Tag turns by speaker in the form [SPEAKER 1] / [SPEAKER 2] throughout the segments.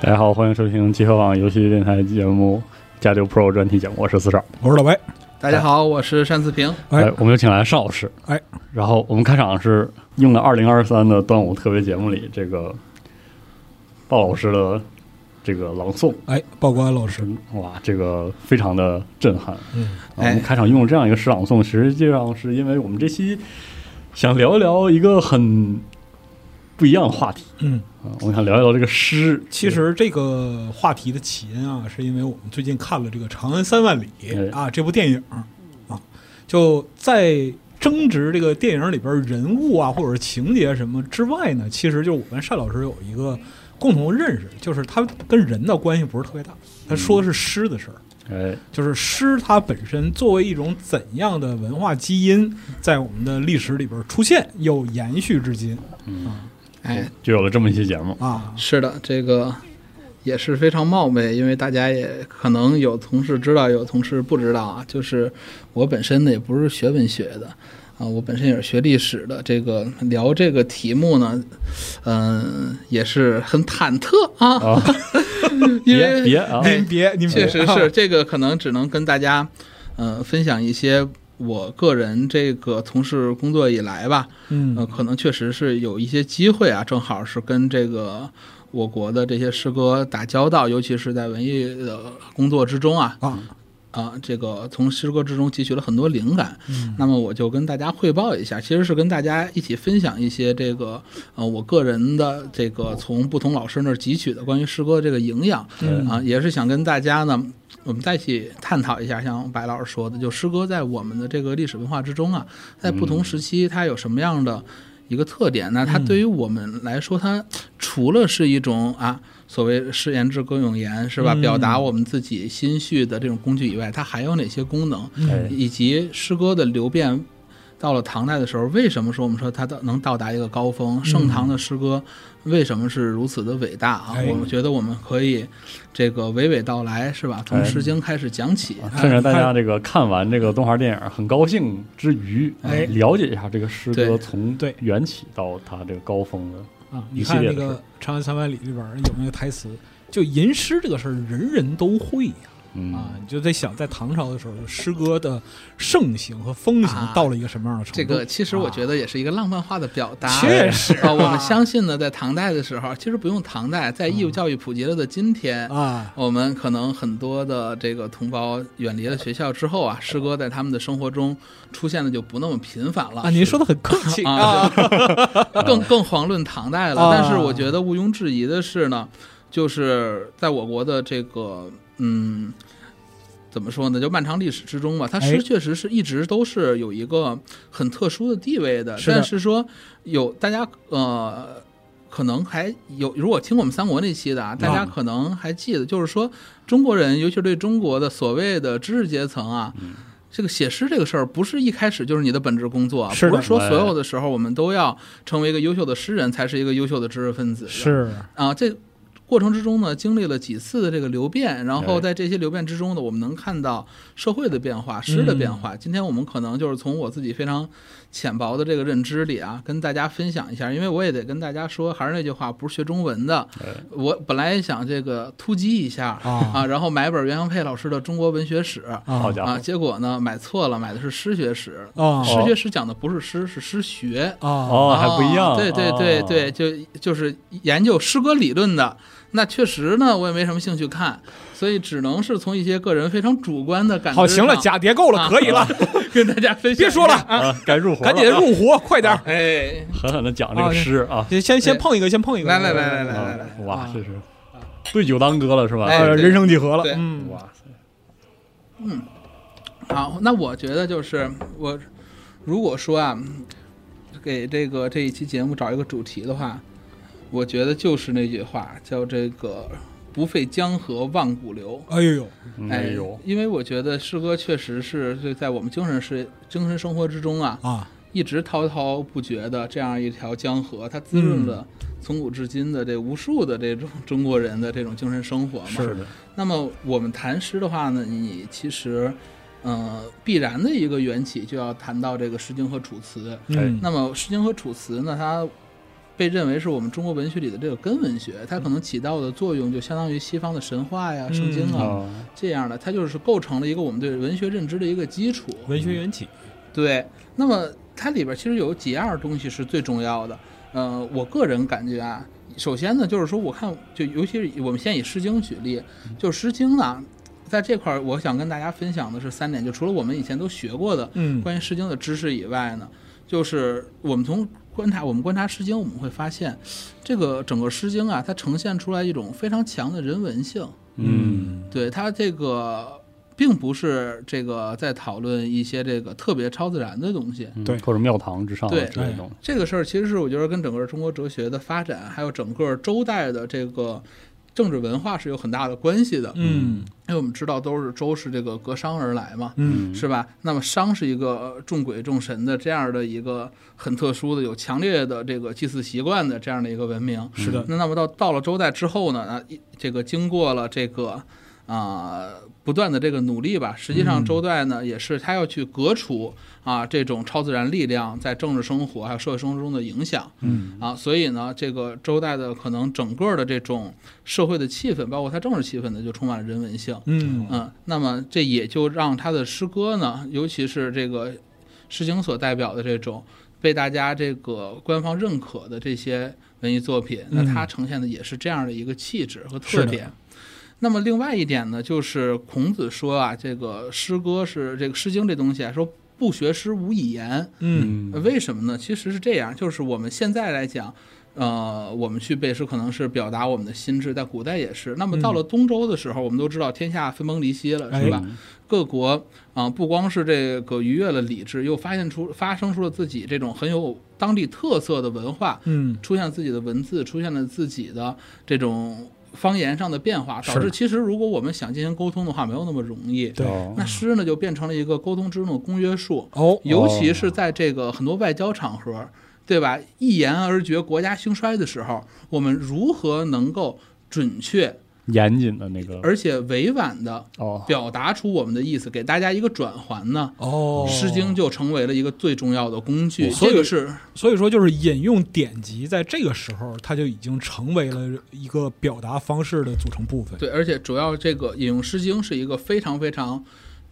[SPEAKER 1] 大家好，欢迎收听集合网游戏电台节目《加六 Pro》专题节目，我是四少。
[SPEAKER 2] 我是老白，
[SPEAKER 3] 大家好，我是单思平。
[SPEAKER 2] 哎
[SPEAKER 1] 我们又请来邵老师。
[SPEAKER 2] 哎，
[SPEAKER 1] 然后我们开场是用了二零二三的端午特别节目里这个鲍老师的这个朗诵，
[SPEAKER 2] 哎，鲍国安老师，
[SPEAKER 1] 哇，这个非常的震朗。
[SPEAKER 2] 嗯，
[SPEAKER 1] 啊我们
[SPEAKER 3] 哎
[SPEAKER 1] 开场用了这样一个诗朗诵，实际上是因为我们这期想聊一聊一个很不一样的话题。
[SPEAKER 2] 嗯
[SPEAKER 1] 啊，我们想聊一聊这个诗。
[SPEAKER 2] 其实这个话题的起因啊，是因为我们最近看了这个《长安三万里
[SPEAKER 1] 哎》
[SPEAKER 2] 啊这部电影啊，就在争执这个电影里边人物啊或者是情节什么之外呢，其实就是我跟单老师有一个共同认识，就是他跟人的关系不是特别大，他说的是诗的事儿。
[SPEAKER 1] 哎，
[SPEAKER 2] 就是诗它本身作为一种怎样的文化基因，在我们的历史里边出现又延续至今
[SPEAKER 3] 哎，
[SPEAKER 1] 就有了这么一期节目。
[SPEAKER 2] 啊，
[SPEAKER 3] 是的，这个也是非常冒昧，因为大家也可能有同事知道，有同事不知道啊。就是我本身呢也不是学文学的啊，我本身也是学历史的。这个聊这个题目呢，嗯、也是很忐忑啊，
[SPEAKER 1] 啊，
[SPEAKER 3] 因
[SPEAKER 1] 别
[SPEAKER 3] 为
[SPEAKER 1] 别啊！
[SPEAKER 3] 哎
[SPEAKER 2] 您别，您别啊
[SPEAKER 3] 确实是这个，可能只能跟大家，呃，分享一些我个人这个从事工作以来吧，呃，
[SPEAKER 2] 嗯
[SPEAKER 3] 可能确实是有一些机会啊，正好是跟这个我国的这些诗歌打交道，尤其是在文艺的工作之中啊，
[SPEAKER 2] 啊，
[SPEAKER 3] 啊，这个从诗歌之中汲取了很多灵感。
[SPEAKER 2] 嗯
[SPEAKER 3] 那么我就跟大家汇报一下，其实是跟大家一起分享一些这个呃我个人的这个从不同老师那儿汲取的关于诗歌的这个营养。
[SPEAKER 2] 嗯
[SPEAKER 3] 啊，也是想跟大家呢，我们再一起探讨一下，像白老师说的，就诗歌在我们的这个历史文化之中啊，在不
[SPEAKER 2] 嗯
[SPEAKER 3] 同时期它有什么样的一个特点呢？它对于我们来说，它除了是一种啊。所谓“诗言志，歌咏言”，是吧？
[SPEAKER 2] 嗯
[SPEAKER 3] 表达我们自己心绪的这种工具以外，它还有哪些功能？
[SPEAKER 2] 嗯
[SPEAKER 1] 哎
[SPEAKER 3] 以及诗歌的流变，到了唐代的时候，为什么说我们说它到能到达一个高峰？盛唐的诗歌为什么是如此的伟大啊？
[SPEAKER 2] 哎
[SPEAKER 3] 我们觉得我们可以这个娓娓道来，是吧？从
[SPEAKER 1] 哎
[SPEAKER 3] 《诗经》开始讲起。
[SPEAKER 2] 嗯
[SPEAKER 1] 啊趁着大家这个看完这个动画电影很高兴之余，啊
[SPEAKER 2] 哎
[SPEAKER 1] 了解一下这个诗歌
[SPEAKER 3] 对
[SPEAKER 1] 从
[SPEAKER 2] 对
[SPEAKER 1] 缘起到它这个高峰的，
[SPEAKER 2] 啊，
[SPEAKER 1] 一
[SPEAKER 2] 你
[SPEAKER 1] 系
[SPEAKER 2] 看
[SPEAKER 1] 列
[SPEAKER 2] 那
[SPEAKER 1] 的
[SPEAKER 2] 个
[SPEAKER 1] 事
[SPEAKER 2] 《长安三万里》里边有那个台词，就吟诗这个事儿，人人都会呀
[SPEAKER 1] 嗯，
[SPEAKER 2] 啊，你就在想，在唐朝的时候，诗歌的盛行和风行
[SPEAKER 3] 啊
[SPEAKER 2] 到了一个什么样的程度？啊
[SPEAKER 3] 这个其实我觉得也是一个浪漫化的表达。
[SPEAKER 2] 嗯 确实
[SPEAKER 3] 啊，我们相信呢，在唐代的时候，其实不用唐代，在义务教育普及了的今天，
[SPEAKER 2] 嗯啊，
[SPEAKER 3] 我们可能很多的这个同胞远离了学校之后啊，诗歌在他们的生活中出现的就不那么频繁了
[SPEAKER 2] 啊，您说的很客气
[SPEAKER 3] 啊， 更更遑论唐代了。
[SPEAKER 2] 啊
[SPEAKER 3] 但是我觉得毋庸置疑的是呢，就是在我国的这个嗯。怎么说呢？就漫长历史之中吧，它
[SPEAKER 2] 哎
[SPEAKER 3] 诗确实是一直都是有一个很特殊的地位的。
[SPEAKER 2] 是的
[SPEAKER 3] 但是说有大家呃，可能还有，如果听我们三国那期的啊，大家可能还记得，就是说中国人，尤其是对中国的所谓的知识阶层啊，
[SPEAKER 2] 嗯
[SPEAKER 3] 这个写诗这个事儿，不是一开始就是你的本职工作啊，
[SPEAKER 2] 是的
[SPEAKER 3] 不是说
[SPEAKER 1] 哎
[SPEAKER 3] 所有的时候我们都要成为一个优秀的诗人，才是一个优秀的知识分子。
[SPEAKER 2] 是
[SPEAKER 3] 啊，这过程之中呢，经历了几次的这个流变，然
[SPEAKER 1] 哎
[SPEAKER 3] 后在这些流变之中呢，我们能看到社会的变化、诗的变
[SPEAKER 2] 嗯
[SPEAKER 3] 化。今天我们可能就是从我自己非常浅薄的这个认知里啊，跟大家分享一下，因为我也得跟大家说，还是那句话，不是学中文的，
[SPEAKER 1] 哎
[SPEAKER 3] 我本来也想这个突击一下
[SPEAKER 2] 啊
[SPEAKER 3] 啊，然后买本袁洋佩老师的《中国文学史》
[SPEAKER 1] 好
[SPEAKER 2] 啊
[SPEAKER 1] 家
[SPEAKER 3] 啊，
[SPEAKER 1] 伙，
[SPEAKER 3] 结果呢买错了，买的是诗学史，
[SPEAKER 2] 啊
[SPEAKER 3] 诗学史讲的不是诗，是诗学。
[SPEAKER 2] 啊
[SPEAKER 1] 哦，
[SPEAKER 3] 啊，
[SPEAKER 1] 还不一样，
[SPEAKER 3] 对对对对，
[SPEAKER 1] 哦，
[SPEAKER 3] 就就是研究诗歌理论的。那确实呢，我也没什么兴趣看，所以只能是从一些个人非常主观的感觉。啊
[SPEAKER 2] 好，行了，
[SPEAKER 3] 加
[SPEAKER 2] 假叠够了，可以
[SPEAKER 3] 啊
[SPEAKER 2] 了，
[SPEAKER 3] 跟大家分享。
[SPEAKER 2] 别说了，，
[SPEAKER 1] 啊，该入伙了，
[SPEAKER 2] 赶紧入伙，快点儿，
[SPEAKER 3] 哎，
[SPEAKER 1] 狠狠的讲这个诗啊，
[SPEAKER 2] 先先先碰一个，先碰一个，
[SPEAKER 3] 来来来来
[SPEAKER 1] 啊
[SPEAKER 3] 来来来，
[SPEAKER 1] 哇
[SPEAKER 2] 啊，
[SPEAKER 1] 这是对酒当歌了是吧？
[SPEAKER 3] 哎
[SPEAKER 2] 呃，
[SPEAKER 3] 对
[SPEAKER 2] 人生几何了，
[SPEAKER 3] 对
[SPEAKER 2] 嗯，
[SPEAKER 1] 哇塞，
[SPEAKER 3] 好，那我觉得就是我如果说啊，给这个这一期节目找一个主题的话，我觉得就是那句话，叫这个不费江河万古流。
[SPEAKER 2] 哎呦呦，
[SPEAKER 1] 嗯
[SPEAKER 3] 哎
[SPEAKER 1] 哎呦，
[SPEAKER 3] 因为我觉得诗歌确实是就在我们精神世精神生活之中啊，
[SPEAKER 2] 啊，
[SPEAKER 3] 一直滔滔不绝的这样一条江河，它滋
[SPEAKER 2] 嗯
[SPEAKER 3] 润了从古至今的这无数的这种 中国人的这种精神生活嘛。
[SPEAKER 1] 嗯是的，
[SPEAKER 3] 那么我们谈诗的话呢，你其实，呃，必然的一个缘起就要谈到这个《诗经》和《楚辞》。
[SPEAKER 2] 嗯，
[SPEAKER 3] 那么《诗经》和《楚辞》呢，它被认为是我们中国文学里的这个根文学，它可能起到的作用就相当于西方的神话呀、
[SPEAKER 2] 嗯
[SPEAKER 3] 圣经啊、
[SPEAKER 1] 啊，
[SPEAKER 3] 这样的，它就是构成了一个我们对文学认知的一个基础。
[SPEAKER 2] 文学缘起，
[SPEAKER 3] 对，那么它里边其实有几样东西是最重要的。呃，我个人感觉啊，首先呢，就是说，我看就尤其是以我们先以《诗经》举例，就《诗经》呢，在这块儿，我想跟大家分享的是三点，就除了我们以前都学过的
[SPEAKER 2] 嗯
[SPEAKER 3] 关于《诗经》的知识以外呢，就是我们从观察我们观察《诗经》，我们会发现，这个整个《诗经》啊，它呈现出来一种非常强的人文性。
[SPEAKER 1] 嗯，
[SPEAKER 3] 对它这个并不是这个在讨论一些这个特别超自然的东西。
[SPEAKER 1] 嗯
[SPEAKER 2] 对
[SPEAKER 1] 或者庙堂之上啊
[SPEAKER 3] 对哎
[SPEAKER 1] 之类的东西，
[SPEAKER 3] 这个事儿其实是我觉得跟整个中国哲学的发展，还有整个周代的这个政治文化是有很大的关系的。
[SPEAKER 2] 嗯
[SPEAKER 3] 因为我们知道都是周是这个革商而来嘛，
[SPEAKER 2] 嗯
[SPEAKER 3] 是吧？那么商是一个呃重鬼重神的这样的一个很特殊的、有强烈的这个祭祀习惯的这样的一个文明。
[SPEAKER 2] 是的，
[SPEAKER 3] 那那么到到了周代之后呢，啊，一这个经过了这个啊、不断的这个努力吧，实际上
[SPEAKER 2] 嗯
[SPEAKER 3] 周代呢、也是他要去革除啊这种超自然力量在政治生活还有社会生活中的影响
[SPEAKER 2] 嗯
[SPEAKER 3] 啊，所以呢，这个周代的可能整个的这种社会的气氛，包括它政治气氛呢，就充满了人文性。
[SPEAKER 2] 嗯
[SPEAKER 3] 嗯，那么这也就让他的诗歌呢，尤其是这个《诗经》所代表的这种被大家这个官方认可的这些文艺作品，那它呈现的也是这样的一个气质和特点。那么另外一点呢，就是孔子说啊，这个诗歌是这个《诗经》这东西啊，说不学诗无以言。
[SPEAKER 2] 嗯
[SPEAKER 3] 呃
[SPEAKER 1] 嗯
[SPEAKER 3] 为什么呢？其实是这样，就是我们现在来讲，呃，我们去背诗可能是表达我们的心智，在古代也是。那么到了东周的时候，我们都知道天下分崩离析了，
[SPEAKER 2] 哎
[SPEAKER 3] 是吧？
[SPEAKER 1] 嗯
[SPEAKER 3] 各国啊、不光是这个逾越了理智，又发现出发生出了自己这种很有当地特色的文化，
[SPEAKER 2] 嗯
[SPEAKER 3] 出现了自己的文字，出现了自己的这种方言上的变化，导
[SPEAKER 2] 是
[SPEAKER 3] 致其实如果我们想进行沟通的话，没有那么容易。
[SPEAKER 2] 对
[SPEAKER 1] 哦
[SPEAKER 3] 那诗呢，就变成了一个沟通之中的公约数。
[SPEAKER 2] 哦
[SPEAKER 3] 尤其是在这个很多外交场合，对吧？一言而决国家兴衰的时候，我们如何能够准确
[SPEAKER 1] 严谨的那个
[SPEAKER 3] 而且委婉的
[SPEAKER 1] 哦，
[SPEAKER 3] 表达出我们的意思，给大家一个转环呢？
[SPEAKER 2] 哦，
[SPEAKER 3] 《诗经》，就成为了一个最重要的工具，
[SPEAKER 2] 所以
[SPEAKER 3] 这个是
[SPEAKER 2] 所以说就是引用典籍，在这个时候它就已经成为了一个表达方式的组成部分。
[SPEAKER 3] 对，而且主要这个引用《诗经》是一个非常非常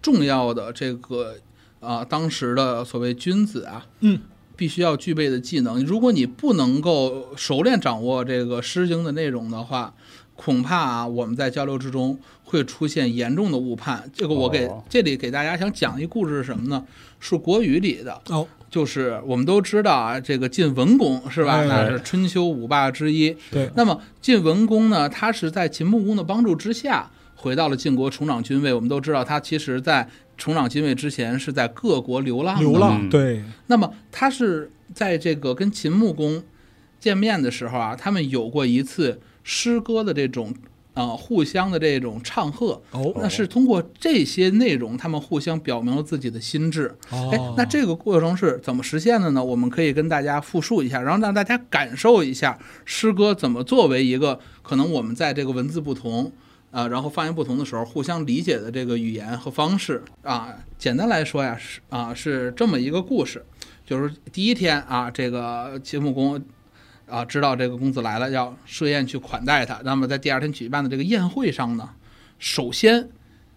[SPEAKER 3] 重要的这个啊、当时的所谓君子啊，
[SPEAKER 2] 嗯，
[SPEAKER 3] 必须要具备的技能。如果你不能够熟练掌握这个《诗经》的内容的话，恐怕啊我们在交流之中会出现严重的误判。这个我给、
[SPEAKER 1] 哦
[SPEAKER 3] 这里给大家想讲一故事是什么呢？是《国语》里的，
[SPEAKER 2] 哦，
[SPEAKER 3] 就是我们都知道啊，这个晋文公是吧？
[SPEAKER 2] 哎
[SPEAKER 3] 那是春秋五霸之一。
[SPEAKER 2] 对，
[SPEAKER 3] 那么晋文公呢，他是在秦穆公的帮助之下回到了晋国重掌军位。我们都知道，他其实在重掌军位之前是在各国流浪的嘛
[SPEAKER 2] 流浪，
[SPEAKER 1] 嗯
[SPEAKER 2] 对，
[SPEAKER 3] 那么他是在这个跟秦穆公见面的时候啊，他们有过一次诗歌的这种呃互相的这种唱和。
[SPEAKER 2] 哦
[SPEAKER 3] 那是通过这些内容，他们互相表明了自己的心智。哎
[SPEAKER 2] 哦，，
[SPEAKER 3] 那这个过程是怎么实现的呢？我们可以跟大家复述一下，然后让大家感受一下诗歌怎么作为一个可能我们在这个文字不同。啊，然后方言不同的时候，互相理解的这个语言和方式啊，简单来说呀，是啊是这么一个故事，就是第一天啊，这个秦穆公啊知道这个公子来了，要设宴去款待他。那么在第二天举办的这个宴会上呢，首先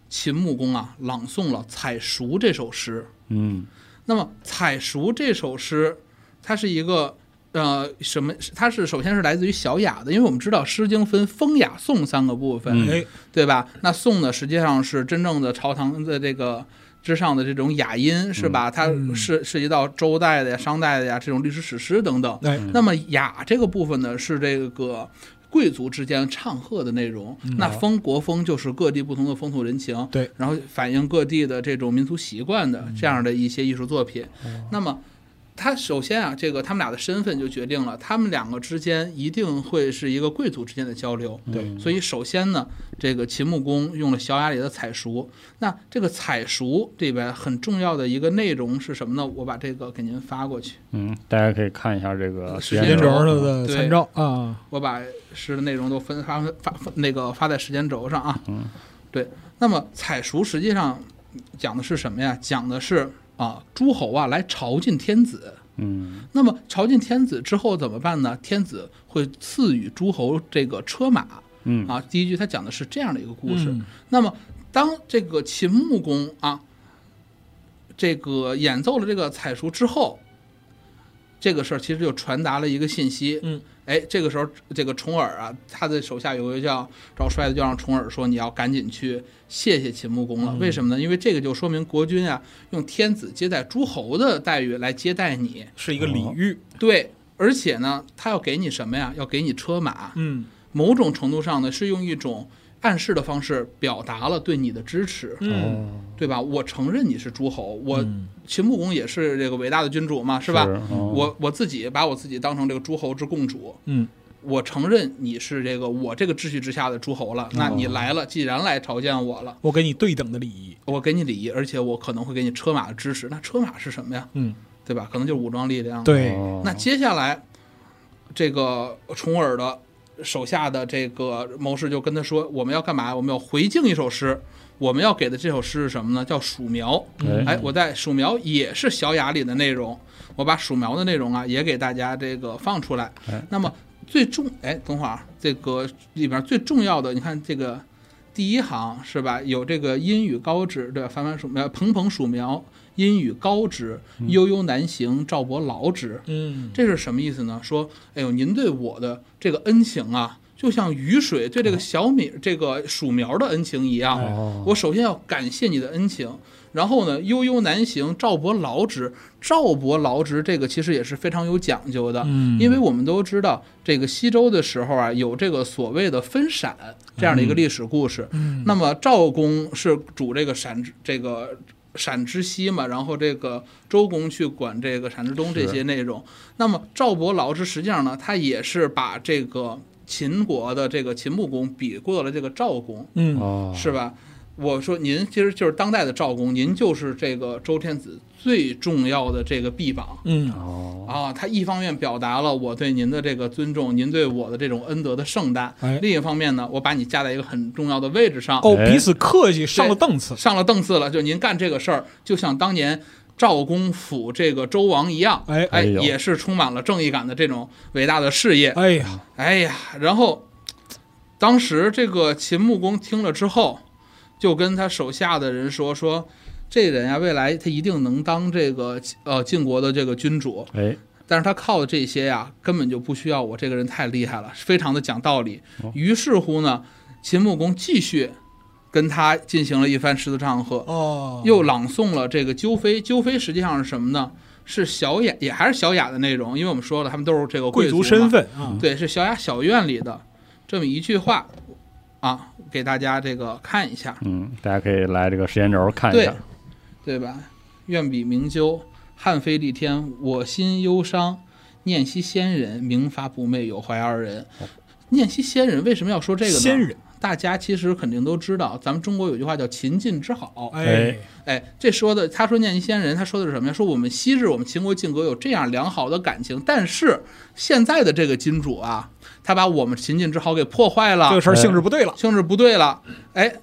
[SPEAKER 3] 秦穆公啊朗诵了《采熟》这首诗，
[SPEAKER 1] 嗯
[SPEAKER 3] 那么《采熟》这首诗，它是一个呃什么？它是首先是来自于小雅的，因为我们知道《诗经》分风雅颂三个部分，
[SPEAKER 1] 嗯
[SPEAKER 2] 哎，
[SPEAKER 3] 对吧？那颂呢，实际上是真正的朝堂的这个。之上的这种雅音是吧？它
[SPEAKER 2] 嗯
[SPEAKER 3] 涉涉及到周代的呀、商代的呀这种历史史诗等等。
[SPEAKER 2] 哎，
[SPEAKER 3] 那么雅这个部分呢，是这个贵族之间唱和的内容。那风国风就是各地不同的风土人情，
[SPEAKER 2] 嗯对，嗯
[SPEAKER 3] 然后反映各地的这种民族习惯的这样的一些艺术作品。
[SPEAKER 2] 哦
[SPEAKER 3] 那么。他首先啊，这个他们俩的身份就决定了，他们两个之间一定会是一个贵族之间的交流。
[SPEAKER 2] 对，
[SPEAKER 3] 所以首先呢，这个秦穆公用了小雅里的采熟。那这个采熟里边很重要的一个内容是什么呢？我把这个给您发过去。
[SPEAKER 1] 嗯，大家可以看一下这个
[SPEAKER 3] 嗯时
[SPEAKER 2] 时间轴上的
[SPEAKER 3] 对
[SPEAKER 2] 参照啊，
[SPEAKER 3] 我把诗的内容都分发发发那个发在时间轴上啊。
[SPEAKER 1] 嗯，
[SPEAKER 3] 对。那么采熟实际上讲的是什么呀？讲的是啊，诸侯啊来朝觐天子。
[SPEAKER 1] 嗯
[SPEAKER 3] 那么朝见天子之后怎么办呢？天子会赐予诸侯这个车马
[SPEAKER 1] 嗯
[SPEAKER 3] 啊。第一句他讲的是这样的一个故事。
[SPEAKER 2] 嗯
[SPEAKER 3] 那么当这个秦穆公啊，这个演奏了这个采书之后，这个事儿其实就传达了一个信息。
[SPEAKER 2] 嗯，
[SPEAKER 3] 哎，这个时候这个重耳啊，他的手下有个叫赵衰的，就让重耳说你要赶紧去谢谢秦穆公了。
[SPEAKER 2] 嗯
[SPEAKER 3] 为什么呢？因为这个就说明国君啊，用天子接待诸侯的待遇来接待你。
[SPEAKER 2] 是一个礼遇，
[SPEAKER 3] 对，而且呢，他要给你什么呀？要给你车马，
[SPEAKER 2] 嗯
[SPEAKER 3] 某种程度上呢，是用一种暗示的方式表达了对你的支持，
[SPEAKER 2] 嗯，
[SPEAKER 3] 对吧？我承认你是诸侯，我
[SPEAKER 2] 嗯
[SPEAKER 3] 秦穆公也是这个伟大的君主嘛，是
[SPEAKER 1] 是
[SPEAKER 3] 吧？
[SPEAKER 1] 哦
[SPEAKER 3] 我我自己把我自己当成这个诸侯之共主，
[SPEAKER 2] 嗯
[SPEAKER 3] 我承认你是这个我这个秩序之下的诸侯
[SPEAKER 2] 哦
[SPEAKER 3] 了。那你来了，既然来朝见我了，
[SPEAKER 2] 我给你对等的礼仪，
[SPEAKER 3] 我给你礼仪，而且我可能会给你车马的支持。那车马是什么呀？
[SPEAKER 2] 嗯，
[SPEAKER 3] 对吧？可能就是武装力量。
[SPEAKER 2] 对，
[SPEAKER 1] 哦
[SPEAKER 3] 那接下来，这个重耳的手下的这个谋士就跟他说：“我们要干嘛？我们要回敬一首诗。我们要给的这首诗是什么呢？叫《鼠苗》。
[SPEAKER 1] 哎
[SPEAKER 3] 哎，我在《鼠苗》也是《小雅》里的内容，我把《鼠苗》的内容啊也给大家这个放出来
[SPEAKER 1] 哎。
[SPEAKER 3] 那么最重，哎，等会儿啊这个里边最重要的，你看这个。”第一行是吧？有这个阴雨高直，对吧？繁繁鼠苗，蓬蓬鼠苗，阴雨高直，
[SPEAKER 1] 嗯
[SPEAKER 3] 悠悠南行，赵伯劳之。
[SPEAKER 2] 嗯
[SPEAKER 3] 这是什么意思呢？说，哎呦，您对我的这个恩情啊，就像雨水对这个小米、这个薯苗的恩情一
[SPEAKER 2] 嗯
[SPEAKER 3] 样。
[SPEAKER 1] 哦
[SPEAKER 3] 我首先要感谢你的恩情，然后呢，悠悠南行，赵伯劳之。赵伯劳之这个其实也是非常有讲究的，
[SPEAKER 2] 嗯
[SPEAKER 3] 因为我们都知道，这个西周的时候啊，有这个所谓的分陕这样的一个历史故事。
[SPEAKER 2] 嗯
[SPEAKER 3] 那么赵公是主这个陕之这个陕之西嘛，然后这个周公去管这个陕之东这些内容。那么赵伯劳之实际上呢，他也是把这个秦国的这个秦穆公比过了这个赵公，
[SPEAKER 2] 嗯
[SPEAKER 1] 哦
[SPEAKER 3] 是吧？我说您其实就是当代的赵公，您就是这个周天子最重要的这个臂膀。
[SPEAKER 2] 嗯
[SPEAKER 1] 哦
[SPEAKER 3] 啊，他一方面表达了我对您的这个尊重，您对我的这种恩德的盛大；
[SPEAKER 2] 哎
[SPEAKER 3] 另一方面呢，我把你架在一个很重要的位置上，
[SPEAKER 2] 哦，
[SPEAKER 1] 哎
[SPEAKER 2] 彼此客气，上了档次，
[SPEAKER 3] 上了档次了。就您干这个事儿，就像当年赵公辅这个周王一样，
[SPEAKER 2] 哎
[SPEAKER 3] 哎，
[SPEAKER 1] 哎呦
[SPEAKER 3] 也是充满了正义感的这种伟大的事业。
[SPEAKER 2] 哎呀，
[SPEAKER 3] 哎呀，然后当时这个秦穆公听了之后，就跟他手下的人说说。这人啊，未来他一定能当这个呃晋国的这个君主。
[SPEAKER 1] 哎
[SPEAKER 3] 但是他靠的这些呀，根本就不需要我这个人太厉害了，非常的讲道理。
[SPEAKER 2] 哦
[SPEAKER 3] 于是乎呢，秦穆公继续跟他进行了一番诗词唱和，
[SPEAKER 2] 哦，
[SPEAKER 3] 又朗诵了这个《鸠飞》。《鸠飞》实际上是什么呢？是小雅，也还是小雅的内容，因为我们说了，他们都是这个
[SPEAKER 2] 贵
[SPEAKER 3] 族嗯
[SPEAKER 2] 族
[SPEAKER 3] 嘛
[SPEAKER 2] 身，份啊，
[SPEAKER 3] 对，是小雅小院里的这么一句话啊，给大家这个看一下，
[SPEAKER 1] 嗯，大家可以来这个时间轴看一
[SPEAKER 3] 对
[SPEAKER 1] 下，
[SPEAKER 3] 对吧？愿比明鸠，汉飞立天，我心忧伤。念昔仙人，明发不寐，有怀二人。念昔仙人为什么要说这个呢？
[SPEAKER 2] 先人，
[SPEAKER 3] 大家其实肯定都知道，咱们中国有句话叫“秦晋之好
[SPEAKER 2] 哎”。
[SPEAKER 3] 哎，这说的他说念昔仙人，他说的是什么呀？说我们昔日我们秦国晋国有这样良好的感情，但是现在的这个金主啊，他把我们秦晋之好给破坏了
[SPEAKER 2] 这个，
[SPEAKER 1] 哎
[SPEAKER 2] 事儿性质不对了，
[SPEAKER 3] 性质不对了。哎，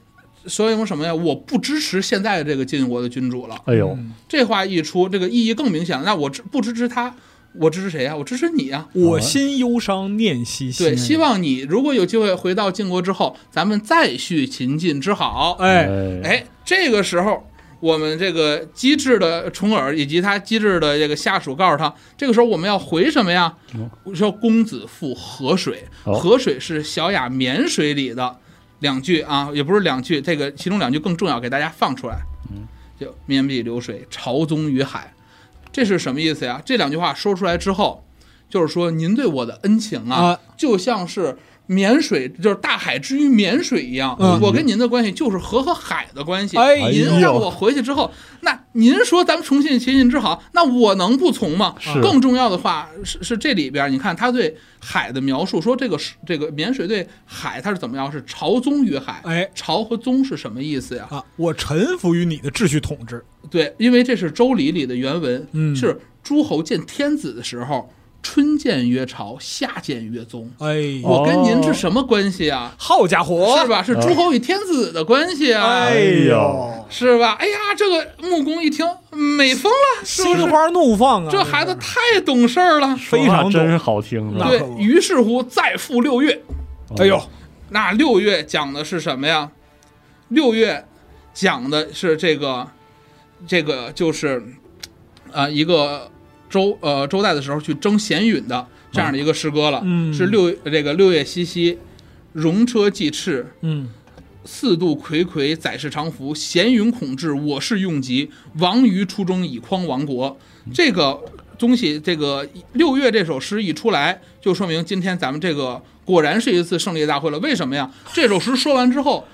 [SPEAKER 3] 所以我什么呀？我不支持现在的这个晋国的君主了。
[SPEAKER 1] 哎呦
[SPEAKER 2] 嗯
[SPEAKER 3] 这话一出，这个意义更明显了。那我支不支持他？我支持谁呀、我支持你呀、
[SPEAKER 2] 我
[SPEAKER 1] 啊
[SPEAKER 2] 心忧伤，念兮心。
[SPEAKER 3] 对，希望你如果有机会回到晋国之后，咱们再续秦晋之好。
[SPEAKER 1] 嗯
[SPEAKER 2] 哎，
[SPEAKER 3] 哎，这个时候，我们这个机智的重耳以及他机智的这个下属告诉他，这个时候我们要回什么呀？说公子赴河水，
[SPEAKER 1] 哦
[SPEAKER 3] 河水是小雅绵水里的两句啊，也不是两句，这个其中两句更重要，给大家放出来。嗯，就绵碧流水，潮宗于海，这是什么意思呀？这两句话说出来之后，就是说您对我的恩情啊，
[SPEAKER 2] 啊
[SPEAKER 3] 就像是。绵水就是大海之于绵水一样，
[SPEAKER 2] 嗯
[SPEAKER 3] 我跟您的关系就是河和海的关系。
[SPEAKER 2] 哎呦
[SPEAKER 3] 您让我回去之后，那您说咱们重信秦晋之好，那我能不从吗？
[SPEAKER 1] 是
[SPEAKER 3] 更重要的话是是这里边儿，你看他对海的描述，说这个是这个绵水对海它是怎么样？是潮宗于海。
[SPEAKER 2] 哎
[SPEAKER 3] 潮和宗是什么意思呀？
[SPEAKER 2] 啊，我臣服于你的秩序统治。
[SPEAKER 3] 对，因为这是《周礼》里的原文，
[SPEAKER 2] 嗯
[SPEAKER 3] 是诸侯见天子的时候，春建曰朝，夏建曰宗。
[SPEAKER 2] 哎，
[SPEAKER 1] 哦
[SPEAKER 3] 我跟您是什么关系啊？
[SPEAKER 2] 好家伙，
[SPEAKER 3] 是？吧？是诸侯与天子的关系啊，
[SPEAKER 2] 哦哎呦，
[SPEAKER 3] 是吧？哎呀，这个穆公一听嗯美疯了，是不
[SPEAKER 2] 心
[SPEAKER 3] 是？
[SPEAKER 2] 花怒放啊！
[SPEAKER 3] 这孩子太懂事儿了。
[SPEAKER 1] 说
[SPEAKER 2] 非
[SPEAKER 1] 话
[SPEAKER 2] 常懂
[SPEAKER 1] 真是好听
[SPEAKER 2] 那
[SPEAKER 1] 啊！哦
[SPEAKER 3] 对
[SPEAKER 2] 可不
[SPEAKER 3] 于是乎，再赴六月，
[SPEAKER 2] 哎呦，
[SPEAKER 3] 那六月讲的是什么呀？六月讲的是这个，这个就是，呃，一个周呃周代的时候去征咸允的这样的一个诗歌了，
[SPEAKER 2] 嗯
[SPEAKER 3] 是六这个六月西溪，戎车既赤，
[SPEAKER 2] 嗯，
[SPEAKER 3] 四度睽睽，载世长服。闲云恐至，我是用疾。亡于初中，以匡亡国。这个东西，这个六月这首诗一出来，就说明今天咱们这个果然是一次胜利大会了。为什么呀？这首诗说完之后，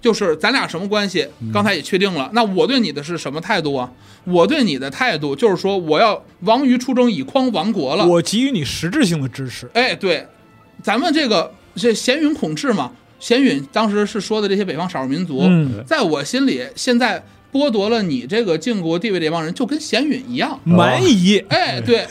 [SPEAKER 3] 就是咱俩什么关系？刚才也确定了。那我对你的是什么态度啊？我对你的态度就是说，我要亡于初中，以匡亡国了。
[SPEAKER 2] 我给予你实质性的支持。
[SPEAKER 3] 哎，对，咱们这个这闲云恐至嘛，闲云当时是说的这些北方少数民族。
[SPEAKER 2] 嗯，
[SPEAKER 3] 在我心里，现在剥夺了你这个晋国地位这帮人，就跟咸允一样。
[SPEAKER 1] 啊
[SPEAKER 2] 蛮夷，
[SPEAKER 3] 哎，对，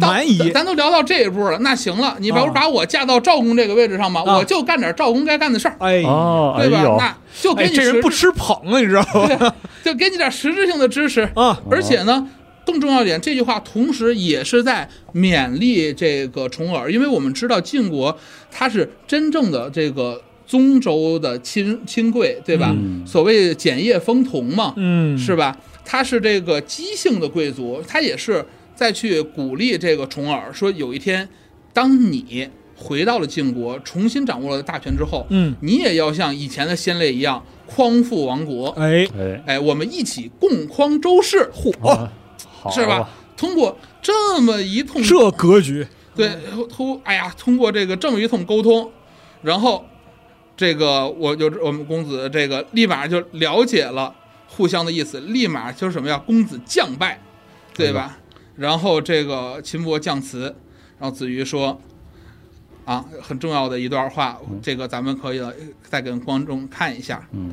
[SPEAKER 3] 到
[SPEAKER 2] 蛮夷，
[SPEAKER 3] 咱都聊到这一步了，那行了，你不
[SPEAKER 2] 啊
[SPEAKER 3] 是把我架到赵公这个位置上吗？
[SPEAKER 2] 啊
[SPEAKER 3] 我就干点赵公该干的事儿，
[SPEAKER 2] 哎，
[SPEAKER 1] 哦，哎
[SPEAKER 3] 对吧？
[SPEAKER 1] 呦，
[SPEAKER 3] 那就给
[SPEAKER 2] 哎，
[SPEAKER 3] 你
[SPEAKER 2] 这
[SPEAKER 3] 实质
[SPEAKER 2] 人不吃捧啊，你知道吗？
[SPEAKER 3] 就给你点实质性的支持。
[SPEAKER 2] 啊，
[SPEAKER 3] 而且呢，更重要一点，这句话同时也是在勉励这个重耳，因为我们知道晋国它是真正的这个宗周的亲亲贵，对吧？
[SPEAKER 1] 嗯
[SPEAKER 3] 所谓简业封同嘛，
[SPEAKER 2] 嗯，
[SPEAKER 3] 是吧？他是这个姬姓的贵族，他也是在去鼓励这个重耳，说有一天，当你回到了晋国，重新掌握了大权之后，
[SPEAKER 2] 嗯
[SPEAKER 3] 你也要像以前的先烈一样，匡复亡国。
[SPEAKER 2] 哎，
[SPEAKER 1] 哎，
[SPEAKER 3] 哎，我们一起共匡周室，
[SPEAKER 1] 哦，好
[SPEAKER 3] 是吧？通过这么一通
[SPEAKER 2] 啊这格局，
[SPEAKER 3] 对，通哎呀，通过这个这么一通沟通，然后这个我就我们公子这个立马就了解了互相的意思，立马就是什么呀？公子降拜，对吧？然后这个秦伯降辞，然后子瑜说。啊，很重要的一段话，这个咱们可以再跟观众看一下，
[SPEAKER 1] 嗯，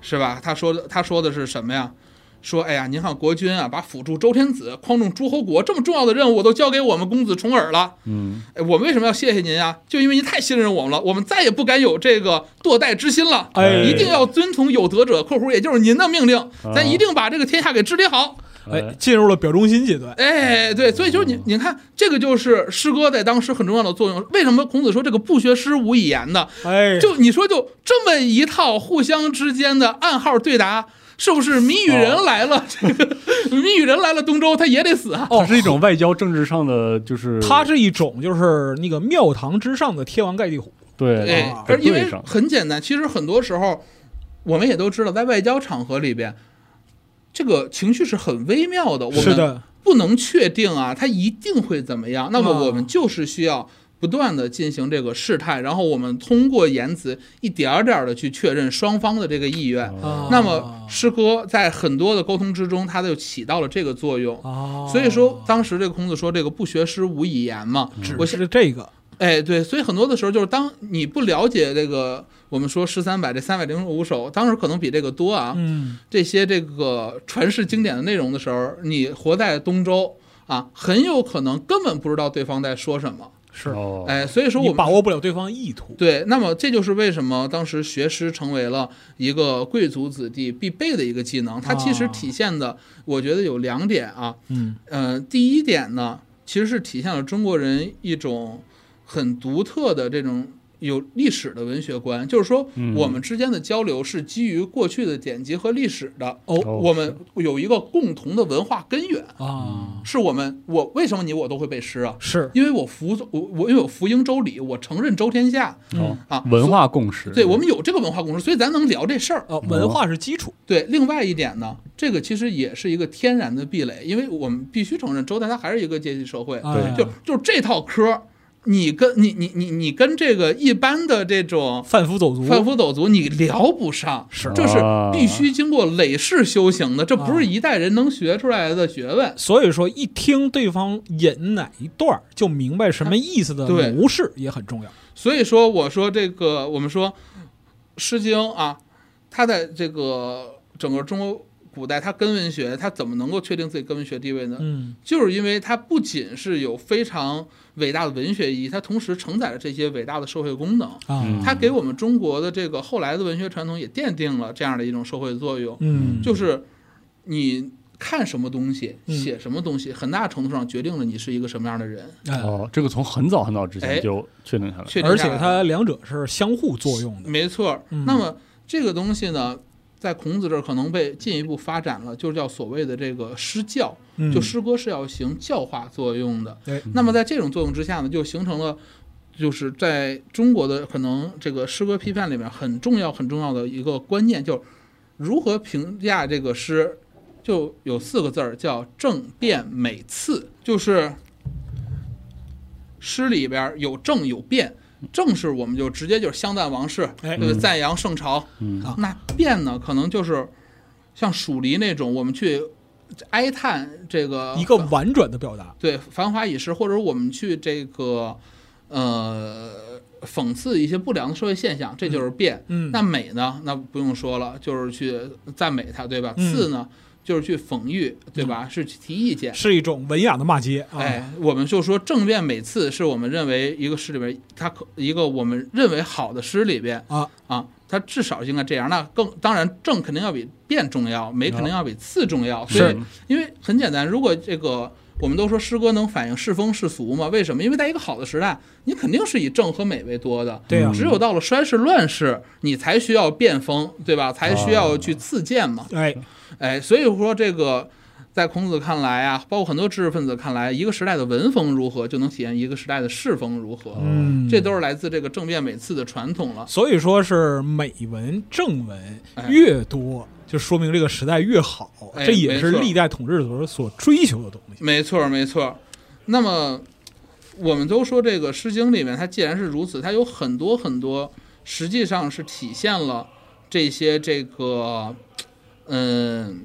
[SPEAKER 3] 是吧？他说的，他说的是什么呀？说，哎呀，您看国君啊，把辅助周天子、匡正诸侯国这么重要的任务，都交给我们公子重耳了。
[SPEAKER 1] 嗯，
[SPEAKER 3] 哎，我们为什么要谢谢您啊？就因为您太信任我们了，我们再也不敢有这个堕怠之心了。
[SPEAKER 2] 哎，
[SPEAKER 3] 一定要遵从有德者（括弧也就是您的命令），咱一定把这个天下给治理好。呃
[SPEAKER 2] 哎，进入了表忠心阶 段，
[SPEAKER 3] 哎，对，所以就是你，你看，这个就是诗歌在当时很重要的作用。为什么孔子说这个不学诗无以言呢？
[SPEAKER 2] 哎，
[SPEAKER 3] 就你说，就这么一套互相之间的暗号对答，是不是谜语人来了？这个谜语人来了，东周他也得死啊！
[SPEAKER 1] 它是一种外交政治上的，就是
[SPEAKER 2] 它是一种就是那个庙堂之上的贴王盖地虎，
[SPEAKER 1] 对
[SPEAKER 3] 对
[SPEAKER 2] 啊，
[SPEAKER 3] 哎而
[SPEAKER 1] 给
[SPEAKER 3] 因
[SPEAKER 1] 对
[SPEAKER 3] 为
[SPEAKER 1] 上
[SPEAKER 3] 很简单，其实很多时候我们也都知道，在外交场合里边，这个情绪是很微妙的，我
[SPEAKER 2] 是
[SPEAKER 3] 们
[SPEAKER 2] 的，
[SPEAKER 3] 不能确定啊，它一定会怎么样。那么
[SPEAKER 2] 啊
[SPEAKER 3] 我们就是需要。不断的进行这个试探，然后我们通过言辞一点儿点儿的去确认双方的这个意愿。
[SPEAKER 1] 嗯
[SPEAKER 2] 啊
[SPEAKER 3] 那么诗歌在很多的沟通之中，它就起到了这个作用。
[SPEAKER 2] 啊，
[SPEAKER 3] 所以说，当时这个孔子说这个不学诗无以言嘛，
[SPEAKER 2] 只
[SPEAKER 3] 我
[SPEAKER 2] 是这个，
[SPEAKER 3] 哎，对，所以很多的时候就是当你不了解这个，我们说十三百这三百零五首，当时可能比这个多啊，
[SPEAKER 2] 嗯，
[SPEAKER 3] 这些这个传世经典的内容的时候，你活在东周啊，很有可能根本不知道对方在说什么。
[SPEAKER 2] 是
[SPEAKER 1] 哦，
[SPEAKER 3] 哎，所以说
[SPEAKER 2] 你
[SPEAKER 3] 我们
[SPEAKER 2] 把握不了对方意图，
[SPEAKER 3] 对，那么这就是为什么当时学诗成为了一个贵族子弟必备的一个技能。它其实
[SPEAKER 2] 啊
[SPEAKER 3] 体现的，我觉得有两点啊。
[SPEAKER 2] 嗯，
[SPEAKER 3] 呃，第一点呢，其实是体现了中国人一种很独特的这种有历史的文学观，就是说
[SPEAKER 1] 嗯
[SPEAKER 3] 我们之间的交流是基于过去的典籍和历史的。
[SPEAKER 2] 哦
[SPEAKER 1] 哦
[SPEAKER 3] 我们有一个共同的文化根源，
[SPEAKER 2] 啊，
[SPEAKER 3] 是我们我为什么你我都会背诗啊？
[SPEAKER 2] 是
[SPEAKER 3] 因为我服我我因为我服膺周礼，我承认周天下
[SPEAKER 1] 哦
[SPEAKER 3] 啊，
[SPEAKER 1] 文化共识，
[SPEAKER 3] 对，我们有这个文化共识，所以咱能聊这事儿。
[SPEAKER 2] 呃，文化是基础，
[SPEAKER 3] 对，另外一点呢，这个其实也是一个天然的壁垒，因为我们必须承认，周代它还是一个阶级社会，
[SPEAKER 2] 哎
[SPEAKER 3] 就就这套科儿，你跟你你你你跟这个一般的这种
[SPEAKER 2] 贩夫走卒，
[SPEAKER 3] 贩夫走卒，你聊不上，
[SPEAKER 2] 是
[SPEAKER 3] 这是
[SPEAKER 1] 啊
[SPEAKER 3] 必须经过累世修行的，这不是一代人能学出来的学问。
[SPEAKER 2] 所以说，一听对方引哪一段儿，就明白什么意思的
[SPEAKER 3] 对
[SPEAKER 2] 模式也很重要。
[SPEAKER 3] 所以说，我说这个，我们说《诗经》啊，它在这个整个中国古代他跟文学，他怎么能够确定自己跟文学地位呢？
[SPEAKER 2] 嗯
[SPEAKER 3] 就是因为它不仅是有非常伟大的文学意义，它同时承载了这些伟大的社会功能。
[SPEAKER 2] 啊
[SPEAKER 1] 嗯
[SPEAKER 3] 它给我们中国的这个后来的文学传统也奠定了这样的一种社会作用，
[SPEAKER 2] 嗯
[SPEAKER 3] 就是你看什么东西，
[SPEAKER 2] 嗯
[SPEAKER 3] 写什么东西，很大程度上决定了你是一个什么样的人。
[SPEAKER 2] 哎
[SPEAKER 1] 哦，这个从很早很早之
[SPEAKER 3] 哎
[SPEAKER 1] 前就确定下来了。
[SPEAKER 3] 确啊定
[SPEAKER 2] 而
[SPEAKER 3] 下
[SPEAKER 2] 且
[SPEAKER 3] 来了
[SPEAKER 2] 它两者是相互作用的。
[SPEAKER 3] 没错。
[SPEAKER 2] 嗯
[SPEAKER 3] 那么这个东西呢，在孔子这儿可能被进一步发展了，就是叫所谓的这个诗教，
[SPEAKER 2] 嗯
[SPEAKER 3] 就诗歌是要行教化作用的。
[SPEAKER 2] 哎
[SPEAKER 3] 那么在这种作用之下呢，就形成了。就是在中国的可能这个诗歌批判里面很重要很重要的一个观念，就是如何评价这个诗，就有四个字儿叫正辩美次，就是诗里边儿有正有辩，正是我们就直接就是相赞王室，
[SPEAKER 2] 哎
[SPEAKER 3] 对
[SPEAKER 1] 嗯
[SPEAKER 3] 吧赞扬圣朝。
[SPEAKER 1] 嗯
[SPEAKER 2] 啊
[SPEAKER 3] 那辩呢，可能就是像蜀离那种，我们去哀叹这个
[SPEAKER 2] 一个婉转的表达，
[SPEAKER 3] 对繁华已逝，或者我们去这个呃讽刺一些不良的社会现象，这就是辩。
[SPEAKER 2] 嗯，
[SPEAKER 3] 那美呢？那不用说了，就是去赞美它，对吧？
[SPEAKER 2] 嗯
[SPEAKER 3] 次呢，就是去讽喻，对吧？是去提意见。
[SPEAKER 2] 是一种文雅的骂街啊。
[SPEAKER 3] 哎，我们就说正辩每次是我们认为一个诗里边，它可一个我们认为好的诗里边
[SPEAKER 2] 啊
[SPEAKER 3] 啊，它至少应该这样。那更当然，正肯定要比辩重要，美肯定
[SPEAKER 2] 啊
[SPEAKER 3] 要比次重要。所以
[SPEAKER 1] 是，
[SPEAKER 3] 因为很简单，如果这个我们都说诗歌能反映世风世俗嘛，为什么？因为在一个好的时代，你肯定是以正和美为多的。
[SPEAKER 2] 对呀啊
[SPEAKER 1] 嗯
[SPEAKER 3] 只有到了衰世乱世，你才需要变风，对吧？才
[SPEAKER 2] 啊
[SPEAKER 3] 需要去自荐嘛。
[SPEAKER 2] 哎，
[SPEAKER 3] 哎，所以说这个，在孔子看来啊，包括很多知识分子看来，一个时代的文风如何，就能体现一个时代的世风如何。
[SPEAKER 2] 嗯，
[SPEAKER 3] 这都是来自这个政变每次的传统了。
[SPEAKER 2] 所以说是美文正文
[SPEAKER 3] 哎
[SPEAKER 2] 越多，就说明这个时代越好，
[SPEAKER 3] 哎
[SPEAKER 2] 这也是
[SPEAKER 3] 没错
[SPEAKER 2] 历代统治者所追求的东西。
[SPEAKER 3] 没错，没错。那么，我们都说这个《诗经》里面，它既然是如此，它有很多很多，实际上是体现了这些这个，嗯，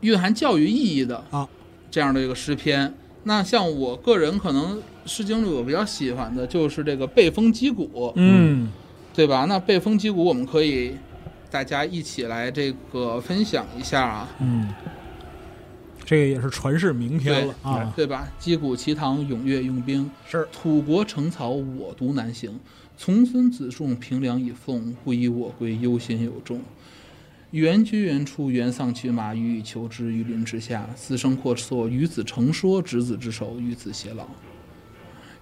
[SPEAKER 3] 蕴含教育意义的
[SPEAKER 2] 啊
[SPEAKER 3] 这样的一个诗篇。那像我个人可能《诗经》里我比较喜欢的就是这个《背风击鼓》，
[SPEAKER 2] 嗯
[SPEAKER 3] 对吧？那《背风击鼓》我们可以大家一起来这个分享一下啊。
[SPEAKER 2] 嗯，这个也是传世名篇了啊。
[SPEAKER 3] 对吧？击鼓齐唐，踊跃用兵，
[SPEAKER 2] 是
[SPEAKER 3] 土国成曹，我独难行。从孙子仲，平凉以送，不以我归，忧心有终。原居原出，原丧其马，予以求之于林之下。死生阔绰，与子成说，执子之手，与子偕老。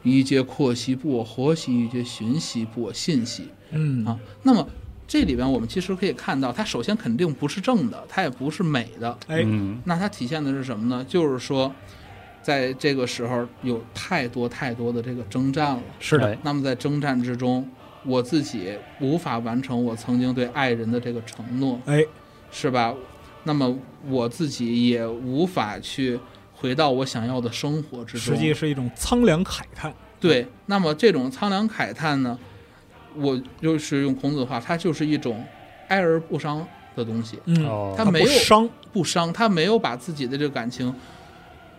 [SPEAKER 3] 一皆阔兮不我活兮，一皆寻兮不我信兮。
[SPEAKER 2] 嗯
[SPEAKER 3] 啊，那么这里边我们其实可以看到，它首先肯定不是正的，它也不是美的，
[SPEAKER 2] 哎
[SPEAKER 1] 嗯
[SPEAKER 3] 那它体现的是什么呢？就是说，在这个时候有太多太多的这个征战了。
[SPEAKER 2] 是的
[SPEAKER 1] 哎
[SPEAKER 3] 那么在征战之中，我自己无法完成我曾经对爱人的这个承诺，
[SPEAKER 2] 哎
[SPEAKER 3] 是吧？那么我自己也无法去回到我想要的生活之中。
[SPEAKER 2] 实际是一种苍凉慨叹。
[SPEAKER 3] 对，那么这种苍凉慨叹呢，我就是用孔子的话，它就是一种哀而不伤的东西。
[SPEAKER 2] 嗯，
[SPEAKER 1] 哦
[SPEAKER 3] 他
[SPEAKER 2] 它
[SPEAKER 3] 没
[SPEAKER 2] 不
[SPEAKER 3] 有
[SPEAKER 2] 伤，
[SPEAKER 3] 不伤，他没有把自己的这个感情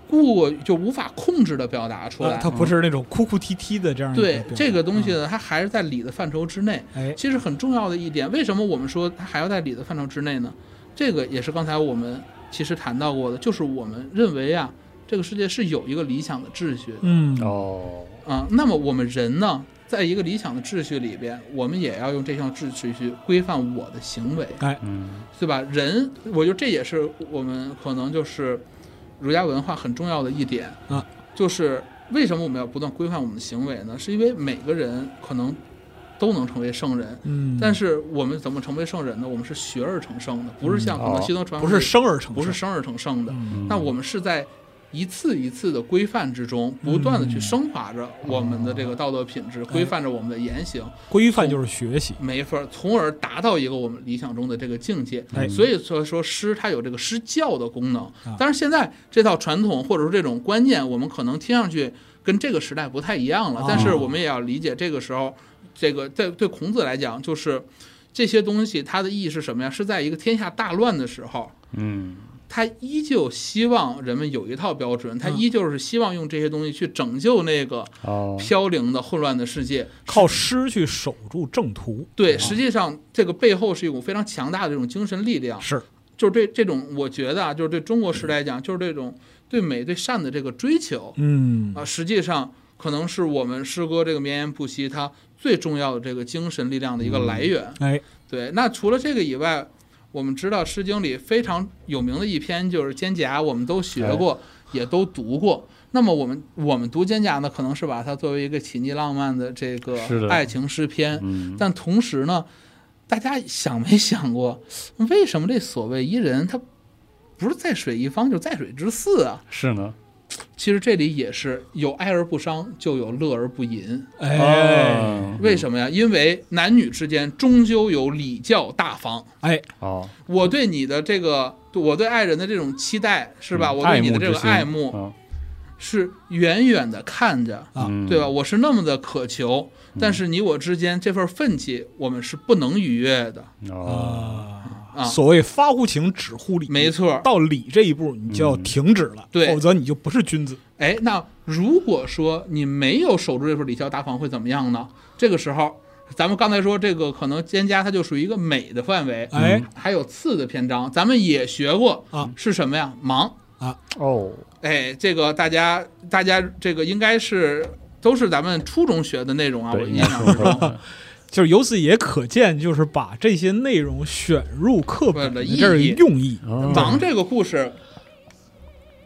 [SPEAKER 3] 过就无法控制的表达出来。
[SPEAKER 2] 呃它不是那种哭哭啼啼的这样一
[SPEAKER 3] 啊对
[SPEAKER 2] 表达
[SPEAKER 3] 这个东西，呢，它还是在理的范畴之内。
[SPEAKER 2] 嗯哎，
[SPEAKER 3] 其实很重要的一点，为什么我们说它还要在理的范畴之内呢？这个也是刚才我们其实谈到过的，就是我们认为啊，这个世界是有一个理想的秩序的
[SPEAKER 2] 嗯，
[SPEAKER 1] 哦，
[SPEAKER 3] 啊、那么我们人呢，在一个理想的秩序里边，我们也要用这项秩序去规范我的行为。
[SPEAKER 1] 嗯
[SPEAKER 3] 对吧？人，我觉得这也是我们可能就是儒家文化很重要的一点
[SPEAKER 2] 啊，
[SPEAKER 3] 就是为什么我们要不断规范我们的行为呢？是因为每个人可能都能成为圣人，
[SPEAKER 2] 嗯，
[SPEAKER 3] 但
[SPEAKER 2] 是
[SPEAKER 3] 是我们怎么成为圣人呢？我们是学而成圣的，不是像
[SPEAKER 1] 嗯
[SPEAKER 3] 可能
[SPEAKER 1] 哦
[SPEAKER 3] 西方传
[SPEAKER 2] 不
[SPEAKER 3] 统
[SPEAKER 2] 是
[SPEAKER 3] 里
[SPEAKER 2] 生而成，
[SPEAKER 3] 不是，生而成圣的，
[SPEAKER 2] 嗯，
[SPEAKER 3] 那我们是在。一次一次的规范之中，不断的去
[SPEAKER 2] 嗯
[SPEAKER 3] 升华着我们的这个道德品质，规范着我们的言行，
[SPEAKER 2] 规范就是学习。
[SPEAKER 3] 没法儿，从而达到一个我们理想中的这个境界。
[SPEAKER 2] 哎
[SPEAKER 3] 所以说说诗它有这个诗教的功能
[SPEAKER 2] 啊。
[SPEAKER 3] 但是现在这套传统或者说这种观念，我们可能听上去跟这个时代不太一样了
[SPEAKER 2] 哦。
[SPEAKER 3] 但是我们也要理解，这个时候，这个在对孔子来讲，就是这些东西它的意义是什么呀？是在一个天下大乱的时候。
[SPEAKER 1] 嗯
[SPEAKER 3] 他依旧希望人们有一套标准，他
[SPEAKER 2] 嗯
[SPEAKER 3] 依旧是希望用这些东西去拯救那个
[SPEAKER 1] 哦，
[SPEAKER 3] 飘零的混乱的世界。
[SPEAKER 2] 靠诗去守住正途。
[SPEAKER 3] 啊对，实际上这个背后是一股非常强大的这种精神力量，
[SPEAKER 2] 是
[SPEAKER 3] 就是对这种，我觉得啊，就是对中国史来
[SPEAKER 1] 嗯
[SPEAKER 3] 讲，就是这种对美对善的这个追求
[SPEAKER 2] 嗯
[SPEAKER 3] 啊，实际上可能是我们诗歌这个绵延不息它最重要的这个精神力量的一个来源。
[SPEAKER 1] 嗯
[SPEAKER 2] 哎，
[SPEAKER 3] 对，那除了这个以外，我们知道《诗经》里非常有名的一篇就是《蒹葭》，我们都学过，
[SPEAKER 1] 哎
[SPEAKER 3] 也都读过。那么我们我们读《蒹葭》呢，可能是把它作为一个起腻浪漫的这个
[SPEAKER 1] 是的
[SPEAKER 3] 爱情诗篇，
[SPEAKER 1] 嗯，
[SPEAKER 3] 但同时呢，大家想没想过， 为什么这所谓伊人他不是在水一方，就是在水之四啊？
[SPEAKER 1] 是呢，
[SPEAKER 3] 其实这里也是有哀而不伤，就有乐而不淫。
[SPEAKER 2] 哎，
[SPEAKER 1] 哦
[SPEAKER 3] 为什么呀？因为男女之间终究有礼教大方。
[SPEAKER 2] 哎，
[SPEAKER 1] 哦，
[SPEAKER 3] 我对你的这个，我对爱人的这种期待，是吧？
[SPEAKER 1] 嗯
[SPEAKER 3] 我对你的这个爱
[SPEAKER 1] 慕之
[SPEAKER 3] 慕
[SPEAKER 1] 心，啊
[SPEAKER 3] 是远远的看着，
[SPEAKER 2] 啊
[SPEAKER 1] 嗯
[SPEAKER 3] 对吧？我是那么的渴求，但是你我之间这份愤气，我们是不能逾越的
[SPEAKER 1] 哦，
[SPEAKER 3] 啊。
[SPEAKER 2] 所谓发乎情，止乎礼，
[SPEAKER 3] 没错，嗯
[SPEAKER 2] 到礼这一步，你就要停止了，
[SPEAKER 3] 对
[SPEAKER 2] 否则你就不是君子。
[SPEAKER 3] 哎，那如果说你没有守住这份礼教大方，会怎么样呢？这个时候，咱们刚才说这个可能蒹葭，它就属于一个美的范围，
[SPEAKER 2] 哎，
[SPEAKER 3] 还有次的篇章，咱们也学过
[SPEAKER 2] 啊，
[SPEAKER 3] 是什么呀？忙。
[SPEAKER 1] 哦，
[SPEAKER 3] 哎，这个大家大家这个应该是都是咱们初中学的内容啊，我
[SPEAKER 1] 对，
[SPEAKER 3] 印
[SPEAKER 1] 应该
[SPEAKER 3] 象之
[SPEAKER 1] 说
[SPEAKER 3] 中。
[SPEAKER 1] 是
[SPEAKER 2] 就是由此也可见，就是把这些内容选入课本的
[SPEAKER 3] 为了意义
[SPEAKER 2] 这是用意。
[SPEAKER 1] 哦
[SPEAKER 3] 王这个故事，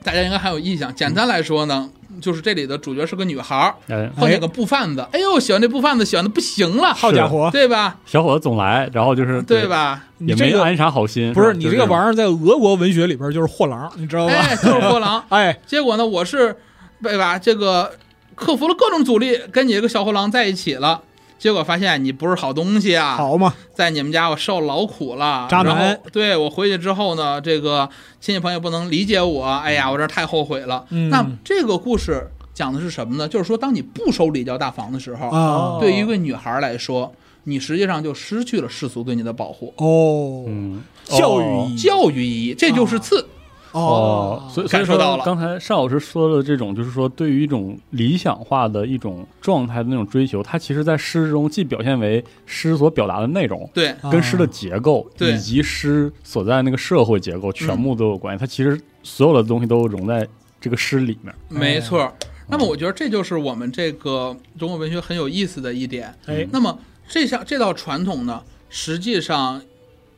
[SPEAKER 3] 大家应该还有印象。
[SPEAKER 2] 嗯
[SPEAKER 3] 简单来说呢，就是这里的主角是个女孩儿，
[SPEAKER 1] 哎，
[SPEAKER 3] 碰见个布贩子，哎呦，喜欢这布贩子，喜欢的不行了，
[SPEAKER 2] 好家伙，
[SPEAKER 3] 对吧？
[SPEAKER 1] 小伙子总来，然后就是
[SPEAKER 3] 对？吧？
[SPEAKER 2] 你
[SPEAKER 1] 也
[SPEAKER 2] 这
[SPEAKER 1] 没
[SPEAKER 2] 个
[SPEAKER 1] 安啥好心，啊
[SPEAKER 2] 不是
[SPEAKER 1] 吧
[SPEAKER 2] 你这个玩意，儿，在俄国文学里边就是货郎，你知 道吧？
[SPEAKER 3] 哎，就是货郎。
[SPEAKER 2] 哎，
[SPEAKER 3] 结果呢，我是对吧？这个克服了各种阻力，跟你这个小货郎在一起了。结果发现你不是好东西啊！
[SPEAKER 2] 好嘛，
[SPEAKER 3] 在你们家我受劳苦了，
[SPEAKER 2] 渣男
[SPEAKER 3] 啊然后对我回去之后呢，这个亲戚朋友不能理解我，哎呀，我这太后悔了。
[SPEAKER 2] 嗯
[SPEAKER 3] 那这个故事讲的是什么呢？就是说，当你不收礼教大房的时候，
[SPEAKER 2] 啊，
[SPEAKER 3] 对于一个女孩来说，你实际上就失去了世俗对你的保护，
[SPEAKER 2] 哦，
[SPEAKER 1] 嗯，
[SPEAKER 2] 教育意义
[SPEAKER 3] 教育啊意义，这就是次。
[SPEAKER 1] 哦，所以所以
[SPEAKER 3] 感受
[SPEAKER 1] 说
[SPEAKER 3] 到了
[SPEAKER 1] 刚才单老师说的这种，就是说对于一种理想化的一种状态的那种追求，它其实在诗中既表现为诗所表达的内容。
[SPEAKER 3] 对，
[SPEAKER 2] 啊
[SPEAKER 1] 跟诗的结构
[SPEAKER 3] 对
[SPEAKER 1] 以及诗所在那个社会结构全部都有关系，它其实所有的东西都融在这个诗里面。
[SPEAKER 2] 哎
[SPEAKER 3] 没错。那么我觉得这就是我们这个中国文学很有意思的一点。
[SPEAKER 2] 哎
[SPEAKER 3] 那么这项这道传统呢，实际上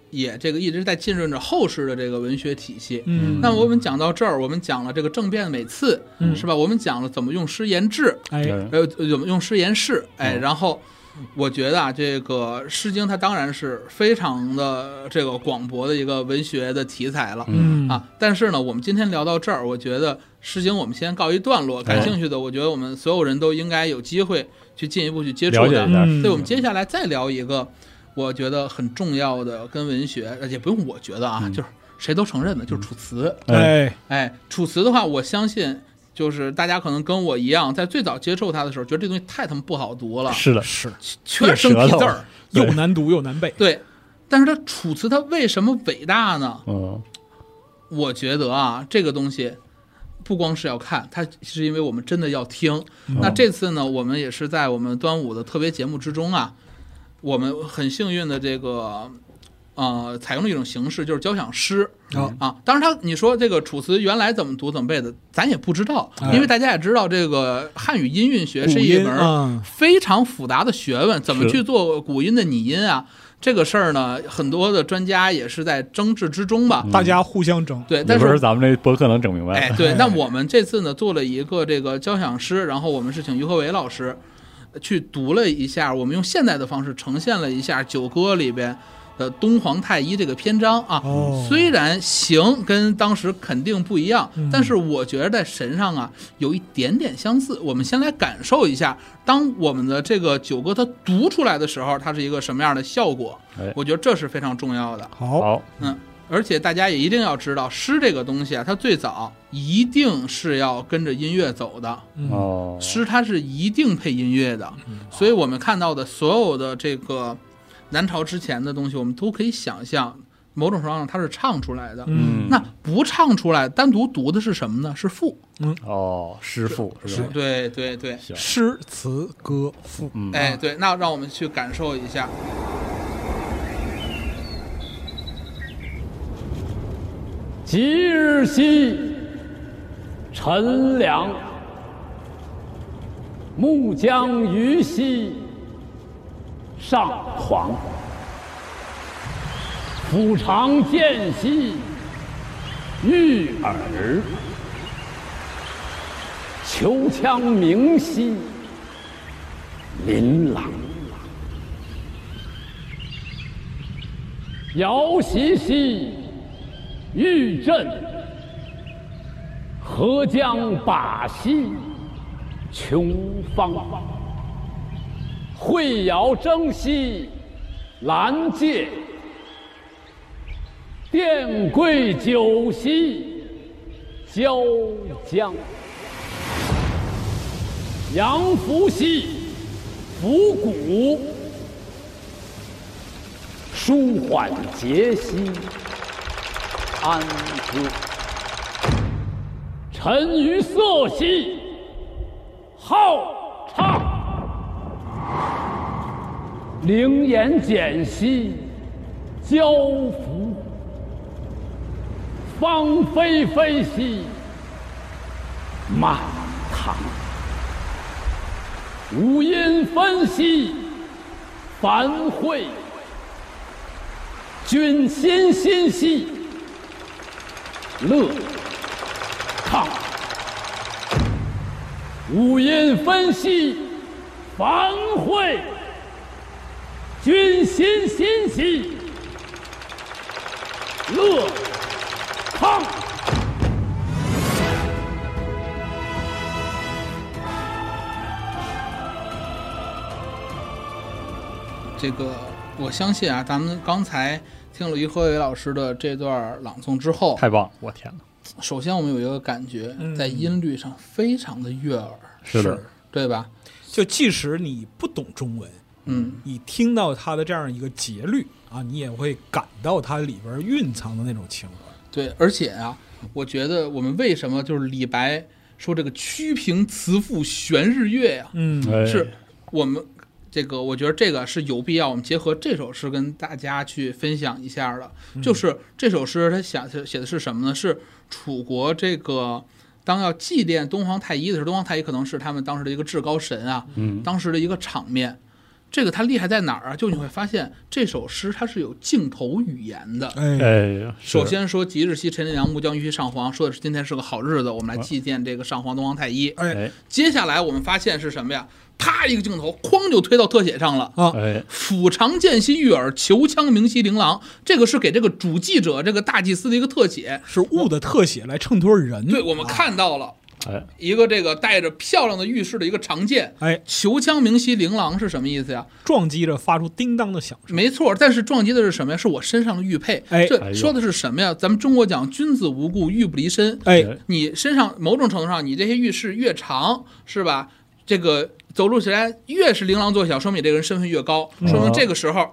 [SPEAKER 3] 也这个一直在浸润着后世的这个文学体系。
[SPEAKER 2] 嗯，
[SPEAKER 3] 那么我们讲到这儿，我们讲了这个政变的美次，
[SPEAKER 2] 嗯
[SPEAKER 3] 是吧？我们讲了怎么用诗言志，
[SPEAKER 2] 哎
[SPEAKER 1] 对
[SPEAKER 3] 呃，怎么用诗言事，哎，
[SPEAKER 1] 嗯
[SPEAKER 3] 然后我觉得啊，这个《诗经》它当然是非常的这个广博的一个文学的题材了。
[SPEAKER 2] 嗯
[SPEAKER 3] 啊，但是呢，我们今天聊到这儿，我觉得《诗经》我们先告一段落。
[SPEAKER 1] 哎
[SPEAKER 3] 感兴趣的，我觉得我们所有人都应该有机会去进一步去接触
[SPEAKER 1] 了解
[SPEAKER 3] 的
[SPEAKER 1] 一。下，
[SPEAKER 2] 嗯
[SPEAKER 3] 所以，我们接下来再聊一个，我觉得很重要的跟文学，呃也不用我觉得啊，
[SPEAKER 1] 嗯
[SPEAKER 3] 就是谁都承认的，就是《楚辞》。
[SPEAKER 1] 哎
[SPEAKER 2] 哎
[SPEAKER 3] 哎，《楚辞》的话，我相信就是大家可能跟我一样，在最早接触它的时候，觉得这东西太他妈不好读了，
[SPEAKER 1] 是的，
[SPEAKER 2] 是
[SPEAKER 3] 全是生
[SPEAKER 1] 别
[SPEAKER 3] 僻
[SPEAKER 1] 舌头
[SPEAKER 3] 字儿。
[SPEAKER 2] 又
[SPEAKER 1] 对
[SPEAKER 2] 难读又难背，
[SPEAKER 3] 对，但是它《楚辞》它为什么伟大呢？
[SPEAKER 1] 嗯，
[SPEAKER 3] 我觉得啊，这个东西不光是要看，它是因为我们真的要听。
[SPEAKER 2] 嗯
[SPEAKER 3] 那这次呢，我们也是在我们端午的特别节目之中啊，我们很幸运的这个呃，采用了一种形式，就是交响诗。
[SPEAKER 2] 哦
[SPEAKER 3] 啊，当然他，你说这个《楚辞》原来怎么读怎么背的，咱也不知道，
[SPEAKER 2] 哎
[SPEAKER 3] 因为大家也知道，这个汉语音韵学是
[SPEAKER 2] 古
[SPEAKER 3] 一
[SPEAKER 2] 音
[SPEAKER 3] 门儿
[SPEAKER 2] 啊，
[SPEAKER 3] 非常复杂的学问，怎么
[SPEAKER 1] 是
[SPEAKER 3] 去做古音的拟音啊？这个事儿呢，很多的专家也是在争执之中吧。
[SPEAKER 1] 嗯
[SPEAKER 2] 大家互相争，
[SPEAKER 3] 对，
[SPEAKER 1] 也
[SPEAKER 3] 但
[SPEAKER 1] 不是
[SPEAKER 3] 是
[SPEAKER 1] 咱们这博客能整明
[SPEAKER 3] 哎
[SPEAKER 1] 白。，
[SPEAKER 3] 对，
[SPEAKER 2] 哎
[SPEAKER 3] 那我们这次呢做了一个这个交响诗，然后我们是请于和伟老师呃去读了一下，我们用现代的方式呈现了一下《九歌》里边的东皇太一这个篇章啊。
[SPEAKER 2] 哦，
[SPEAKER 3] 虽然形跟当时肯定不一样，
[SPEAKER 2] 嗯
[SPEAKER 3] 但是我觉得在神上啊有一点点相似。我们先来感受一下，当我们的这个九歌它读出来的时候，它是一个什么样的效果？
[SPEAKER 1] 哎
[SPEAKER 3] 我觉得这是非常重要的。
[SPEAKER 2] 好，
[SPEAKER 1] 好，
[SPEAKER 3] 而且大家也一定要知道，诗这个东西啊，它最早一定是要跟着音乐走的，
[SPEAKER 2] 嗯
[SPEAKER 1] 哦，
[SPEAKER 3] 诗它是一定配音乐的
[SPEAKER 2] 嗯，
[SPEAKER 3] 所以我们看到的所有的这个南朝之前的东西，我们都可以想象，某种程度上它是唱出来的。
[SPEAKER 2] 嗯
[SPEAKER 3] 那不唱出来，单独读的是什么呢？是赋。
[SPEAKER 1] 哦，师傅是吧？
[SPEAKER 3] 对对对，
[SPEAKER 1] 行，
[SPEAKER 2] 诗词歌赋，
[SPEAKER 1] 嗯，
[SPEAKER 3] 哎对，那让我们去感受一下。
[SPEAKER 4] 即日夕，陈良，木将于兮上皇，俯长见兮欲耳，求枪明兮琳琅，摇席兮。玉振，河江把兮，琼芳；惠瑶征兮，兰界；殿贵九兮，椒江；杨福兮，伏谷；舒缓节兮。安之。沉于色兮，好畅；灵言简兮，交服；芳菲菲兮，满堂；五音分兮，繁会；君心心兮。乐唱，五音分析，繁会，君心心兮，乐唱。
[SPEAKER 3] 这个我相信啊，咱们刚才听了于和伟老师的这段朗诵之后，
[SPEAKER 1] 太棒了，我天哪！
[SPEAKER 3] 首先我们有一个感觉，
[SPEAKER 2] 嗯
[SPEAKER 3] 在音律上非常的悦耳，
[SPEAKER 1] 是的，
[SPEAKER 3] 对吧？
[SPEAKER 2] 就即使你不懂中文，
[SPEAKER 3] 嗯，
[SPEAKER 2] 你听到它的这样一个节律啊，你也会感到它里边蕴藏的那种情怀。
[SPEAKER 3] 对。而且啊，我觉得我们为什么就是李白说这个“曲平词赋悬日月”呀、
[SPEAKER 2] 嗯
[SPEAKER 1] 哎
[SPEAKER 3] 是我们这个，我觉得这个是有必要，我们结合这首诗跟大家去分享一下的。就是这首诗，它想写的是什么呢？是楚国这个当要祭奠东皇太一的时候，东皇太一可能是他们当时的一个至高神啊，
[SPEAKER 1] 嗯，
[SPEAKER 3] 当时的一个场面。这个它厉害在哪儿啊？就你会发现这首诗它是有镜头语言的。
[SPEAKER 2] 哎，
[SPEAKER 1] 哎呀，是
[SPEAKER 3] 首先说即日夕，陈良木将于上皇，说的是今天是个好日子，我们来祭奠这个上皇东皇太一。
[SPEAKER 2] 哎
[SPEAKER 1] 哎
[SPEAKER 3] 接下来我们发现是什么呀？啪一个镜头，哐就推到特写上了。
[SPEAKER 2] 啊，
[SPEAKER 1] 哎，
[SPEAKER 3] 抚长见兮玉耳，求枪明兮琳琅。这个是给这个主祭者、这个大祭司的一个特写。
[SPEAKER 2] 是物的特写来衬托人。啊
[SPEAKER 3] 对，我们看到了
[SPEAKER 1] 哎，
[SPEAKER 3] 一个这个带着漂亮的玉饰的一个长剑。
[SPEAKER 2] 哎，
[SPEAKER 3] 求枪明兮琳琅是什么意思呀？
[SPEAKER 2] 撞击着发出叮当的响声。
[SPEAKER 3] 没错，但是撞击的是什么呀？是我身上的玉佩。
[SPEAKER 2] 哎
[SPEAKER 1] 哎
[SPEAKER 3] 这
[SPEAKER 1] 呦
[SPEAKER 3] 说的是什么呀？咱们中国讲君子无故玉不离身。
[SPEAKER 2] 哎，
[SPEAKER 3] 你身上某种程度上，你这些玉饰越长，是吧？这个走路起来越是琳琅作响，说明你这个人身份越高，说明这个时候，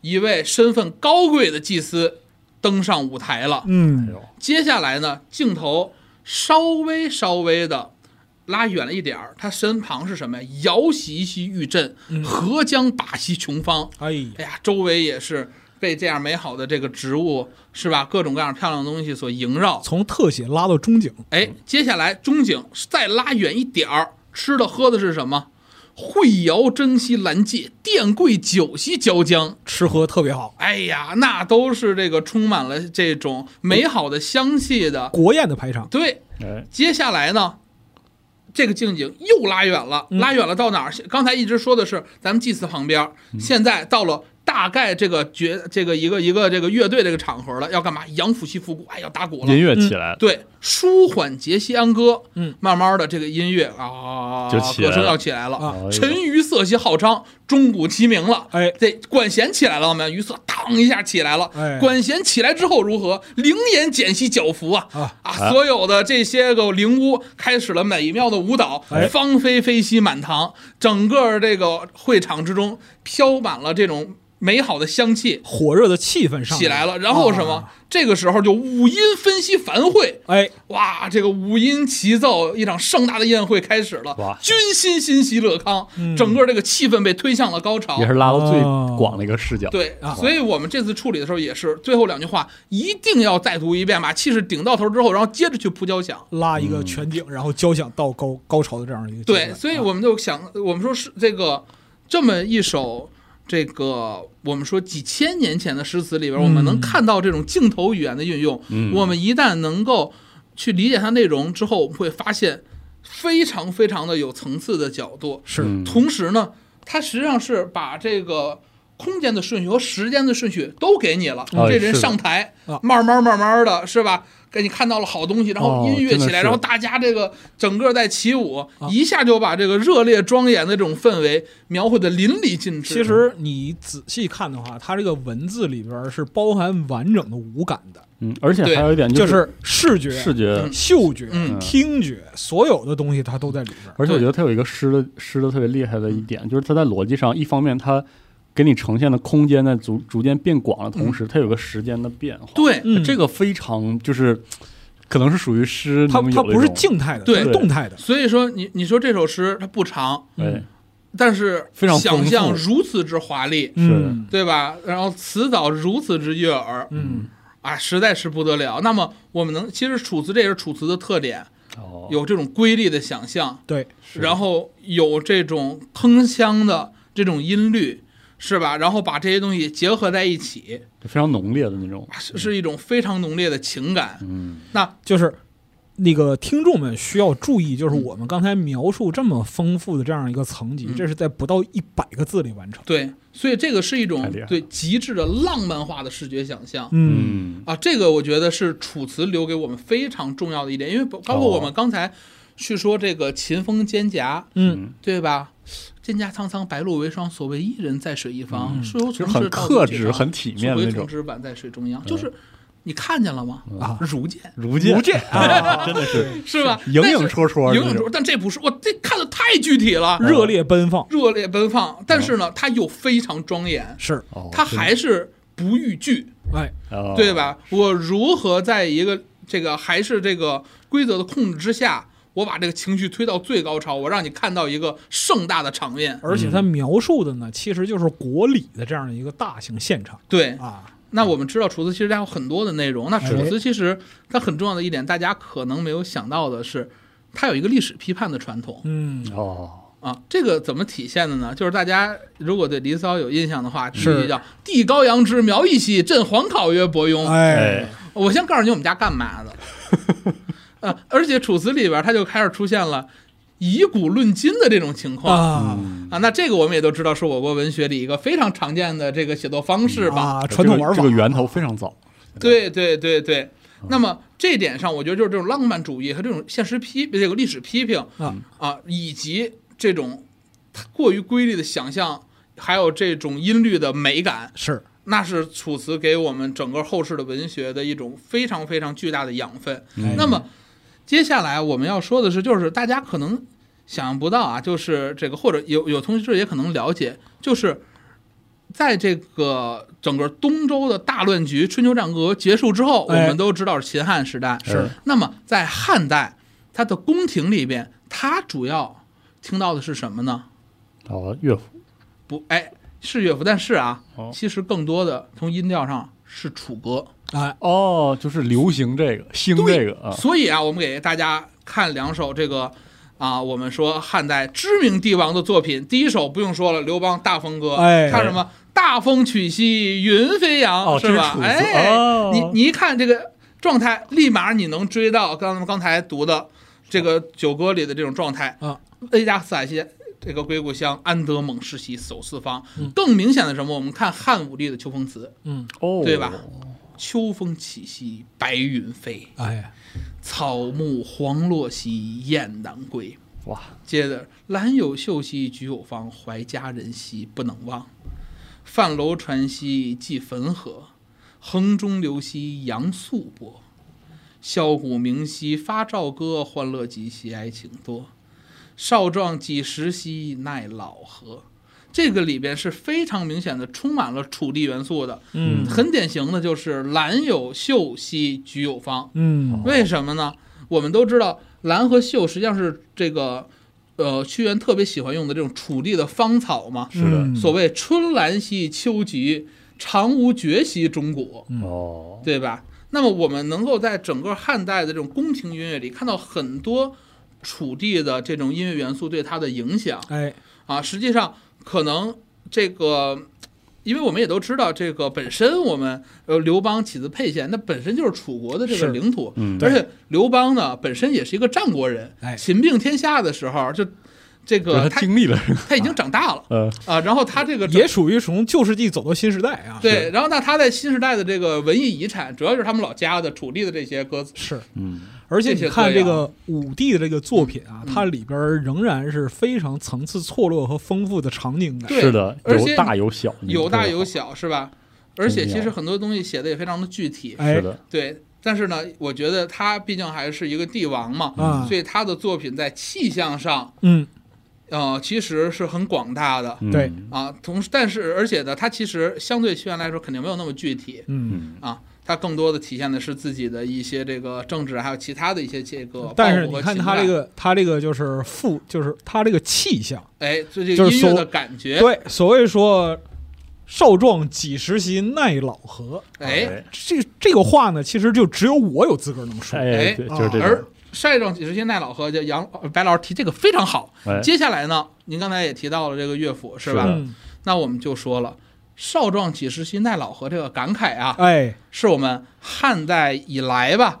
[SPEAKER 3] 一位身份高贵的祭司登上舞台了。
[SPEAKER 1] 哎
[SPEAKER 2] 嗯，
[SPEAKER 1] 呦，
[SPEAKER 3] 接下来呢，镜头稍微稍微的拉远了一点儿，他身旁是什么呀？摇席兮玉振，河江把兮琼芳。
[SPEAKER 2] 哎呀，
[SPEAKER 3] 哎呀，周围也是被这样美好的这个植物，是吧？各种各样漂亮的东西所萦绕。
[SPEAKER 2] 从特写拉到中景，
[SPEAKER 3] 哎，接下来中景再拉远一点儿，吃的喝的是什么？惠瑶珍稀兰芥，靛桂酒兮椒江。
[SPEAKER 2] 吃喝特别好，
[SPEAKER 3] 哎呀，那都是这个充满了这种美好的香气的。
[SPEAKER 2] 国宴的排场。
[SPEAKER 3] 对，
[SPEAKER 1] 哎，
[SPEAKER 3] 接下来呢，这个近景又拉远了，
[SPEAKER 1] 嗯
[SPEAKER 3] 拉远了到哪儿？刚才一直说的是咱们祭祀旁边儿，
[SPEAKER 1] 嗯
[SPEAKER 3] 现在到了。大概这个角，这个一个一个这个乐队这个场合了，要干嘛？扬府西复古，哎，要打鼓了。
[SPEAKER 1] 音乐起来了，
[SPEAKER 3] 嗯对，舒缓节息安歌。
[SPEAKER 2] 嗯，
[SPEAKER 3] 慢慢的这个音乐啊，
[SPEAKER 1] 就起来
[SPEAKER 3] 歌声
[SPEAKER 1] 了
[SPEAKER 3] 要起来了。
[SPEAKER 1] 哎
[SPEAKER 2] 啊
[SPEAKER 3] 沉鱼色兮好昌，钟鼓齐鸣了。
[SPEAKER 2] 哎
[SPEAKER 3] 这管弦起来了没有？鱼色当一下起来了。
[SPEAKER 2] 哎
[SPEAKER 3] 管弦起来之后如何？灵言简兮脚服啊
[SPEAKER 2] 啊
[SPEAKER 3] 所有的这些个灵巫开始了美妙的舞蹈。
[SPEAKER 2] 哎
[SPEAKER 3] 芳菲菲兮满堂，整个这个会场之中飘满了这种美好的香气
[SPEAKER 2] 火热的气氛上
[SPEAKER 3] 起来了。然后什么？
[SPEAKER 2] 啊
[SPEAKER 3] 这个时候就五音分析繁会，
[SPEAKER 2] 哎，
[SPEAKER 3] 哇，这个五音齐奏，一场盛大的宴会开始了。
[SPEAKER 1] 哇
[SPEAKER 3] 君心欣喜乐康，
[SPEAKER 2] 嗯
[SPEAKER 3] 整个这个气氛被推向了高潮。
[SPEAKER 1] 也是拉到最
[SPEAKER 2] 哦
[SPEAKER 1] 广的一个视角。
[SPEAKER 3] 对
[SPEAKER 2] 啊，
[SPEAKER 3] 所以我们这次处理的时候也是最后两句话一定要再读一遍，把气势顶到头之后，然后接着去铺交响。
[SPEAKER 2] 拉一个全景，然后交响到高高潮的这样一个阶
[SPEAKER 3] 嗯对，
[SPEAKER 2] 段
[SPEAKER 3] 所以
[SPEAKER 2] 啊
[SPEAKER 3] 我们就想，我们说是这个这么一首这个我们说几千年前的诗词里边，我
[SPEAKER 2] 嗯
[SPEAKER 3] 们能看到这种镜头语言的运用。
[SPEAKER 1] 嗯
[SPEAKER 3] 我们一旦能够去理解它内容之后，我们会发现非常非常的有层次的角度。
[SPEAKER 2] 是
[SPEAKER 1] 嗯
[SPEAKER 3] 同时呢，它实际上是把这个空间的顺序和时间的顺序都给你了。
[SPEAKER 1] 哎
[SPEAKER 3] 这人
[SPEAKER 1] 是的
[SPEAKER 3] 上台，
[SPEAKER 2] 啊
[SPEAKER 3] 慢慢慢慢的是吧？给你看到了好东西，然后
[SPEAKER 1] 哦
[SPEAKER 3] 音乐
[SPEAKER 1] 真的
[SPEAKER 3] 起来，
[SPEAKER 1] 是
[SPEAKER 3] 然后大家这个整个在起舞，一下就把这个热烈庄严的这种氛围描绘的淋漓尽致。
[SPEAKER 2] 其实你仔细看的话，它这个文字里边是包含完整的五感的，
[SPEAKER 1] 嗯，而且
[SPEAKER 3] 对
[SPEAKER 1] 还有一点
[SPEAKER 2] 就是是视觉、
[SPEAKER 1] 视觉
[SPEAKER 3] 嗯，
[SPEAKER 2] 嗅觉、
[SPEAKER 3] 嗯
[SPEAKER 2] 听觉，所有的东西它都在里边。
[SPEAKER 1] 而且我觉得他有一个诗的诗的特别厉害的一点，就是他在逻辑上，一方面他给你呈现的空间在逐逐渐变广的同时，它有个时间的变化。哎
[SPEAKER 3] 对，
[SPEAKER 2] 嗯
[SPEAKER 1] 这个非常就是，可能是属于诗
[SPEAKER 2] 它
[SPEAKER 1] 能有
[SPEAKER 2] 它
[SPEAKER 1] 的一
[SPEAKER 2] 不是
[SPEAKER 1] 种，
[SPEAKER 2] 静态的，
[SPEAKER 3] 对
[SPEAKER 2] 它是动态的。
[SPEAKER 3] 所以说你你说这首诗它不长，
[SPEAKER 1] 哎，
[SPEAKER 3] 但是
[SPEAKER 1] 非常丰富
[SPEAKER 3] 想象如此之华丽，
[SPEAKER 2] 嗯
[SPEAKER 3] 对吧？然后词藻如此之悦耳，
[SPEAKER 2] 嗯，
[SPEAKER 3] 啊，实在是不得了。那么我们能，其实楚辞这也是楚辞的特点，
[SPEAKER 1] 哦，
[SPEAKER 3] 有这种瑰丽的想象，
[SPEAKER 2] 对，
[SPEAKER 3] 然后有这种铿锵的这种音律，是吧？然后把这些东西结合在一起，
[SPEAKER 1] 非常浓烈的那种，
[SPEAKER 3] 啊是是一种非常浓烈的情感。
[SPEAKER 1] 嗯，
[SPEAKER 3] 那
[SPEAKER 2] 就是。那个听众们需要注意，就是我们刚才描述这么丰富的这样一个层级，
[SPEAKER 3] 嗯
[SPEAKER 2] 这是在不到一百个字里完成。
[SPEAKER 3] 对，所以这个是一
[SPEAKER 1] 太
[SPEAKER 3] 种
[SPEAKER 1] 厉害了
[SPEAKER 3] 对极致的浪漫化的视觉想象。
[SPEAKER 2] 嗯，
[SPEAKER 1] 嗯，
[SPEAKER 3] 啊，这个我觉得是楚辞留给我们非常重要的一点，因为包包
[SPEAKER 1] 哦
[SPEAKER 3] 括我们刚才去说这个秦风蒹葭，
[SPEAKER 2] 嗯，
[SPEAKER 3] 对吧？蒹葭苍苍，白露为霜。所谓伊人，在水一方。
[SPEAKER 2] 嗯
[SPEAKER 3] 是由
[SPEAKER 1] 就是
[SPEAKER 3] 从
[SPEAKER 1] 很
[SPEAKER 3] 事
[SPEAKER 1] 克制、很体面的
[SPEAKER 3] 为
[SPEAKER 1] 那
[SPEAKER 3] 从
[SPEAKER 1] 种，嗯
[SPEAKER 3] 之晚在水中央。就是你看见了吗？
[SPEAKER 2] 啊
[SPEAKER 3] 如见
[SPEAKER 1] 如见
[SPEAKER 2] 如见 啊
[SPEAKER 1] 真的是
[SPEAKER 3] 是吧？
[SPEAKER 1] 影
[SPEAKER 3] 但
[SPEAKER 1] 影
[SPEAKER 3] 是
[SPEAKER 1] 绰绰，
[SPEAKER 3] 影影绰，，但这不是我这看的太具体了，
[SPEAKER 2] 嗯热烈奔放
[SPEAKER 3] 热烈奔放。但是呢，它又非常庄严，
[SPEAKER 2] 是，
[SPEAKER 1] 嗯哦
[SPEAKER 3] 它还是不逾矩，
[SPEAKER 2] 哎，
[SPEAKER 1] 哦
[SPEAKER 3] 对吧？我如何在一个这个还是这个规则的控制之下，我把这个情绪推到最高潮，我让你看到一个盛大的场面。
[SPEAKER 2] 而且它描述的呢，其实就是国礼的这样一个大型现场
[SPEAKER 3] 对，
[SPEAKER 2] 啊。
[SPEAKER 3] 那我们知道楚辞其实它有很多的内容。那楚辞其实它很重要的一点，大家可能没有想到的是，它有一个历史批判的传统
[SPEAKER 2] 嗯，
[SPEAKER 1] 哦，
[SPEAKER 3] 啊。这个怎么体现的呢？就是大家如果对《离骚》有印象的话，第一
[SPEAKER 2] 是
[SPEAKER 3] 句叫“帝高阳之苗裔兮，朕黄考曰伯庸”
[SPEAKER 2] 哎，
[SPEAKER 3] 我先告诉你我们家干嘛 的。呃，而且楚辞里边它就开始出现了以古论今的这种情况。
[SPEAKER 2] 啊
[SPEAKER 1] 嗯
[SPEAKER 3] 啊那这个我们也都知道是我国文学里一个非常常见的这个写作方式吧？
[SPEAKER 2] 啊，传统玩
[SPEAKER 1] 这
[SPEAKER 2] 法
[SPEAKER 1] 个这个源头非常早，
[SPEAKER 3] 对对对对。那么这点上，我觉得就是这种浪漫主义和这种现实批这个历史批评
[SPEAKER 2] 啊
[SPEAKER 3] 啊，以及这种过于瑰丽的想象，还有这种音律的美感，
[SPEAKER 2] 是
[SPEAKER 3] 那是楚辞给我们整个后世的文学的一种非常非常巨大的养分。
[SPEAKER 1] 嗯
[SPEAKER 3] 那么接下来我们要说的是，就是大家可能想象不到啊，就是这个或者有有同学也可能了解，就是在这个整个东周的大乱局、春秋战国结束之后，我
[SPEAKER 2] 哎
[SPEAKER 3] 们都知道是秦汉时代。
[SPEAKER 1] 是
[SPEAKER 3] 那么在汉代，它的宫廷里边，它主要听到的是什么呢？
[SPEAKER 1] 哦，乐府
[SPEAKER 3] 不，哎，是乐府，但是啊
[SPEAKER 1] 哦，
[SPEAKER 3] 其实更多的从音调上是楚歌。
[SPEAKER 2] 哎，
[SPEAKER 1] 哦，就是流行这个，兴这
[SPEAKER 3] 对
[SPEAKER 1] 个啊，
[SPEAKER 3] 所以啊，我们给大家看两首这个啊，我们说汉代知名帝王的作品。第一首不用说了，刘邦《大风歌》，
[SPEAKER 2] 哎
[SPEAKER 3] 看什么？大风曲兮云飞扬，
[SPEAKER 1] 哦
[SPEAKER 3] 是吧
[SPEAKER 1] 这是楚？辞
[SPEAKER 3] 哎，
[SPEAKER 1] 哦
[SPEAKER 3] 你你一看这个状态，立马你能追到刚咱们刚才读的这个九歌里的这种状态
[SPEAKER 2] 啊。
[SPEAKER 3] A 加四海些这个归故乡，安得猛士兮守四方
[SPEAKER 2] 嗯。
[SPEAKER 3] 更明显的是什么？我们看汉武帝的《秋风词》，
[SPEAKER 2] 嗯，
[SPEAKER 1] 哦，
[SPEAKER 3] 对吧秋风起兮白云飞。
[SPEAKER 2] 哎，
[SPEAKER 3] 草木黄落兮雁南归。
[SPEAKER 1] 哇，
[SPEAKER 3] 接着，兰有秀兮菊有芳，怀佳人兮不能忘。泛楼船兮寄汾河，横中流兮扬素波。箫鼓鸣兮发棹歌，欢乐极兮哀情多。少壮几时兮奈老何？这个里边是非常明显的，充满了楚地元素的。
[SPEAKER 2] 嗯
[SPEAKER 3] 很典型的就是兰有秀兮菊有芳，
[SPEAKER 2] 嗯
[SPEAKER 3] 为什么呢？我们都知道兰和秀实际上是这个呃屈原特别喜欢用的这种楚地的芳草嘛。
[SPEAKER 1] 是的
[SPEAKER 2] 嗯
[SPEAKER 3] 所谓春兰兮秋菊，常无绝兮中国，
[SPEAKER 2] 嗯
[SPEAKER 1] 哦，
[SPEAKER 3] 对吧？那么我们能够在整个汉代的这种宫廷音乐里看到很多楚地的这种音乐元素对它的影响。
[SPEAKER 2] 哎
[SPEAKER 3] 啊，实际上可能这个，因为我们也都知道，这个本身我们呃刘邦起自沛县，那本身就是楚国的这个
[SPEAKER 2] 是
[SPEAKER 3] 领土，
[SPEAKER 1] 嗯
[SPEAKER 3] 而且刘邦呢本身也是一个战国人，
[SPEAKER 2] 哎
[SPEAKER 3] 秦并天下的时候就。这
[SPEAKER 1] 就是
[SPEAKER 3] 个
[SPEAKER 1] 他
[SPEAKER 3] 他
[SPEAKER 1] 经历了这个，
[SPEAKER 3] 他已经长大了
[SPEAKER 1] 呃，
[SPEAKER 3] 啊，然后他这个
[SPEAKER 2] 也属于从旧世纪走到新时代啊，
[SPEAKER 3] 对，然后那他在新时代的这个文艺遗产，主要就是他们老家的楚地的这些歌词，
[SPEAKER 2] 是，
[SPEAKER 1] 嗯，
[SPEAKER 2] 而且
[SPEAKER 3] 这
[SPEAKER 2] 你
[SPEAKER 3] 些
[SPEAKER 2] 看
[SPEAKER 3] 歌
[SPEAKER 2] 这
[SPEAKER 3] 谣
[SPEAKER 2] 个武帝的这个作品啊，
[SPEAKER 3] 嗯
[SPEAKER 2] 它里边仍然是非常层次错落和丰富的场景感，
[SPEAKER 3] 对
[SPEAKER 1] 是的，
[SPEAKER 3] 而
[SPEAKER 1] 有
[SPEAKER 3] 且
[SPEAKER 1] 大有小，你
[SPEAKER 3] 有大
[SPEAKER 1] 说得
[SPEAKER 3] 有
[SPEAKER 1] 嗯好，
[SPEAKER 3] 小，是吧？而且其
[SPEAKER 1] 真
[SPEAKER 3] 实
[SPEAKER 1] 妙
[SPEAKER 3] 很多东西写的也非常的具体，
[SPEAKER 2] 哎
[SPEAKER 1] 是的，
[SPEAKER 3] 对。但是呢，我觉得他毕竟还是一个帝王嘛，
[SPEAKER 2] 啊，
[SPEAKER 3] 所以他的作品在气象上，
[SPEAKER 2] 嗯，
[SPEAKER 3] 呃，其实是很广大的
[SPEAKER 1] 嗯
[SPEAKER 2] 对
[SPEAKER 3] 啊。同时，但是而且呢，他其实相对屈原来说，肯定没有那么具体
[SPEAKER 2] 嗯。
[SPEAKER 1] 嗯，
[SPEAKER 3] 啊。他更多的体现的是自己的一些这个政治，还有其他的一些这个。
[SPEAKER 2] 但是你看他这，个，他这个就是富，就是他这个气象，
[SPEAKER 3] 哎，就这
[SPEAKER 2] 就
[SPEAKER 3] 个
[SPEAKER 2] 是
[SPEAKER 3] 音乐
[SPEAKER 2] 所
[SPEAKER 3] 的感觉，
[SPEAKER 2] 对，所谓说“少壮几十兮耐老何
[SPEAKER 3] 哎，”，
[SPEAKER 2] 这这个话呢，其实就只有我有资格能说。
[SPEAKER 1] 哎，对，就是这
[SPEAKER 3] 而
[SPEAKER 1] 种，
[SPEAKER 3] 晒壮几十斤耐老何，就杨呃白老师提这个非常好。
[SPEAKER 1] 哎，
[SPEAKER 3] 接下来呢，您刚才也提到了这个乐府是吧？
[SPEAKER 1] 是的
[SPEAKER 2] 嗯，
[SPEAKER 3] 那我们就说了，少壮几十兮耐老何这个感慨啊，
[SPEAKER 2] 哎，
[SPEAKER 3] 是我们汉代以来吧，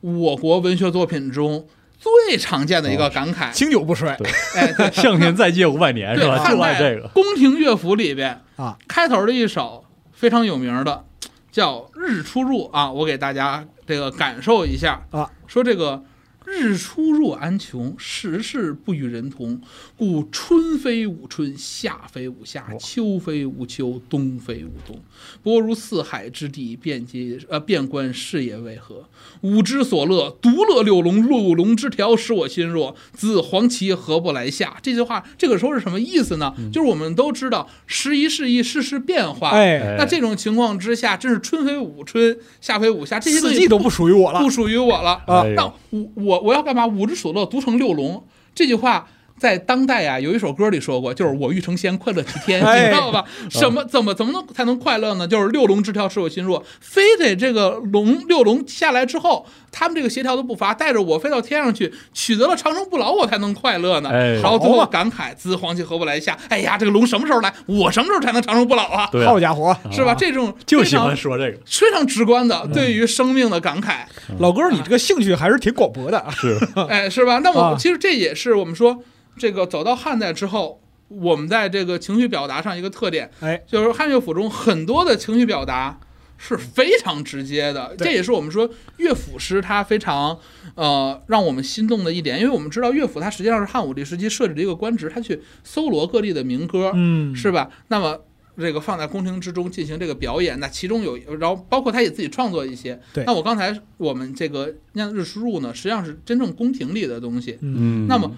[SPEAKER 3] 我国文学作品中最常见
[SPEAKER 1] 哦
[SPEAKER 3] 的一个感慨。
[SPEAKER 2] 经久不衰
[SPEAKER 1] 对
[SPEAKER 3] 哎，对
[SPEAKER 1] 向天再借五百年是
[SPEAKER 3] 对，
[SPEAKER 1] 吧？
[SPEAKER 3] 汉
[SPEAKER 1] 就爱
[SPEAKER 3] 代
[SPEAKER 1] 这个，
[SPEAKER 3] 宫廷乐府里边
[SPEAKER 2] 啊，
[SPEAKER 3] 开头的一首非常有名的叫《日出入》啊，我给大家这个感受一下
[SPEAKER 2] 啊，
[SPEAKER 3] 说这个。日出入安穷，时事不与人同。故春非吾春，夏非吾夏，秋非吾秋，冬非吾冬。波如四海之地，遍及呃遍观是也为何？吾之所乐，独乐六龙。六龙之条，使我心若。子黄旗何不来下？这句话这个时候是什么意思呢？就是我们都知道，时移世易，世事变化。
[SPEAKER 2] 嗯哎，
[SPEAKER 1] 哎
[SPEAKER 3] 那这种情况之下，真是春非吾春，夏非吾夏，这些东
[SPEAKER 2] 四
[SPEAKER 3] 西
[SPEAKER 2] 季都不属于我了
[SPEAKER 3] 不属于我了。
[SPEAKER 2] 啊
[SPEAKER 1] 哎呦
[SPEAKER 3] 那我我我要干嘛？吾之所乐，独成六龙。这句话在当代啊，有一首歌里说过，就是“我欲成仙，快乐齐天”，
[SPEAKER 2] 哎
[SPEAKER 3] 你知道吧？什么怎么怎么能才能快乐呢？就是六龙之条使我心若，非得这个龙六龙下来之后，他们这个协调的步伐带着我飞到天上去，取得了长生不老，我才能快乐呢。
[SPEAKER 1] 哎
[SPEAKER 3] 然后最
[SPEAKER 2] 好
[SPEAKER 3] 后
[SPEAKER 2] 嘛
[SPEAKER 3] 感慨：“资黄旗何不来下？”哎呀，这个龙什么时候来？我什么时候才能长生不老啊？
[SPEAKER 1] 对啊
[SPEAKER 2] 好，家伙，
[SPEAKER 3] 是吧？这种
[SPEAKER 1] 就
[SPEAKER 3] 非
[SPEAKER 1] 喜
[SPEAKER 3] 常
[SPEAKER 1] 欢说 这个，
[SPEAKER 3] 非常直观
[SPEAKER 2] 嗯
[SPEAKER 3] 的对于生命的感慨。
[SPEAKER 1] 嗯
[SPEAKER 2] 老哥，你这个兴趣还是挺广博的啊。
[SPEAKER 1] 是，
[SPEAKER 3] 哎，是吧？那
[SPEAKER 2] 啊
[SPEAKER 3] 我其实这也是我们说这个走到汉代之后，我们在这个情绪表达上一个特点，
[SPEAKER 2] 哎，
[SPEAKER 3] 就是汉乐府中很多的情绪表达是非常直接的，
[SPEAKER 2] 对
[SPEAKER 3] 这也是我们说乐府诗它非常呃让我们心动的一点，因为我们知道乐府它实际上是汉武帝时期设置的一个官职，它去搜罗各地的民歌，
[SPEAKER 2] 嗯，
[SPEAKER 3] 是吧？那么这个放在宫廷之中进行这个表演，那其中有，然后包括他也自己创作一些。
[SPEAKER 2] 对
[SPEAKER 3] 那我刚才我们这个像日出入呢，实际上是真正宫廷里的东西。
[SPEAKER 1] 嗯，
[SPEAKER 3] 那么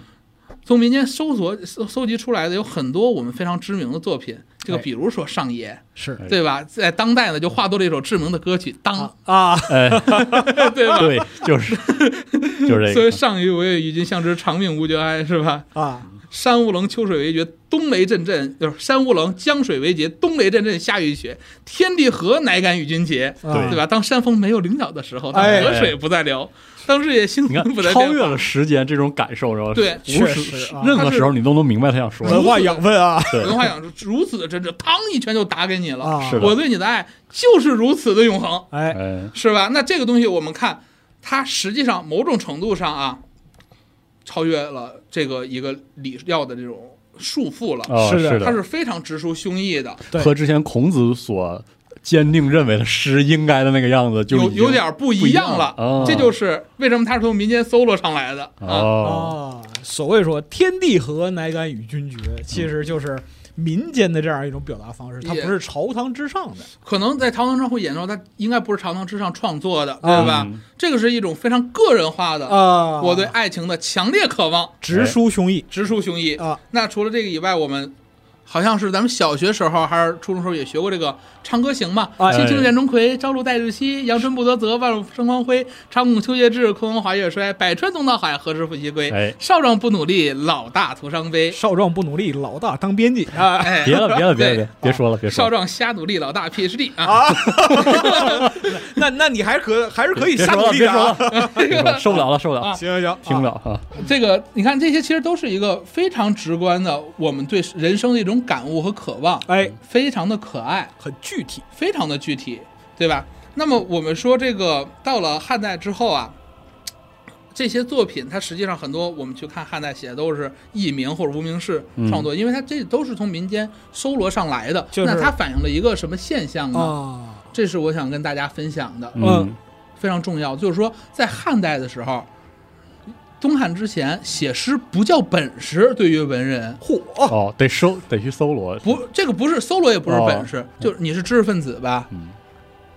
[SPEAKER 3] 从民间搜索搜搜集出来的有很多我们非常知名的作品，这个
[SPEAKER 2] 哎
[SPEAKER 3] 比如说上野，
[SPEAKER 2] 是
[SPEAKER 1] 哎
[SPEAKER 3] 对吧？在当代呢，就化作了一首知名的歌曲《当
[SPEAKER 2] 啊啊，
[SPEAKER 1] 哎，》，
[SPEAKER 3] 对吧？
[SPEAKER 1] 对， 就是就是这
[SPEAKER 3] 所以
[SPEAKER 1] 个，
[SPEAKER 3] 上与我也与君相知，长命无绝哀，是吧？
[SPEAKER 2] 啊，
[SPEAKER 1] 嗯
[SPEAKER 3] 山无棱，秋水为绝，冬雷震震，就是山无棱，江水为竭，冬雷震震，夏雨雪，天地合，乃敢与君绝，
[SPEAKER 2] 啊
[SPEAKER 3] 对吧？当山峰没有棱角的时候，当
[SPEAKER 2] 哎
[SPEAKER 3] 河水不再流，当日夜星
[SPEAKER 1] 你看
[SPEAKER 3] 辰不再
[SPEAKER 1] 超
[SPEAKER 3] 变
[SPEAKER 1] 越
[SPEAKER 3] 化。
[SPEAKER 1] 了时间这种感受，然后
[SPEAKER 3] 对
[SPEAKER 1] 无
[SPEAKER 2] 确
[SPEAKER 1] 时
[SPEAKER 2] 实啊
[SPEAKER 1] 任何时候你都能明白他想说的
[SPEAKER 2] 文化养分啊
[SPEAKER 1] 对
[SPEAKER 3] 文化养成如此的真挚，嘡一拳就打给你了。
[SPEAKER 2] 啊，
[SPEAKER 1] 是的
[SPEAKER 3] 我对你的爱就是如此的永恒，
[SPEAKER 2] 哎，
[SPEAKER 1] 哎，
[SPEAKER 3] 是吧？那这个东西我们看，它实际上某种程度上啊，超越了这个一个礼要的这种束缚了，
[SPEAKER 1] 哦
[SPEAKER 2] 是的
[SPEAKER 3] 它
[SPEAKER 1] 的，
[SPEAKER 3] 是非常直抒胸臆的。
[SPEAKER 2] 对
[SPEAKER 1] 和之前孔子所坚定认为的诗应该的那个样子，就
[SPEAKER 3] 有
[SPEAKER 1] 已经
[SPEAKER 3] 有点不一样了，
[SPEAKER 1] 不一样了啊
[SPEAKER 3] 这就是为什么它是从民间搜罗上来的啊。
[SPEAKER 1] 哦，
[SPEAKER 2] 啊，所谓说“天地合，乃敢与君绝”，
[SPEAKER 1] 嗯
[SPEAKER 2] 其实就是民间的这样一种表达方式，它
[SPEAKER 3] 也
[SPEAKER 2] 不是朝堂之上的。
[SPEAKER 3] 可能在朝堂上会演奏，它应该不是朝堂之上创作的，
[SPEAKER 2] 啊
[SPEAKER 3] 对吧？
[SPEAKER 1] 嗯
[SPEAKER 3] 这个是一种非常个人化的，
[SPEAKER 2] 啊，
[SPEAKER 3] 呃我对爱情的强烈渴望，
[SPEAKER 2] 直抒胸臆
[SPEAKER 3] 直抒胸臆。
[SPEAKER 2] 啊，
[SPEAKER 3] 那除了这个以外，我们好像是咱们小学时候还是初中时候也学过这个唱歌行吗？
[SPEAKER 2] 哎
[SPEAKER 3] 青青见钟馗，朝露待日晞，阳春布德泽，万物生光辉。长拱秋夜至，空蒙华月衰。百川东倒海，何时复西归？
[SPEAKER 1] 哎
[SPEAKER 3] 少壮不努力，老大徒伤悲。
[SPEAKER 2] 少壮不努力，老大当编 辑 啊！
[SPEAKER 3] 哎，
[SPEAKER 1] 别了，别了，别了，
[SPEAKER 3] 对
[SPEAKER 1] 别别说了，别说
[SPEAKER 3] 少
[SPEAKER 1] 了。
[SPEAKER 3] 壮瞎努力，老大 PhD 啊！
[SPEAKER 2] 那那你还可还是可以
[SPEAKER 1] 别
[SPEAKER 2] 瞎
[SPEAKER 1] 说
[SPEAKER 2] 努
[SPEAKER 1] 了，
[SPEAKER 2] 力
[SPEAKER 1] 别
[SPEAKER 2] 的
[SPEAKER 1] 说
[SPEAKER 2] 啊！
[SPEAKER 1] 了，别说了，受不了了，受不了
[SPEAKER 3] 啊，
[SPEAKER 2] 行行行，
[SPEAKER 1] 听不
[SPEAKER 2] 了。
[SPEAKER 1] 了啊！
[SPEAKER 3] 这个你看，这些其实都是一个非常直观的我们对人生的一种感悟和渴望，
[SPEAKER 2] 哎，
[SPEAKER 1] 嗯
[SPEAKER 3] 非常的可爱。
[SPEAKER 2] 很具体，
[SPEAKER 3] 非常的具体，对吧？那么我们说这个到了汉代之后啊，这些作品它实际上很多我们去看汉代写的都是佚名或者无名氏
[SPEAKER 1] 嗯
[SPEAKER 3] 创作，因为它这都是从民间搜罗上来的。
[SPEAKER 2] 就是
[SPEAKER 3] 那它反映了一个什么现象呢？
[SPEAKER 2] 啊，
[SPEAKER 3] 这是我想跟大家分享的，
[SPEAKER 1] 嗯，
[SPEAKER 3] 非常重要。就是说，在汉代的时候，东汉之前写诗不叫本事，对于文人。
[SPEAKER 2] 嚯、
[SPEAKER 1] 哦，得搜，得去搜罗。
[SPEAKER 3] 嗯不，这个不是搜罗，也不是
[SPEAKER 1] 哦
[SPEAKER 3] 本事，就是你是知识分子吧？
[SPEAKER 1] 嗯，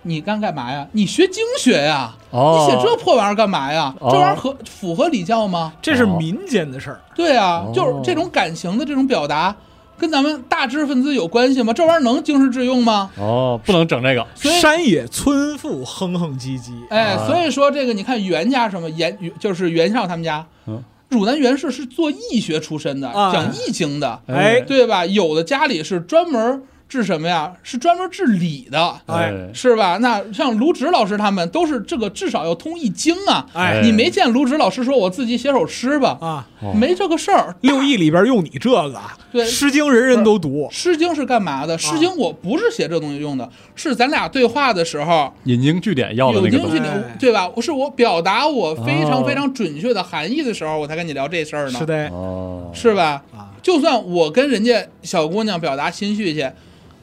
[SPEAKER 3] 你干干嘛呀？你学经学呀？
[SPEAKER 1] 哦，
[SPEAKER 3] 你写这破玩意儿干嘛呀？
[SPEAKER 1] 哦
[SPEAKER 3] 这玩意儿合符合礼教吗？
[SPEAKER 2] 这是民间的事儿，
[SPEAKER 3] 对啊，
[SPEAKER 1] 哦
[SPEAKER 3] 就是这种感情的这种表达，跟咱们大知识分子有关系吗？这玩意儿能经世致用吗？
[SPEAKER 1] 哦，不能整这个。
[SPEAKER 3] 所以
[SPEAKER 2] 山野村妇哼哼唧唧，
[SPEAKER 3] 哎，
[SPEAKER 1] 啊
[SPEAKER 3] 所以说这个你看袁家什么袁，就是袁绍他们家
[SPEAKER 1] 嗯，
[SPEAKER 3] 汝南袁氏是做易学出身的，
[SPEAKER 2] 啊
[SPEAKER 3] 讲易经的，
[SPEAKER 2] 哎
[SPEAKER 3] 对吧？有的家里是专门治什么呀？是专门治理的。
[SPEAKER 1] 哎，
[SPEAKER 3] 是吧？那像卢植老师他们都是这个，至少要通易经啊。
[SPEAKER 2] 哎
[SPEAKER 3] 你没见卢植老师说我自己写首诗吧？
[SPEAKER 2] 啊，
[SPEAKER 1] 哦
[SPEAKER 3] 没这个事儿。
[SPEAKER 2] 六艺里边用你这个，
[SPEAKER 3] 对
[SPEAKER 2] 诗经》人人都读，
[SPEAKER 3] 诗经是干嘛的？诗
[SPEAKER 2] 啊
[SPEAKER 3] 经我不是写这东西用的，是咱俩对话的时候
[SPEAKER 1] 引经据典要的
[SPEAKER 3] 有
[SPEAKER 1] 那个
[SPEAKER 3] 经
[SPEAKER 1] 东
[SPEAKER 3] 济
[SPEAKER 1] 西。
[SPEAKER 3] 流
[SPEAKER 2] 哎，
[SPEAKER 3] 对吧？我是我表达我非常
[SPEAKER 1] 哦
[SPEAKER 3] 非常准确的含义的时候，我才跟你聊这事儿呢，
[SPEAKER 2] 是的
[SPEAKER 1] 哦，
[SPEAKER 3] 是吧？
[SPEAKER 2] 啊，
[SPEAKER 3] 就算我跟人家小姑娘表达心绪去，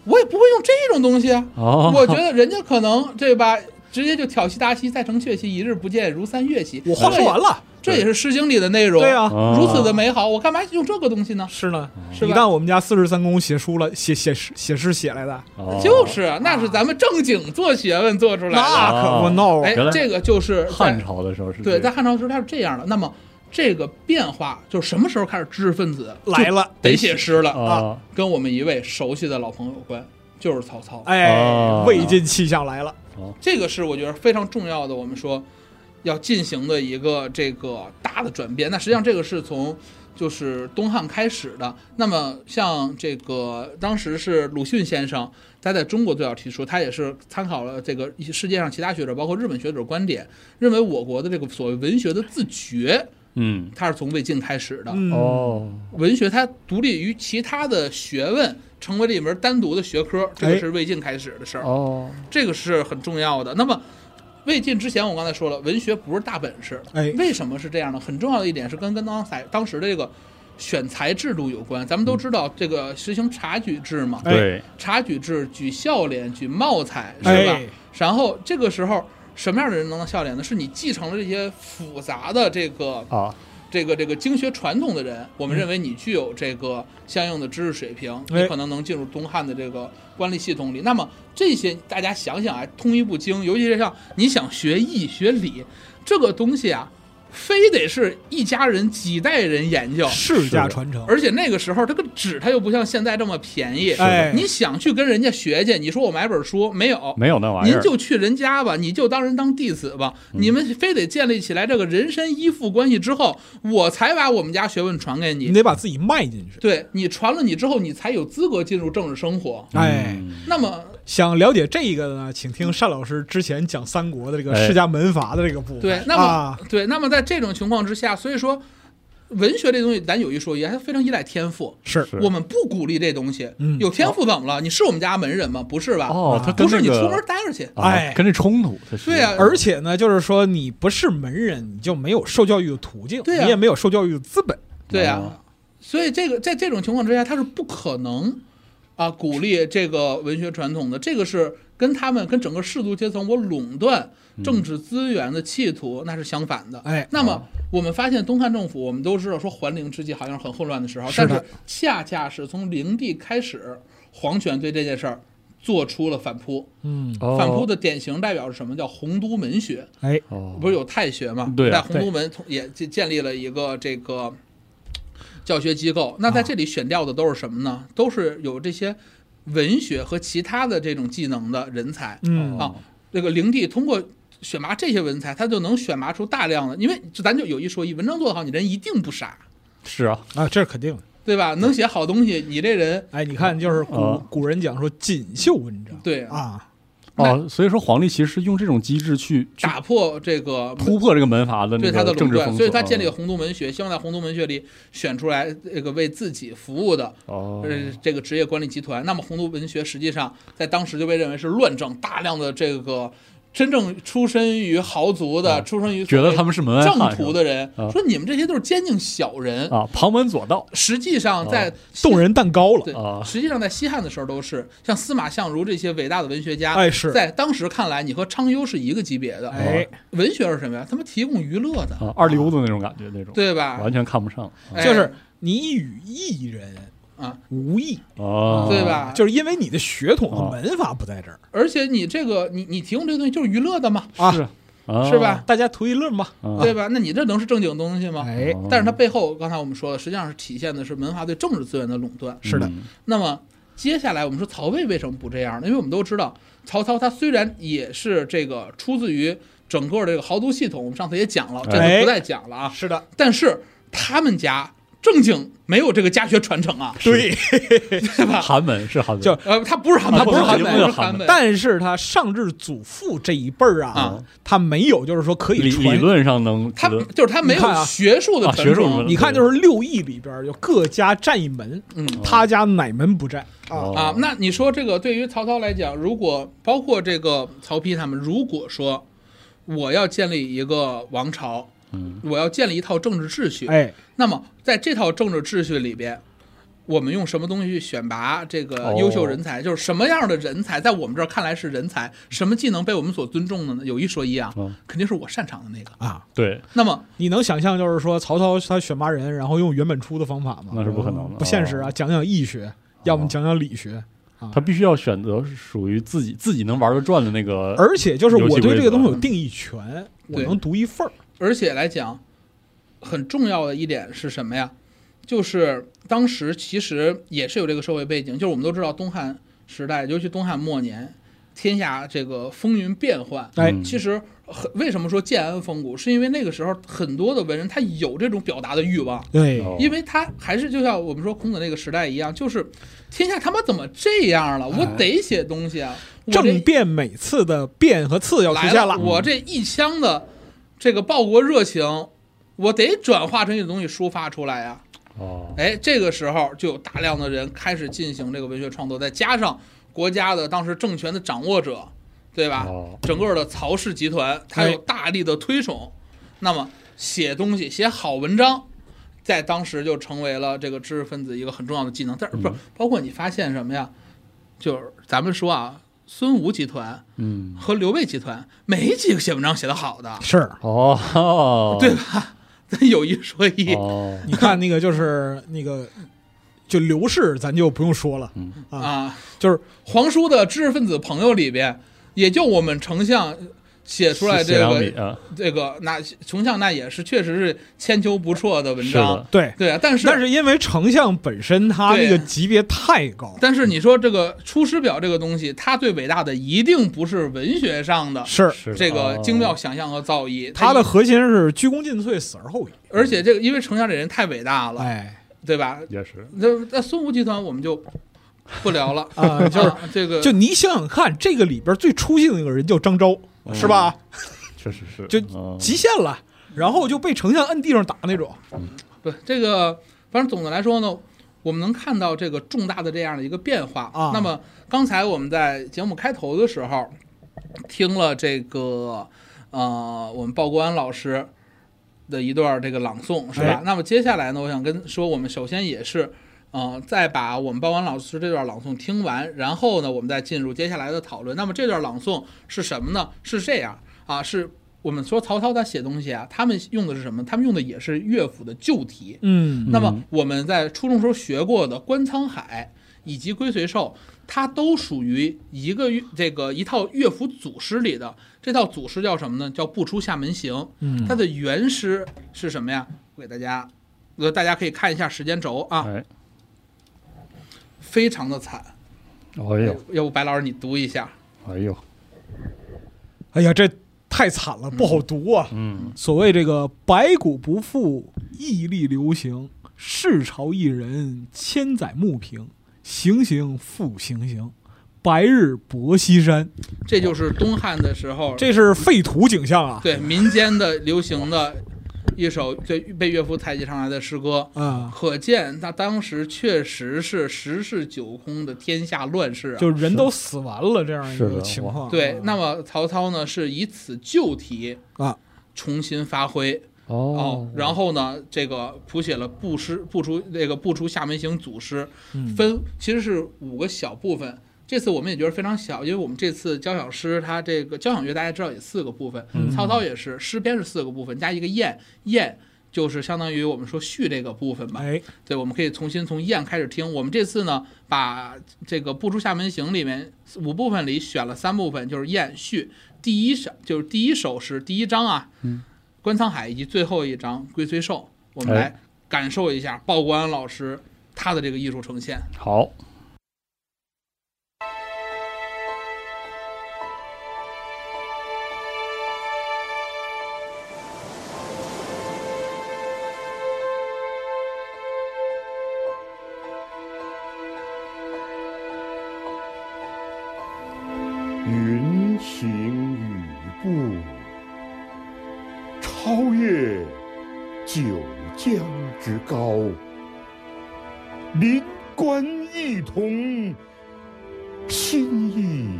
[SPEAKER 3] 我也不会用这种东西啊。
[SPEAKER 1] 哦，
[SPEAKER 3] 我觉得人家可能对吧，直接就挑兮达兮，塞成阙兮，一日不见如三月兮。
[SPEAKER 2] 我话
[SPEAKER 3] 这
[SPEAKER 2] 说
[SPEAKER 3] 也
[SPEAKER 2] 完，了，
[SPEAKER 3] 这也是《诗经》里的内容。
[SPEAKER 2] 对啊，
[SPEAKER 1] 哦
[SPEAKER 3] 如此的美好，我干嘛用这个东西呢？
[SPEAKER 2] 是呢，
[SPEAKER 3] 是吧
[SPEAKER 2] 你看我们家四十三公写书了，写写诗写诗写来的，
[SPEAKER 1] 哦
[SPEAKER 3] 就是啊，那是咱们正经做学问做出来的。
[SPEAKER 2] 那可不闹啊
[SPEAKER 3] 哎
[SPEAKER 1] 原，来
[SPEAKER 3] 这个就是在
[SPEAKER 1] 汉朝的时候是
[SPEAKER 3] 对，
[SPEAKER 1] 这
[SPEAKER 3] 在
[SPEAKER 1] 样
[SPEAKER 3] 汉朝的时候它是这样的。那么这个变化就是什么时候开始知识分子
[SPEAKER 2] 来了，
[SPEAKER 3] 得写诗了啊？
[SPEAKER 1] 啊，
[SPEAKER 3] 跟我们一位熟悉的老朋友有关，就是曹操。
[SPEAKER 2] 哎
[SPEAKER 1] 哦，
[SPEAKER 2] 魏晋气象来了，
[SPEAKER 3] 这个是我觉得非常重要的，我们说要进行的一个这个大的转变。那实际上这个是从就是东汉开始的。那么像这个当时是鲁迅先生，他在中国最早提出，他也是参考了这个一些世界上其他学者，包括日本学者观点，认为我国的这个所谓文学的自觉，
[SPEAKER 1] 嗯，
[SPEAKER 3] 它是从魏晋开始的。
[SPEAKER 2] 嗯，
[SPEAKER 1] 哦，
[SPEAKER 3] 文学它独立于其他的学问，成为了一门单独的学科，这个
[SPEAKER 2] 哎
[SPEAKER 3] 是魏晋开始的事儿。
[SPEAKER 1] 哦，
[SPEAKER 3] 这个是很重要的。那么魏晋之前，我刚才说了，文学不是大本事，
[SPEAKER 2] 哎
[SPEAKER 3] 为什么是这样呢？很重要的一点是跟跟当才当时的这个选才制度有关。咱们都知道这个实行察举制嘛，
[SPEAKER 2] 嗯哎
[SPEAKER 1] 对，
[SPEAKER 3] 察举制举孝廉、举茂才，是吧？
[SPEAKER 2] 哎，
[SPEAKER 3] 然后这个时候。什么样的人能当孝廉呢？是你继承了这些复杂的这个
[SPEAKER 1] 啊，
[SPEAKER 3] 这个这个经学传统的人，我们认为你具有这个相应的知识水平，
[SPEAKER 2] 哎
[SPEAKER 3] 你可能能进入东汉的这个官吏系统里。那么这些大家想想啊，通一不精，尤其是像你想学易学理这个东西啊，非得是一家人几代人研究，
[SPEAKER 2] 世家传承，
[SPEAKER 3] 而且那个时候这个纸它又不像现在这么便宜，
[SPEAKER 2] 哎，
[SPEAKER 3] 你想去跟人家学去，你说我买本书没有，
[SPEAKER 1] 没有那玩意
[SPEAKER 3] 您
[SPEAKER 1] 儿，嗯
[SPEAKER 3] 就去人家吧，你就当人当弟子吧。你们非得建立起来这个人身依附关系之后，我才把我们家学问传给
[SPEAKER 2] 你
[SPEAKER 3] 你。
[SPEAKER 2] 得把自己卖进去，
[SPEAKER 3] 对你传了你之后，你才有资格进入政治生活。
[SPEAKER 2] 哎。
[SPEAKER 1] 嗯
[SPEAKER 3] 那么，
[SPEAKER 2] 想了解这个呢，请听单老师之前讲三国的这个
[SPEAKER 1] 哎
[SPEAKER 2] 世家门阀的这个部分。
[SPEAKER 3] 对，那么、
[SPEAKER 2] 啊
[SPEAKER 3] 对，那么在这种情况之下，所以说。文学这东西，咱有一说一，还非常依赖天赋。
[SPEAKER 2] 是
[SPEAKER 1] 是
[SPEAKER 3] 我们不鼓励这东西。
[SPEAKER 2] 嗯
[SPEAKER 3] 有天赋怎么了？你是我们家门人吗？不是吧？
[SPEAKER 1] 哦，他跟
[SPEAKER 3] 哎啊不是，
[SPEAKER 1] 这
[SPEAKER 3] 你
[SPEAKER 1] 个
[SPEAKER 3] 出门待着去。
[SPEAKER 1] 啊
[SPEAKER 2] 哎
[SPEAKER 1] 跟这冲突，它是
[SPEAKER 3] 对啊
[SPEAKER 2] 而且呢，就是说你不是门人，你就没有受教育的途径，
[SPEAKER 3] 对啊
[SPEAKER 2] 你也没有受教育的资本。
[SPEAKER 3] 对
[SPEAKER 1] 哦
[SPEAKER 3] 啊，所以这个在这种情况之下，他是不可能啊鼓励这个文学传统的，这个是跟他们跟整个士族阶层我垄断政治资源的企图、那是相反的。
[SPEAKER 2] 哎
[SPEAKER 3] 那么我们发现东汉政府，我们都知道说桓灵之际好像是很混乱的时候，
[SPEAKER 2] 是
[SPEAKER 3] 但
[SPEAKER 2] 的
[SPEAKER 3] 是恰恰是从灵帝开始，皇权对这件事儿做出了反扑。
[SPEAKER 2] 嗯，
[SPEAKER 1] 哦
[SPEAKER 3] 反扑的典型代表是什么？叫洪都门学。
[SPEAKER 2] 哎，
[SPEAKER 1] 哦，
[SPEAKER 3] 不是有太学嘛？
[SPEAKER 1] 对啊
[SPEAKER 3] 在洪都门从也建建立了一个这个教学机构。
[SPEAKER 1] 啊
[SPEAKER 3] 那在这里选调的都是什么呢？都是有这些文学和其他的这种技能的人才。
[SPEAKER 2] 嗯
[SPEAKER 3] 啊，这个灵帝通过选拔这些文才，他就能选拔出大量的，因为就咱就有一说一，文章做得好，你人一定不傻，
[SPEAKER 1] 是啊，
[SPEAKER 2] 啊，这是肯定的。
[SPEAKER 3] 对吧？能写好东西，你这人
[SPEAKER 2] 哎，你看，就是古、
[SPEAKER 1] 啊
[SPEAKER 2] 古人讲说锦绣文章，
[SPEAKER 3] 对
[SPEAKER 2] 啊，
[SPEAKER 1] 哦，所以说皇帝其实用这种机制去去
[SPEAKER 3] 打破这个
[SPEAKER 1] 突破这个门阀的那
[SPEAKER 3] 对他的
[SPEAKER 1] 个政
[SPEAKER 3] 垄
[SPEAKER 1] 治封
[SPEAKER 3] 断，
[SPEAKER 1] 锁，
[SPEAKER 3] 所以他建立了
[SPEAKER 1] 嗯
[SPEAKER 3] 洪都文学，希望在洪都文学里选出来这个为自己服务的
[SPEAKER 1] 哦，
[SPEAKER 3] 呃，这个职业管理集团。那么洪都文学实际上在当时就被认为是乱政，大量的这个真正出身于豪族的、
[SPEAKER 2] 嗯
[SPEAKER 1] 啊
[SPEAKER 3] 出身于
[SPEAKER 1] 觉得他们是门外
[SPEAKER 3] 正
[SPEAKER 1] 汉是吧
[SPEAKER 3] 途的人，
[SPEAKER 1] 啊
[SPEAKER 3] 说你们这些都是奸佞小人。
[SPEAKER 1] 啊，旁门左道
[SPEAKER 3] 实际上在西、
[SPEAKER 2] 嗯哦动人蛋糕了
[SPEAKER 3] 对。
[SPEAKER 1] 啊
[SPEAKER 3] 实际上在西汉的时候都是像司马相如这些伟大的文学家，
[SPEAKER 2] 哎，
[SPEAKER 1] 哦
[SPEAKER 2] 是，
[SPEAKER 3] 在当时看来，你和昌幽是一个级别的。
[SPEAKER 2] 哎，哦
[SPEAKER 3] 文学是什么呀？他们提供娱乐的，
[SPEAKER 1] 啊，二流子那种感觉，那种
[SPEAKER 3] 对啊吧？
[SPEAKER 1] 完全看不上
[SPEAKER 3] 哎
[SPEAKER 2] 就是你与异人
[SPEAKER 3] 啊，
[SPEAKER 2] 无异，
[SPEAKER 1] 哦，
[SPEAKER 3] 对？吧？
[SPEAKER 2] 就是因为你的血统和
[SPEAKER 1] 啊
[SPEAKER 2] 文法不在这儿
[SPEAKER 3] 而且你这个你你提供这个东西就是娱乐的嘛，
[SPEAKER 2] 啊，
[SPEAKER 1] 是啊，
[SPEAKER 3] 是吧？
[SPEAKER 2] 大家图一乐嘛。
[SPEAKER 1] 啊？
[SPEAKER 3] 对吧？那你这能是正经东西吗？
[SPEAKER 1] 哦
[SPEAKER 2] 哎，
[SPEAKER 3] 但
[SPEAKER 1] 嗯
[SPEAKER 3] 是它背后，刚才我们说了，实际上是体现的是文化对政治资源的垄断。
[SPEAKER 2] 是的
[SPEAKER 1] 嗯
[SPEAKER 3] 那么接下来我们说曹魏为什么不这样呢？因为我们都知道，曹操他虽然也是这个出自于整个这个豪族系统，我们上次也讲了，这
[SPEAKER 2] 哎
[SPEAKER 3] 就不再讲了啊。
[SPEAKER 2] 是的，
[SPEAKER 3] 但是他们家正经没有这个家学传承啊，
[SPEAKER 2] 对，
[SPEAKER 3] 对吧？
[SPEAKER 1] 寒门是寒门，
[SPEAKER 2] 就
[SPEAKER 3] 呃，他不是韩本，
[SPEAKER 2] 他不是
[SPEAKER 3] 韩
[SPEAKER 2] 韩
[SPEAKER 3] 本，
[SPEAKER 2] 本
[SPEAKER 3] 不是
[SPEAKER 1] 不是韩
[SPEAKER 3] 韩本，
[SPEAKER 2] 但是他上至祖父这一辈儿啊
[SPEAKER 3] 啊，
[SPEAKER 2] 他没有就是说可以
[SPEAKER 1] 理理
[SPEAKER 2] 传。
[SPEAKER 1] 论上能
[SPEAKER 3] 他
[SPEAKER 1] 觉得
[SPEAKER 3] 就是他没
[SPEAKER 2] 你看啊
[SPEAKER 3] 有学术的
[SPEAKER 1] 啊
[SPEAKER 3] 传
[SPEAKER 1] 学术
[SPEAKER 3] 承
[SPEAKER 1] 文
[SPEAKER 2] 你看，就是六艺里边儿就各家占一门，
[SPEAKER 3] 嗯
[SPEAKER 2] 他家哪门不占啊？
[SPEAKER 1] 哦
[SPEAKER 3] 啊，那你说这个对于曹操来讲，如果包括这个曹丕他们，如果说我要建立一个王朝，
[SPEAKER 1] 嗯
[SPEAKER 3] 我要建立一套政治秩序，
[SPEAKER 2] 哎，
[SPEAKER 3] 那么在这套政治秩序里边，我们用什么东西去选拔这个
[SPEAKER 1] 哦
[SPEAKER 3] 优秀人才？就是什么样的人才，在我们这儿看来是人才，什么技能被我们所尊重的呢？有一说一啊，
[SPEAKER 1] 嗯
[SPEAKER 3] 肯定是我擅长的那个。
[SPEAKER 2] 啊，
[SPEAKER 1] 对
[SPEAKER 3] 那么
[SPEAKER 2] 你能想象就是说曹操他选拔人，然后用原本出的方法吗？
[SPEAKER 1] 那是不可能的
[SPEAKER 2] 不现实啊！
[SPEAKER 1] 哦
[SPEAKER 2] 讲讲易学，要么讲讲理学。
[SPEAKER 1] 他必须要选择属于自己自己能玩得转的那个，
[SPEAKER 2] 而且就是我对这个东西
[SPEAKER 1] 游戏规
[SPEAKER 2] 有
[SPEAKER 1] 则
[SPEAKER 2] 定义权，我
[SPEAKER 3] 对
[SPEAKER 2] 能独一份儿。
[SPEAKER 3] 而且来讲，很重要的一点是什么呀？就是当时其实也是有这个社会背景，就是我们都知道东汉时代，尤其东汉末年，天下这个风云变幻。
[SPEAKER 2] 哎
[SPEAKER 1] 嗯
[SPEAKER 3] 其实很为什么说建安风骨，是因为那个时候很多的文人他有这种表达的欲望，
[SPEAKER 2] 对
[SPEAKER 1] 哦
[SPEAKER 3] 因为他还是就像我们说孔子那个时代一样，就是天下他妈怎么这样了？我得写东西啊，我这
[SPEAKER 2] 政变每次的变和次要出
[SPEAKER 3] 来
[SPEAKER 2] 现了，，
[SPEAKER 3] 我这一腔的这个报国热情，我得转化成一种东西抒发出来呀、
[SPEAKER 1] 哦
[SPEAKER 3] 哎，这个时候就有大量的人开始进行这个文学创作，再加上国家的当时政权的掌握者，对吧？
[SPEAKER 1] 哦
[SPEAKER 3] 整个的曹氏集团，他有大力的推崇，那么写东西、写好文章，在当时就成为了这个知识分子一个很重要的技能。但是不是包括你发现什么呀？就是咱们说啊，孙吴集团
[SPEAKER 1] 嗯
[SPEAKER 3] 和刘备集团没几个写文章写得好的
[SPEAKER 2] 是
[SPEAKER 1] 哦
[SPEAKER 3] 对吧？咱有一说一，
[SPEAKER 1] 哦
[SPEAKER 2] 你看那个就是 那个，就刘氏咱就不用说了，
[SPEAKER 1] 嗯
[SPEAKER 2] 啊，
[SPEAKER 3] 啊，
[SPEAKER 2] 就是
[SPEAKER 3] 皇叔的知识分子朋友里边，也就我们丞相写出来这
[SPEAKER 1] 写两笔
[SPEAKER 3] 个
[SPEAKER 1] 啊
[SPEAKER 3] 这个那丞相那也是确实是千秋不辍的文
[SPEAKER 1] 是
[SPEAKER 3] 章
[SPEAKER 1] 的，
[SPEAKER 2] 对，
[SPEAKER 3] 对啊，但是
[SPEAKER 2] 但是因为丞相本身他那个
[SPEAKER 3] 对
[SPEAKER 2] 级别太高，
[SPEAKER 3] 但是你说这个《出师表》这个东西，它最伟大的一定不是文学上的
[SPEAKER 2] 是
[SPEAKER 1] 是
[SPEAKER 3] 这个精妙
[SPEAKER 1] 哦
[SPEAKER 3] 想象和造诣，
[SPEAKER 2] 他的
[SPEAKER 3] 一
[SPEAKER 2] 核心是鞠躬尽瘁，死而后已。
[SPEAKER 3] 而且这个因为丞相这人太伟大了，
[SPEAKER 2] 哎，
[SPEAKER 3] 对吧？
[SPEAKER 1] 也是
[SPEAKER 3] 那那孙吴集团我们就不聊了
[SPEAKER 2] 啊就是
[SPEAKER 3] 这个
[SPEAKER 2] 就你想想看，这个里边最出息的那个人叫张昭，
[SPEAKER 1] 嗯
[SPEAKER 2] 是吧？
[SPEAKER 1] 确实是
[SPEAKER 2] 就
[SPEAKER 1] 哦
[SPEAKER 2] 极限了，然后就被丞相摁地上打那种。
[SPEAKER 3] 不，这个反正总的来说呢，我们能看到这个重大的这样的一个变化
[SPEAKER 2] 啊
[SPEAKER 3] 那么刚才我们在节目开头的时候，听了这个呃，我们鲍国安老师的一段这个朗诵，是吧？
[SPEAKER 2] 哎
[SPEAKER 3] 那么接下来呢，我想跟说，我们首先也是。呃，再把我们鲍国安老师这段朗诵听完，然后呢，我们再进入接下来的讨论。那么这段朗诵是什么呢？是这样啊，是我们说曹操他写东西啊，他们用的是什么？他们用的也是乐府的旧题。
[SPEAKER 2] 嗯
[SPEAKER 3] 那么我们在初中时候学过的《观沧海》以及《龟随寿》，它都属于一个乐这个一套乐府组诗里的。这套组诗叫什么呢？叫《不出厦门行》。
[SPEAKER 2] 嗯
[SPEAKER 3] 它的原诗是什么呀？我给大家呃，大家可以看一下时间轴啊，
[SPEAKER 1] 哎，
[SPEAKER 3] 非常的惨。啊
[SPEAKER 1] 哎呦，
[SPEAKER 3] 要不白老师你读一下？
[SPEAKER 1] 哎呦，
[SPEAKER 2] 哎呀，这太惨了，不好读啊。
[SPEAKER 1] 嗯，
[SPEAKER 2] 所谓这个白骨不复，屹立流行，世朝一人，千载墓平，行行复行行，白日薄西山，
[SPEAKER 3] 这就是东汉的时候，
[SPEAKER 2] 这是废土景象啊。
[SPEAKER 3] 对民间的流行的一首对被乐府采集上来的诗歌。
[SPEAKER 2] 啊，
[SPEAKER 3] 可见，他当时确实是十室九空的天下乱世啊！
[SPEAKER 2] 就哦人都死完了这样一
[SPEAKER 1] 是
[SPEAKER 2] 个
[SPEAKER 1] 的
[SPEAKER 2] 情况。
[SPEAKER 3] 对，那么曹操呢是以此旧题
[SPEAKER 2] 啊
[SPEAKER 3] 重新发挥
[SPEAKER 1] 哦，
[SPEAKER 3] 然后呢，这个谱写了不诗不出这个不出厦门行组诗，
[SPEAKER 2] 嗯
[SPEAKER 3] 分其实是五个小部分。这次我们也觉得非常小，因为我们这次交响诗它这个交响乐大家知道有四个部分，
[SPEAKER 1] 嗯
[SPEAKER 3] 曹操也是诗篇是四个部分加一个宴宴。就是相当于我们说序这个部分吧，
[SPEAKER 2] 哎，
[SPEAKER 3] 对，我们可以重新从宴开始听。我们这次呢，把这个《不出厦门行》里面五部分里选了三部分，就是宴序，第一首就是第一首诗第一章啊，
[SPEAKER 1] 嗯
[SPEAKER 3] 观沧海以及最后一章《龟虽寿》，我们
[SPEAKER 2] 哎
[SPEAKER 3] 来感受一下鲍国安老师他的这个艺术呈现。
[SPEAKER 1] 好，
[SPEAKER 5] 云行雨步，超越九江之高，临关一同，心意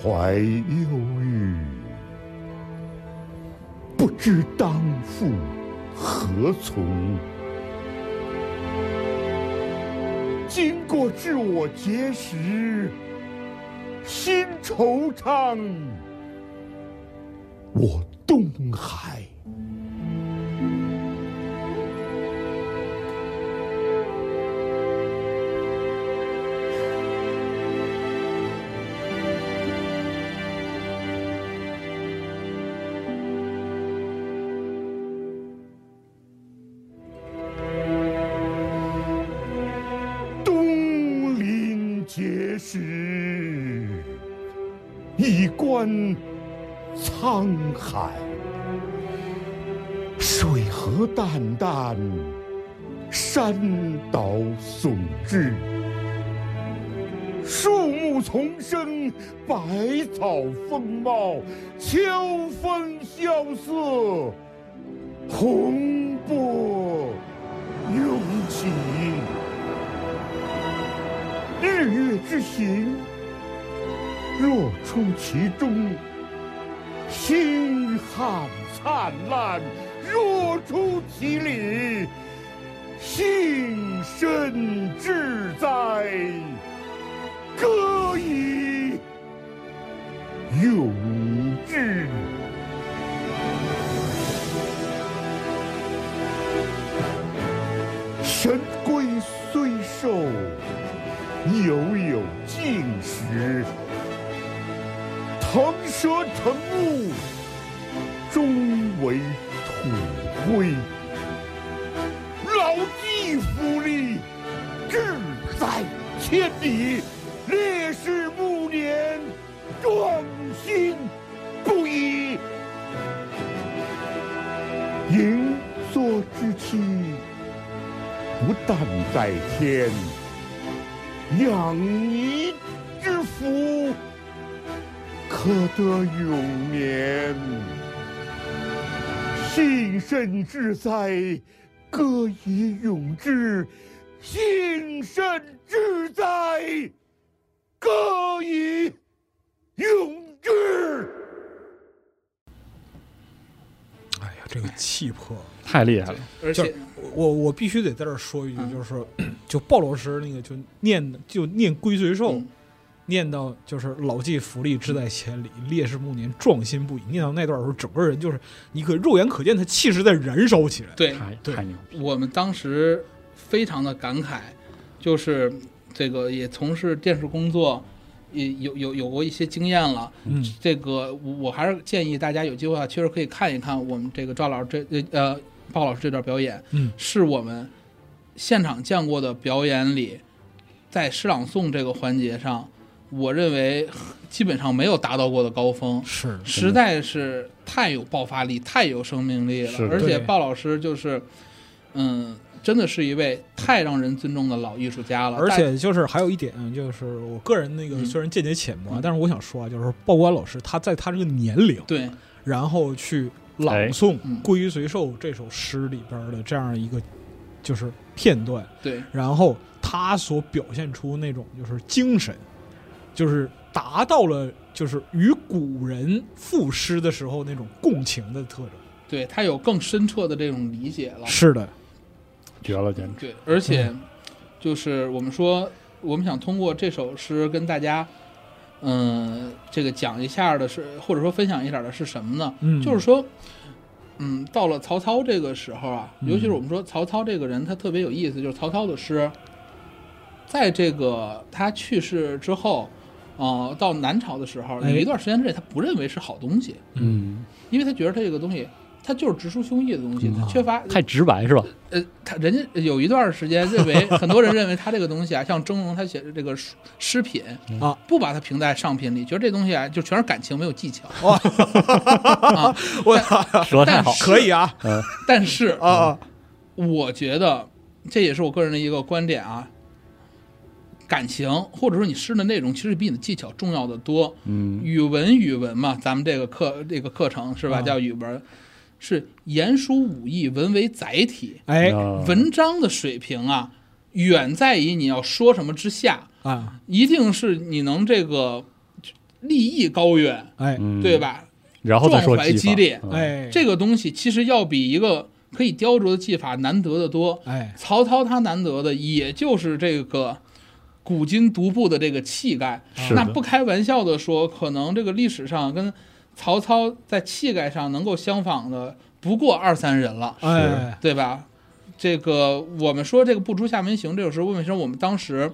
[SPEAKER 5] 怀忧郁。不知当复何从？经过至我碣石。心惆怅，我东海。东临碣石，以观沧海。水何澹澹，山岛竦峙。树木丛生，百草丰茂，秋风萧瑟，洪波涌起。日月之行，若出其中；星汉灿烂，若出其里。幸甚至哉，歌以咏志。神龟虽寿。犹有竟时，腾蛇乘雾，终为土灰。劳技夫力，志在千里。烈士暮年，壮心不已。盈缩之期，不但在天。养怡之福，可得永年。幸甚至哉，歌以咏志；幸甚至哉，歌以咏志。
[SPEAKER 2] 哎呀，这个气魄。
[SPEAKER 1] 太厉害了，
[SPEAKER 3] 而
[SPEAKER 2] 就
[SPEAKER 3] 且
[SPEAKER 2] 是我我必须得在这儿说
[SPEAKER 3] 嗯
[SPEAKER 2] 一句，就是说就鲍老师那个就念的就念龟虽寿，
[SPEAKER 3] 嗯
[SPEAKER 2] 念到就是老骥伏枥，志在千里，烈士暮年，壮心不已。念到那段的时候，整个人就是你可肉眼可见，他气势在燃烧起来。
[SPEAKER 3] 对
[SPEAKER 1] 太
[SPEAKER 2] 对
[SPEAKER 1] 太牛，
[SPEAKER 3] 我们当时非常的感慨，就是这个也从事电视工作，也有有有过一些经验了。
[SPEAKER 2] 嗯，
[SPEAKER 3] 这个我我还是建议大家有机会啊，确实可以看一看我们这个赵老师这呃鲍老师这段表演，
[SPEAKER 2] 嗯，
[SPEAKER 3] 是我们现场见过的表演里，在诗朗诵这个环节上，我认为基本上没有达到过的高峰。
[SPEAKER 2] 是的
[SPEAKER 3] 实在是太有爆发力，太有生命力
[SPEAKER 1] 是
[SPEAKER 3] 了。
[SPEAKER 1] 的
[SPEAKER 3] 而且
[SPEAKER 2] 对
[SPEAKER 3] 鲍老师就是，嗯，真的是一位太让人尊重的老艺术家了。
[SPEAKER 2] 而
[SPEAKER 3] 但
[SPEAKER 2] 且就是还有一点，就是我个人那个
[SPEAKER 3] 啊嗯
[SPEAKER 2] 虽然见解浅薄啊，
[SPEAKER 3] 嗯
[SPEAKER 2] 但是我想说啊，就是鲍国安老师他在他这个年龄，
[SPEAKER 3] 对，
[SPEAKER 2] 然后去朗
[SPEAKER 1] 哎
[SPEAKER 2] 诵
[SPEAKER 3] 嗯
[SPEAKER 2] 《归于随寿》这首诗里边的这样一个就是片段，
[SPEAKER 3] 对，
[SPEAKER 2] 然后他所表现出那种就是精神，就是达到了就是与古人赋诗的时候那种共情的特征。
[SPEAKER 3] 对他有更深刻的这种理解了。
[SPEAKER 2] 是的，
[SPEAKER 1] 绝了，简直。
[SPEAKER 3] 对，
[SPEAKER 2] 嗯
[SPEAKER 3] 而且就是我们说，我们想通过这首诗跟大家，嗯、这个讲一下的是，或者说分享一下的是什么呢？
[SPEAKER 2] 嗯
[SPEAKER 3] 就是说，嗯，到了曹操这个时候啊，
[SPEAKER 2] 嗯
[SPEAKER 3] 尤其是我们说曹操这个人，他特别有意思，就是曹操的诗，在这个他去世之后。呃，到南朝的时候，
[SPEAKER 2] 哎
[SPEAKER 3] 有一段时间之内，他不认为是好东西，
[SPEAKER 1] 嗯，
[SPEAKER 3] 因为他觉得他这个东西，他就是直抒胸臆的东西，
[SPEAKER 1] 嗯
[SPEAKER 3] 他缺乏
[SPEAKER 1] 太直白 是吧？
[SPEAKER 3] 呃，他人家有一段时间认为，很多人认为他这个东西啊，像蒸笼他写的这个诗诗品
[SPEAKER 2] 啊，
[SPEAKER 3] 不把它评在上品里，觉得这东西啊就全是感情没有技巧。
[SPEAKER 2] 我
[SPEAKER 1] 说得哦太好，
[SPEAKER 2] 可以啊
[SPEAKER 1] 嗯，
[SPEAKER 3] 但是嗯
[SPEAKER 2] 啊啊
[SPEAKER 3] 我觉得这也是我个人的一个观点啊，感情或者说你诗的内容，其实比你的技巧重要的多。
[SPEAKER 1] 嗯，
[SPEAKER 3] 语文，语文嘛，咱们这个课这个课程是吧？
[SPEAKER 2] 啊
[SPEAKER 3] 叫语文，是言书武艺，文为载体。
[SPEAKER 2] 哎
[SPEAKER 1] 啊
[SPEAKER 3] 文章的水平啊，远在于你要说什么之下。
[SPEAKER 2] 啊
[SPEAKER 3] 一定是你能这个立意高远，
[SPEAKER 2] 哎
[SPEAKER 1] 嗯
[SPEAKER 3] 对？吧？
[SPEAKER 1] 然后再说
[SPEAKER 3] 壮怀
[SPEAKER 1] 技法
[SPEAKER 3] 激烈
[SPEAKER 1] 嗯
[SPEAKER 2] 哎
[SPEAKER 3] 这个东西其实要比一个可以雕琢的技法难得的多。
[SPEAKER 2] 哎
[SPEAKER 3] 曹操他难得的也就是这个古今独步的这个气概。
[SPEAKER 1] 是的
[SPEAKER 3] 那不开玩笑的说，可能这个历史上跟曹操在气概上能够相仿的不过二三人了。
[SPEAKER 2] 哎
[SPEAKER 3] 对吧？这个我们说这个《不出厦门行》这首诗，为什么我们当时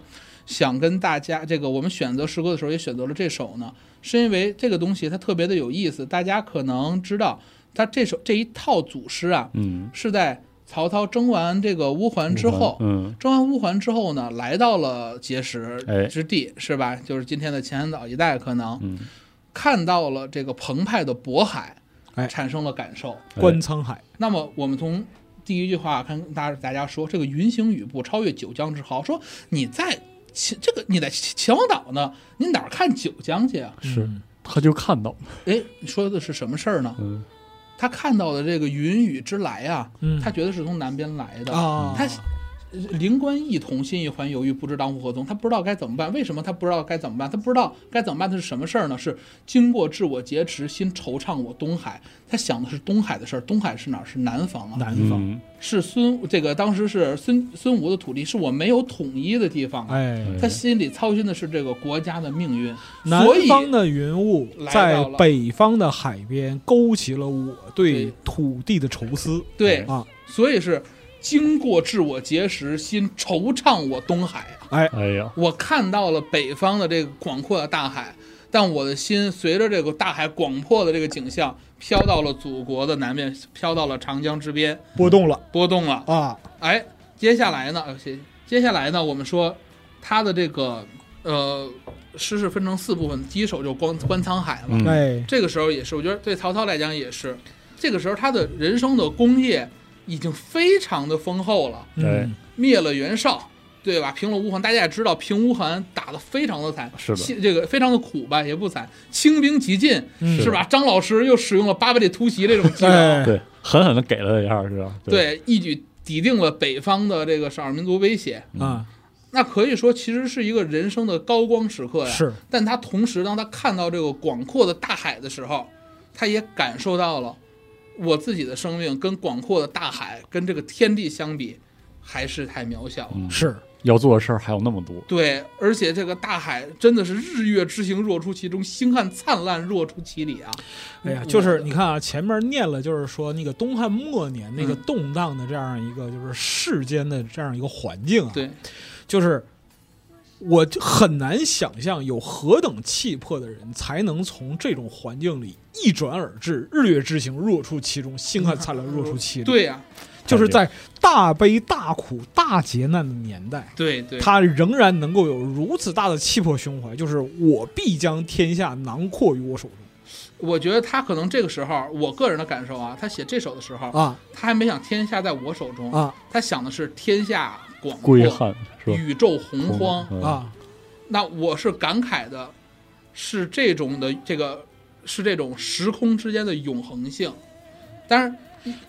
[SPEAKER 3] 想跟大家这个我们选择诗歌的时候也选择了这首呢？是因为这个东西它特别的有意思，大家可能知道，它这首这一套组诗啊，
[SPEAKER 1] 嗯
[SPEAKER 3] 是在曹操征完这个乌桓之后，
[SPEAKER 1] 嗯
[SPEAKER 3] 征完乌桓之后呢，来到了碣石
[SPEAKER 1] 哎
[SPEAKER 3] 之地，是吧？就是今天的前三岛一带，可能
[SPEAKER 1] 嗯，
[SPEAKER 3] 看到了这个澎湃的渤海
[SPEAKER 2] 哎，
[SPEAKER 3] 产生了感受。
[SPEAKER 1] 哎
[SPEAKER 2] 观沧海
[SPEAKER 3] 那么我们从第一句话看，大大家说这个云行雨步，超越九江之豪。说你在秦这个你在秦秦皇岛呢，你哪儿看九江去啊？
[SPEAKER 1] 是
[SPEAKER 2] 嗯
[SPEAKER 1] 他就看到，
[SPEAKER 3] 哎，你说的是什么事儿呢？
[SPEAKER 1] 嗯，
[SPEAKER 3] 他看到的这个云雨之来啊，
[SPEAKER 2] 嗯
[SPEAKER 3] 他觉得是从南边来的。
[SPEAKER 2] 啊
[SPEAKER 3] 他呃灵官一同，心一环，犹豫不知当户何从。他不知道该怎么办，为什么他不知道该怎么办？他不知道该怎么办的是什么事儿呢？是经过至我劫持，心惆怅我东海。他想的是东海的事儿，东海是哪儿？是南方啊。
[SPEAKER 2] 南方
[SPEAKER 1] 嗯
[SPEAKER 3] 是孙这个当时是孙孙吴的土地，是我没有统一的地方啊。
[SPEAKER 2] 哎
[SPEAKER 1] 哎
[SPEAKER 3] 他心里操心的是这个国家的命运，
[SPEAKER 2] 南
[SPEAKER 3] 所以
[SPEAKER 2] 方的云雾
[SPEAKER 3] 来
[SPEAKER 2] 在
[SPEAKER 3] 到了
[SPEAKER 2] 北方的海边勾起了我对
[SPEAKER 3] 对
[SPEAKER 2] 土地的愁思
[SPEAKER 3] 对，
[SPEAKER 2] 啊！
[SPEAKER 3] 所以是经过至我碣石，心惆怅我东海啊。
[SPEAKER 2] 哎，
[SPEAKER 1] 哎呀，
[SPEAKER 3] 我看到了北方的这个广阔的大海，但我的心随着这个大海广阔的这个景象，飘到了祖国的南面，飘到了长江之边，
[SPEAKER 2] 波动了
[SPEAKER 3] 波动了。
[SPEAKER 2] 啊！
[SPEAKER 3] 哎，接下来呢，呃接接下来呢，我们说他的这个呃诗是分成四部分，第一首就观观沧海嘛，
[SPEAKER 1] 嗯
[SPEAKER 2] 哎，
[SPEAKER 3] 这个时候也是，我觉得对曹操来讲也是，这个时候他的人生的功业已经非常的丰厚了，
[SPEAKER 2] 嗯，
[SPEAKER 3] 灭了袁绍。对吧？平了乌桓，大家也知道，平乌桓打得非常的惨，
[SPEAKER 1] 是的
[SPEAKER 3] 清这个非常的苦吧，也不惨，清兵极进，
[SPEAKER 2] 嗯
[SPEAKER 3] 是吧？张老师又使用了八百里突袭这种技能，
[SPEAKER 2] 哎，
[SPEAKER 1] 对，狠狠的给了他一下，是吧？，
[SPEAKER 3] 对，一举抵定了北方的这个少数民族威胁。
[SPEAKER 2] 啊，
[SPEAKER 3] 那可以说其实是一个人生的高光时刻呀。
[SPEAKER 2] 是，
[SPEAKER 3] 但他同时当他看到这个广阔的大海的时候，他也感受到了我自己的生命跟广阔的大海跟这个天地相比，还是太渺小了。
[SPEAKER 1] 嗯
[SPEAKER 2] 是，
[SPEAKER 1] 要做的事儿还有那么多，
[SPEAKER 3] 对，而且这个大海真的是日月之行若出其中，星汉灿烂若出其里啊！
[SPEAKER 2] 哎呀，
[SPEAKER 3] 嗯
[SPEAKER 2] 就是你看啊，前面念了，就是说那个东汉末年那个
[SPEAKER 3] 嗯
[SPEAKER 2] 动荡的这样一个就是世间的这样一个环境啊，，
[SPEAKER 3] 对，
[SPEAKER 2] 就是我就很难想象有何等气魄的人才能从这种环境里一转而至，日月之行若出其中，星汉灿烂若出其里。
[SPEAKER 3] 对呀、
[SPEAKER 2] 就是在大悲大苦大劫难的年代，
[SPEAKER 3] 对对，
[SPEAKER 2] 他仍然能够有如此大的气魄胸怀，就是我必将天下囊括于我手中
[SPEAKER 3] 我觉得他可能这个时候，我个人的感受啊，他写这首的时候，
[SPEAKER 2] 啊
[SPEAKER 3] 他还没想天下在我手中，
[SPEAKER 2] 啊
[SPEAKER 3] 他想的是天下广
[SPEAKER 1] 归
[SPEAKER 3] 阔，
[SPEAKER 1] 汉是吧？
[SPEAKER 3] 宇宙洪荒。
[SPEAKER 1] 嗯
[SPEAKER 2] 啊！
[SPEAKER 3] 那我是感慨的，是这种的这个是这种时空之间的永恒性。当然，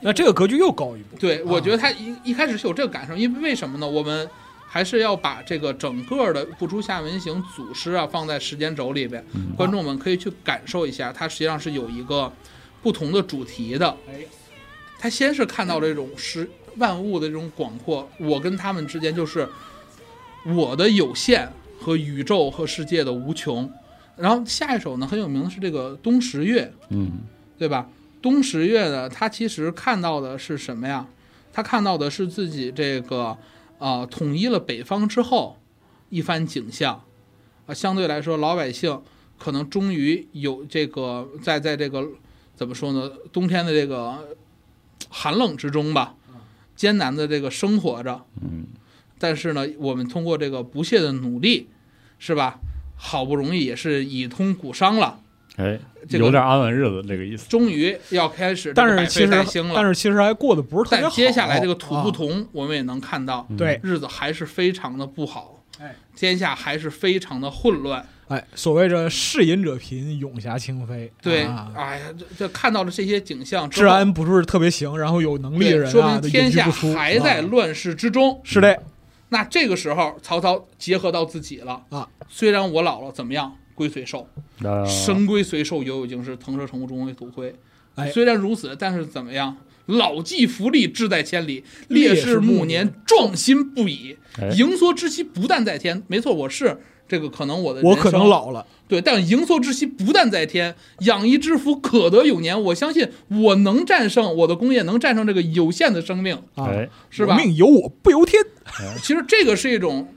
[SPEAKER 2] 那这个格局又高一步，
[SPEAKER 3] 对我
[SPEAKER 2] 啊
[SPEAKER 3] 觉得他一一开始是有这个感受，因为为什么呢？我们还是要把这个整个的《不出厦门行》祖师啊放在时间轴里边，
[SPEAKER 1] 嗯
[SPEAKER 3] 观众们可以去感受一下，它实际上是有一个不同的主题的。他先是看到了这种十万物的这种广阔，我跟他们之间就是我的有限和宇宙和世界的无穷。然后下一首呢，很有名的是这个《冬十月》，
[SPEAKER 1] 嗯，
[SPEAKER 3] 对吧？冬十月呢，他其实看到的是什么呀？他看到的是自己这个呃统一了北方之后一番景象啊、相对来说老百姓可能终于有这个在在这个怎么说呢？冬天的这个呃寒冷之中吧，艰难的这个生活着。
[SPEAKER 1] 嗯，
[SPEAKER 3] 但是呢，我们通过这个不懈的努力，是吧？好不容易也是以通古伤了，
[SPEAKER 1] 哎，
[SPEAKER 3] 这个
[SPEAKER 1] 有点安稳日子这个意思。
[SPEAKER 3] 终于要开始这
[SPEAKER 2] 但
[SPEAKER 3] 个百
[SPEAKER 2] 是其
[SPEAKER 3] 废待
[SPEAKER 2] 实
[SPEAKER 3] 兴了。
[SPEAKER 2] 但是其实还过得不是特别
[SPEAKER 3] 但
[SPEAKER 2] 好。
[SPEAKER 3] 接下来这个土不
[SPEAKER 2] 啊，
[SPEAKER 3] 同，我们也能看到，
[SPEAKER 2] 对，
[SPEAKER 3] 日子还是非常的不好，
[SPEAKER 2] 哎，
[SPEAKER 3] 天下还是非常的混乱。
[SPEAKER 2] 哎，所谓这世隐者贫，永霞清飞，
[SPEAKER 3] 对，
[SPEAKER 2] 啊
[SPEAKER 3] 哎呀，这这看到了这些景象之
[SPEAKER 2] 治
[SPEAKER 3] 后，
[SPEAKER 2] 安不是特别行，然后有能力的
[SPEAKER 3] 对，
[SPEAKER 2] 人
[SPEAKER 3] 说
[SPEAKER 2] 啊，
[SPEAKER 3] 明天
[SPEAKER 2] 隐居
[SPEAKER 3] 下
[SPEAKER 2] 不出
[SPEAKER 3] 还在
[SPEAKER 2] 啊
[SPEAKER 3] 乱世之中。
[SPEAKER 2] 是的，
[SPEAKER 3] 那这个时候，曹操结合到自己了
[SPEAKER 2] 啊，
[SPEAKER 3] 虽然我老了，怎么样？龟虽寿，
[SPEAKER 2] 呃
[SPEAKER 1] 啊
[SPEAKER 3] 生龟虽寿，犹有竟时。腾蛇乘雾，终为土灰。
[SPEAKER 2] 哎
[SPEAKER 3] 虽然如此，但是怎么样？老骥伏枥，志在千里；
[SPEAKER 2] 烈
[SPEAKER 3] 烈
[SPEAKER 2] 士
[SPEAKER 3] 士
[SPEAKER 2] 暮
[SPEAKER 3] 暮
[SPEAKER 2] 年
[SPEAKER 3] 年，壮心不已。
[SPEAKER 1] 哎
[SPEAKER 3] 盈缩之息不但在天，没错，我是这个可能我的
[SPEAKER 2] 我
[SPEAKER 3] 人
[SPEAKER 2] 可
[SPEAKER 3] 生
[SPEAKER 2] 能老了，
[SPEAKER 3] 对，但盈缩之息不但在天，养怡之福可得永年。我相信我能战胜我的功业，能战胜这个有限的生命，
[SPEAKER 2] 啊，
[SPEAKER 1] 哎，
[SPEAKER 3] 是吧
[SPEAKER 2] 我？命由我不由天，
[SPEAKER 3] 其实这个是一种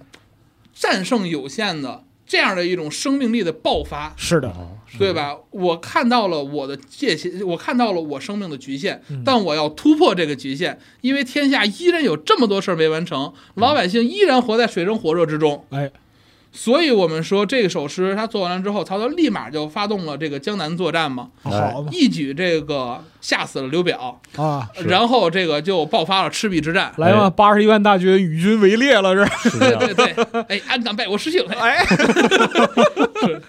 [SPEAKER 3] 战胜有限的这样的一种生命力的爆发，
[SPEAKER 2] 是的，
[SPEAKER 1] 哦是
[SPEAKER 3] 对吧？我看到了我的界限，我看到了我生命的局限
[SPEAKER 2] 嗯，
[SPEAKER 3] 但我要突破这个局限，因为天下依然有这么多事儿没完成，老百姓依然活在水深火热之中。
[SPEAKER 2] 哎，
[SPEAKER 3] 所以我们说这首诗他做完了之后，曹操立马就发动了这个江南作战嘛，
[SPEAKER 1] 哎
[SPEAKER 2] 好嘛
[SPEAKER 3] 一举这个吓死了刘表，
[SPEAKER 2] 啊，
[SPEAKER 1] 是
[SPEAKER 3] 然后这个就爆发了赤壁之战。
[SPEAKER 2] 来嘛，八十一万大军与君为列了，是吧
[SPEAKER 1] 是这
[SPEAKER 3] 对
[SPEAKER 1] 样
[SPEAKER 3] 对对，哎，安敢拜我师姓？哎，
[SPEAKER 2] 哎，
[SPEAKER 3] 是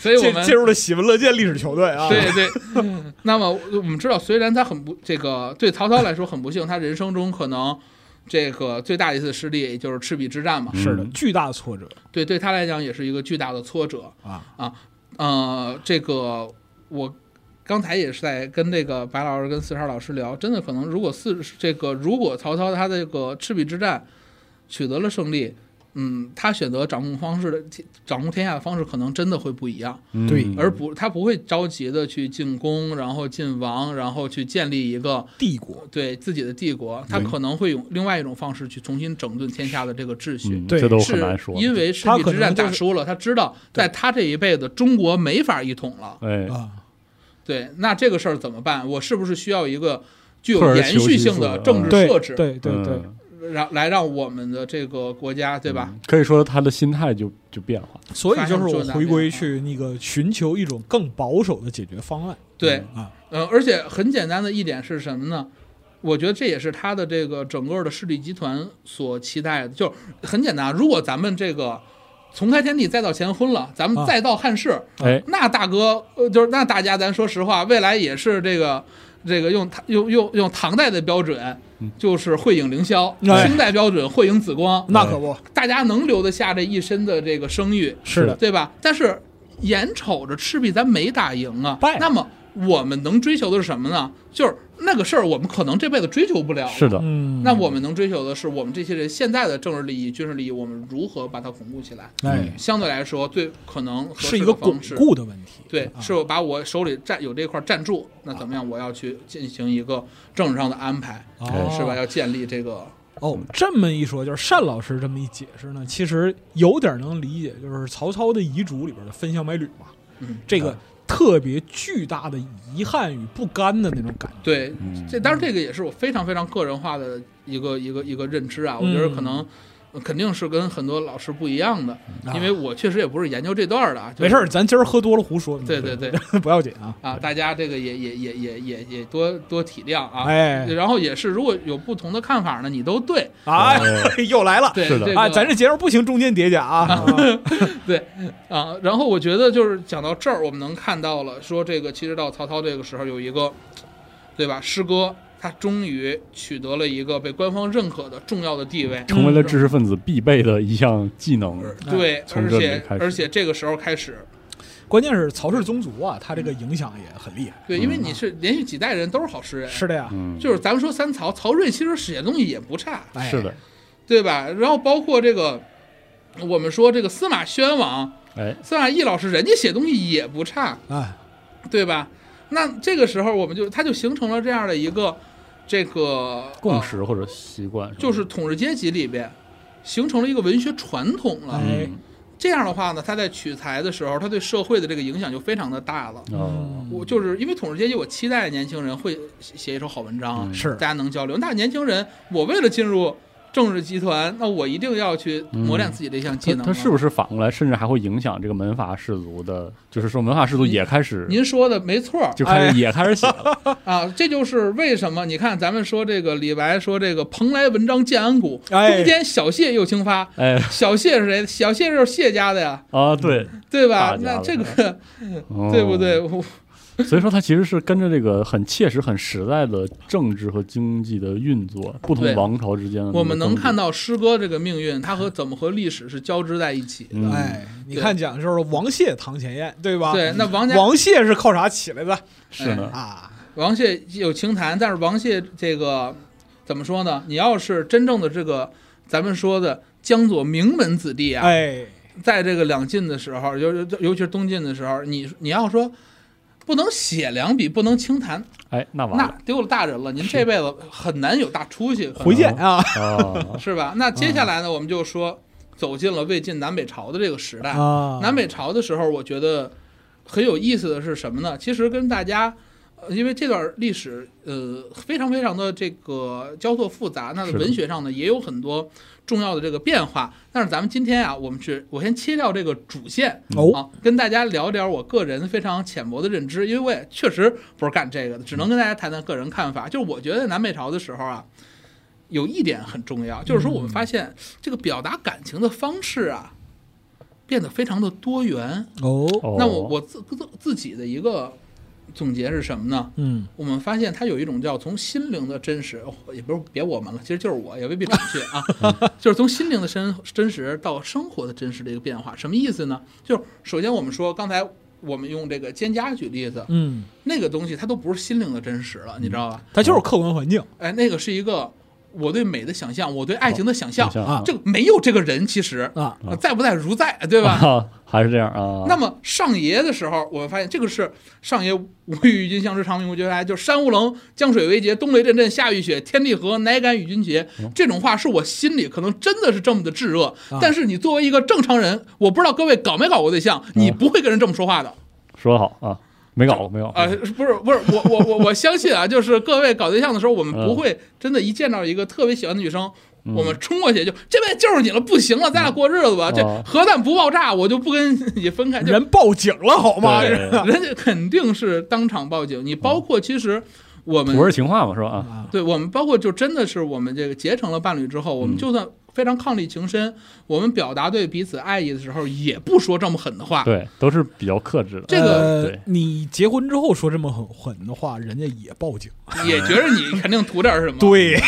[SPEAKER 3] 所以我
[SPEAKER 2] 介
[SPEAKER 3] 们
[SPEAKER 2] 介入了喜闻乐见历史球队啊，
[SPEAKER 3] 对对， 那么我们知道，虽然他很不这个对曹操来说很不幸，他人生中可能这个最大一次失利也就是赤壁之战嘛，
[SPEAKER 2] 是的，
[SPEAKER 1] 嗯
[SPEAKER 2] 巨大挫折
[SPEAKER 3] 对，对他来讲也是一个巨大的挫折。
[SPEAKER 2] 啊，
[SPEAKER 3] 呃，这个我刚才也是在跟这个白老师跟四十二老师聊，真的可能如果四这个如果曹操他这个赤壁之战取得了胜利，嗯，他选择掌控方式的掌控天下的方式，可能真的会不一样，
[SPEAKER 1] 嗯
[SPEAKER 2] 对
[SPEAKER 3] 而不他不会着急的去进攻，然后进王，然后去建立一个
[SPEAKER 2] 帝国
[SPEAKER 3] 对自己的帝国，他
[SPEAKER 1] 嗯
[SPEAKER 3] 可能会用另外一种方式去重新整顿天下的这个秩序。
[SPEAKER 1] 嗯
[SPEAKER 2] 对
[SPEAKER 1] 这都
[SPEAKER 3] 是
[SPEAKER 1] 很难说。
[SPEAKER 3] 因为赤
[SPEAKER 2] 他
[SPEAKER 3] 壁
[SPEAKER 2] 可
[SPEAKER 3] 之
[SPEAKER 2] 能
[SPEAKER 3] 战
[SPEAKER 2] 就
[SPEAKER 3] 打
[SPEAKER 2] 是
[SPEAKER 3] 输了，他知道在他这一辈子中国没法一统了。
[SPEAKER 1] 哎，
[SPEAKER 2] 啊，
[SPEAKER 3] 对，那这个事儿怎么办？我是不是需要一个具
[SPEAKER 1] 退
[SPEAKER 3] 有
[SPEAKER 1] 而
[SPEAKER 3] 延续性
[SPEAKER 1] 求其
[SPEAKER 3] 的
[SPEAKER 1] 次
[SPEAKER 3] 政治
[SPEAKER 2] 对
[SPEAKER 3] 设置，
[SPEAKER 2] 对对对
[SPEAKER 1] 嗯，
[SPEAKER 3] 让来让我们的这个国家，对吧？
[SPEAKER 1] 可以说他的心态就就变化。
[SPEAKER 2] 所以就是我回归去那个寻求一种更保守的解决方案
[SPEAKER 3] 对，
[SPEAKER 2] 啊，
[SPEAKER 3] 呃，而且很简单的一点是什么呢？我觉得这也是他的这个整个的势力集团所期待的，就是很简单。如果咱们这个从开天地再到乾坤了，咱
[SPEAKER 2] 啊
[SPEAKER 3] 们再到汉室，
[SPEAKER 1] 哎，
[SPEAKER 3] 那大哥，呃，就是那大家，咱说实话，未来也是这个这个用唐用用用唐代的标准
[SPEAKER 1] 嗯，
[SPEAKER 3] 就是会影凌霄；
[SPEAKER 2] 哎
[SPEAKER 3] 清代标准会影紫光，
[SPEAKER 2] 那可不
[SPEAKER 3] 大家能留得下这一身的这个声誉，
[SPEAKER 2] 是的，
[SPEAKER 3] 对吧？但是眼瞅着赤壁咱没打赢啊
[SPEAKER 2] 败了，
[SPEAKER 3] 那么我们能追求的是什么呢？就是那个事儿，我们可能这辈子追求不了了
[SPEAKER 1] 是的，
[SPEAKER 2] 嗯，
[SPEAKER 3] 那我们能追求的是，我们这些人现在的政治利益、军事利益，我们如何把它巩固起来？
[SPEAKER 2] 哎
[SPEAKER 3] 相对来说，最可能合
[SPEAKER 2] 是
[SPEAKER 3] 适
[SPEAKER 2] 一个
[SPEAKER 3] 的
[SPEAKER 2] 巩
[SPEAKER 3] 方式。
[SPEAKER 2] 固的问题，
[SPEAKER 3] 对，
[SPEAKER 2] 啊
[SPEAKER 3] 是我把我手里占有这块占住，那怎么样？我要去进行一个政治上的安排，
[SPEAKER 2] 哦
[SPEAKER 3] 是吧？要建立这个，
[SPEAKER 2] 哦，这么一说，就是单老师这么一解释呢，其实有点能理解，就是曹操的遗嘱里边的“分香买履”嘛，
[SPEAKER 3] 嗯，
[SPEAKER 2] 这个
[SPEAKER 1] 啊
[SPEAKER 2] 特别巨大的遗憾与不甘的那种感觉。
[SPEAKER 3] 对
[SPEAKER 1] 嗯，
[SPEAKER 3] 这当然这个也是我非常非常个人化的一个一个一个认知啊，我觉得
[SPEAKER 2] 嗯
[SPEAKER 3] 可能。呃肯定是跟很多老师不一样的，
[SPEAKER 2] 啊
[SPEAKER 3] 因为我确实也不是研究这段儿的啊。就是
[SPEAKER 2] 没事儿，咱今儿喝多了胡说。
[SPEAKER 3] 对对对，
[SPEAKER 2] 不要紧啊。
[SPEAKER 3] 啊，大家这个也也也也也也多多体谅啊。
[SPEAKER 2] 哎
[SPEAKER 3] 然后也是，如果有不同的看法呢，你都对。
[SPEAKER 2] 哎
[SPEAKER 1] 哎，
[SPEAKER 2] 又来了。
[SPEAKER 3] 对，
[SPEAKER 1] 是的
[SPEAKER 3] 这个
[SPEAKER 2] 啊，咱这节目不行，中间叠加 啊！
[SPEAKER 3] 对啊。然后我觉得就是讲到这儿，我们能看到了，说这个其实到曹操这个时候有一个，对吧？诗歌他终于取得了一个被官方认可的重要的地位。
[SPEAKER 1] 成为了知识分子必备的一项技能。
[SPEAKER 3] 对，
[SPEAKER 1] 哎从
[SPEAKER 3] 而
[SPEAKER 1] 这里
[SPEAKER 3] 且
[SPEAKER 1] 开始
[SPEAKER 3] 而且这个时候开始，
[SPEAKER 2] 关键是曹氏宗族啊，他这
[SPEAKER 1] 嗯
[SPEAKER 2] 个影响也很厉害。
[SPEAKER 3] 对，因为你是连续几代人都是好诗人，
[SPEAKER 2] 是的呀，
[SPEAKER 1] 嗯，
[SPEAKER 3] 就是咱们说三曹，曹睿其实写的东西也不差，
[SPEAKER 2] 哎
[SPEAKER 1] 是的，，
[SPEAKER 3] 对吧？然后包括这个，我们说这个司马宣王，
[SPEAKER 1] 哎，
[SPEAKER 3] 司马懿老师，人家写东西也不差，
[SPEAKER 2] 哎，
[SPEAKER 3] 对吧？那这个时候我们就它就形成了这样的一个这个
[SPEAKER 1] 共、
[SPEAKER 3] 呃
[SPEAKER 1] 识或者习惯，
[SPEAKER 3] 就是统治阶级里边形成了一个文学传统了。
[SPEAKER 2] 哎
[SPEAKER 1] 嗯，
[SPEAKER 3] 这样的话呢，他在取材的时候，他对社会的这个影响就非常的大了。
[SPEAKER 1] 哦，
[SPEAKER 3] 我就是因为统治阶级，我期待年轻人会写写一手好文章啊，
[SPEAKER 1] 嗯
[SPEAKER 2] 是
[SPEAKER 3] 大家能交流。那年轻人，我为了进入政治集团，那我一定要去磨练自己的一项
[SPEAKER 1] 嗯
[SPEAKER 3] 技
[SPEAKER 1] 他
[SPEAKER 3] 能啊、
[SPEAKER 1] 他是不是反过来，甚至还会影响这个门阀氏族的？就是说，门阀氏族也开始
[SPEAKER 3] 您说的没错儿
[SPEAKER 1] 就开
[SPEAKER 2] 哎
[SPEAKER 1] 始也开始写 了，
[SPEAKER 3] 啊，这就是为什么你看咱们说这个李白说这个“蓬莱文章建安骨”，
[SPEAKER 2] 哎
[SPEAKER 3] 中间小谢又轻发，
[SPEAKER 1] 哎
[SPEAKER 3] 小谢是谁？小谢就是谢家的呀，
[SPEAKER 1] 啊，对，
[SPEAKER 3] 对
[SPEAKER 1] 大
[SPEAKER 3] 吧？
[SPEAKER 1] 家
[SPEAKER 3] 那
[SPEAKER 1] 的哦
[SPEAKER 3] 这个 对不对？？我
[SPEAKER 1] 所以说，它其实是跟着这个很切实、很实在的政治和经济的运作，不同
[SPEAKER 3] 对
[SPEAKER 1] 王朝之间的那个
[SPEAKER 3] 我们能
[SPEAKER 1] 争执
[SPEAKER 3] 看，到诗歌这个命运，它和怎么和历史是交织在一起的。
[SPEAKER 1] 嗯
[SPEAKER 2] 哎，你看讲就是王谢、堂前燕，对吧？
[SPEAKER 3] 对，，那王家
[SPEAKER 2] 王谢是靠啥起来的
[SPEAKER 1] 是的，
[SPEAKER 2] 啊？
[SPEAKER 3] 王谢有清谈，但是王谢这个怎么说呢？你要是真正的这个咱们说的江左名门子弟啊，
[SPEAKER 2] 哎，
[SPEAKER 3] 在这个两晋的时候，尤尤尤其是东晋的时候，你你要说不能写两笔，不能清谈，
[SPEAKER 1] 哎，那完
[SPEAKER 3] 那
[SPEAKER 1] 了
[SPEAKER 3] 丢了大人了，您这辈子很难有大出息，可
[SPEAKER 2] 回
[SPEAKER 3] 能
[SPEAKER 2] 见啊
[SPEAKER 1] 啊
[SPEAKER 3] 是吧？那接下来呢，我们就说走进了魏晋南北朝的这个时代。
[SPEAKER 2] 啊
[SPEAKER 3] 嗯南北朝的时候，我觉得很有意思的是什么呢？其实跟大家，呃因为这段历史，呃，非常非常的这个交错复杂，那
[SPEAKER 1] 是的
[SPEAKER 3] 文学上呢也有很多重要的这个变化。但是咱们今天啊，我们去，我先切掉这个主线。
[SPEAKER 2] 哦，
[SPEAKER 3] 啊，跟大家聊点我个人非常浅薄的认知，因为我也确实不是干这个的，只能跟大家谈谈个人看法。就是我觉得南北朝的时候啊，有一点很重要，就是说我们发现这个表达感情的方式啊，变得非常的多元。
[SPEAKER 2] 哦，
[SPEAKER 1] 哦
[SPEAKER 3] 那我我自自自己的一个总结是什么呢？
[SPEAKER 2] 嗯，
[SPEAKER 3] 我们发现它有一种叫从心灵的真实，哦也不是别我们了，其实就是我，也未必准确啊， 就是从心灵的真真实到生活的真实的一个变化。什么意思呢？就是首先我们说，刚才我们用这个蒹葭举例子，
[SPEAKER 2] 嗯，
[SPEAKER 3] 那个东西它都不是心灵的真实了，你知道吧？
[SPEAKER 1] 嗯
[SPEAKER 2] 它就是客观环境
[SPEAKER 3] 哎，那个是一个我对美的想象，我对爱情的想象，
[SPEAKER 1] 想象
[SPEAKER 2] 啊
[SPEAKER 3] 这个没有这个人，其实
[SPEAKER 2] 啊，哦
[SPEAKER 1] 啊
[SPEAKER 3] 在不在如在，对吧？
[SPEAKER 1] 啊，还是这样啊？
[SPEAKER 3] 那么上爷的时候，我们发现这个是上爷无欲与君相知，长命无绝哀，就是山无棱，江水为竭，冬雷阵阵，夏雨雪，天地合，乃敢与君绝。这种话是我心里可能真的是这么的炙热，但是你作为一个正常人，我不知道各位搞没搞过对象，你不会跟人这么说话的。
[SPEAKER 1] 说得好啊，没搞过，没搞过
[SPEAKER 3] 呃，不是不是，我我我我相信啊，就是各位搞对象的时候，我们不会真的一见到一个特别喜欢的女生。我们冲过去就这辈子就是你了，不行了，咱俩过日子吧。这
[SPEAKER 1] 哦
[SPEAKER 3] 核弹不爆炸，我就不跟你分开。就
[SPEAKER 2] 人报警了好吗？
[SPEAKER 1] 对
[SPEAKER 2] 是吧
[SPEAKER 3] 人家肯定是当场报警。你包括其实我
[SPEAKER 1] 嗯
[SPEAKER 3] 们，
[SPEAKER 1] 土味情话嘛，是吧？啊，
[SPEAKER 2] 啊，
[SPEAKER 3] 对我们包括就真的是我们这个结成了伴侣之后，我
[SPEAKER 1] 嗯
[SPEAKER 3] 们就算非常伉俪情深，我们表达对彼此爱意的时候，也不说这么狠的话。
[SPEAKER 1] 对，都是比较克制的。哎
[SPEAKER 3] 这个
[SPEAKER 2] 呃
[SPEAKER 1] 对
[SPEAKER 2] 你结婚之后说这么狠狠的话，人家也报警。
[SPEAKER 3] 也觉得你肯定图点什么。，
[SPEAKER 2] 对，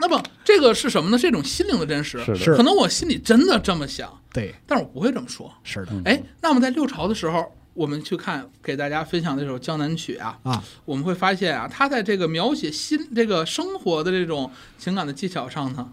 [SPEAKER 3] 那么这个是什么呢？是一种心灵的真实。
[SPEAKER 1] 是的
[SPEAKER 2] 是
[SPEAKER 3] 可能我心里真的这么想，
[SPEAKER 2] 对，
[SPEAKER 3] 但是我不会这么说。
[SPEAKER 2] 是的，
[SPEAKER 3] 哎，那么在六朝的时候，我们去看给大家分享的这首《江南曲》啊，
[SPEAKER 2] 啊，
[SPEAKER 3] 我们会发现啊，他在这个描写心这个生活的这种情感的技巧上呢，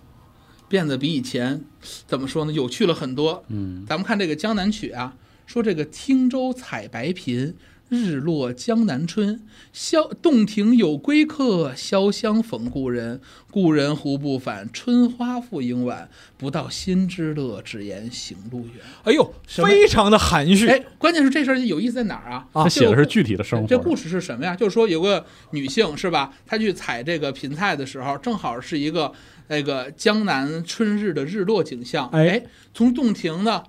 [SPEAKER 3] 变得比以前怎么说呢，有趣了很多。
[SPEAKER 1] 嗯，
[SPEAKER 3] 咱们看这个《江南曲》啊，说这个汀州采白苹，日落江南春，萧洞庭有归客，潇湘逢故人。故人胡不返？春花复应晚。不到新知乐，只言行路远。
[SPEAKER 2] 哎呦，
[SPEAKER 3] 什么
[SPEAKER 2] 非常的含蓄。
[SPEAKER 3] 哎，关键是这事儿有意思在哪儿啊？
[SPEAKER 1] 他写的是
[SPEAKER 3] 就
[SPEAKER 1] 具体的生活。
[SPEAKER 3] 这故事是什么呀？就是说有个女性是吧？她去采这个芹菜的时候，正好是一个那个江南春日的日落景象。
[SPEAKER 2] 哎
[SPEAKER 3] 哎，从洞庭呢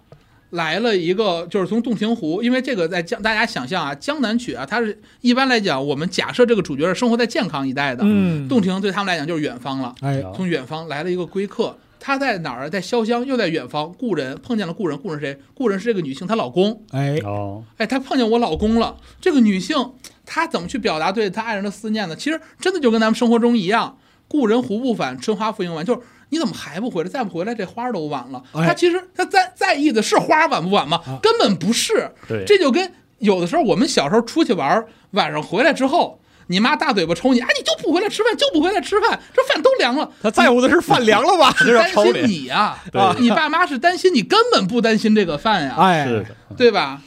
[SPEAKER 3] 来了一个，就是从洞庭湖，因为这个在江，大家想象啊，江南曲啊，它是一般来讲，我们假设这个主角是生活在健康一带的，
[SPEAKER 2] 嗯，
[SPEAKER 3] 洞庭对他们来讲就是远方了。
[SPEAKER 2] 哎，
[SPEAKER 1] 啊
[SPEAKER 3] 从远方来了一个归客，他在哪儿？在潇湘，又在远方。故人碰见了故人，故人谁？故人是这个女性，她老公。
[SPEAKER 2] 哎，
[SPEAKER 1] 哦，
[SPEAKER 3] 哎，她碰见我老公了。这个女性她怎么去表达对她爱人的思念呢？其实真的就跟咱们生活中一样，故人胡不返，春花复应晚，就是。你怎么还不回来？再不回来，这花儿都晚了。
[SPEAKER 2] 哎
[SPEAKER 3] 她其实她在在意的是花儿晚不晚吗？
[SPEAKER 2] 啊
[SPEAKER 3] 根本不是。
[SPEAKER 1] 对，
[SPEAKER 3] 这就跟有的时候我们小时候出去玩儿，晚上回来之后，你妈大嘴巴抽你，哎，你就不回来吃饭，就不回来吃饭，这饭都凉了。
[SPEAKER 2] 他在乎的是饭凉了 吧？这
[SPEAKER 3] 担
[SPEAKER 2] 叫抽
[SPEAKER 3] 心
[SPEAKER 2] 脸。
[SPEAKER 3] 你呀、
[SPEAKER 1] 对
[SPEAKER 3] 啊，你爸妈是担心你，根本不担心这个饭呀、
[SPEAKER 2] 哎，
[SPEAKER 1] 是的，
[SPEAKER 3] 对吧？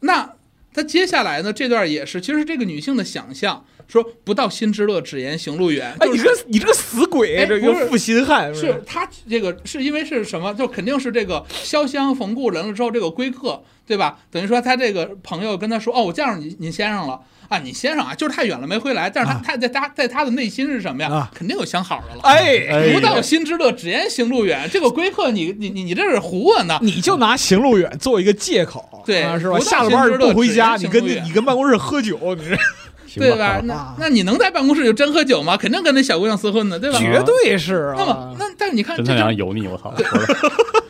[SPEAKER 3] 那他接下来呢？这段也是，其实这个女性的想象，说不到新之乐，只言行路远。
[SPEAKER 2] 哎，
[SPEAKER 3] 就
[SPEAKER 2] 你
[SPEAKER 3] 是、
[SPEAKER 2] 这个你这个死鬼，
[SPEAKER 3] 哎
[SPEAKER 2] 这
[SPEAKER 3] 不
[SPEAKER 2] 个
[SPEAKER 3] 是
[SPEAKER 2] 负心汉不
[SPEAKER 3] 是他这个是因为是什么？就肯定是这个潇湘逢故人了之后，这个归客，对吧？等于说他这个朋友跟他说：“哦，我见上你你先生了啊，你先生啊，就是太远了没回来。”但是他、
[SPEAKER 2] 啊
[SPEAKER 3] 他在他在他的内心是什么呀？
[SPEAKER 2] 啊
[SPEAKER 3] 肯定有相好的了。
[SPEAKER 2] 哎，
[SPEAKER 1] 哎呀
[SPEAKER 3] 不到新之乐，只言行路远。这个归客你，你你你这是啊唬我呢？
[SPEAKER 2] 你就拿行路远做一个借口，
[SPEAKER 3] 对
[SPEAKER 2] 啊是吧？
[SPEAKER 3] 不到
[SPEAKER 2] 下了班
[SPEAKER 3] 先
[SPEAKER 2] 你
[SPEAKER 3] 知道
[SPEAKER 2] 不回家，
[SPEAKER 3] 只
[SPEAKER 2] 你
[SPEAKER 3] 言
[SPEAKER 2] 跟
[SPEAKER 3] 行路
[SPEAKER 2] 那
[SPEAKER 3] 远
[SPEAKER 2] 你跟办公室喝酒，你这
[SPEAKER 1] 行
[SPEAKER 3] 对吧？
[SPEAKER 2] 啊
[SPEAKER 3] 那那你能在办公室就真喝酒吗？肯定跟那小姑娘厮混的，对吧？
[SPEAKER 2] 绝对是
[SPEAKER 3] 那么
[SPEAKER 2] 啊。
[SPEAKER 3] 那但是你看这
[SPEAKER 1] 真他娘
[SPEAKER 3] 就
[SPEAKER 1] 油腻，我 操！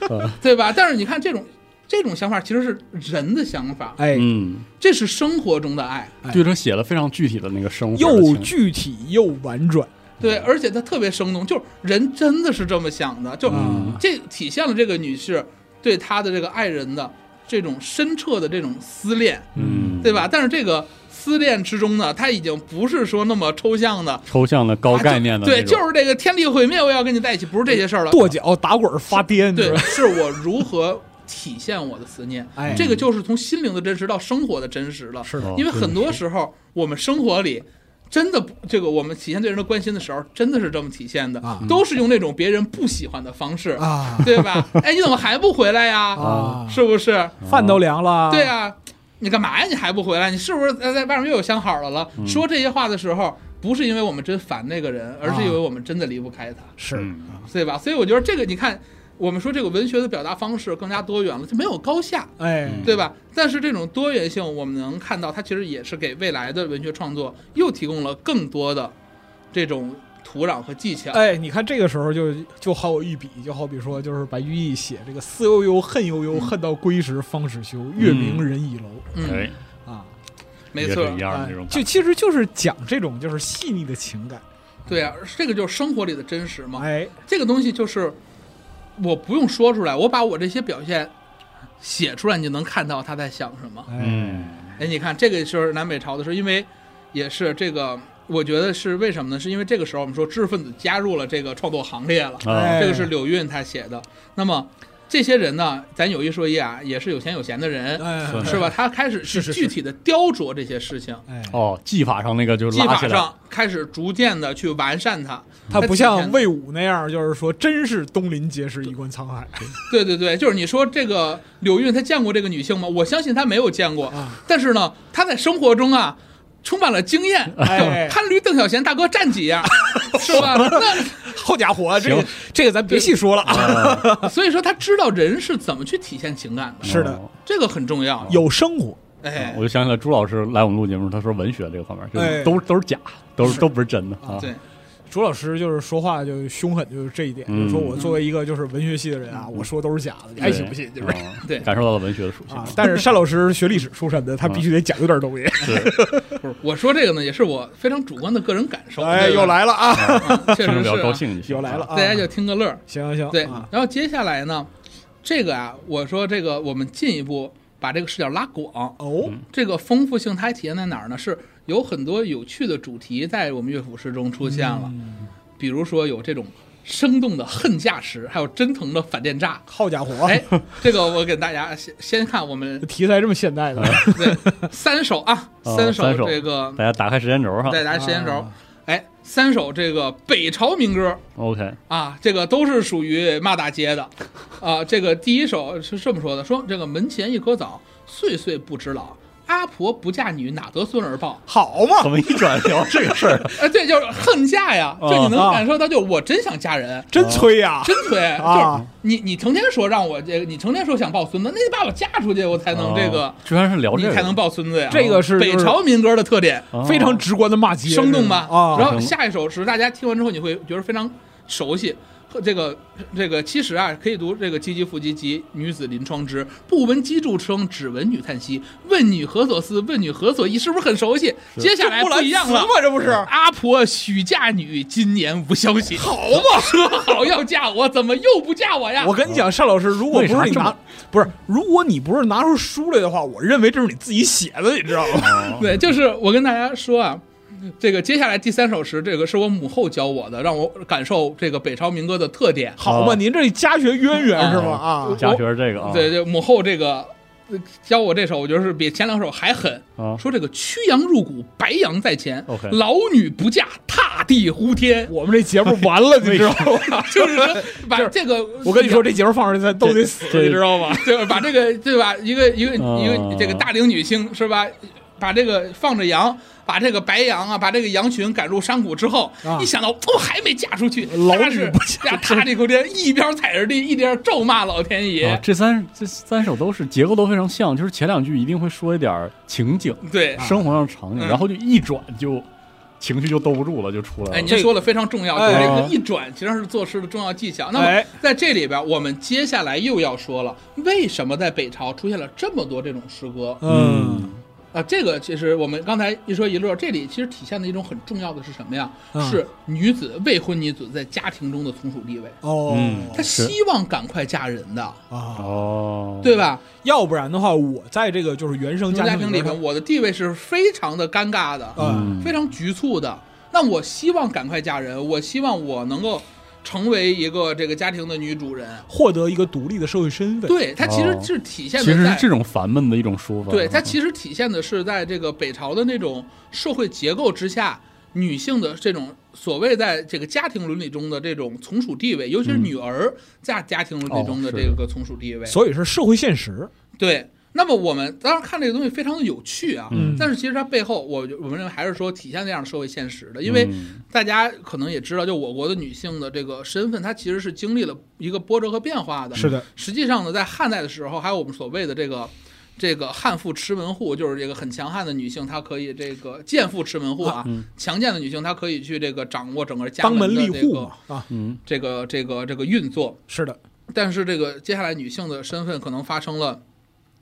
[SPEAKER 1] 服了
[SPEAKER 3] 对吧？但是你看这种这种想法其实是人的想法，
[SPEAKER 2] 哎，
[SPEAKER 1] 嗯，
[SPEAKER 3] 这是生活中的爱，
[SPEAKER 2] 哎
[SPEAKER 1] 对这写了非常具体的那个生活的
[SPEAKER 2] 又
[SPEAKER 1] 情
[SPEAKER 2] 具体又婉转，
[SPEAKER 3] 对，
[SPEAKER 1] 嗯
[SPEAKER 3] 而且它特别生动，就是人真的是这么想的，就
[SPEAKER 2] 嗯
[SPEAKER 3] 这体现了这个女士对她的这个爱人的这种深彻的这种思恋，
[SPEAKER 1] 嗯，
[SPEAKER 3] 对吧？但是这个思恋之中呢，它已经不是说那么抽象的。
[SPEAKER 1] 抽象的高
[SPEAKER 3] 啊就
[SPEAKER 1] 概念的那
[SPEAKER 3] 对，
[SPEAKER 1] 种，
[SPEAKER 3] 就是这个天地毁灭，我要跟你在一起，不是这些事儿了。
[SPEAKER 2] 跺脚打滚发癫，你知道
[SPEAKER 3] 嗯对，
[SPEAKER 2] 吧
[SPEAKER 3] 是我如何体现我的思念。
[SPEAKER 2] 哎
[SPEAKER 3] 这个就是从心灵的真实到生活的真实了。
[SPEAKER 2] 是
[SPEAKER 1] 哦
[SPEAKER 3] 因为很多时候我们生活里。真的不，这个我们体现对人的关心的时候，真的是这么体现的，
[SPEAKER 2] 啊
[SPEAKER 3] 都是用那种别人不喜欢的方式，
[SPEAKER 2] 啊
[SPEAKER 3] 对吧？ 哎，你怎么还不回来呀？
[SPEAKER 2] 啊，
[SPEAKER 3] 是不是？
[SPEAKER 2] 饭都凉了，
[SPEAKER 3] 对啊，你干嘛呀？你还不回来？你是不是在在外面又有相好的了？
[SPEAKER 2] 嗯
[SPEAKER 3] 说这些话的时候，不是因为我们真烦那个人，而是因为我们真的离不开他。
[SPEAKER 2] 是
[SPEAKER 1] 嗯
[SPEAKER 3] 对吧？所以我觉得这个，你看，我们说这个文学的表达方式更加多元了，就没有高下，
[SPEAKER 2] 哎，
[SPEAKER 3] 对吧？但是这种多元性，我们能看到，它其实也是给未来的文学创作又提供了更多的这种土壤和技巧。
[SPEAKER 2] 哎，你看这个时候就就好有一比，就好比说，就是白居易写这个“思悠悠，恨悠悠，恨到归时方始休，月明人倚楼
[SPEAKER 3] 嗯，
[SPEAKER 1] 哎，”
[SPEAKER 2] 啊，
[SPEAKER 3] 没
[SPEAKER 1] 也
[SPEAKER 3] 错啊
[SPEAKER 1] 是一，样的那种
[SPEAKER 2] 哎
[SPEAKER 1] 感
[SPEAKER 2] 就
[SPEAKER 1] 觉，
[SPEAKER 2] 其实就是讲这种就是细腻的情感，
[SPEAKER 3] 对啊，这个就是生活里的真实
[SPEAKER 1] 嗯
[SPEAKER 3] 嘛。
[SPEAKER 2] 哎，
[SPEAKER 3] 这个东西就是我不用说出来，我把我这些表现写出来，你就能看到他在想什么。
[SPEAKER 2] 哎，
[SPEAKER 1] 嗯，
[SPEAKER 3] 哎，你看这个就是南北朝的时候，因为也是这个，我觉得是为什么呢？是因为这个时候我们说知识分子加入了这个创作行列了，
[SPEAKER 1] 啊，
[SPEAKER 2] 哎
[SPEAKER 3] 这个是柳韵他写的。那么这些人呢，咱有一说一啊，也是有钱有闲的人，
[SPEAKER 2] 哎，
[SPEAKER 3] 是吧？？他开始
[SPEAKER 2] 是
[SPEAKER 3] 去
[SPEAKER 2] 是是
[SPEAKER 3] 具体的雕琢这些事情，
[SPEAKER 2] 哎，
[SPEAKER 1] 哦，技法上那个就
[SPEAKER 3] 技
[SPEAKER 1] 拉
[SPEAKER 3] 法
[SPEAKER 1] 起来，
[SPEAKER 3] 上开始逐渐的去完善它。
[SPEAKER 2] 他不
[SPEAKER 3] 体现
[SPEAKER 2] 像
[SPEAKER 3] 的
[SPEAKER 2] 魏武那样，就是说真是东临碣石，一观沧 海。
[SPEAKER 3] 对对对，就是你说这个柳韵，她见过这个女性吗？我相信她没有见过，
[SPEAKER 2] 啊
[SPEAKER 3] 但是呢，她在生活中啊，充满了经 验。
[SPEAKER 2] 哎
[SPEAKER 3] 潘驴邓小闲大哥站几样，是吧？那
[SPEAKER 2] 好家伙，这个
[SPEAKER 1] 行
[SPEAKER 2] 这个咱别细说了啊。
[SPEAKER 1] 啊
[SPEAKER 3] 所以说他知道人是怎么去体现情感的，
[SPEAKER 2] 是的
[SPEAKER 1] 哦
[SPEAKER 3] 这个很重要。啊
[SPEAKER 2] 有生活，
[SPEAKER 3] 哎
[SPEAKER 1] 啊我，就想起来朱老师来我们录节目，他说文学这个方面，
[SPEAKER 2] 哎
[SPEAKER 1] 就都都是假，都是都不是真的啊，
[SPEAKER 3] 对，
[SPEAKER 2] 朱老师就是说话就凶狠，就是这一点。就是
[SPEAKER 1] 嗯
[SPEAKER 2] 说我作为一个就是文学系的人啊，我说都是假的，你爱信不信？就是
[SPEAKER 1] 哦
[SPEAKER 3] 对
[SPEAKER 1] 感受到了文学的属性
[SPEAKER 2] 啊，但是单老师学历史出身的，他
[SPEAKER 1] 嗯
[SPEAKER 2] 必须得讲究点东 西。
[SPEAKER 1] 是
[SPEAKER 3] 不是我说这个呢，也是我非常主观的个人感受。
[SPEAKER 2] 哎，
[SPEAKER 3] 对吧
[SPEAKER 2] 又，来了啊，
[SPEAKER 3] 啊确
[SPEAKER 1] 听着
[SPEAKER 3] 实
[SPEAKER 1] 比较
[SPEAKER 3] 是
[SPEAKER 1] 高
[SPEAKER 3] 啊，
[SPEAKER 1] 兴就行，
[SPEAKER 2] 又来了，啊！
[SPEAKER 3] 大家就听个乐儿。
[SPEAKER 2] 行行行，
[SPEAKER 3] 对
[SPEAKER 2] 啊，
[SPEAKER 3] 然后接下来呢，这个啊，我说这个我们进一步把这个视角拉广，
[SPEAKER 2] 哦，
[SPEAKER 3] 这个丰富性它还体现在哪儿呢？是
[SPEAKER 1] 嗯
[SPEAKER 3] 有很多有趣的主题在我们乐府诗中出现了，比如说有这种生动的恨驾驶，还有真诚的反电诈。
[SPEAKER 2] 好家
[SPEAKER 1] 哦
[SPEAKER 2] 伙，
[SPEAKER 3] 哎，这个我给大家先先看 我们
[SPEAKER 2] 题材这么现代的，
[SPEAKER 3] 对三首啊，
[SPEAKER 1] 哦
[SPEAKER 3] 三
[SPEAKER 1] 三首
[SPEAKER 3] 这个
[SPEAKER 1] 大家打开时间轴哈。
[SPEAKER 3] 带大家时间轴
[SPEAKER 2] 啊，
[SPEAKER 3] 哎，三首这个北朝民歌
[SPEAKER 1] OK，
[SPEAKER 3] 啊，这个都是属于骂大街的啊。这个第一首是这么说的：说这个门前一棵枣，岁岁不知老。阿婆不嫁女，哪得孙儿抱？
[SPEAKER 2] 好
[SPEAKER 3] 嗯
[SPEAKER 2] 嘛，
[SPEAKER 1] 怎么一转聊这个事儿？
[SPEAKER 3] 哎，对，就是恨嫁呀，就你能
[SPEAKER 2] 啊
[SPEAKER 3] 感受到，就是我真想嫁人，
[SPEAKER 2] 真吹呀！
[SPEAKER 3] 真推，就是
[SPEAKER 2] 啊
[SPEAKER 3] 你你成天说让我这个，你成天说想抱孙子，那你把我嫁出去，我 才能这个
[SPEAKER 1] 哦，居然是聊这
[SPEAKER 3] 你
[SPEAKER 1] 个，
[SPEAKER 3] 才能抱孙子呀。嗯
[SPEAKER 2] 这个是
[SPEAKER 3] 北朝民歌的特点，
[SPEAKER 1] 哦
[SPEAKER 2] 非常直观的骂街，
[SPEAKER 3] 生动吧？
[SPEAKER 2] 啊，
[SPEAKER 3] 然后下一首是大家听完之后，你会觉得非常熟悉。和这个这个其实啊，可以读这个“唧唧复唧唧，女子临窗之，不闻机杼声，只闻女叹息。问女何所思？问女何所忆？”是不是很熟悉？接下来
[SPEAKER 2] 这不
[SPEAKER 3] 不一样了嗯
[SPEAKER 2] 蓝，词嘛，这不是
[SPEAKER 3] 阿婆许嫁女，今年无消息。好嘛，说好要嫁我，怎么又不嫁我呀？
[SPEAKER 2] 我跟你讲，单老师，如果
[SPEAKER 1] 为
[SPEAKER 2] 不
[SPEAKER 1] 啥
[SPEAKER 2] 是你
[SPEAKER 1] 这么
[SPEAKER 2] 拿，不是，如果你不是拿出书来的话，我认为这是你自己写的，你知道吗？
[SPEAKER 3] 对，就是我跟大家说啊，这个接下来第三首诗，这个是我母后教我的，让我感受这个北朝民歌的特点。
[SPEAKER 2] 好嘛，
[SPEAKER 1] 啊
[SPEAKER 2] 您这家学渊
[SPEAKER 3] 嗯
[SPEAKER 2] 源是吗？
[SPEAKER 1] 啊
[SPEAKER 2] 啊，
[SPEAKER 1] 家学这个啊，
[SPEAKER 3] 对，对，母后这个呃教我这首，我觉得是比前两首还狠。
[SPEAKER 1] 啊
[SPEAKER 3] 说这个驱羊入谷，白羊在前
[SPEAKER 1] OK
[SPEAKER 3] 老女不嫁，踏地呼天
[SPEAKER 2] 。我们这节目完了，你知道吗？
[SPEAKER 3] 就是说把这个，
[SPEAKER 2] 我跟你说，这节目放出去，咱都得死，
[SPEAKER 1] 这
[SPEAKER 2] 你知道吗？
[SPEAKER 3] 对吧？把这个对吧？一个一个
[SPEAKER 2] 哦
[SPEAKER 3] 一个
[SPEAKER 1] 啊
[SPEAKER 3] 这个大龄女性是吧？把这个放着羊，把这个白羊啊，把这个羊群赶入山谷之后，
[SPEAKER 2] 啊
[SPEAKER 3] 一想到我还没嫁出去，
[SPEAKER 2] 老
[SPEAKER 3] 那
[SPEAKER 2] 女
[SPEAKER 3] 是
[SPEAKER 2] 不
[SPEAKER 3] 呀，踏地呼天，一边踩着地，一边咒骂老天爷。
[SPEAKER 1] 啊，这三这三首都是结构都非常像，就是前两句一定会说一点儿情景，
[SPEAKER 3] 对，
[SPEAKER 2] 啊
[SPEAKER 1] 生活上场景，
[SPEAKER 3] 嗯
[SPEAKER 1] 然后就一转就情绪就兜不住了，就出来
[SPEAKER 3] 哎，
[SPEAKER 1] 了。
[SPEAKER 3] 您说的非常重要，就是
[SPEAKER 2] 哎
[SPEAKER 3] 这个一转，其实是作诗的重要技巧。那么
[SPEAKER 2] 哎
[SPEAKER 3] 在这里边，我们接下来又要说了，为什么在北朝出现了这么多这种诗歌
[SPEAKER 2] 嗯，
[SPEAKER 3] 啊？这个其实我们刚才一说一乐，这里其实体现的一种很重要的是什么呀？
[SPEAKER 2] 嗯
[SPEAKER 3] 是女子未婚女子在家庭中的从属地位，
[SPEAKER 2] 哦，
[SPEAKER 1] 嗯
[SPEAKER 3] 她
[SPEAKER 1] 是
[SPEAKER 3] 希望赶快嫁人的，
[SPEAKER 2] 啊，
[SPEAKER 1] 哦，
[SPEAKER 3] 对吧？
[SPEAKER 2] 要不然的话，我在这个就是原生
[SPEAKER 3] 家
[SPEAKER 2] 家
[SPEAKER 3] 庭里
[SPEAKER 2] 里
[SPEAKER 3] 面，我的地位是非常的尴尬的。
[SPEAKER 2] 啊，
[SPEAKER 1] 嗯
[SPEAKER 3] 非常局促的。那我希望赶快嫁人，我希望我能够成为一个这个家庭的女主人。
[SPEAKER 2] 获得一个独立的社会身份，，
[SPEAKER 3] 对，它其实
[SPEAKER 1] 哦
[SPEAKER 3] 是体现
[SPEAKER 1] 其
[SPEAKER 3] 的
[SPEAKER 1] 实
[SPEAKER 3] 在，
[SPEAKER 1] 是这种烦闷的一种说法。啊
[SPEAKER 3] 对它其实体现的是在这个北朝的那种社会结构之下，女性的这种所谓在这个家庭伦理中的这种从属地位，尤其是女儿在家庭伦理中的
[SPEAKER 1] 嗯哦是
[SPEAKER 3] 这个从属地位。
[SPEAKER 2] 所以是社会现实，
[SPEAKER 3] 对，那么我们当然看这个东西非常的有趣啊，
[SPEAKER 2] 嗯
[SPEAKER 3] 但是其实它背后，我我们认为还是说体现这样的社会现实的，因为
[SPEAKER 1] 嗯
[SPEAKER 3] 大家可能也知道，就我国的女性的这个身份，它其实是经历了一个波折和变化的。
[SPEAKER 2] 是的，
[SPEAKER 3] 实际上呢，在汉代的时候，还有我们所谓的这个。这个汉妇吃门户，就是这个很强悍的女性，她可以这个贱妇吃门户啊，强健的女性她可以去这个掌握整个家
[SPEAKER 2] 嗯当门
[SPEAKER 3] 的
[SPEAKER 2] 立
[SPEAKER 3] 这
[SPEAKER 2] 户
[SPEAKER 3] 个
[SPEAKER 2] 嘛，啊，
[SPEAKER 1] 嗯
[SPEAKER 3] 这个这个这个运作。
[SPEAKER 2] 是的，
[SPEAKER 3] 但是这个接下来女性的身份可能发生了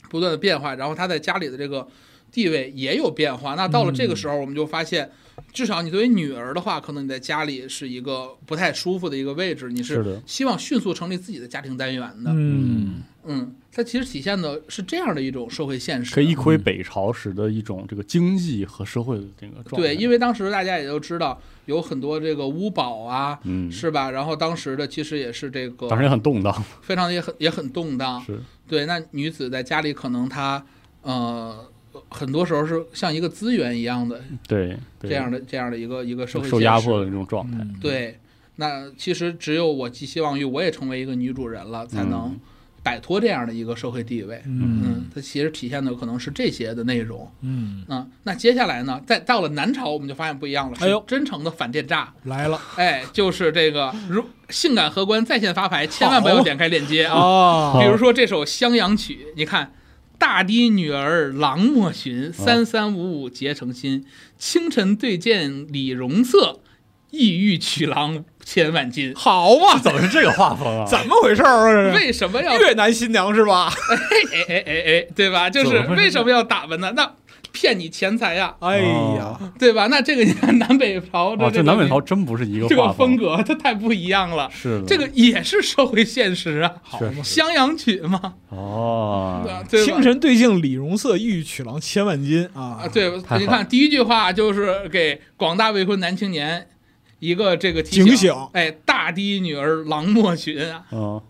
[SPEAKER 3] 不断的变化，然后她在家里的这个地位也有变化。那到了
[SPEAKER 2] 嗯
[SPEAKER 3] 这个时候，我们就发现，至少你作为女儿的话，可能你在家里是一个不太舒服的一个位置，你
[SPEAKER 1] 是
[SPEAKER 3] 是
[SPEAKER 1] 的
[SPEAKER 3] 希望迅速成立自己的家庭单元的。
[SPEAKER 2] 嗯，
[SPEAKER 3] 嗯它其实体现的是这样的一种社会现实。
[SPEAKER 1] 可以一窥北朝时的一种这个经济和社会的这个状态。
[SPEAKER 3] 对，因
[SPEAKER 1] 为
[SPEAKER 3] 为当时大家也都知道有很多这个巫堡啊，
[SPEAKER 1] 嗯，
[SPEAKER 3] 是吧？然后当时的其实也是这个，
[SPEAKER 1] 当时也很动荡，
[SPEAKER 3] 非常也很也很动荡。
[SPEAKER 1] 是
[SPEAKER 3] 对，那女子在家里可能她呃很多时候是像一个资源一样的
[SPEAKER 1] 对
[SPEAKER 3] 这样
[SPEAKER 1] 的
[SPEAKER 3] 的这样的一个一个社会嗯
[SPEAKER 1] 受
[SPEAKER 3] 现
[SPEAKER 1] 压
[SPEAKER 3] 实
[SPEAKER 1] 迫的。那嗯种状
[SPEAKER 2] 嗯
[SPEAKER 1] 态。
[SPEAKER 3] 对，那其实只有我寄希望于我也成为一个女主人了，才能
[SPEAKER 1] 嗯
[SPEAKER 3] 摆脱这样的一个社会地位。
[SPEAKER 2] 嗯
[SPEAKER 3] 它其实体现的可能是这些的内容。
[SPEAKER 2] 嗯，
[SPEAKER 3] 嗯，那接下来呢，在到了南朝，我们就发现不一样了，是
[SPEAKER 2] 哎呦
[SPEAKER 3] 真诚的反电诈，
[SPEAKER 2] 来了
[SPEAKER 3] 哎，就是这个如性感荷官在线发牌，千万不要
[SPEAKER 2] 好
[SPEAKER 3] 点开链接啊！
[SPEAKER 2] 啊
[SPEAKER 1] 好
[SPEAKER 3] 比如说这首《襄阳曲》，你看。大堤女儿郎莫寻，三三五五结成亲。清晨对剑李容色，意欲取郎千万金。
[SPEAKER 2] 好嘛，
[SPEAKER 1] 怎么是这个画风啊？
[SPEAKER 2] 怎么回事儿啊？这是
[SPEAKER 3] 为什么要
[SPEAKER 2] 越南新娘是吧？
[SPEAKER 3] 哎哎哎哎，对吧？就
[SPEAKER 1] 怎
[SPEAKER 3] 是
[SPEAKER 1] 么会是
[SPEAKER 3] 为什么要打扮呢？那骗你钱财呀，
[SPEAKER 2] 哎呀
[SPEAKER 1] 哦，
[SPEAKER 3] 对吧？那这个你 看南北朝的
[SPEAKER 1] 哇，
[SPEAKER 3] 这
[SPEAKER 1] 啊这
[SPEAKER 3] 个
[SPEAKER 1] 哦南北朝真不是一个
[SPEAKER 3] 这个
[SPEAKER 1] 画
[SPEAKER 3] 风格，它太不一样了。
[SPEAKER 1] 是的，
[SPEAKER 3] 这个也是社会现实啊，
[SPEAKER 2] 好
[SPEAKER 1] 是
[SPEAKER 2] 嘛。
[SPEAKER 3] 襄阳曲嘛，
[SPEAKER 1] 哦，
[SPEAKER 3] 对吧？
[SPEAKER 2] 清晨对镜李容色，一语取郎千万金
[SPEAKER 3] 啊，
[SPEAKER 2] 啊！
[SPEAKER 3] 对
[SPEAKER 1] 太，好
[SPEAKER 3] 你看第一句话就是给广大未婚男青年一个这个提
[SPEAKER 2] 警醒
[SPEAKER 3] 哎，大堤女儿郎莫群啊，
[SPEAKER 1] 嗯，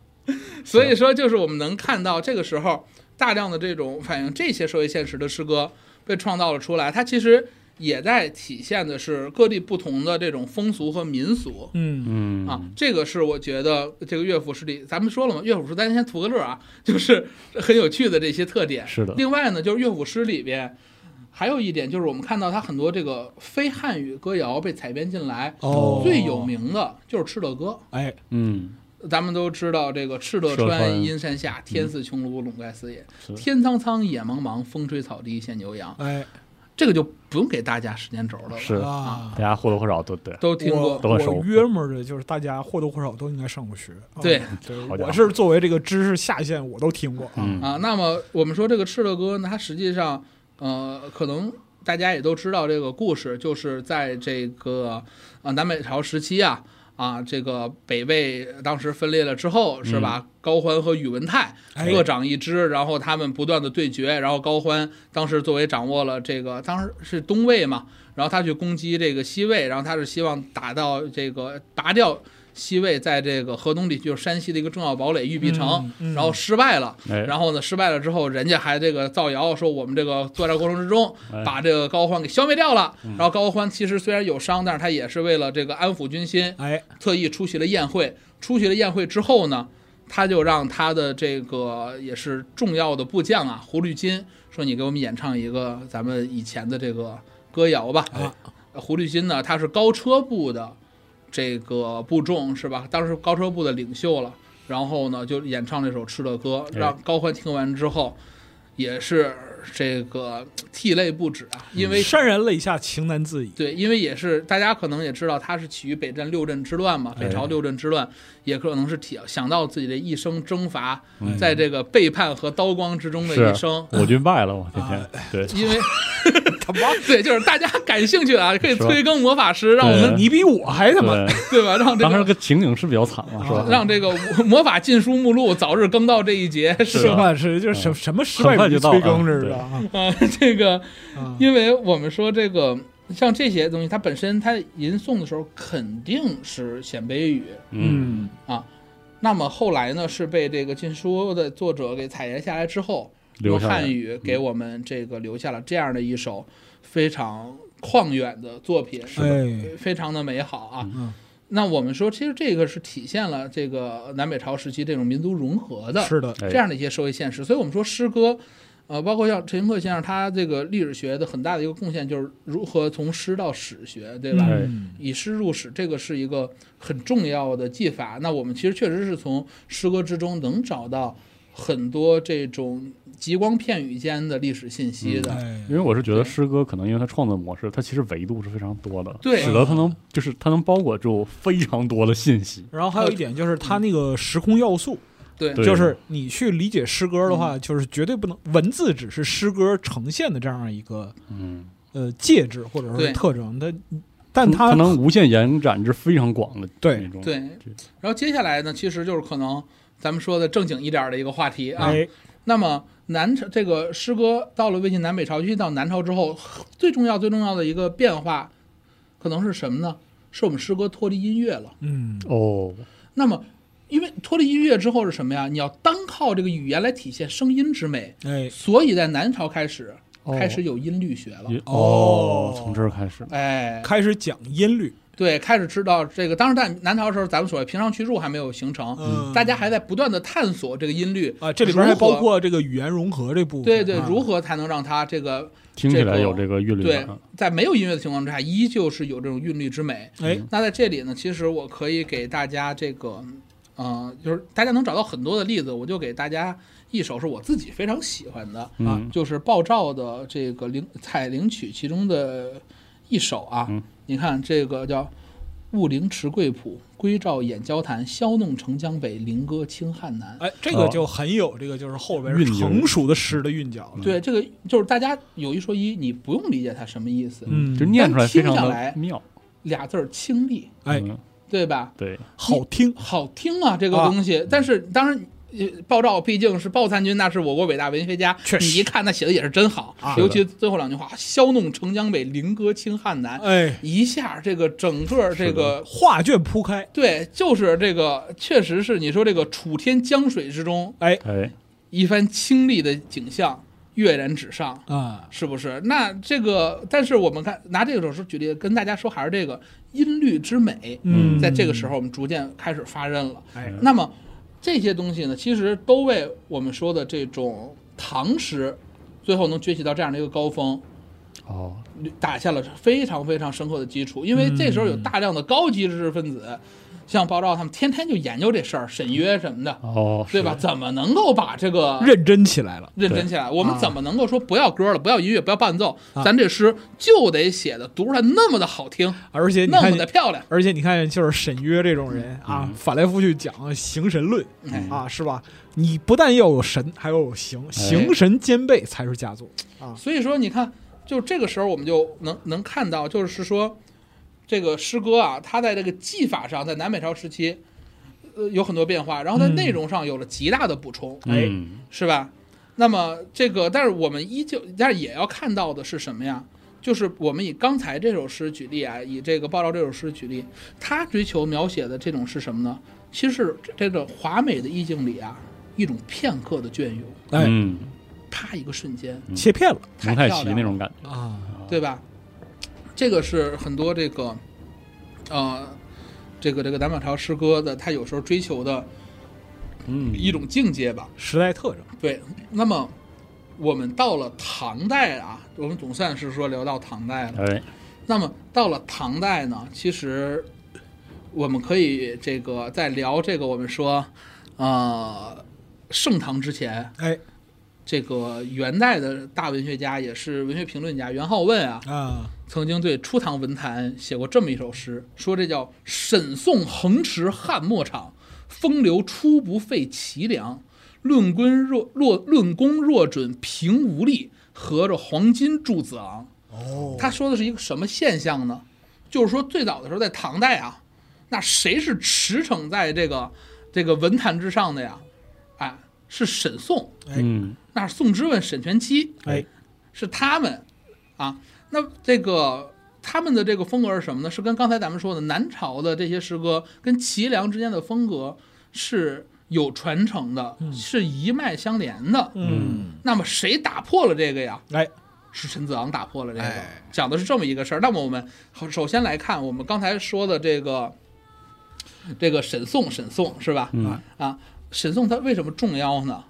[SPEAKER 3] 所以说，就是我们能看到这个时候大量的这种反映这些社会现实的诗歌被创造了出来。它其实也在体现的是各地不同的这种风俗和民俗
[SPEAKER 2] 嗯
[SPEAKER 1] 嗯
[SPEAKER 3] 啊。这个是我觉得这个乐府诗里，咱们说了嘛，乐府诗咱先图个乐啊， 就是很有趣的这些特点。
[SPEAKER 1] 是的
[SPEAKER 3] 另外呢，就是乐府诗里边还有一点，就是我们看到它很多这个非汉语歌谣被采编进来，
[SPEAKER 2] 哦，
[SPEAKER 3] 最有名的就是《敕勒歌》。
[SPEAKER 2] 哎，
[SPEAKER 1] 嗯，
[SPEAKER 3] 咱们都知道这个敕勒
[SPEAKER 1] 敕勒
[SPEAKER 3] 川
[SPEAKER 1] 川嗯
[SPEAKER 3] 阴山下，天似穹庐笼盖四野。
[SPEAKER 1] 是
[SPEAKER 3] 天苍苍，野茫茫，风吹草低见牛羊。
[SPEAKER 2] 哎
[SPEAKER 3] 这个就不用给大家时间轴了吧，
[SPEAKER 1] 是，
[SPEAKER 2] 啊
[SPEAKER 1] 大，家或多或少都对，
[SPEAKER 3] 都听
[SPEAKER 2] 我
[SPEAKER 3] 过。
[SPEAKER 1] 都很熟
[SPEAKER 2] 我约摸着就是大家或多或少都应该上过学。啊
[SPEAKER 3] 对
[SPEAKER 1] 好家伙
[SPEAKER 2] 我是作为这个知识下线，我都听过啊。
[SPEAKER 1] 嗯
[SPEAKER 3] 啊，那么我们说这个敕勒歌呢，它实际上，呃，可能大家也都知道这个故事，就是在这个呃南北朝时期啊。啊，这个北魏当时分裂了之后，是吧？高欢和宇文泰
[SPEAKER 2] 嗯哎
[SPEAKER 3] 各长一支，然后他们不断的对决，然后高欢当时作为掌握了这个，当时是东魏嘛，然后他去攻击这个西魏，然后他是希望打到这个拔掉西魏在这个河东地区，就是山西的一个重要堡垒玉璧城，
[SPEAKER 2] 嗯嗯
[SPEAKER 3] 然后失败了。
[SPEAKER 1] 哎
[SPEAKER 3] 然后呢，失败了之后，人家还这个造谣说我们这个作战过程之中
[SPEAKER 1] 哎嗯
[SPEAKER 3] 把这个高欢给消灭掉了。然后高欢其实虽然有伤，但是他也是为了这个安抚军心，
[SPEAKER 2] 哎，
[SPEAKER 3] 特意出席了宴会。出席了宴会之后呢，他就让他的这个也是重要的部将啊，胡律金说：“你给我们演唱一个咱们以前的这个歌谣吧。呃
[SPEAKER 2] 哎
[SPEAKER 3] 胡律金呢，他是高车部的这个部众是吧？当时高车部的领袖了。然后呢，就演唱这首《敕勒歌》，
[SPEAKER 1] 哎
[SPEAKER 3] 让高欢听完之后，也是这个涕泪不止啊，因
[SPEAKER 1] 嗯
[SPEAKER 3] 为
[SPEAKER 2] 潸然泪下，情难自已。
[SPEAKER 3] 对，因为也是大家可能也知道，他是起于北镇六镇之乱嘛，
[SPEAKER 1] 哎
[SPEAKER 3] 北朝六镇之乱，也可能是体想到自己的一生征伐，在这个背叛和刀光之中
[SPEAKER 1] 嗯
[SPEAKER 3] 的
[SPEAKER 1] 是
[SPEAKER 3] 一生。
[SPEAKER 1] 我军败了，我天
[SPEAKER 3] 啊
[SPEAKER 1] 天对，
[SPEAKER 3] 因为
[SPEAKER 2] 他妈，
[SPEAKER 3] 对，就是大家感兴趣的啊，可以
[SPEAKER 1] 是吧
[SPEAKER 3] 催更魔法师，让我
[SPEAKER 1] 对
[SPEAKER 3] 们
[SPEAKER 2] 你比我还他妈
[SPEAKER 1] 对，
[SPEAKER 3] 对吧？让这
[SPEAKER 1] 当时那
[SPEAKER 3] 个啊
[SPEAKER 1] 个情景是比较惨嘛，是吧？
[SPEAKER 3] 让这个魔法禁书目录早日更到这一节，是
[SPEAKER 1] 是
[SPEAKER 2] 是
[SPEAKER 1] 啊
[SPEAKER 2] 吧？是就是什
[SPEAKER 1] 嗯
[SPEAKER 2] 什么失败
[SPEAKER 1] 很快
[SPEAKER 2] 如
[SPEAKER 1] 就到
[SPEAKER 2] 催
[SPEAKER 1] 啊
[SPEAKER 2] 更似
[SPEAKER 1] 对
[SPEAKER 2] 的啊
[SPEAKER 3] 啊，这个
[SPEAKER 2] 啊！
[SPEAKER 3] 因为我们说这个像这些东西，它本身它吟诵的时候肯定是鲜卑语，
[SPEAKER 1] 嗯，
[SPEAKER 3] 那么后来呢，是被这个禁书的作者给采研下来之后，
[SPEAKER 1] 留
[SPEAKER 3] 用
[SPEAKER 1] 下来
[SPEAKER 3] 汉语给我们这个留下了这样的一首非常旷远的作品，
[SPEAKER 1] 嗯
[SPEAKER 2] 哎，
[SPEAKER 3] 非常的美好啊。
[SPEAKER 2] 嗯
[SPEAKER 3] 那我们说，其实这个是体现了这个南北朝时期这种民族融合的
[SPEAKER 2] 是的，
[SPEAKER 1] 哎
[SPEAKER 3] 这样的一些社会现实。所以我们说诗歌，呃，包括像陈寅恪先生，他这个历史学的很大的一个贡献就是如何从诗到史学，对
[SPEAKER 1] 哎
[SPEAKER 3] 吧？
[SPEAKER 2] 嗯，
[SPEAKER 3] 以诗入史，这个是一个很重要的技法。那我们其实确实是从诗歌之中能找到很多这种极光片语间的历史信息的。
[SPEAKER 2] 哎，
[SPEAKER 1] 因为我是觉得诗歌可能因为它创作模式，它其实维度是非常多的，
[SPEAKER 3] 对
[SPEAKER 1] 使得它能就是它能包裹住非常多的信息，
[SPEAKER 2] 然后还有一点就是它那个时空要素，
[SPEAKER 3] 对
[SPEAKER 1] 对
[SPEAKER 2] 就是你去理解诗歌的话，就是绝对不能文字只是诗歌呈现的这样一个
[SPEAKER 1] 嗯，
[SPEAKER 2] 呃介质或者
[SPEAKER 3] 对
[SPEAKER 2] 是特征，它但
[SPEAKER 1] 它
[SPEAKER 2] 它
[SPEAKER 1] 能无限延展至非常广的
[SPEAKER 2] 对
[SPEAKER 1] 那种，
[SPEAKER 3] 对，然后接下来呢，其实就是可能咱们说的正经一点儿的一个话题啊。
[SPEAKER 2] 哎
[SPEAKER 3] 那么南朝这个诗歌到了魏晋南北朝，尤其到南朝之后，最重要最重要的一个变化，可能是什么呢？是我们诗歌脱离音乐了。
[SPEAKER 2] 嗯
[SPEAKER 1] 哦，
[SPEAKER 3] 那么，因为脱离音乐之后是什么呀？你要单靠这个语言来体现声音之美，
[SPEAKER 2] 哎
[SPEAKER 3] 所以在南朝开始、
[SPEAKER 1] 哦
[SPEAKER 3] 开始有音律学了。
[SPEAKER 1] 也
[SPEAKER 2] 哦
[SPEAKER 1] 从这儿开始，
[SPEAKER 3] 哎，
[SPEAKER 2] 开始讲音律，
[SPEAKER 3] 对，开始知道这个。当时在南朝的时候，咱们所谓平上去入还没有形成，
[SPEAKER 2] 嗯
[SPEAKER 3] 大家还在不断的探索这个音律
[SPEAKER 2] 啊，这里边还
[SPEAKER 3] 如何
[SPEAKER 2] 包括这个语言融合这部分，
[SPEAKER 3] 对对，
[SPEAKER 2] 啊
[SPEAKER 3] 如何才能让它这个
[SPEAKER 1] 听起来有
[SPEAKER 3] 这
[SPEAKER 1] 这个韵律
[SPEAKER 3] 对
[SPEAKER 1] 感，，
[SPEAKER 2] 啊
[SPEAKER 3] 在没有音乐的情况之下，依旧是有这种韵律之美。
[SPEAKER 2] 哎
[SPEAKER 3] 那在这里呢，其实我可以给大家这个，呃，就是大家能找到很多的例子，我就给大家一首是我自己非常喜欢的，啊
[SPEAKER 1] 嗯
[SPEAKER 3] 就是鲍照的这个领采灵曲其中的一首啊。
[SPEAKER 1] 嗯
[SPEAKER 3] 你看这个叫“雾灵池桂浦，归照掩交潭，消弄澄江北，菱歌清汉南”
[SPEAKER 2] 哎，这个
[SPEAKER 1] 哦
[SPEAKER 2] 就很有这个就是后边
[SPEAKER 1] 韵脚
[SPEAKER 2] 成熟的诗的韵
[SPEAKER 1] 嗯
[SPEAKER 2] 脚了，
[SPEAKER 3] 对，这个就是大家有一说一，你不用理解它什么意思，
[SPEAKER 2] 嗯
[SPEAKER 1] 就念出来非常
[SPEAKER 3] 但听下来
[SPEAKER 1] 的妙，
[SPEAKER 3] 俩字儿清丽，
[SPEAKER 2] 哎
[SPEAKER 1] 嗯
[SPEAKER 3] 对吧？
[SPEAKER 1] 对，
[SPEAKER 2] 嗯好听，啊
[SPEAKER 3] 好听啊，这个东西。但是当然，呃鲍照毕竟是鲍参军，那是我国伟大文学家，
[SPEAKER 2] 确实
[SPEAKER 3] 你一看他写的也是真好，
[SPEAKER 2] 啊
[SPEAKER 3] 尤其最后两句话“骁弄澄江北，凌歌清汉南”，
[SPEAKER 2] 哎，
[SPEAKER 3] 一下这个整个这个
[SPEAKER 2] 画卷铺开，
[SPEAKER 3] 对，就是这个，确实是你说这个楚天江水之中
[SPEAKER 2] 哎
[SPEAKER 1] 哎，
[SPEAKER 3] 一番清丽的景象跃然纸上，
[SPEAKER 2] 啊，
[SPEAKER 3] 是不是？那这个，但是我们看拿这种时候举例，跟大家说还是这个音律之美，
[SPEAKER 2] 嗯，
[SPEAKER 3] 在这个时候我们逐渐开始发轫了。
[SPEAKER 2] 哎，
[SPEAKER 3] 那么这些东西呢，其实都为我们说的这种唐诗最后能崛起到这样的一个高峰，
[SPEAKER 1] 哦，
[SPEAKER 3] 打下了非常非常深刻的基础，因为这时候
[SPEAKER 2] 嗯
[SPEAKER 3] 有大量的高级知识分子，像鲍照他们天天就研究这事儿，沈约什么的，
[SPEAKER 1] 哦，
[SPEAKER 3] 对吧？怎么能够把这个
[SPEAKER 2] 认真起来了，
[SPEAKER 3] 认真起来？我们怎么能够说不要歌了，不要音乐，不要伴奏，
[SPEAKER 2] 啊
[SPEAKER 3] 咱这诗就得写的读出来那么的好听，
[SPEAKER 2] 而哎且你
[SPEAKER 3] 那
[SPEAKER 2] 看
[SPEAKER 3] 么，的漂亮？
[SPEAKER 2] 而且你看，就是沈约这种人啊，反来覆去讲形神论
[SPEAKER 3] 哎
[SPEAKER 1] 嗯
[SPEAKER 2] 啊，是吧？你不但要有神，还要有形，形神兼备才是佳作啊。
[SPEAKER 3] 所以说，你看，就这个时候我们就能能看到，就是说，这个诗歌啊，它在这个技法上，在南北朝时期，呃，有很多变化，然后在
[SPEAKER 2] 嗯哎
[SPEAKER 3] 内容上有了极大的补充。
[SPEAKER 1] 嗯，
[SPEAKER 3] 是吧？那么这个，但是我们依旧，但是也要看到的是什么呀？就是我们以刚才这首诗举例啊，以这个《报道》这首诗举例，他追求描写的这种是什么呢？其实是这个华美的意境里啊，一种片刻的隽永，
[SPEAKER 2] 哎
[SPEAKER 1] 嗯，
[SPEAKER 3] 啪一个瞬间，
[SPEAKER 2] 切片了
[SPEAKER 1] 蒙太奇那种感觉，
[SPEAKER 2] 啊，
[SPEAKER 3] 对吧？这个是很多这个，呃，这个这个南北朝诗歌的，他有时候追求的
[SPEAKER 1] 嗯，
[SPEAKER 3] 一种境界吧。
[SPEAKER 2] 时代特征，
[SPEAKER 3] 对，那么我们到了唐代啊，我们总算是说聊到唐代了。
[SPEAKER 1] 哎，
[SPEAKER 3] 那么到了唐代呢，其实我们可以这个在聊这个我们说，呃，盛唐之前，
[SPEAKER 2] 哎
[SPEAKER 3] 这个元代的大文学家也是文学评论家袁好问啊，
[SPEAKER 2] 啊，
[SPEAKER 3] 曾经对初唐文坛写过这么一首诗，说这叫“沈宋横驰汉末场，风流初不费齐梁。论功若若论功若准平无力，合着黄金柱子昂。”
[SPEAKER 2] 哦，
[SPEAKER 3] 他说的是一个什么现象呢？就是说最早的时候在唐代啊，那谁是驰骋在这个这个文坛之上的呀？哎，是沈宋，
[SPEAKER 1] 嗯，
[SPEAKER 3] 那是宋之问、沈佺期，
[SPEAKER 2] 哎，
[SPEAKER 3] 是他们啊。那这个他们的这个风格是什么呢？是跟刚才咱们说的南朝的这些诗歌跟齐梁之间的风格是有传承的，是一脉相连的。
[SPEAKER 2] 嗯，
[SPEAKER 3] 那么谁打破了这个呀？
[SPEAKER 2] 哎，
[SPEAKER 3] 是陈子昂打破了这个，
[SPEAKER 2] 哎
[SPEAKER 3] 讲的是这么一个事儿。那么我们好首先来看我们刚才说的这个这个沈宋，沈宋是吧？
[SPEAKER 1] 嗯
[SPEAKER 3] 啊，沈宋他为什么重要呢？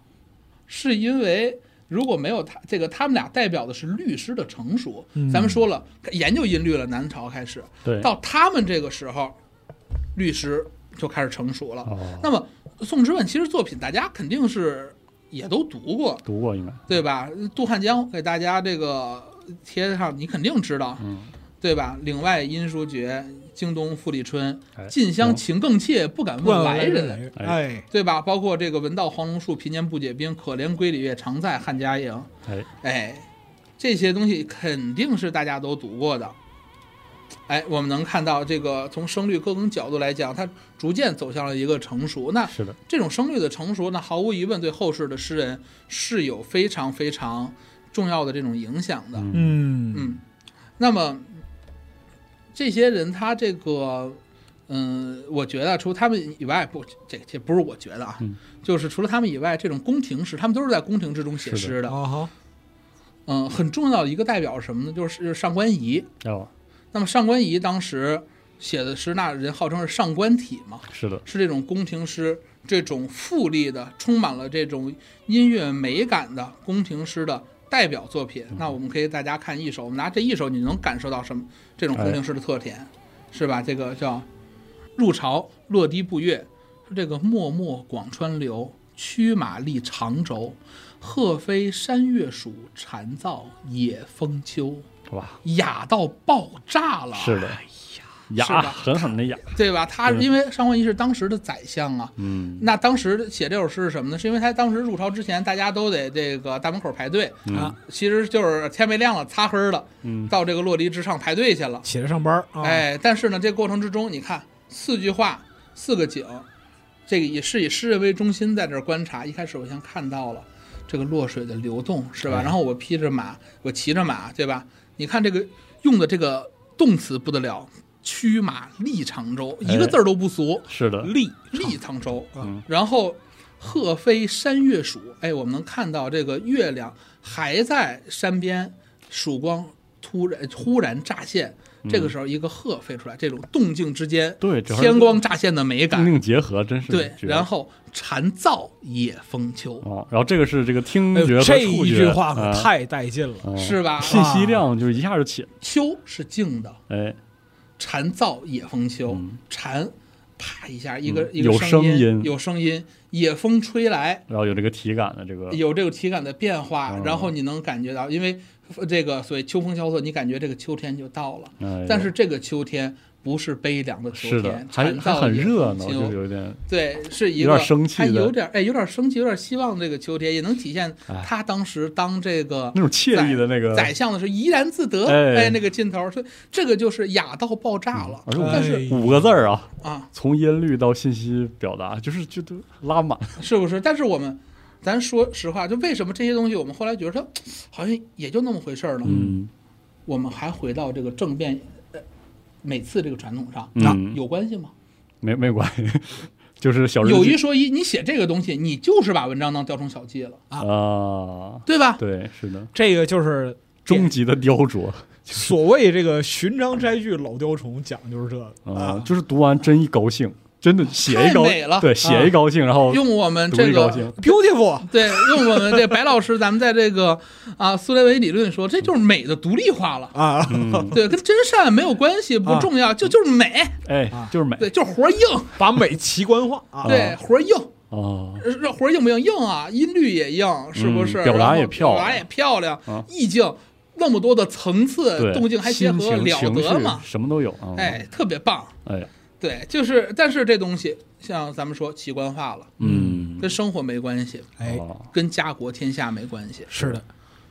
[SPEAKER 3] 是因为如果没有他这个，他们俩代表的是律诗的成熟。
[SPEAKER 2] 嗯
[SPEAKER 3] 咱们说了，研究音律了，南朝开始，
[SPEAKER 1] 对，
[SPEAKER 3] 到他们这个时候，律诗就开始成熟了。
[SPEAKER 1] 哦，
[SPEAKER 3] 那么宋之问其实作品大家肯定是也都读过，
[SPEAKER 1] 读过应该，
[SPEAKER 3] 对吧？杜汉江给大家这个贴上，你肯定知道，
[SPEAKER 1] 嗯
[SPEAKER 3] 对吧？岭外音书绝，京东复历春
[SPEAKER 1] 哎，
[SPEAKER 3] 近乡情更怯，不敢问来人。，
[SPEAKER 2] 哎，
[SPEAKER 3] 对吧？包括这个“闻道黄龙树，贫年不解兵。可怜归里月，常在汉家营。
[SPEAKER 1] 哎，”
[SPEAKER 3] 哎，这些东西肯定是大家都读过的。哎，我们能看到这个从声律各种角度来讲，它逐渐走向了一个成熟。那
[SPEAKER 1] 是的，
[SPEAKER 3] 这种声律的成熟呢，毫无疑问对后世的诗人是有非常非常重要的这种影响的。
[SPEAKER 1] 嗯，
[SPEAKER 2] 嗯，
[SPEAKER 3] 嗯，那么这些人他这个，嗯，我觉得除他们以外，不，这这不是我觉得啊，
[SPEAKER 1] 嗯
[SPEAKER 3] 就是除了他们以外，这种宫廷诗，他们都是在宫廷之中
[SPEAKER 1] 是
[SPEAKER 3] 写
[SPEAKER 1] 的
[SPEAKER 3] 诗的。
[SPEAKER 2] 啊哈，
[SPEAKER 3] 嗯，很重要的一个代表是什么呢？就是上官仪。
[SPEAKER 1] 哦，
[SPEAKER 3] 那么上官仪当时写的诗，那人号称是上官体嘛，
[SPEAKER 1] 是的，
[SPEAKER 3] 是这种宫廷诗，这种富丽的、充满了这种音乐美感的宫廷诗的代表作品。
[SPEAKER 1] 嗯
[SPEAKER 3] 那我们可以大家看一首，我们拿这一首，你能感受到什么？这种宫廷诗的特点，是吧？这个叫“入朝落堤步月”，这个“脉脉广川流，驱马立长轴”。鹤飞山月曙，蝉噪野风秋，
[SPEAKER 1] 哇，
[SPEAKER 3] 雅到爆炸了。
[SPEAKER 1] 是的，雅
[SPEAKER 3] 哎是吧
[SPEAKER 1] 狠狠的雅，
[SPEAKER 3] 对吧？他
[SPEAKER 1] 嗯
[SPEAKER 3] 因为上官仪是当时的宰相啊，
[SPEAKER 1] 嗯，
[SPEAKER 3] 那当时写这首诗是什么呢？是因为他当时入朝之前，大家都得这个大门口排队、
[SPEAKER 1] 嗯
[SPEAKER 3] 啊，其实就是天没亮了，擦黑儿了，
[SPEAKER 1] 嗯哦
[SPEAKER 3] 到这个洛黎之上排队去了。哎
[SPEAKER 2] 起来上班啊，
[SPEAKER 3] 哎，但是呢，这过程之中，你看四句话，四个景，这个也是以诗人为中心在这儿观察。一开始我先看到了这个落水的流动，是吧？然后我披着马，我骑着马，对吧？你看这个用的这个动词不得了，驱马历长洲，一
[SPEAKER 1] 哎
[SPEAKER 3] 个字儿都不俗。
[SPEAKER 1] 是的，
[SPEAKER 2] 力
[SPEAKER 3] 历沧州啊。
[SPEAKER 1] 嗯
[SPEAKER 3] 然后鹤飞山月曙，哎，我们能看到这个月亮还在山边，曙光突然忽然乍现。这个时候，一个鹤飞出来，这种动静之间，
[SPEAKER 1] 嗯对这会儿
[SPEAKER 3] 天光乍现的美
[SPEAKER 1] 动
[SPEAKER 3] 感，
[SPEAKER 1] 静结合，真是
[SPEAKER 3] 对。
[SPEAKER 1] 绝
[SPEAKER 3] 然后蝉噪野风秋，
[SPEAKER 1] 哦，然后这个是这个听
[SPEAKER 2] 哎呦
[SPEAKER 1] 觉和
[SPEAKER 2] 这
[SPEAKER 1] 触
[SPEAKER 2] 一
[SPEAKER 1] 觉，
[SPEAKER 2] 句话可
[SPEAKER 1] 啊
[SPEAKER 2] 太带劲了。
[SPEAKER 1] 嗯
[SPEAKER 3] 是吧？啊
[SPEAKER 1] 信息量就是一下就起，
[SPEAKER 3] 秋是静的，
[SPEAKER 1] 哎，
[SPEAKER 3] 蝉噪野风秋，
[SPEAKER 1] 嗯
[SPEAKER 3] 蝉啪一下，一个、
[SPEAKER 1] 嗯
[SPEAKER 3] 一个
[SPEAKER 1] 有
[SPEAKER 3] 声
[SPEAKER 1] 声音
[SPEAKER 3] 有声音，野风吹来，
[SPEAKER 1] 然后有这个体感的这个，
[SPEAKER 3] 有这个体感的变化，
[SPEAKER 1] 嗯
[SPEAKER 3] 然后你能感觉到，因为呃这个所谓秋风萧瑟，你感觉这个秋天就到了，
[SPEAKER 1] 哎呦
[SPEAKER 3] 但是这个秋天不是悲凉的秋
[SPEAKER 1] 是的
[SPEAKER 3] 天，，
[SPEAKER 1] 还
[SPEAKER 3] 蝉
[SPEAKER 1] 还
[SPEAKER 3] 噪
[SPEAKER 1] 很
[SPEAKER 3] 野
[SPEAKER 1] 热
[SPEAKER 3] 风
[SPEAKER 1] 闹，
[SPEAKER 3] 秋
[SPEAKER 1] 就是有点
[SPEAKER 3] 对，是一
[SPEAKER 1] 有
[SPEAKER 3] 个
[SPEAKER 1] 点生气
[SPEAKER 3] 还
[SPEAKER 1] 的
[SPEAKER 3] 有点哎，有点生气，有点希望这个秋天，也能体现
[SPEAKER 1] 哎
[SPEAKER 3] 他当时当这个
[SPEAKER 1] 那种惬意的那个，
[SPEAKER 3] 宰相的时候怡然自得，
[SPEAKER 1] 哎嗯
[SPEAKER 3] 哎，那个劲头，所以这个就是雅到爆炸了。
[SPEAKER 1] 而且
[SPEAKER 3] 但
[SPEAKER 1] 我
[SPEAKER 3] 是
[SPEAKER 2] 哎
[SPEAKER 1] 五个字儿啊，
[SPEAKER 3] 啊，
[SPEAKER 1] 从音律到信息表达，就是就都拉满，
[SPEAKER 3] 是不是？但是我们。咱说实话，就为什么这些东西我们后来觉得它好像也就那么回事儿呢？
[SPEAKER 1] 嗯
[SPEAKER 3] 我们还回到这个政变，呃，每次这个传统上，
[SPEAKER 1] 那
[SPEAKER 3] 有关系吗？
[SPEAKER 1] 嗯没没关系， 就是小日
[SPEAKER 3] 有一
[SPEAKER 1] 记
[SPEAKER 3] 说一，你写这个东西，你就是把文章当雕虫小技了，
[SPEAKER 1] 啊，
[SPEAKER 3] 对吧？
[SPEAKER 1] 对，是的，
[SPEAKER 2] 这个就是
[SPEAKER 1] 终极的雕琢
[SPEAKER 2] 所谓这个寻章摘句老雕虫，讲究是这个
[SPEAKER 1] 啊，就是读完真一高兴，真的写一高
[SPEAKER 3] 太美了啊
[SPEAKER 1] 对，写一高兴，然后
[SPEAKER 3] 用我们
[SPEAKER 1] 读
[SPEAKER 3] 这
[SPEAKER 1] 一高兴
[SPEAKER 3] 个，，
[SPEAKER 2] beautiful。
[SPEAKER 3] 对，用我们这白老师，咱们在这个啊苏联维理论说，这就是美的独立化了。
[SPEAKER 2] 啊，
[SPEAKER 1] 嗯，
[SPEAKER 3] 对，跟真善没有关系，不重
[SPEAKER 1] 啊
[SPEAKER 3] 要，就就是美，
[SPEAKER 1] 哎，就是美
[SPEAKER 3] 啊对，就是活儿硬，
[SPEAKER 2] 把美奇观化啊，
[SPEAKER 3] 对，活儿硬，
[SPEAKER 1] 啊，
[SPEAKER 3] 呃这活儿硬不硬？硬啊，音律也硬，是不是？
[SPEAKER 1] 嗯表达
[SPEAKER 3] 然后
[SPEAKER 1] 也漂亮
[SPEAKER 3] 表达也漂亮
[SPEAKER 1] 啊，
[SPEAKER 3] 意境那么多的层次，
[SPEAKER 1] 对，
[SPEAKER 3] 呃动静还结
[SPEAKER 1] 心
[SPEAKER 3] 合，
[SPEAKER 1] 情
[SPEAKER 3] 了
[SPEAKER 1] 情
[SPEAKER 3] 得
[SPEAKER 1] 绪
[SPEAKER 3] 嘛！
[SPEAKER 1] 什么都有啊，
[SPEAKER 3] 哎，特别棒。
[SPEAKER 1] 哎，
[SPEAKER 3] 对，就是，但是这东西像咱们说奇观化了，
[SPEAKER 1] 嗯，
[SPEAKER 3] 跟生活没关系，
[SPEAKER 2] 哎，
[SPEAKER 1] 啊
[SPEAKER 3] 跟家国天下没关系，
[SPEAKER 2] 是的，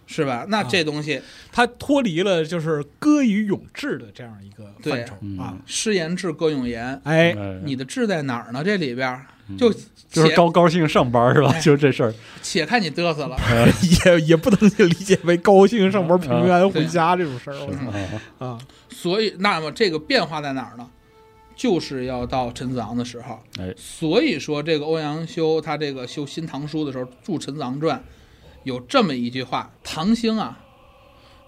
[SPEAKER 3] 是吧？
[SPEAKER 1] 啊
[SPEAKER 3] 那这东西
[SPEAKER 2] 他脱离了就是歌与咏志的这样一个范畴
[SPEAKER 1] 对
[SPEAKER 2] 啊，
[SPEAKER 3] 诗言志，歌咏言，
[SPEAKER 2] 哎，
[SPEAKER 1] 哎
[SPEAKER 3] 你的志在哪儿呢？这里边儿就
[SPEAKER 1] 嗯就
[SPEAKER 3] 且
[SPEAKER 1] 是高高兴兴上班是吧？就这事儿，
[SPEAKER 3] 且看你嘚瑟了，
[SPEAKER 2] 也也不能理解为高兴上班平平安安回家这种事儿，我
[SPEAKER 3] 嗯
[SPEAKER 2] 操
[SPEAKER 1] 啊
[SPEAKER 2] 啊，
[SPEAKER 3] 所以那么这个变化在哪儿呢？就是要到陈子昂的时候，
[SPEAKER 1] 哎
[SPEAKER 3] 所以说这个欧阳修他这个修《新唐书》的时候著《陈子昂传》，有这么一句话：“唐兴啊，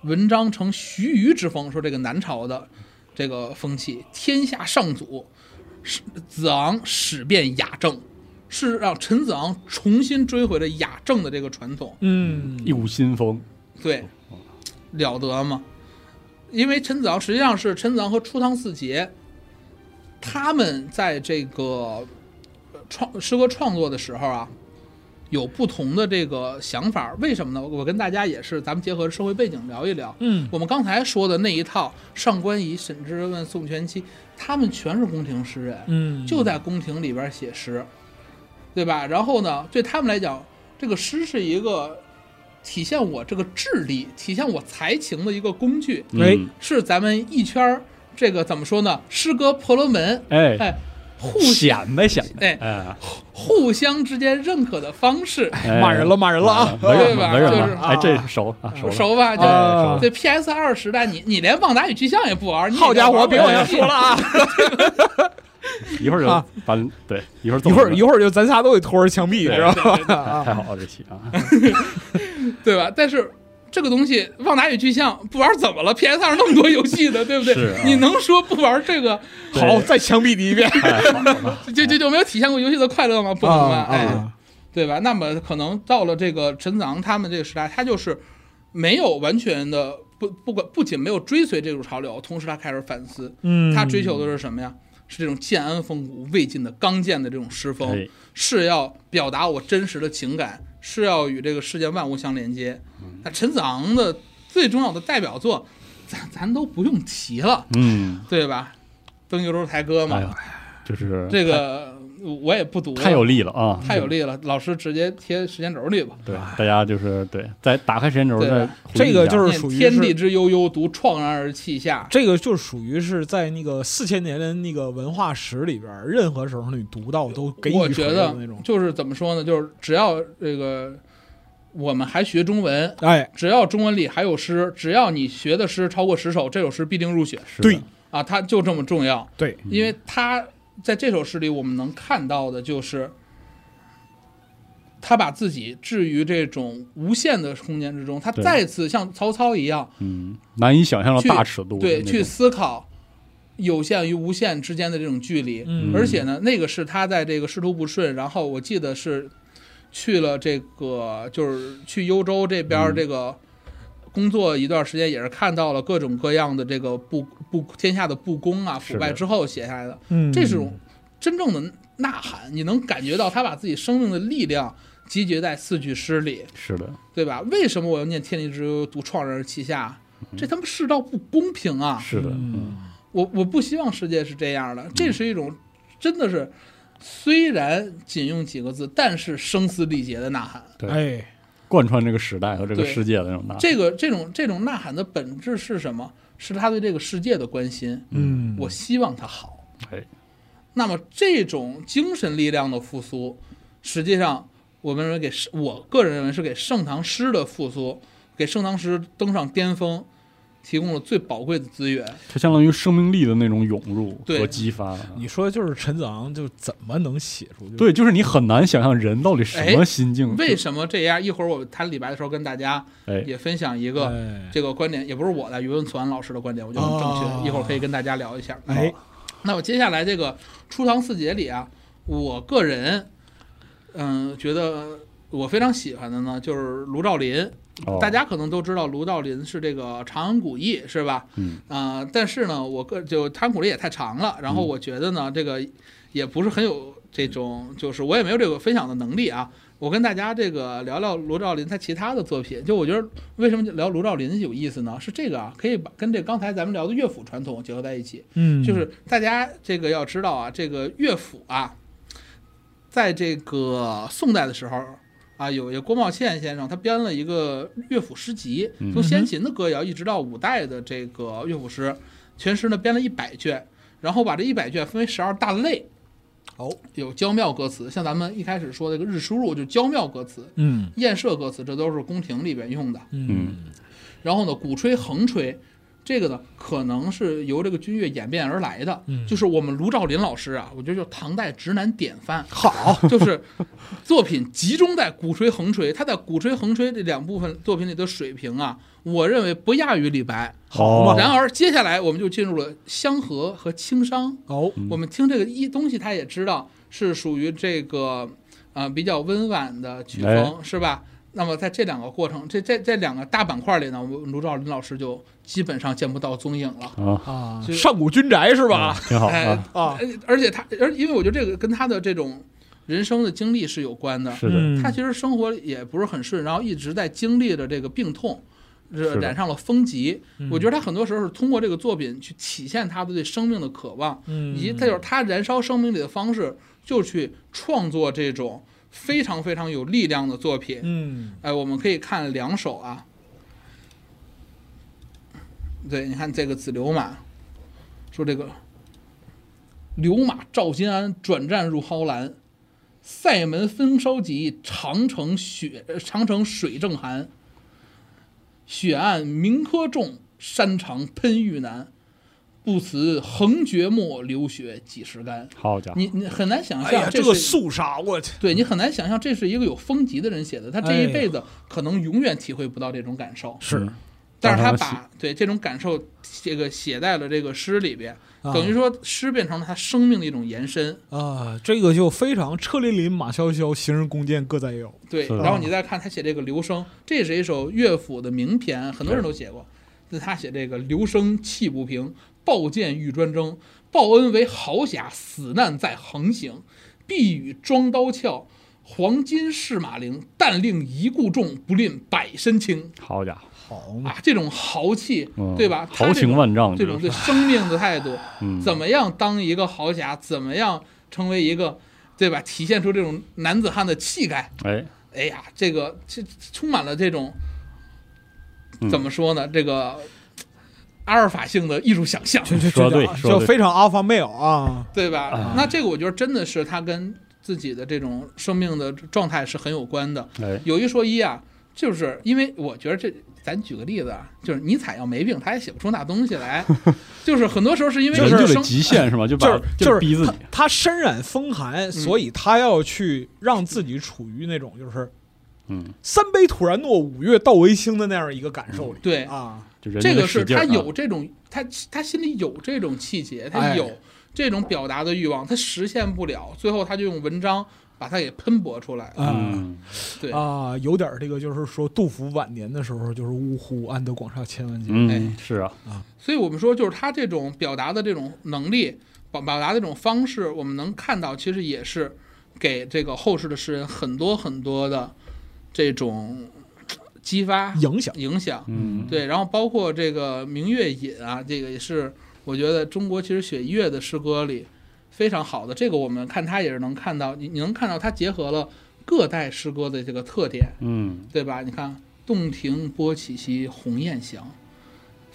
[SPEAKER 3] 文章成徐虞之风。”说这个南朝的这个风气，天下上祖，是子昂始变雅正，是让陈子昂重新追回了雅正的这个传统。
[SPEAKER 2] 嗯，
[SPEAKER 1] 一股新风，
[SPEAKER 3] 对，了得吗？因为陈子昂实际上是陈子昂和初唐四杰，他们在这个呃创诗歌创作的时候啊，有不同的这个想法。为什么呢？我跟大家也是，咱们结合社会背景聊一聊。
[SPEAKER 2] 嗯，
[SPEAKER 3] 我们刚才说的那一套上官仪、沈之问、宋全期，他们全是宫廷诗人。
[SPEAKER 2] 嗯，
[SPEAKER 3] 就在宫廷里边写诗，对吧？然后呢，对他们来讲，这个诗是一个体现我这个智力、体现我才情的一个工具，
[SPEAKER 2] 哎
[SPEAKER 1] 嗯
[SPEAKER 3] 是咱们一圈儿这个怎么说呢？诗歌婆罗门，
[SPEAKER 1] 哎，
[SPEAKER 3] 哎，互相
[SPEAKER 1] 显摆显摆，
[SPEAKER 3] 哎
[SPEAKER 1] 哎，
[SPEAKER 3] 互相之间认可的方式，
[SPEAKER 1] 哎
[SPEAKER 2] 骂人了，骂人了啊，
[SPEAKER 1] 没人
[SPEAKER 3] 对吧
[SPEAKER 1] 了，没人
[SPEAKER 3] 就是
[SPEAKER 1] 了，哎，这熟了，熟了，
[SPEAKER 3] 熟吧？就
[SPEAKER 2] 啊
[SPEAKER 3] 对 PS 二时代，你你连旺达与巨像也不
[SPEAKER 1] 哎
[SPEAKER 3] 玩，你也
[SPEAKER 2] 好家伙，
[SPEAKER 3] 玩不
[SPEAKER 2] 别
[SPEAKER 3] 了
[SPEAKER 2] 往下说了啊，
[SPEAKER 1] 一会儿就
[SPEAKER 2] 啊
[SPEAKER 1] 把对，一会儿
[SPEAKER 2] 一
[SPEAKER 1] 走
[SPEAKER 2] 会儿
[SPEAKER 1] 了
[SPEAKER 2] 一会儿就咱仨都得拖着墙
[SPEAKER 1] 嗯
[SPEAKER 2] 壁，
[SPEAKER 1] 对
[SPEAKER 2] 知道吧？
[SPEAKER 1] 太
[SPEAKER 2] 啊
[SPEAKER 1] 好了这期啊，
[SPEAKER 3] 对吧？但是这个东西《旺达与巨像》不玩怎么了？PS 二那么多游戏呢，对不对？
[SPEAKER 1] 是啊
[SPEAKER 3] 你能说不玩这个，
[SPEAKER 1] 对
[SPEAKER 2] 好，再墙壁你一 遍
[SPEAKER 1] 太好了，
[SPEAKER 3] 就就就没有体现过游戏的快乐吗？不能吧？
[SPEAKER 2] 啊
[SPEAKER 3] 哎，
[SPEAKER 2] 啊，
[SPEAKER 3] 对吧？那么可能到了这个陈子昂他们这个时代，他就是没有完全的不不管，不仅没有追随这种潮流，同时他开始反思，
[SPEAKER 2] 嗯，
[SPEAKER 3] 他追求的是什么呀？是这种建安风骨、魏晋的刚健的这种诗风，
[SPEAKER 1] 哎，
[SPEAKER 3] 是要表达我真实的情感，是要与这个世界万物相连接。
[SPEAKER 2] 嗯
[SPEAKER 3] 那陈子昂的最重要的代表作，咱咱都不用提了，
[SPEAKER 1] 嗯，
[SPEAKER 3] 对吧？《登幽州台歌》
[SPEAKER 1] 哎
[SPEAKER 3] 嘛，
[SPEAKER 1] 呦，就是
[SPEAKER 3] 这个我也不读了，
[SPEAKER 1] 太有力了啊！
[SPEAKER 3] 太有力了，老师直接贴时间轴里吧。
[SPEAKER 1] 对，大家就是对，再打开时间轴
[SPEAKER 3] 对
[SPEAKER 1] 再回忆一下
[SPEAKER 2] 这个就是
[SPEAKER 3] 念
[SPEAKER 2] 属于
[SPEAKER 3] 天
[SPEAKER 2] 是
[SPEAKER 3] 地之悠悠，独怆然而泣下。
[SPEAKER 2] 这个就属于是在那个四千年的那个文化史里边，任何时候你读到都给你
[SPEAKER 3] 我觉得
[SPEAKER 2] 那种，
[SPEAKER 3] 就是怎么说呢，就是只要这个我们还学中文，
[SPEAKER 2] 哎，
[SPEAKER 3] 只要中文里还有诗，只要你学的诗超过十首，这首诗必定入选
[SPEAKER 1] 是的
[SPEAKER 2] 对
[SPEAKER 3] 啊！它就这么重要，
[SPEAKER 2] 对，
[SPEAKER 3] 因为它在这首诗里我们能看到的就是。他把自己置于这种无限的空间之中，他
[SPEAKER 1] 对
[SPEAKER 3] 再次像曹操一样，
[SPEAKER 1] 嗯，难以想象的
[SPEAKER 3] 去
[SPEAKER 1] 大尺度的
[SPEAKER 3] 对，
[SPEAKER 1] 那
[SPEAKER 3] 去
[SPEAKER 1] 种
[SPEAKER 3] 思考有限与无限之间的这种距离。
[SPEAKER 2] 嗯
[SPEAKER 3] 而且呢，那个是他在这个仕途不顺，然后我记得是去了这个，就是去幽州这边
[SPEAKER 1] 嗯
[SPEAKER 3] 儿这个。工作一段时间也是看到了各种各样的这个不不天下的不公啊
[SPEAKER 1] 是
[SPEAKER 3] 腐
[SPEAKER 1] 的
[SPEAKER 3] 败之后写下来的，
[SPEAKER 2] 嗯，
[SPEAKER 3] 这是种真正的呐喊，你能感觉到他把自己生命的力量集结在四句诗里，
[SPEAKER 1] 是的，
[SPEAKER 3] 对吧？为什么我要念“天地之悠悠，独怆然而泣下”？这他妈世道不公平啊！
[SPEAKER 1] 是的，
[SPEAKER 2] 嗯
[SPEAKER 3] 我我不希望世界是这样的，这是一种真的是虽然仅用几个字，但是声嘶力竭的呐喊。
[SPEAKER 1] 对
[SPEAKER 2] 哎，
[SPEAKER 1] 贯穿这个时代和这个
[SPEAKER 3] 对
[SPEAKER 1] 世界的那种大，
[SPEAKER 3] 这个这种这种呐喊的本质是什么？是他对这个世界的关心。
[SPEAKER 2] 嗯，
[SPEAKER 3] 我希望他好。
[SPEAKER 1] 哎，
[SPEAKER 3] 那么这种精神力量的复苏，实际上我们认为给圣我个人认为是给盛唐诗的复苏，给盛唐诗登上巅峰，提供了最宝贵的资源。
[SPEAKER 1] 它相当于生命力的那种涌入
[SPEAKER 3] 对
[SPEAKER 1] 和激发。
[SPEAKER 2] 你说就是陈子昂就怎么能写出就
[SPEAKER 1] 对，就是你很难想象人到底什么
[SPEAKER 3] 哎
[SPEAKER 1] 心境。
[SPEAKER 3] 为什么这样？一会儿我谈李白的时候跟大家
[SPEAKER 1] 哎，
[SPEAKER 3] 也分享一个
[SPEAKER 2] 哎
[SPEAKER 3] 这个观点，也不是我的，于文存老师的观点，我觉得很正确。
[SPEAKER 2] 哦
[SPEAKER 3] 一会儿可以跟大家聊一下。
[SPEAKER 2] 哎
[SPEAKER 3] 好，那我接下来这个《初唐四杰》里啊，我个人嗯、觉得我非常喜欢的呢，就是卢照邻。
[SPEAKER 1] 哦
[SPEAKER 3] 大家可能都知道卢照邻是这个长安古意，是吧？
[SPEAKER 1] 嗯，
[SPEAKER 3] 啊，但是呢，我个就谈古力也太长了，然后我觉得呢，这个也不是很有这种，就是我也没有这个分享的能力啊。我跟大家这个聊聊卢照邻他其他的作品，就我觉得为什么聊卢照邻有意思呢？是这个啊，可以把跟这刚才咱们聊的乐府传统结合在一起。
[SPEAKER 2] 嗯
[SPEAKER 3] 就是大家这个要知道啊，这个乐府啊，在这个宋代的时候啊，有一个郭茂倩先生，他编了一个乐府诗集，从先秦的歌谣一直到五代的这个乐府诗，全诗呢编了一百卷，然后把这一百卷分为十二大类。
[SPEAKER 2] 哦，
[SPEAKER 3] 有娇妙歌词，像咱们一开始说的这个日出入，就娇妙歌词；
[SPEAKER 2] 嗯
[SPEAKER 3] 艳射歌词，这都是宫廷里边用的。
[SPEAKER 1] 嗯
[SPEAKER 3] 然后呢，鼓吹、横吹，这个呢，可能是由这个军乐演变而来的。
[SPEAKER 2] 嗯，
[SPEAKER 3] 就是我们卢照邻老师啊，我觉得就是唐代直男典范
[SPEAKER 2] 好，
[SPEAKER 3] 就是作品集中在鼓吹、横吹。他在鼓吹、横吹这两部分作品里的水平啊，我认为不亚于李白。
[SPEAKER 1] 好
[SPEAKER 2] 嘛
[SPEAKER 3] 然而，接下来我们就进入了香河和清商。
[SPEAKER 2] 哦，
[SPEAKER 1] 嗯
[SPEAKER 3] 我们听这个一东西，他也知道是属于这个呃比较温婉的曲
[SPEAKER 1] 哎
[SPEAKER 3] 风，是吧？那么在这两个过程，这这这两个大板块里呢，我们卢照邻老师就基本上见不到踪影了。
[SPEAKER 1] 啊，
[SPEAKER 2] 啊，
[SPEAKER 3] 就是
[SPEAKER 2] 上古军宅是吧？
[SPEAKER 1] 挺好
[SPEAKER 3] 哎
[SPEAKER 1] 啊，
[SPEAKER 2] 啊，
[SPEAKER 3] 而而且他，而因为我觉得这个跟他的这种人生的经历是有关的。
[SPEAKER 1] 是嗯
[SPEAKER 2] 嗯
[SPEAKER 1] 的，
[SPEAKER 3] 嗯他其实生活也不是很顺，然后一直在经历着这个病痛，
[SPEAKER 1] 是
[SPEAKER 3] 染
[SPEAKER 1] 的
[SPEAKER 3] 染上了风疾。
[SPEAKER 2] 嗯
[SPEAKER 3] 我觉得他很多时候是通过这个作品去体现他对生命的渴望，
[SPEAKER 2] 嗯
[SPEAKER 3] 以及他就是他燃烧生命力的方式，就去创作这种非常非常有力量的作品。
[SPEAKER 2] 嗯
[SPEAKER 3] 哎，我们可以看两首啊。对，你看这个子流马，说这个流马照金鞍，转战入蒿兰。塞门风稍急，长城雪呃长城水正寒。雪暗鸣柯重，山长喷玉难。不辞横绝墨，流血几时干。
[SPEAKER 1] 好家伙，嗯
[SPEAKER 3] 你你很难想
[SPEAKER 2] 哎
[SPEAKER 3] 象，
[SPEAKER 2] 呀，
[SPEAKER 3] 这
[SPEAKER 2] 这个
[SPEAKER 3] 是
[SPEAKER 2] 肃杀，我去，
[SPEAKER 3] 对你很难想象，这是一个有风疾的人写的，他这
[SPEAKER 2] 嗯
[SPEAKER 3] 一
[SPEAKER 2] 哎呀
[SPEAKER 3] 辈子可能永远体会不到这种感受，
[SPEAKER 2] 是
[SPEAKER 3] 但是他
[SPEAKER 1] 让他
[SPEAKER 3] 把对这种感受这个写在了这个诗里边，
[SPEAKER 2] 啊
[SPEAKER 3] 等于说诗变成了他生命的一种延伸。
[SPEAKER 2] 啊，这个就非常车淋淋马萧萧，行人弓箭各在手。
[SPEAKER 3] 对，
[SPEAKER 1] 是的
[SPEAKER 3] 然后你再看他写这个《留声》，这也是一首乐府的名篇，很多人都写过。那他写这个“留声气不平，报剑欲专征。报恩为豪侠，死难在横行。必与装刀鞘，黄金试马陵。但令一顾重，不吝百身轻。
[SPEAKER 1] 好家伙，
[SPEAKER 2] 好嘛，
[SPEAKER 3] 啊，这种豪气，
[SPEAKER 1] 嗯
[SPEAKER 3] 对吧？他
[SPEAKER 1] 豪情万丈，
[SPEAKER 3] 这
[SPEAKER 1] 这
[SPEAKER 3] 种
[SPEAKER 1] 是
[SPEAKER 3] 对生命的态度，
[SPEAKER 1] 嗯
[SPEAKER 3] 怎么样当一个豪侠？怎么样成为一个对吧？体现出这种男子汉的气概。
[SPEAKER 1] 哎，
[SPEAKER 3] 哎呀，这个这充满了这种
[SPEAKER 1] 嗯
[SPEAKER 3] 怎么说呢？这个阿尔法性的艺术想象，
[SPEAKER 2] 就就
[SPEAKER 1] 说
[SPEAKER 2] 就
[SPEAKER 1] 得对
[SPEAKER 2] 就
[SPEAKER 1] 说得
[SPEAKER 2] 就
[SPEAKER 1] 对
[SPEAKER 2] 非常 alpha male 啊，
[SPEAKER 3] 对吧？
[SPEAKER 1] 啊
[SPEAKER 3] 那这个我觉得真的是他跟自己的这种生命的状态是很有关的。
[SPEAKER 1] 哎，
[SPEAKER 3] 有一说一啊，就是因为我觉得这，咱举个例子啊，就是尼采要没病，他也写不出那东西 来。就是很多时候是因为
[SPEAKER 1] 人
[SPEAKER 3] 生
[SPEAKER 1] 就得极限是 吗？就把
[SPEAKER 2] 就是
[SPEAKER 1] 就
[SPEAKER 2] 就是
[SPEAKER 1] 逼自
[SPEAKER 2] 他
[SPEAKER 1] 己，嗯
[SPEAKER 2] 他身染风寒，所以他要去让自己处于那种就是
[SPEAKER 1] 嗯，
[SPEAKER 2] 三杯土然诺，五岳道为兴的那样一个感受里
[SPEAKER 3] 对
[SPEAKER 1] 嗯
[SPEAKER 2] 啊，
[SPEAKER 1] 就人
[SPEAKER 3] 这
[SPEAKER 1] 家
[SPEAKER 3] 个是
[SPEAKER 1] 使劲儿
[SPEAKER 3] 他
[SPEAKER 1] 啊
[SPEAKER 3] 有这种，他他心里有这种气节，他
[SPEAKER 2] 哎
[SPEAKER 3] 有这种表达的欲望，他实现不了，最后他就用文章把它给喷薄出来。
[SPEAKER 2] 啊
[SPEAKER 1] 嗯，
[SPEAKER 3] 对
[SPEAKER 2] 啊，有点这个就是说杜甫晚年的时候就是呜呼，安得广厦千万间。
[SPEAKER 3] 哎
[SPEAKER 1] 嗯，是啊，
[SPEAKER 3] 所以我们说，就是他这种表达的这种能力，表表达的这种方式，我们能看到，其实也是给这个后世的诗人很多很多的这种呃激发
[SPEAKER 2] 影响
[SPEAKER 3] 影响。
[SPEAKER 1] 嗯，
[SPEAKER 3] 对，然后包括这个《明月引》啊，这个也是我觉得中国其实写乐的诗歌里非常好的。这个我们看它也是能看到，你你能看到它结合了各代诗歌的这个特点，
[SPEAKER 1] 嗯，
[SPEAKER 3] 对吧？你看“洞庭波起兮鸿雁翔，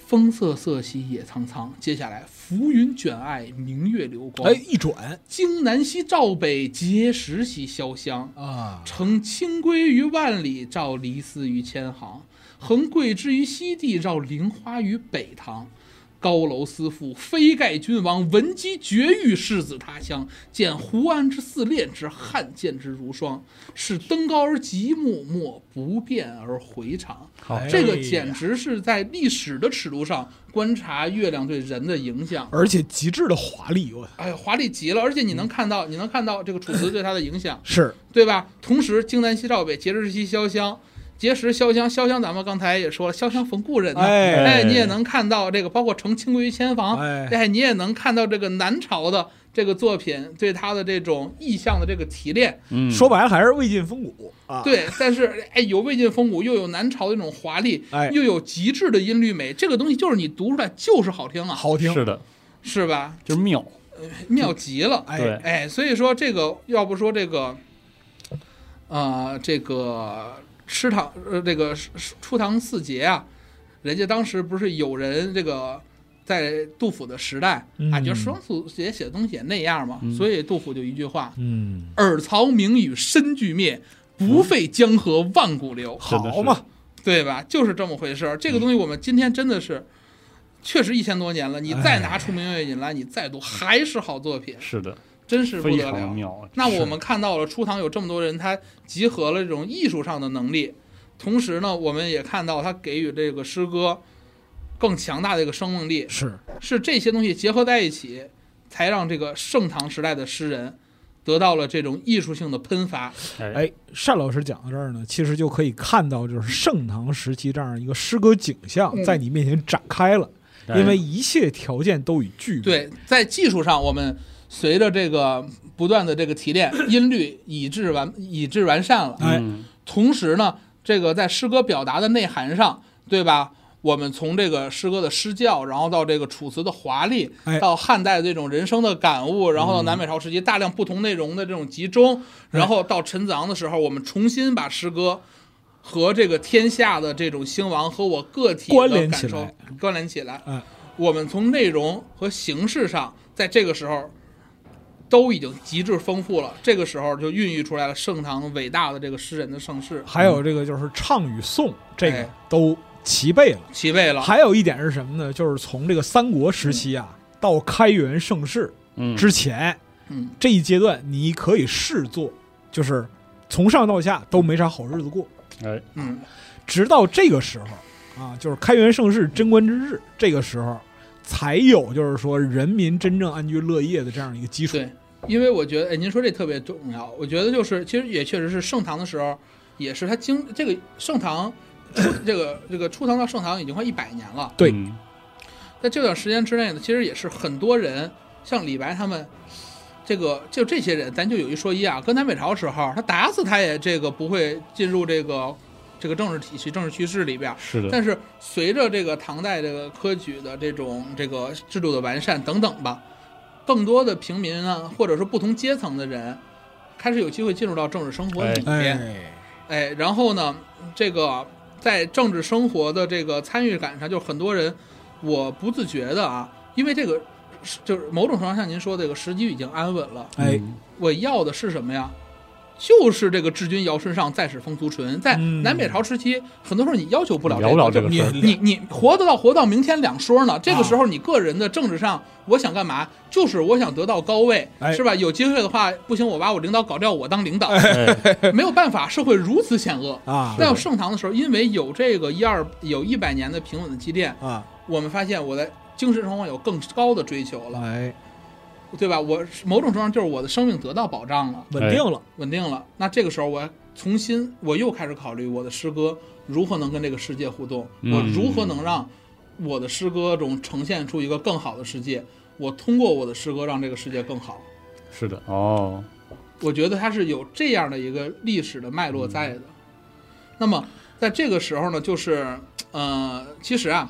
[SPEAKER 3] 风瑟瑟兮野苍苍”，接下来“浮云卷艾，明月流光”，
[SPEAKER 2] 哎，一转
[SPEAKER 3] 荆南兮照北，碣石兮潇湘”，
[SPEAKER 2] 啊，
[SPEAKER 3] 乘清规于万里，照离思于千行；横桂枝于西地，照菱花于北堂。高楼思妇，非盖君王；闻鸡绝域，世子他乡。见胡安之四练之，汉见之如霜。是登高而极目，莫不变而回肠。
[SPEAKER 1] 好，
[SPEAKER 2] 哎
[SPEAKER 3] 这个简直是在历史的尺度上观察月亮对人的影响。
[SPEAKER 2] 而且极致的华丽，我
[SPEAKER 3] 哎呀，华丽极了！而且你能看到，你能看到这个楚辞对他的影响。
[SPEAKER 2] 是
[SPEAKER 3] 对吧？同时，荆南西赵北，碣石西潇湘，碣石潇湘，潇湘咱们刚才也说了，潇湘逢故人呐、
[SPEAKER 2] 哎
[SPEAKER 3] 你也能看到这个，包括成清规于千
[SPEAKER 1] 啊
[SPEAKER 3] 房，
[SPEAKER 2] 哎
[SPEAKER 3] 你也能看到这个南朝的这个作品对他的这种意象的这个提炼。
[SPEAKER 1] 嗯，
[SPEAKER 2] 说白了还是魏晋风骨啊。，
[SPEAKER 3] 对，但是哎，有魏晋风骨，又有南朝的那种华丽，
[SPEAKER 2] 哎
[SPEAKER 3] 又有极致的音律美，这个东西就是你读出来就是好听啊，
[SPEAKER 2] 好听
[SPEAKER 1] 是的，
[SPEAKER 3] 是吧？
[SPEAKER 1] 就是妙，
[SPEAKER 3] 妙极了。
[SPEAKER 2] 哎
[SPEAKER 1] 对
[SPEAKER 3] 哎，所以说这个要不说这个，呃，这个吃堂呃这个出出堂四杰啊，人家当时不是有人这个在杜甫的时代啊，
[SPEAKER 2] 嗯
[SPEAKER 3] 觉得双四杰写的东西也那样嘛，
[SPEAKER 1] 嗯
[SPEAKER 3] 所以杜甫就一句话：
[SPEAKER 2] 嗯，
[SPEAKER 3] 尔曹名与身俱灭，不费江河万古流。
[SPEAKER 1] 真嗯的是
[SPEAKER 2] 好嘛，
[SPEAKER 3] 对吧？就是这么回事儿。这个东西我们今天真的是，确实一千多年了。你再
[SPEAKER 1] 哎
[SPEAKER 3] 拿出《明月引》来，你再读还是好作品，
[SPEAKER 1] 是的，
[SPEAKER 3] 真是不
[SPEAKER 1] 非
[SPEAKER 3] 得
[SPEAKER 1] 常
[SPEAKER 3] 了。
[SPEAKER 1] 妙。
[SPEAKER 3] 那我们看到了初唐有这么多人，他集合了这种艺术上的能力，同时呢，我们也看到他给予这个诗歌更强大的一个生命力，
[SPEAKER 2] 是
[SPEAKER 3] 是这些东西结合在一起，才让这个盛唐时代的诗人得到了这种艺术性的喷发。
[SPEAKER 1] 哎，
[SPEAKER 2] 哎，单老师讲到这儿呢，其实就可以看到，就是盛唐时期这样一个诗歌景象
[SPEAKER 3] 嗯
[SPEAKER 2] 在你面前展开了，
[SPEAKER 1] 哎
[SPEAKER 2] 因为一切条件都已具备。
[SPEAKER 3] 对，在技术上，我们随着这个不断的这个提炼，音律以至完以至完善了。
[SPEAKER 2] 哎
[SPEAKER 1] 嗯
[SPEAKER 3] 同时呢，这个在诗歌表达的内涵上，对吧？我们从这个诗歌的诗教，然后到这个楚辞的华丽
[SPEAKER 2] 哎，嗯
[SPEAKER 3] 到汉代这种人生的感悟，然后到南北朝时期大量不同内容的这种集中，
[SPEAKER 2] 哎
[SPEAKER 3] 然后到陈子昂的时候，我们重新把诗歌和这个天下的这种兴亡和我个体的
[SPEAKER 2] 关联起
[SPEAKER 3] 感受
[SPEAKER 2] 来
[SPEAKER 3] 关联起来。
[SPEAKER 2] 哎
[SPEAKER 3] 我们从内容和形式上，在这个时候都已经极致丰富了。这个时候就孕育出来了盛唐伟大的这个诗人的盛世，
[SPEAKER 2] 还有这个就是唱与诵，这个
[SPEAKER 3] 哎
[SPEAKER 2] 都齐备了。
[SPEAKER 3] 齐备了。
[SPEAKER 2] 还有一点是什么呢？就是从这个三国时期啊到开元盛世
[SPEAKER 1] 嗯
[SPEAKER 2] 之前
[SPEAKER 3] 嗯，
[SPEAKER 2] 这一阶段，你可以视作就是从上到下都没啥好日子过，
[SPEAKER 1] 哎
[SPEAKER 3] 嗯，
[SPEAKER 2] 直到这个时候啊，就是开元盛世、贞观之治，这个时候才有就是说人民真正安居乐业的这样一个基础。
[SPEAKER 3] 对，因为我觉得，哎，您说这特别重要。我觉得就是，其实也确实是盛唐的时候，也是他经这个盛唐。出这个这个初唐到盛唐已经快一百年了，
[SPEAKER 2] 对
[SPEAKER 1] 嗯
[SPEAKER 3] 在这段时间之内呢，其实也是很多人，像李白他们，这个就这些人，咱就有一说一啊，跟南北朝时候，他打死他也这个不会进入这个这个政治体系、政治趋势里边儿。
[SPEAKER 1] 是的，
[SPEAKER 3] 但是随着这个唐代这个科举的这种这个啊制度的完善等等吧，更多的平民呢，或者说不同阶层的人，开始有机会进入到政治生活里面。
[SPEAKER 2] 哎，
[SPEAKER 3] 哎，然后呢，这个在政治生活的这个参与感上，就很多人我不自觉的啊，因为这个是就是某种程度上像您说的这个时机已经安稳了，
[SPEAKER 2] 哎，
[SPEAKER 1] 嗯
[SPEAKER 3] 我要的是什么呀？就是这个治军尧舜上，再使风俗淳。在
[SPEAKER 2] 嗯
[SPEAKER 3] 南北朝时期，很多时候你要求不了
[SPEAKER 1] 聊不了这
[SPEAKER 3] 这个
[SPEAKER 1] 个
[SPEAKER 3] 就
[SPEAKER 1] 事儿，
[SPEAKER 3] 你你活得到活到明天两说呢。这
[SPEAKER 2] 啊
[SPEAKER 3] 个时候你个人的政治上，我想干嘛？就是我想得到高位，
[SPEAKER 2] 哎
[SPEAKER 3] 是吧？有机会的话，不行，我把我领导搞掉，我当领导，
[SPEAKER 1] 哎，
[SPEAKER 3] 没有办法，社会如此险恶。
[SPEAKER 2] 啊
[SPEAKER 3] 到盛唐的时候，因为有这个一二有一百年的平稳的积淀，
[SPEAKER 2] 啊，
[SPEAKER 3] 我们发现我在精神生活有更高的追求
[SPEAKER 1] 哎
[SPEAKER 3] 了，
[SPEAKER 2] 来
[SPEAKER 3] 对吧？我某种程度上就是我的生命得到保障了，
[SPEAKER 2] 稳定了，
[SPEAKER 3] 稳定了。那这个时候，我重新我又开始考虑我的诗歌如何能跟这个世界互动，
[SPEAKER 1] 嗯
[SPEAKER 3] 我如何能让我的诗歌中呈现出一个更好的世界。我通过我的诗歌让这个世界更好。
[SPEAKER 1] 是的，哦，
[SPEAKER 3] 我觉得它是有这样的一个历史的脉络在的。那么在这个时候呢，就是呃，其实啊，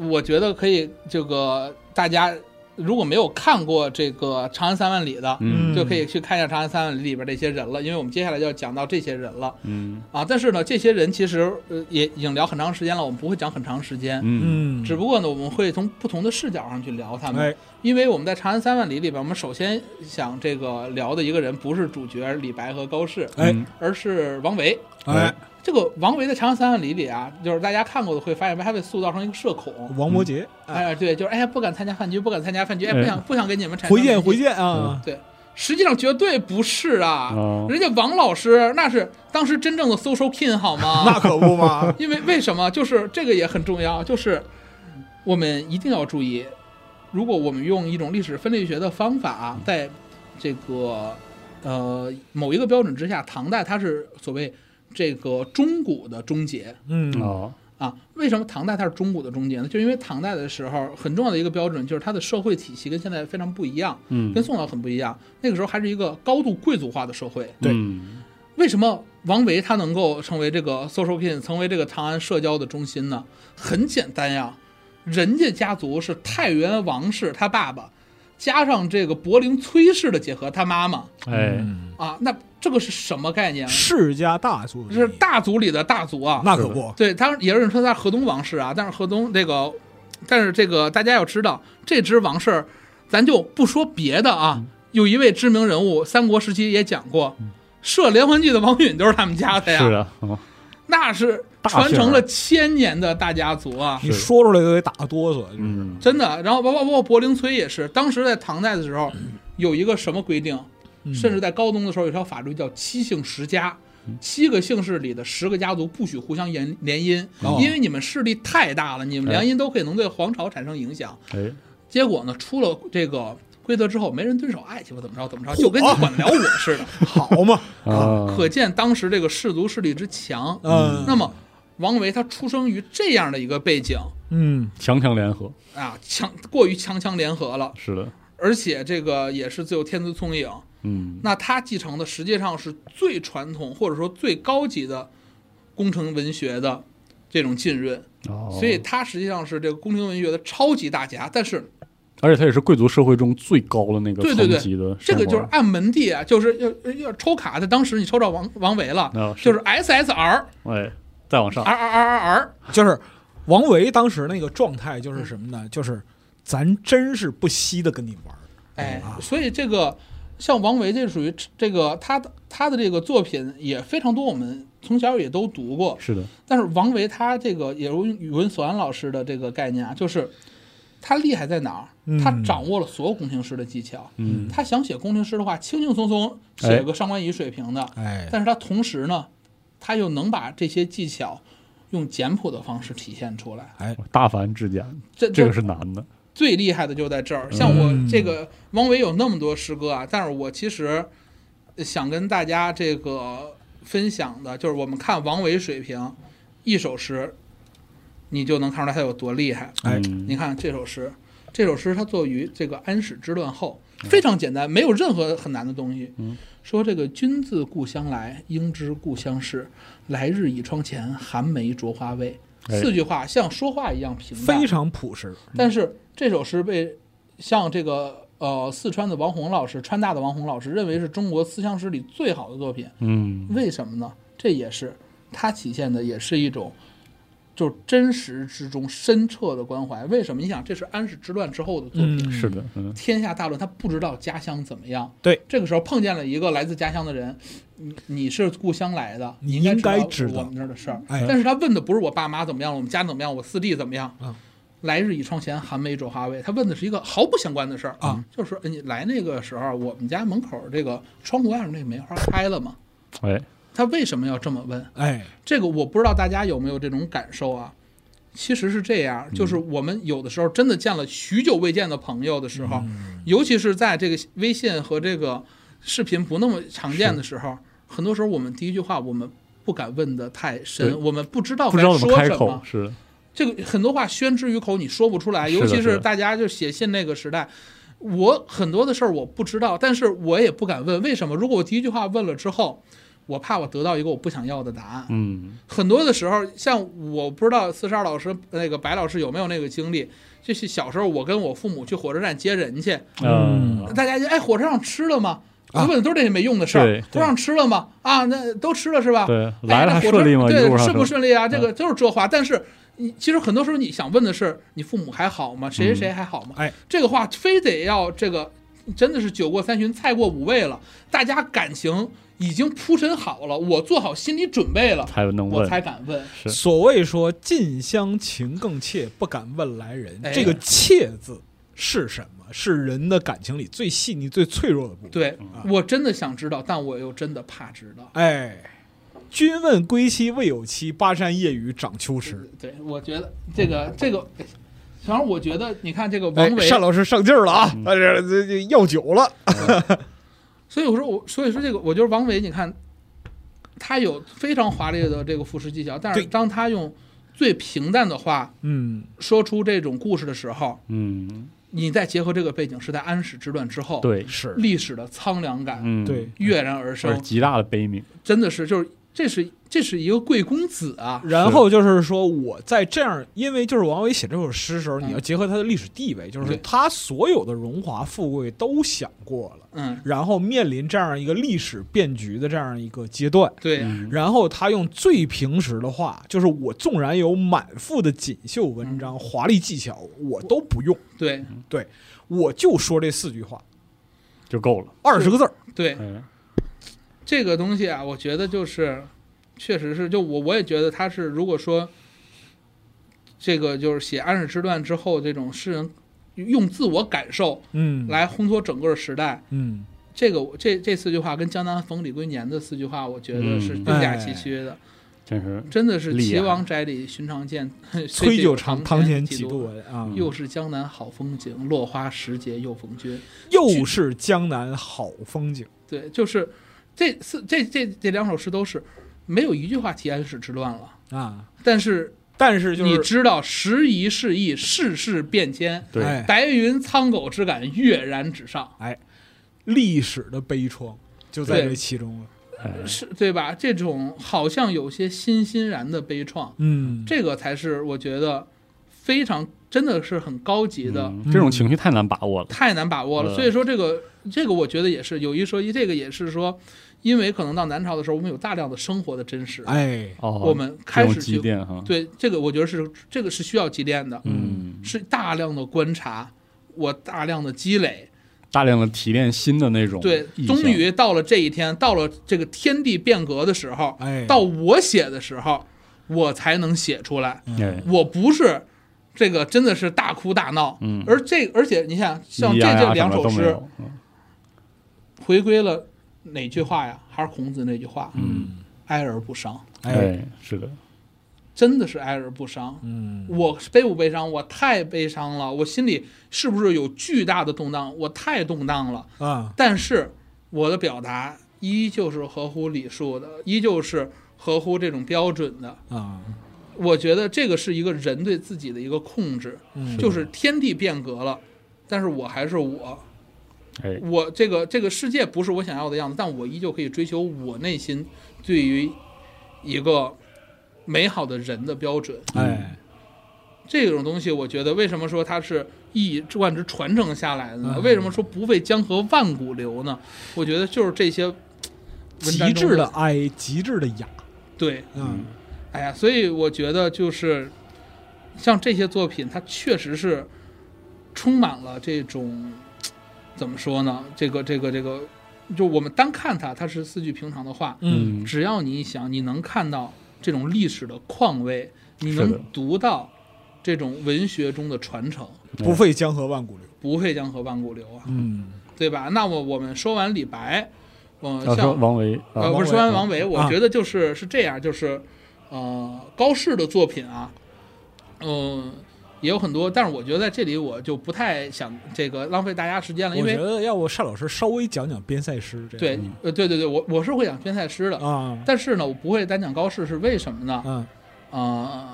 [SPEAKER 3] 我觉得可以这个大家如果没有看过这个《长安三万里》的，
[SPEAKER 1] 嗯
[SPEAKER 3] 就可以去看一下《长安三万里》里边这些人了，因为我们接下来就要讲到这些人了
[SPEAKER 1] 嗯
[SPEAKER 3] 啊。但是呢，这些人其实呃也已经聊很长时间了，我们不会讲很长时间。
[SPEAKER 1] 嗯
[SPEAKER 2] 嗯，
[SPEAKER 3] 只不过呢，我们会从不同的视角上去聊他们，
[SPEAKER 2] 哎，
[SPEAKER 3] 因为我们在《长安三万里》里边，我们首先想这个聊的一个人不是主角李白和高适，
[SPEAKER 2] 哎
[SPEAKER 1] 嗯
[SPEAKER 3] 而是王维。
[SPEAKER 2] 哎，
[SPEAKER 3] 这个王维在《长安三万里》里啊，就是大家看过的会发现，他被塑造成一个社恐。
[SPEAKER 2] 王伯杰，哎，
[SPEAKER 3] 哎，对，就是哎呀，不敢参加饭局，不敢参加饭局，哎，不想不想给你嗯们产生
[SPEAKER 2] 回见
[SPEAKER 3] 危机
[SPEAKER 2] 回。见啊，
[SPEAKER 3] 实际上绝对不是啊，
[SPEAKER 1] 哦
[SPEAKER 3] 人家王老师那是当时真正的 social king 好吗？
[SPEAKER 2] 那可不 嘛，
[SPEAKER 3] 因为为什么？就是这个也很重要，就是我们一定要注意，如果我们用一种历史分类学的方法，啊在这个呃某一个标准之下，唐代它是所谓这个中古的终结
[SPEAKER 2] 嗯，
[SPEAKER 1] 哦，
[SPEAKER 3] 啊。为什么唐代它是中古的终结呢？就因为唐代的时候很重要的一个标准就是它的社会体系跟现在非常不一样，
[SPEAKER 1] 嗯
[SPEAKER 3] 跟宋朝很不一样。那个时候还是一个高度贵族化的社会，
[SPEAKER 2] 对
[SPEAKER 1] 嗯
[SPEAKER 3] 为什么王维他能够成为这个 social king，成为这个长安社交的中心呢？很简单呀，人家家族是太原王氏他爸爸，加上这个柏林崔氏的结合，他妈妈
[SPEAKER 1] 哎，
[SPEAKER 2] 嗯
[SPEAKER 3] 啊，那这个是什么概念啊？
[SPEAKER 2] 世家大族
[SPEAKER 3] 这是，大族里的大族啊！
[SPEAKER 2] 那可不，
[SPEAKER 3] 对，当然也有人说他是河东王氏啊，但是河东这个，但是这个大家要知道，这支王氏，咱就不说别的
[SPEAKER 1] 嗯
[SPEAKER 3] 啊，有一位知名人物，三国时期也讲过，射《连环计》的王允就是他们家的呀。
[SPEAKER 1] 是的，哦
[SPEAKER 3] 那是
[SPEAKER 1] 大
[SPEAKER 3] 传
[SPEAKER 1] 姓啊
[SPEAKER 3] 承
[SPEAKER 1] 儿
[SPEAKER 3] 了千年的大家族啊，
[SPEAKER 2] 你说出来都得打个哆嗦，就是
[SPEAKER 1] 嗯，
[SPEAKER 3] 真的。然后包括包括柏灵崔也是，当时在唐代的时候
[SPEAKER 2] 嗯
[SPEAKER 3] 有一个什么规定，甚至在高宗的时候有条法律叫七姓十家。
[SPEAKER 2] 嗯
[SPEAKER 3] 七个姓氏里的十个家族不许互相联联姻，
[SPEAKER 2] 哦哎
[SPEAKER 3] 因为你们势力太大了，你们联姻都可以能对皇朝产生影响。
[SPEAKER 1] 哎，
[SPEAKER 3] 结果呢，出了这个规则之后，没人遵守爱情吧？怎么着怎么着，就跟你管得了我似 的。
[SPEAKER 2] 好嘛，
[SPEAKER 1] 啊，
[SPEAKER 3] 可见当时这个氏族势力之强。
[SPEAKER 2] 嗯
[SPEAKER 3] 那么王维他出生于这样的一个背景
[SPEAKER 2] 嗯，
[SPEAKER 1] 强强联合，
[SPEAKER 3] 啊，强过于强强联合了，
[SPEAKER 1] 是的，
[SPEAKER 3] 而且这个也是自有天资聪颖。
[SPEAKER 1] 嗯，
[SPEAKER 3] 那他继承的实际上是最传统或者说最高级的工程文学的这种浸润，
[SPEAKER 1] 哦，
[SPEAKER 3] 所以他实际上是这个工程文学的超级大家。但是
[SPEAKER 1] 而且他也是贵族社会中最高的那个
[SPEAKER 3] 对对对
[SPEAKER 1] 层级的
[SPEAKER 3] 这
[SPEAKER 1] 生活，
[SPEAKER 3] 个就是按门第啊，就是要要抽卡的，当时你抽到王王维了，
[SPEAKER 1] 啊
[SPEAKER 3] 就是啊 SSR
[SPEAKER 1] 哎，再往上
[SPEAKER 3] R，R R R，
[SPEAKER 2] 就是王维当时那个状态就是什么呢？就是咱真是不惜的跟你玩儿，
[SPEAKER 3] 哎
[SPEAKER 2] 啊，
[SPEAKER 3] 所以这个像王维，这属于这个他的他的这个作品也非常多，我们从小也都读过。
[SPEAKER 1] 是的，
[SPEAKER 3] 但是王维他这个也如语文索安老师的这个概念啊，就是他厉害在哪儿
[SPEAKER 2] 嗯？
[SPEAKER 3] 他掌握了所有宫廷诗的技巧。
[SPEAKER 1] 嗯，
[SPEAKER 3] 他想写宫廷诗的话，轻轻松松写个上官仪水平的，
[SPEAKER 2] 哎
[SPEAKER 3] 但是他同时呢，他又能把这些技巧用简朴的方式体现出来。
[SPEAKER 1] 大凡至简，
[SPEAKER 3] 这
[SPEAKER 1] 这个是难的，
[SPEAKER 3] 最厉害的就在这儿。像我
[SPEAKER 2] 嗯
[SPEAKER 3] 这个王维有那么多诗歌啊，但是我其实想跟大家这个分享的，就是我们看王维水平，一首诗你就能看出来他有多厉害。
[SPEAKER 2] 哎，
[SPEAKER 3] 你
[SPEAKER 1] 嗯
[SPEAKER 3] 看这首诗，这首诗它作于这个安史之乱后，非常简单，没有任何很难的东西。
[SPEAKER 1] 嗯
[SPEAKER 3] 说这个君自故乡来，应知故乡事。来日倚窗前，寒梅着花未。
[SPEAKER 1] 哎
[SPEAKER 3] 四句话像说话一样平淡，
[SPEAKER 2] 非常朴实，
[SPEAKER 3] 但是这首诗被像这个呃，四川的王红老师，川大的王红老师认为是中国思想史里最好的作品。
[SPEAKER 1] 嗯
[SPEAKER 3] 为什么呢？这也是它体现的，也是一种就是真实之中深彻的关怀。为什么？你想，这是安史之乱之后的作品，
[SPEAKER 2] 嗯，
[SPEAKER 1] 是的，嗯
[SPEAKER 3] 天下大乱，他不知道家乡怎么样。
[SPEAKER 2] 对，
[SPEAKER 3] 这个时候碰见了一个来自家乡的人，你你是故乡来的，
[SPEAKER 2] 你
[SPEAKER 3] 你应
[SPEAKER 2] 应该
[SPEAKER 3] 知
[SPEAKER 2] 知道
[SPEAKER 3] 我们这儿的事儿。
[SPEAKER 2] 哎
[SPEAKER 3] 但是他问的不是我爸妈怎么样，我们家怎么样，我四弟怎么样。
[SPEAKER 2] 嗯
[SPEAKER 3] 来日已窗前，寒梅肘哈为。他问的是一个毫不相关的事儿
[SPEAKER 2] 啊，
[SPEAKER 3] 就是哎你来那个时候，我们家门口这个窗户外面那个梅花开了吗？
[SPEAKER 1] 哎，
[SPEAKER 3] 他为什么要这么问？
[SPEAKER 2] 哎，
[SPEAKER 3] 这个我不知道大家有没有这种感受啊？其实是这样，就是
[SPEAKER 1] 嗯
[SPEAKER 3] 我们有的时候真的见了许久未见的朋友的时候，
[SPEAKER 1] 嗯
[SPEAKER 3] 尤其是在这个微信和这个视频不那么常见的时候，很多时候我们第一句话我们不敢问的太
[SPEAKER 1] 对
[SPEAKER 3] 深，我们不知道
[SPEAKER 1] 不
[SPEAKER 3] 该
[SPEAKER 1] 知道怎么
[SPEAKER 3] 说
[SPEAKER 1] 开
[SPEAKER 3] 什
[SPEAKER 1] 口
[SPEAKER 3] 么，。
[SPEAKER 1] 是的
[SPEAKER 3] 这个很多话宣之于口，你说不出来，
[SPEAKER 1] 是的
[SPEAKER 3] 尤其
[SPEAKER 1] 是
[SPEAKER 3] 是
[SPEAKER 1] 的
[SPEAKER 3] 大家就写信那个时代。我很多的事儿我不知道，但是我也不敢问，为什么？如果我第一句话问了之后，我怕我得到一个我不想要的答案。
[SPEAKER 1] 嗯，
[SPEAKER 3] 很多的时候，像我不知道四十二老师呃那个白老师有没有那个经历，就是小时候我跟我父母去火车站接人去，
[SPEAKER 1] 嗯
[SPEAKER 3] 大家就哎火车上吃了吗？我
[SPEAKER 2] 啊
[SPEAKER 3] 问的都是这些没用的事儿
[SPEAKER 1] 对，
[SPEAKER 3] 火车上吃了吗？啊，那都吃了是吧？
[SPEAKER 1] 对，
[SPEAKER 3] 哎
[SPEAKER 1] 来了还
[SPEAKER 3] 那火车
[SPEAKER 1] 顺利吗？一路
[SPEAKER 3] 对，
[SPEAKER 1] 上
[SPEAKER 3] 顺不
[SPEAKER 1] 是
[SPEAKER 3] 顺利啊？这个都是这话，但是。你其实很多时候你想问的是你父母还好吗？
[SPEAKER 1] 嗯
[SPEAKER 3] 谁谁谁还好吗？
[SPEAKER 2] 哎，
[SPEAKER 3] 这个话非得要这个，真的是酒过三巡菜过五味了，大家感情已经铺陈好了，我做好心理准备了，
[SPEAKER 1] 才能
[SPEAKER 3] 我
[SPEAKER 1] 问，
[SPEAKER 3] 才敢问。
[SPEAKER 1] 是
[SPEAKER 2] 所谓说近乡情更怯，不敢问来人。
[SPEAKER 3] 哎
[SPEAKER 2] 这个“怯”字是什么？是人的感情里最细腻、最脆弱的部分。，
[SPEAKER 3] 对
[SPEAKER 2] 啊，
[SPEAKER 3] 我真的想知道，但我又真的怕知道。
[SPEAKER 2] 哎，君问归期未有期，巴山夜雨涨秋池。
[SPEAKER 3] 对，我觉得这个这个，反正我觉得，你看这个
[SPEAKER 2] 哎
[SPEAKER 3] 王，维，
[SPEAKER 2] 单老师上劲儿了啊！
[SPEAKER 1] 嗯
[SPEAKER 2] 哎这这这要酒了。
[SPEAKER 3] 所以我说我，所以说这个，我觉得王维，你看，他有非常华丽的这个赋诗技巧，但是
[SPEAKER 2] 对
[SPEAKER 3] 当他用最平淡的话
[SPEAKER 2] 嗯，
[SPEAKER 3] 说出这种故事的时候，
[SPEAKER 1] 嗯，
[SPEAKER 3] 你再结合这个背景，是在安史之乱之后，
[SPEAKER 1] 对，
[SPEAKER 2] 是，
[SPEAKER 3] 历史的苍凉感
[SPEAKER 1] 嗯，
[SPEAKER 2] 对，。
[SPEAKER 3] 跃然而
[SPEAKER 1] 是
[SPEAKER 3] 生，
[SPEAKER 1] 极大的悲悯，
[SPEAKER 3] 真的是就是这是这是一个贵公子啊，
[SPEAKER 2] 然后就是说，我在这样，因为就是王维写这首诗的时候，你要结合他的历史地位，就是
[SPEAKER 3] 嗯对
[SPEAKER 2] 他所有的荣华富贵都享过了，
[SPEAKER 3] 嗯，
[SPEAKER 2] 然后面临这样一个历史变局的这样一个阶段，
[SPEAKER 3] 对，
[SPEAKER 1] 嗯
[SPEAKER 2] 然后他用最平时的话，就是我纵然有满腹的锦绣文章、
[SPEAKER 3] 嗯
[SPEAKER 2] 华丽技巧，我都不用，
[SPEAKER 3] 对，
[SPEAKER 2] 对我就说这四句话，
[SPEAKER 1] 就够了。
[SPEAKER 2] 二十个字儿，
[SPEAKER 3] 对，
[SPEAKER 1] 哎，
[SPEAKER 3] 这个东西啊，我觉得就是，确实是，就我我也觉得他是，如果说这个就是写安史之乱之后这种诗人用自我感受
[SPEAKER 2] 嗯，，
[SPEAKER 3] 来烘托整个时代，
[SPEAKER 2] 嗯，
[SPEAKER 3] 这个我这这四句话跟江南逢李龟年的四句话，我觉得是
[SPEAKER 1] 嗯
[SPEAKER 3] 并驾齐驱的，
[SPEAKER 1] 真是
[SPEAKER 3] 真的是
[SPEAKER 1] 厉害
[SPEAKER 3] 岐王宅里寻常见，
[SPEAKER 2] 崔九
[SPEAKER 3] 长
[SPEAKER 2] 长堂前
[SPEAKER 3] 几
[SPEAKER 2] 几度。闻啊，
[SPEAKER 3] 又是江南好风景，落花时节又逢君。
[SPEAKER 2] 又是江南好风景，
[SPEAKER 3] 对，就是这四这这这两首诗都是没有一句话提安史之乱了，
[SPEAKER 2] 啊。
[SPEAKER 3] 但是
[SPEAKER 2] 但是就
[SPEAKER 3] 你
[SPEAKER 2] 是
[SPEAKER 3] 知道时移世易，世事变迁，
[SPEAKER 1] 对，
[SPEAKER 2] 哎
[SPEAKER 3] 白云苍狗之感跃然纸上，
[SPEAKER 2] 历史的悲怆就在
[SPEAKER 3] 对
[SPEAKER 2] 这其中了。
[SPEAKER 1] 哎
[SPEAKER 3] 是对吧？这种好像有些欣欣然的悲怆，
[SPEAKER 2] 嗯，
[SPEAKER 3] 这个才是我觉得非常真的是很高级的，
[SPEAKER 1] 嗯这种情绪太难把握了。
[SPEAKER 3] 太难把握了。
[SPEAKER 1] 嗯
[SPEAKER 3] 所以说这个这个我觉得也是有一说一，这个也是说，因为可能到南朝的时候，我们有大量的生活的真实，
[SPEAKER 2] 哎，
[SPEAKER 1] 哦，
[SPEAKER 3] 我们
[SPEAKER 1] 这
[SPEAKER 3] 开
[SPEAKER 1] 种
[SPEAKER 3] 始
[SPEAKER 1] 积
[SPEAKER 3] 去
[SPEAKER 1] 淀哈，
[SPEAKER 3] 对这个，我觉得是这个是需要积淀的，
[SPEAKER 1] 嗯，
[SPEAKER 3] 是大量的观察，我大量的积累，
[SPEAKER 1] 大量的提炼新的那种
[SPEAKER 3] 对
[SPEAKER 1] 意，象，
[SPEAKER 3] 终于到了这一天，到了这个天地变革的时候，
[SPEAKER 2] 哎
[SPEAKER 3] 到我写的时候，我才能写出来。
[SPEAKER 2] 嗯
[SPEAKER 1] 哎，
[SPEAKER 3] 我不是这个真的是大哭大闹，
[SPEAKER 1] 嗯
[SPEAKER 3] 而这而且你想，像
[SPEAKER 1] 咿
[SPEAKER 3] 这
[SPEAKER 1] 呀呀
[SPEAKER 3] 这两
[SPEAKER 1] ，E 啊什么
[SPEAKER 3] 首
[SPEAKER 1] 都没
[SPEAKER 3] 诗
[SPEAKER 1] 有，嗯
[SPEAKER 3] 回归了哪句话呀？还是孔子那句话：“
[SPEAKER 1] 嗯，
[SPEAKER 3] 哀而不伤。”
[SPEAKER 2] 哎，
[SPEAKER 1] 哎，是的，
[SPEAKER 3] 真的是哀而不伤，
[SPEAKER 2] 嗯，
[SPEAKER 3] 我悲不悲伤？我太悲伤了，我心里是不是有巨大的动荡？我太动荡了。
[SPEAKER 2] 啊，
[SPEAKER 3] 但是我的表达依旧是合乎礼数的，依旧是合乎这种标准的。
[SPEAKER 2] 啊，
[SPEAKER 3] 我觉得这个是一个人对自己的一个控制，
[SPEAKER 2] 嗯
[SPEAKER 3] 就是天地变革了，但是我还是我，
[SPEAKER 1] 哎，
[SPEAKER 3] 我这个这个世界不是我想要的样子，但我依旧可以追求我内心对
[SPEAKER 2] 嗯
[SPEAKER 3] 于一个美好的人的标准。
[SPEAKER 2] 哎，
[SPEAKER 3] 这种东西，我觉得为什么说它是一以贯之传承下来的呢？
[SPEAKER 2] 嗯
[SPEAKER 3] 为什么说不为江河万古流呢？我觉得就是这些文章
[SPEAKER 2] 极
[SPEAKER 3] 中
[SPEAKER 2] 致的哀，极致的雅，
[SPEAKER 3] 对，
[SPEAKER 2] 嗯，
[SPEAKER 3] 哎呀，所以我觉得就是像这些作品，它确实是充满了这种怎么说呢？这个这个这个，就我们单看它，它是四句平常的话，
[SPEAKER 2] 嗯
[SPEAKER 1] 嗯，
[SPEAKER 3] 只要你一想，你能看到这种历史的况味，你
[SPEAKER 1] 是
[SPEAKER 3] 能
[SPEAKER 1] 的
[SPEAKER 3] 读到这种文学中的传承，
[SPEAKER 1] 嗯
[SPEAKER 2] 不费江河万古流，
[SPEAKER 3] 不愧江河万古流啊，
[SPEAKER 2] 嗯，
[SPEAKER 3] 对吧？那么我们说完李白，呃，
[SPEAKER 1] 要说
[SPEAKER 3] 像
[SPEAKER 1] 王维
[SPEAKER 3] 呃，
[SPEAKER 1] 啊，
[SPEAKER 2] 王
[SPEAKER 3] 不是
[SPEAKER 2] 维
[SPEAKER 3] 说完
[SPEAKER 2] 啊
[SPEAKER 3] 王维，我
[SPEAKER 2] 啊
[SPEAKER 3] 觉得就是是这样，就是呃，高适的作品啊，嗯，也有很多，但是我觉得在这里我就不太想这个浪费大家时间了，
[SPEAKER 2] 嗯
[SPEAKER 3] 因
[SPEAKER 2] 我觉
[SPEAKER 3] 为
[SPEAKER 2] 得要不单老师稍微讲讲边塞诗这
[SPEAKER 3] 对
[SPEAKER 2] 样，
[SPEAKER 3] 呃，对对对，我我是会讲边塞诗的，
[SPEAKER 2] 啊，
[SPEAKER 3] 但是呢，我不会单讲高适，是为什么呢？
[SPEAKER 2] 嗯
[SPEAKER 3] 呃，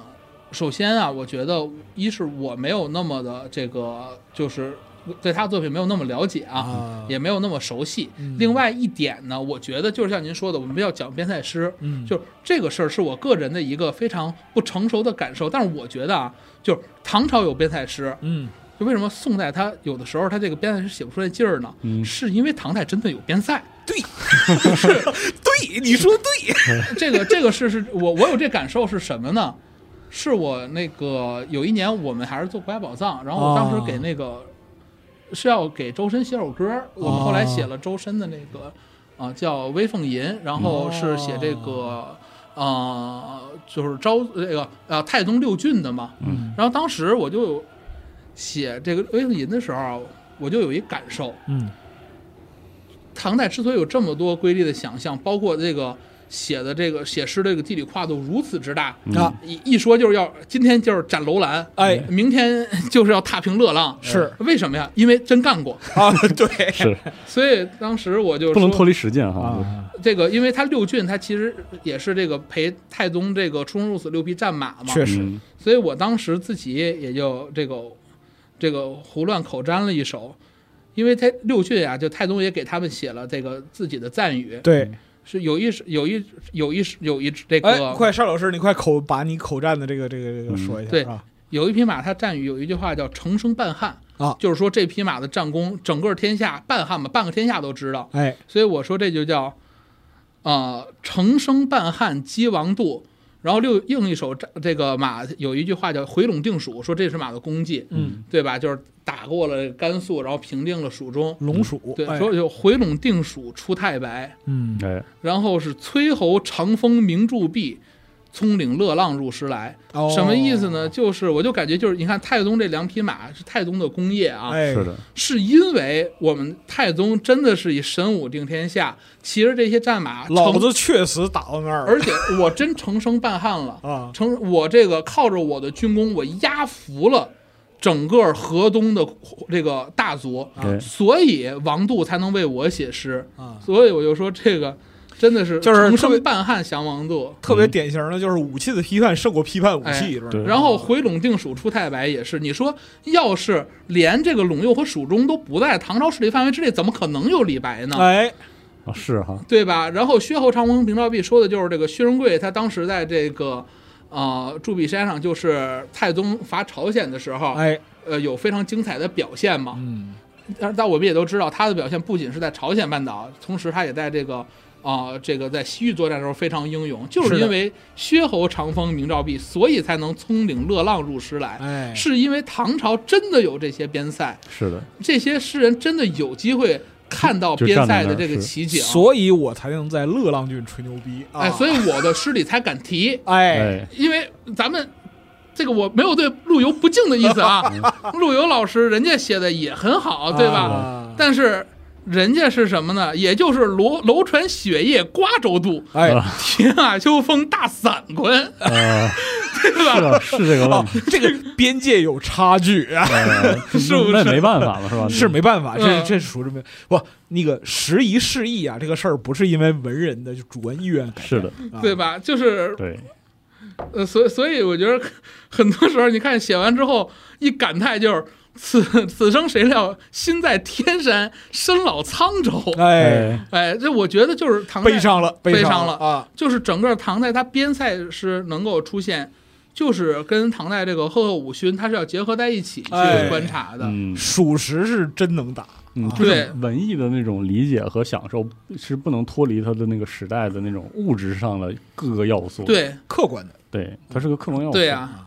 [SPEAKER 3] 首先啊，我觉得一是我没有那么的这个，就是对他的作品没有那么了解啊，
[SPEAKER 2] 啊
[SPEAKER 3] 也没有那么熟悉。
[SPEAKER 2] 嗯
[SPEAKER 3] 另外一点呢，我觉得就是像您说的，我们要讲边塞诗，
[SPEAKER 2] 嗯
[SPEAKER 3] 就是这个事儿是我个人的一个非常不成熟的感受。但是我觉得啊，就是唐朝有边塞诗，
[SPEAKER 2] 嗯
[SPEAKER 3] 就为什么宋代他有的时候他这个边塞诗写不出来劲儿呢？
[SPEAKER 1] 嗯
[SPEAKER 3] 是因为唐代真的有边塞。
[SPEAKER 2] 对，你说的对，
[SPEAKER 3] 这个这个是是我我有这感受是什么呢？是我那个有一年我们还是做国家宝藏，然后我当时给那个、是要给周深写首歌，我们后来写了周深的那个啊、叫《微凤吟》，然后是写这个呃就是昭这个呃太宗六骏的嘛，
[SPEAKER 1] 嗯
[SPEAKER 3] 然后当时我就写这个《微凤吟》的时候啊，我就有一感受，
[SPEAKER 2] 嗯
[SPEAKER 3] 唐代之所以有这么多瑰丽的想象，包括这个写的这个写诗的这个地理跨度如此之大，
[SPEAKER 1] 嗯
[SPEAKER 2] 啊，
[SPEAKER 3] 一一说就是要今天就是斩楼兰，
[SPEAKER 2] 哎
[SPEAKER 3] 明天 就是要踏平乐浪，
[SPEAKER 2] 是
[SPEAKER 3] 为什么呀？因为真干过，
[SPEAKER 2] 啊，对
[SPEAKER 1] 是
[SPEAKER 3] 所以当时我就
[SPEAKER 1] 不能脱
[SPEAKER 3] 离
[SPEAKER 1] 离实践哈，就是
[SPEAKER 2] 啊，
[SPEAKER 3] 这个，因为他六郡他其实也是这个陪太宗这个出生入死六匹战马嘛，
[SPEAKER 2] 确实，
[SPEAKER 1] 嗯
[SPEAKER 3] 所以我当时自己也就这个这个胡乱口占了一首，因为他六郡啊，就太宗也给他们写了这个自己的赞语，
[SPEAKER 2] 对，
[SPEAKER 1] 嗯
[SPEAKER 3] 是有一有一有一有一这个、
[SPEAKER 2] 哎，快，邵老师，你快口把你口战的这个这个这个说一下，
[SPEAKER 3] 对
[SPEAKER 2] 啊，
[SPEAKER 3] 有一匹马，它战语有一句话叫“成生半汉”
[SPEAKER 2] 啊
[SPEAKER 3] 就是说这匹马的战功，整个天下半汉嘛，半个天下都知道。
[SPEAKER 2] 哎，
[SPEAKER 3] 所以我说这就叫，呃，成生半汉皆王度。然后六另一首战这个马有一句话叫“回陇定蜀”，说这是马的功绩，
[SPEAKER 2] 嗯，
[SPEAKER 3] 对吧？就是打过了甘肃，然后平定了蜀中。
[SPEAKER 2] 龙鼠，
[SPEAKER 3] 对，
[SPEAKER 2] 哎
[SPEAKER 3] 说有回陇定蜀出太白，
[SPEAKER 2] 嗯
[SPEAKER 1] 哎，
[SPEAKER 3] 然后是崔侯长风明柱壁，葱岭乐浪入石来。
[SPEAKER 2] 哦
[SPEAKER 3] 什么意思呢？就是我就感觉就是你看太宗这两匹马是太宗的功业啊，
[SPEAKER 2] 哎，
[SPEAKER 1] 是的，
[SPEAKER 3] 是因为我们太宗真的是以神武定天下，骑着这些战 马，
[SPEAKER 2] 老
[SPEAKER 3] 成
[SPEAKER 2] 子确实打到那儿了，
[SPEAKER 3] 而且我真成生半汉了
[SPEAKER 2] 啊，
[SPEAKER 3] 成我这个靠着我的军功，我压服了整个河东的这个大族，
[SPEAKER 1] 对，
[SPEAKER 3] 所以王度才能为我写诗
[SPEAKER 2] 啊
[SPEAKER 3] 所以我就说这个真的是
[SPEAKER 2] 就是
[SPEAKER 3] 重
[SPEAKER 2] 特别
[SPEAKER 3] 生半汉降王度。
[SPEAKER 2] 特别典型的就是武器的批判胜过批判武
[SPEAKER 3] 哎
[SPEAKER 2] 器，是吧
[SPEAKER 1] 对
[SPEAKER 3] 然后回陇定蜀出太白也是，你说要是连这个陇右和蜀中都不在唐朝势力范围之内，怎么可能有李白呢？
[SPEAKER 2] 哎，
[SPEAKER 1] 啊是哈，
[SPEAKER 3] 对吧？然后薛侯长风明照壁说的就是这个薛仁贵，他当时在这个呃铸壁山上，就是太宗伐朝鲜的时候，
[SPEAKER 2] 哎，
[SPEAKER 3] 呃有非常精彩的表现嘛。
[SPEAKER 2] 嗯，
[SPEAKER 3] 但但我们也都知道，他的表现不仅是在朝鲜半岛，同时他也在这个啊、呃这个在西域作战的时候非常英勇，就是
[SPEAKER 2] 的
[SPEAKER 3] 是因为薛侯长风明照壁，所以才能葱岭乐浪入石来。
[SPEAKER 2] 哎，
[SPEAKER 3] 是因为唐朝真的有这些边塞，
[SPEAKER 1] 是的，
[SPEAKER 3] 这些诗人真的有机会看到
[SPEAKER 1] 就
[SPEAKER 3] 边
[SPEAKER 1] 站在
[SPEAKER 3] 塞
[SPEAKER 1] 那
[SPEAKER 3] 的
[SPEAKER 1] 儿
[SPEAKER 3] 这个
[SPEAKER 1] 是
[SPEAKER 3] 奇景，
[SPEAKER 2] 所以我才能在乐浪郡吹牛逼啊，
[SPEAKER 3] 哎，所以我的诗里才敢提，
[SPEAKER 2] 哎，
[SPEAKER 1] 哎，
[SPEAKER 3] 因为咱们这个我没有对陆游不敬的意思啊，陆游老师人家写的也很好，对吧？
[SPEAKER 2] 啊
[SPEAKER 3] 但是人家是什么呢？也就是楼楼船雪夜瓜洲渡，
[SPEAKER 2] 哎，
[SPEAKER 1] 啊
[SPEAKER 3] 铁马秋风大散坤，
[SPEAKER 1] 呃，
[SPEAKER 3] 对
[SPEAKER 1] 是
[SPEAKER 3] 吧？
[SPEAKER 1] 啊是这个问题，
[SPEAKER 2] 这个边界有差距啊。
[SPEAKER 1] 呃
[SPEAKER 3] 哦 是不
[SPEAKER 1] 那
[SPEAKER 3] 是
[SPEAKER 1] 没办法了是吧？
[SPEAKER 2] 是没办法，这
[SPEAKER 3] 嗯
[SPEAKER 2] 这属于没不那个时移世易啊，这个事儿不是因为文人的就主观意愿改变
[SPEAKER 1] 是的，
[SPEAKER 2] 啊
[SPEAKER 3] 对吧？就是
[SPEAKER 1] 对，
[SPEAKER 3] 呃，所以所以我觉得很多时候，你看写完之后一感叹就是此 此生谁料心在天山，身老沧州。
[SPEAKER 2] 哎，
[SPEAKER 1] 哎，
[SPEAKER 3] 哎，这我觉得就是唐代
[SPEAKER 2] 悲伤了，
[SPEAKER 3] 悲
[SPEAKER 2] 伤
[SPEAKER 3] 伤了
[SPEAKER 2] 啊！
[SPEAKER 3] 就是整个唐代它边塞诗能够出现就是跟唐代这个赫赫武勋，它是要结合在一起去
[SPEAKER 2] 哎
[SPEAKER 3] 观察的。哦
[SPEAKER 1] 嗯
[SPEAKER 2] 属实是真能打。
[SPEAKER 1] 嗯，
[SPEAKER 2] 啊
[SPEAKER 1] 这
[SPEAKER 3] 对
[SPEAKER 1] 种文艺的那种理解和享受是不能脱离它的那个时代的那种物质上的各个要素。
[SPEAKER 3] 对
[SPEAKER 2] 客观的，
[SPEAKER 1] 对，它是个客观要素。
[SPEAKER 3] 对
[SPEAKER 2] 哦
[SPEAKER 3] 啊，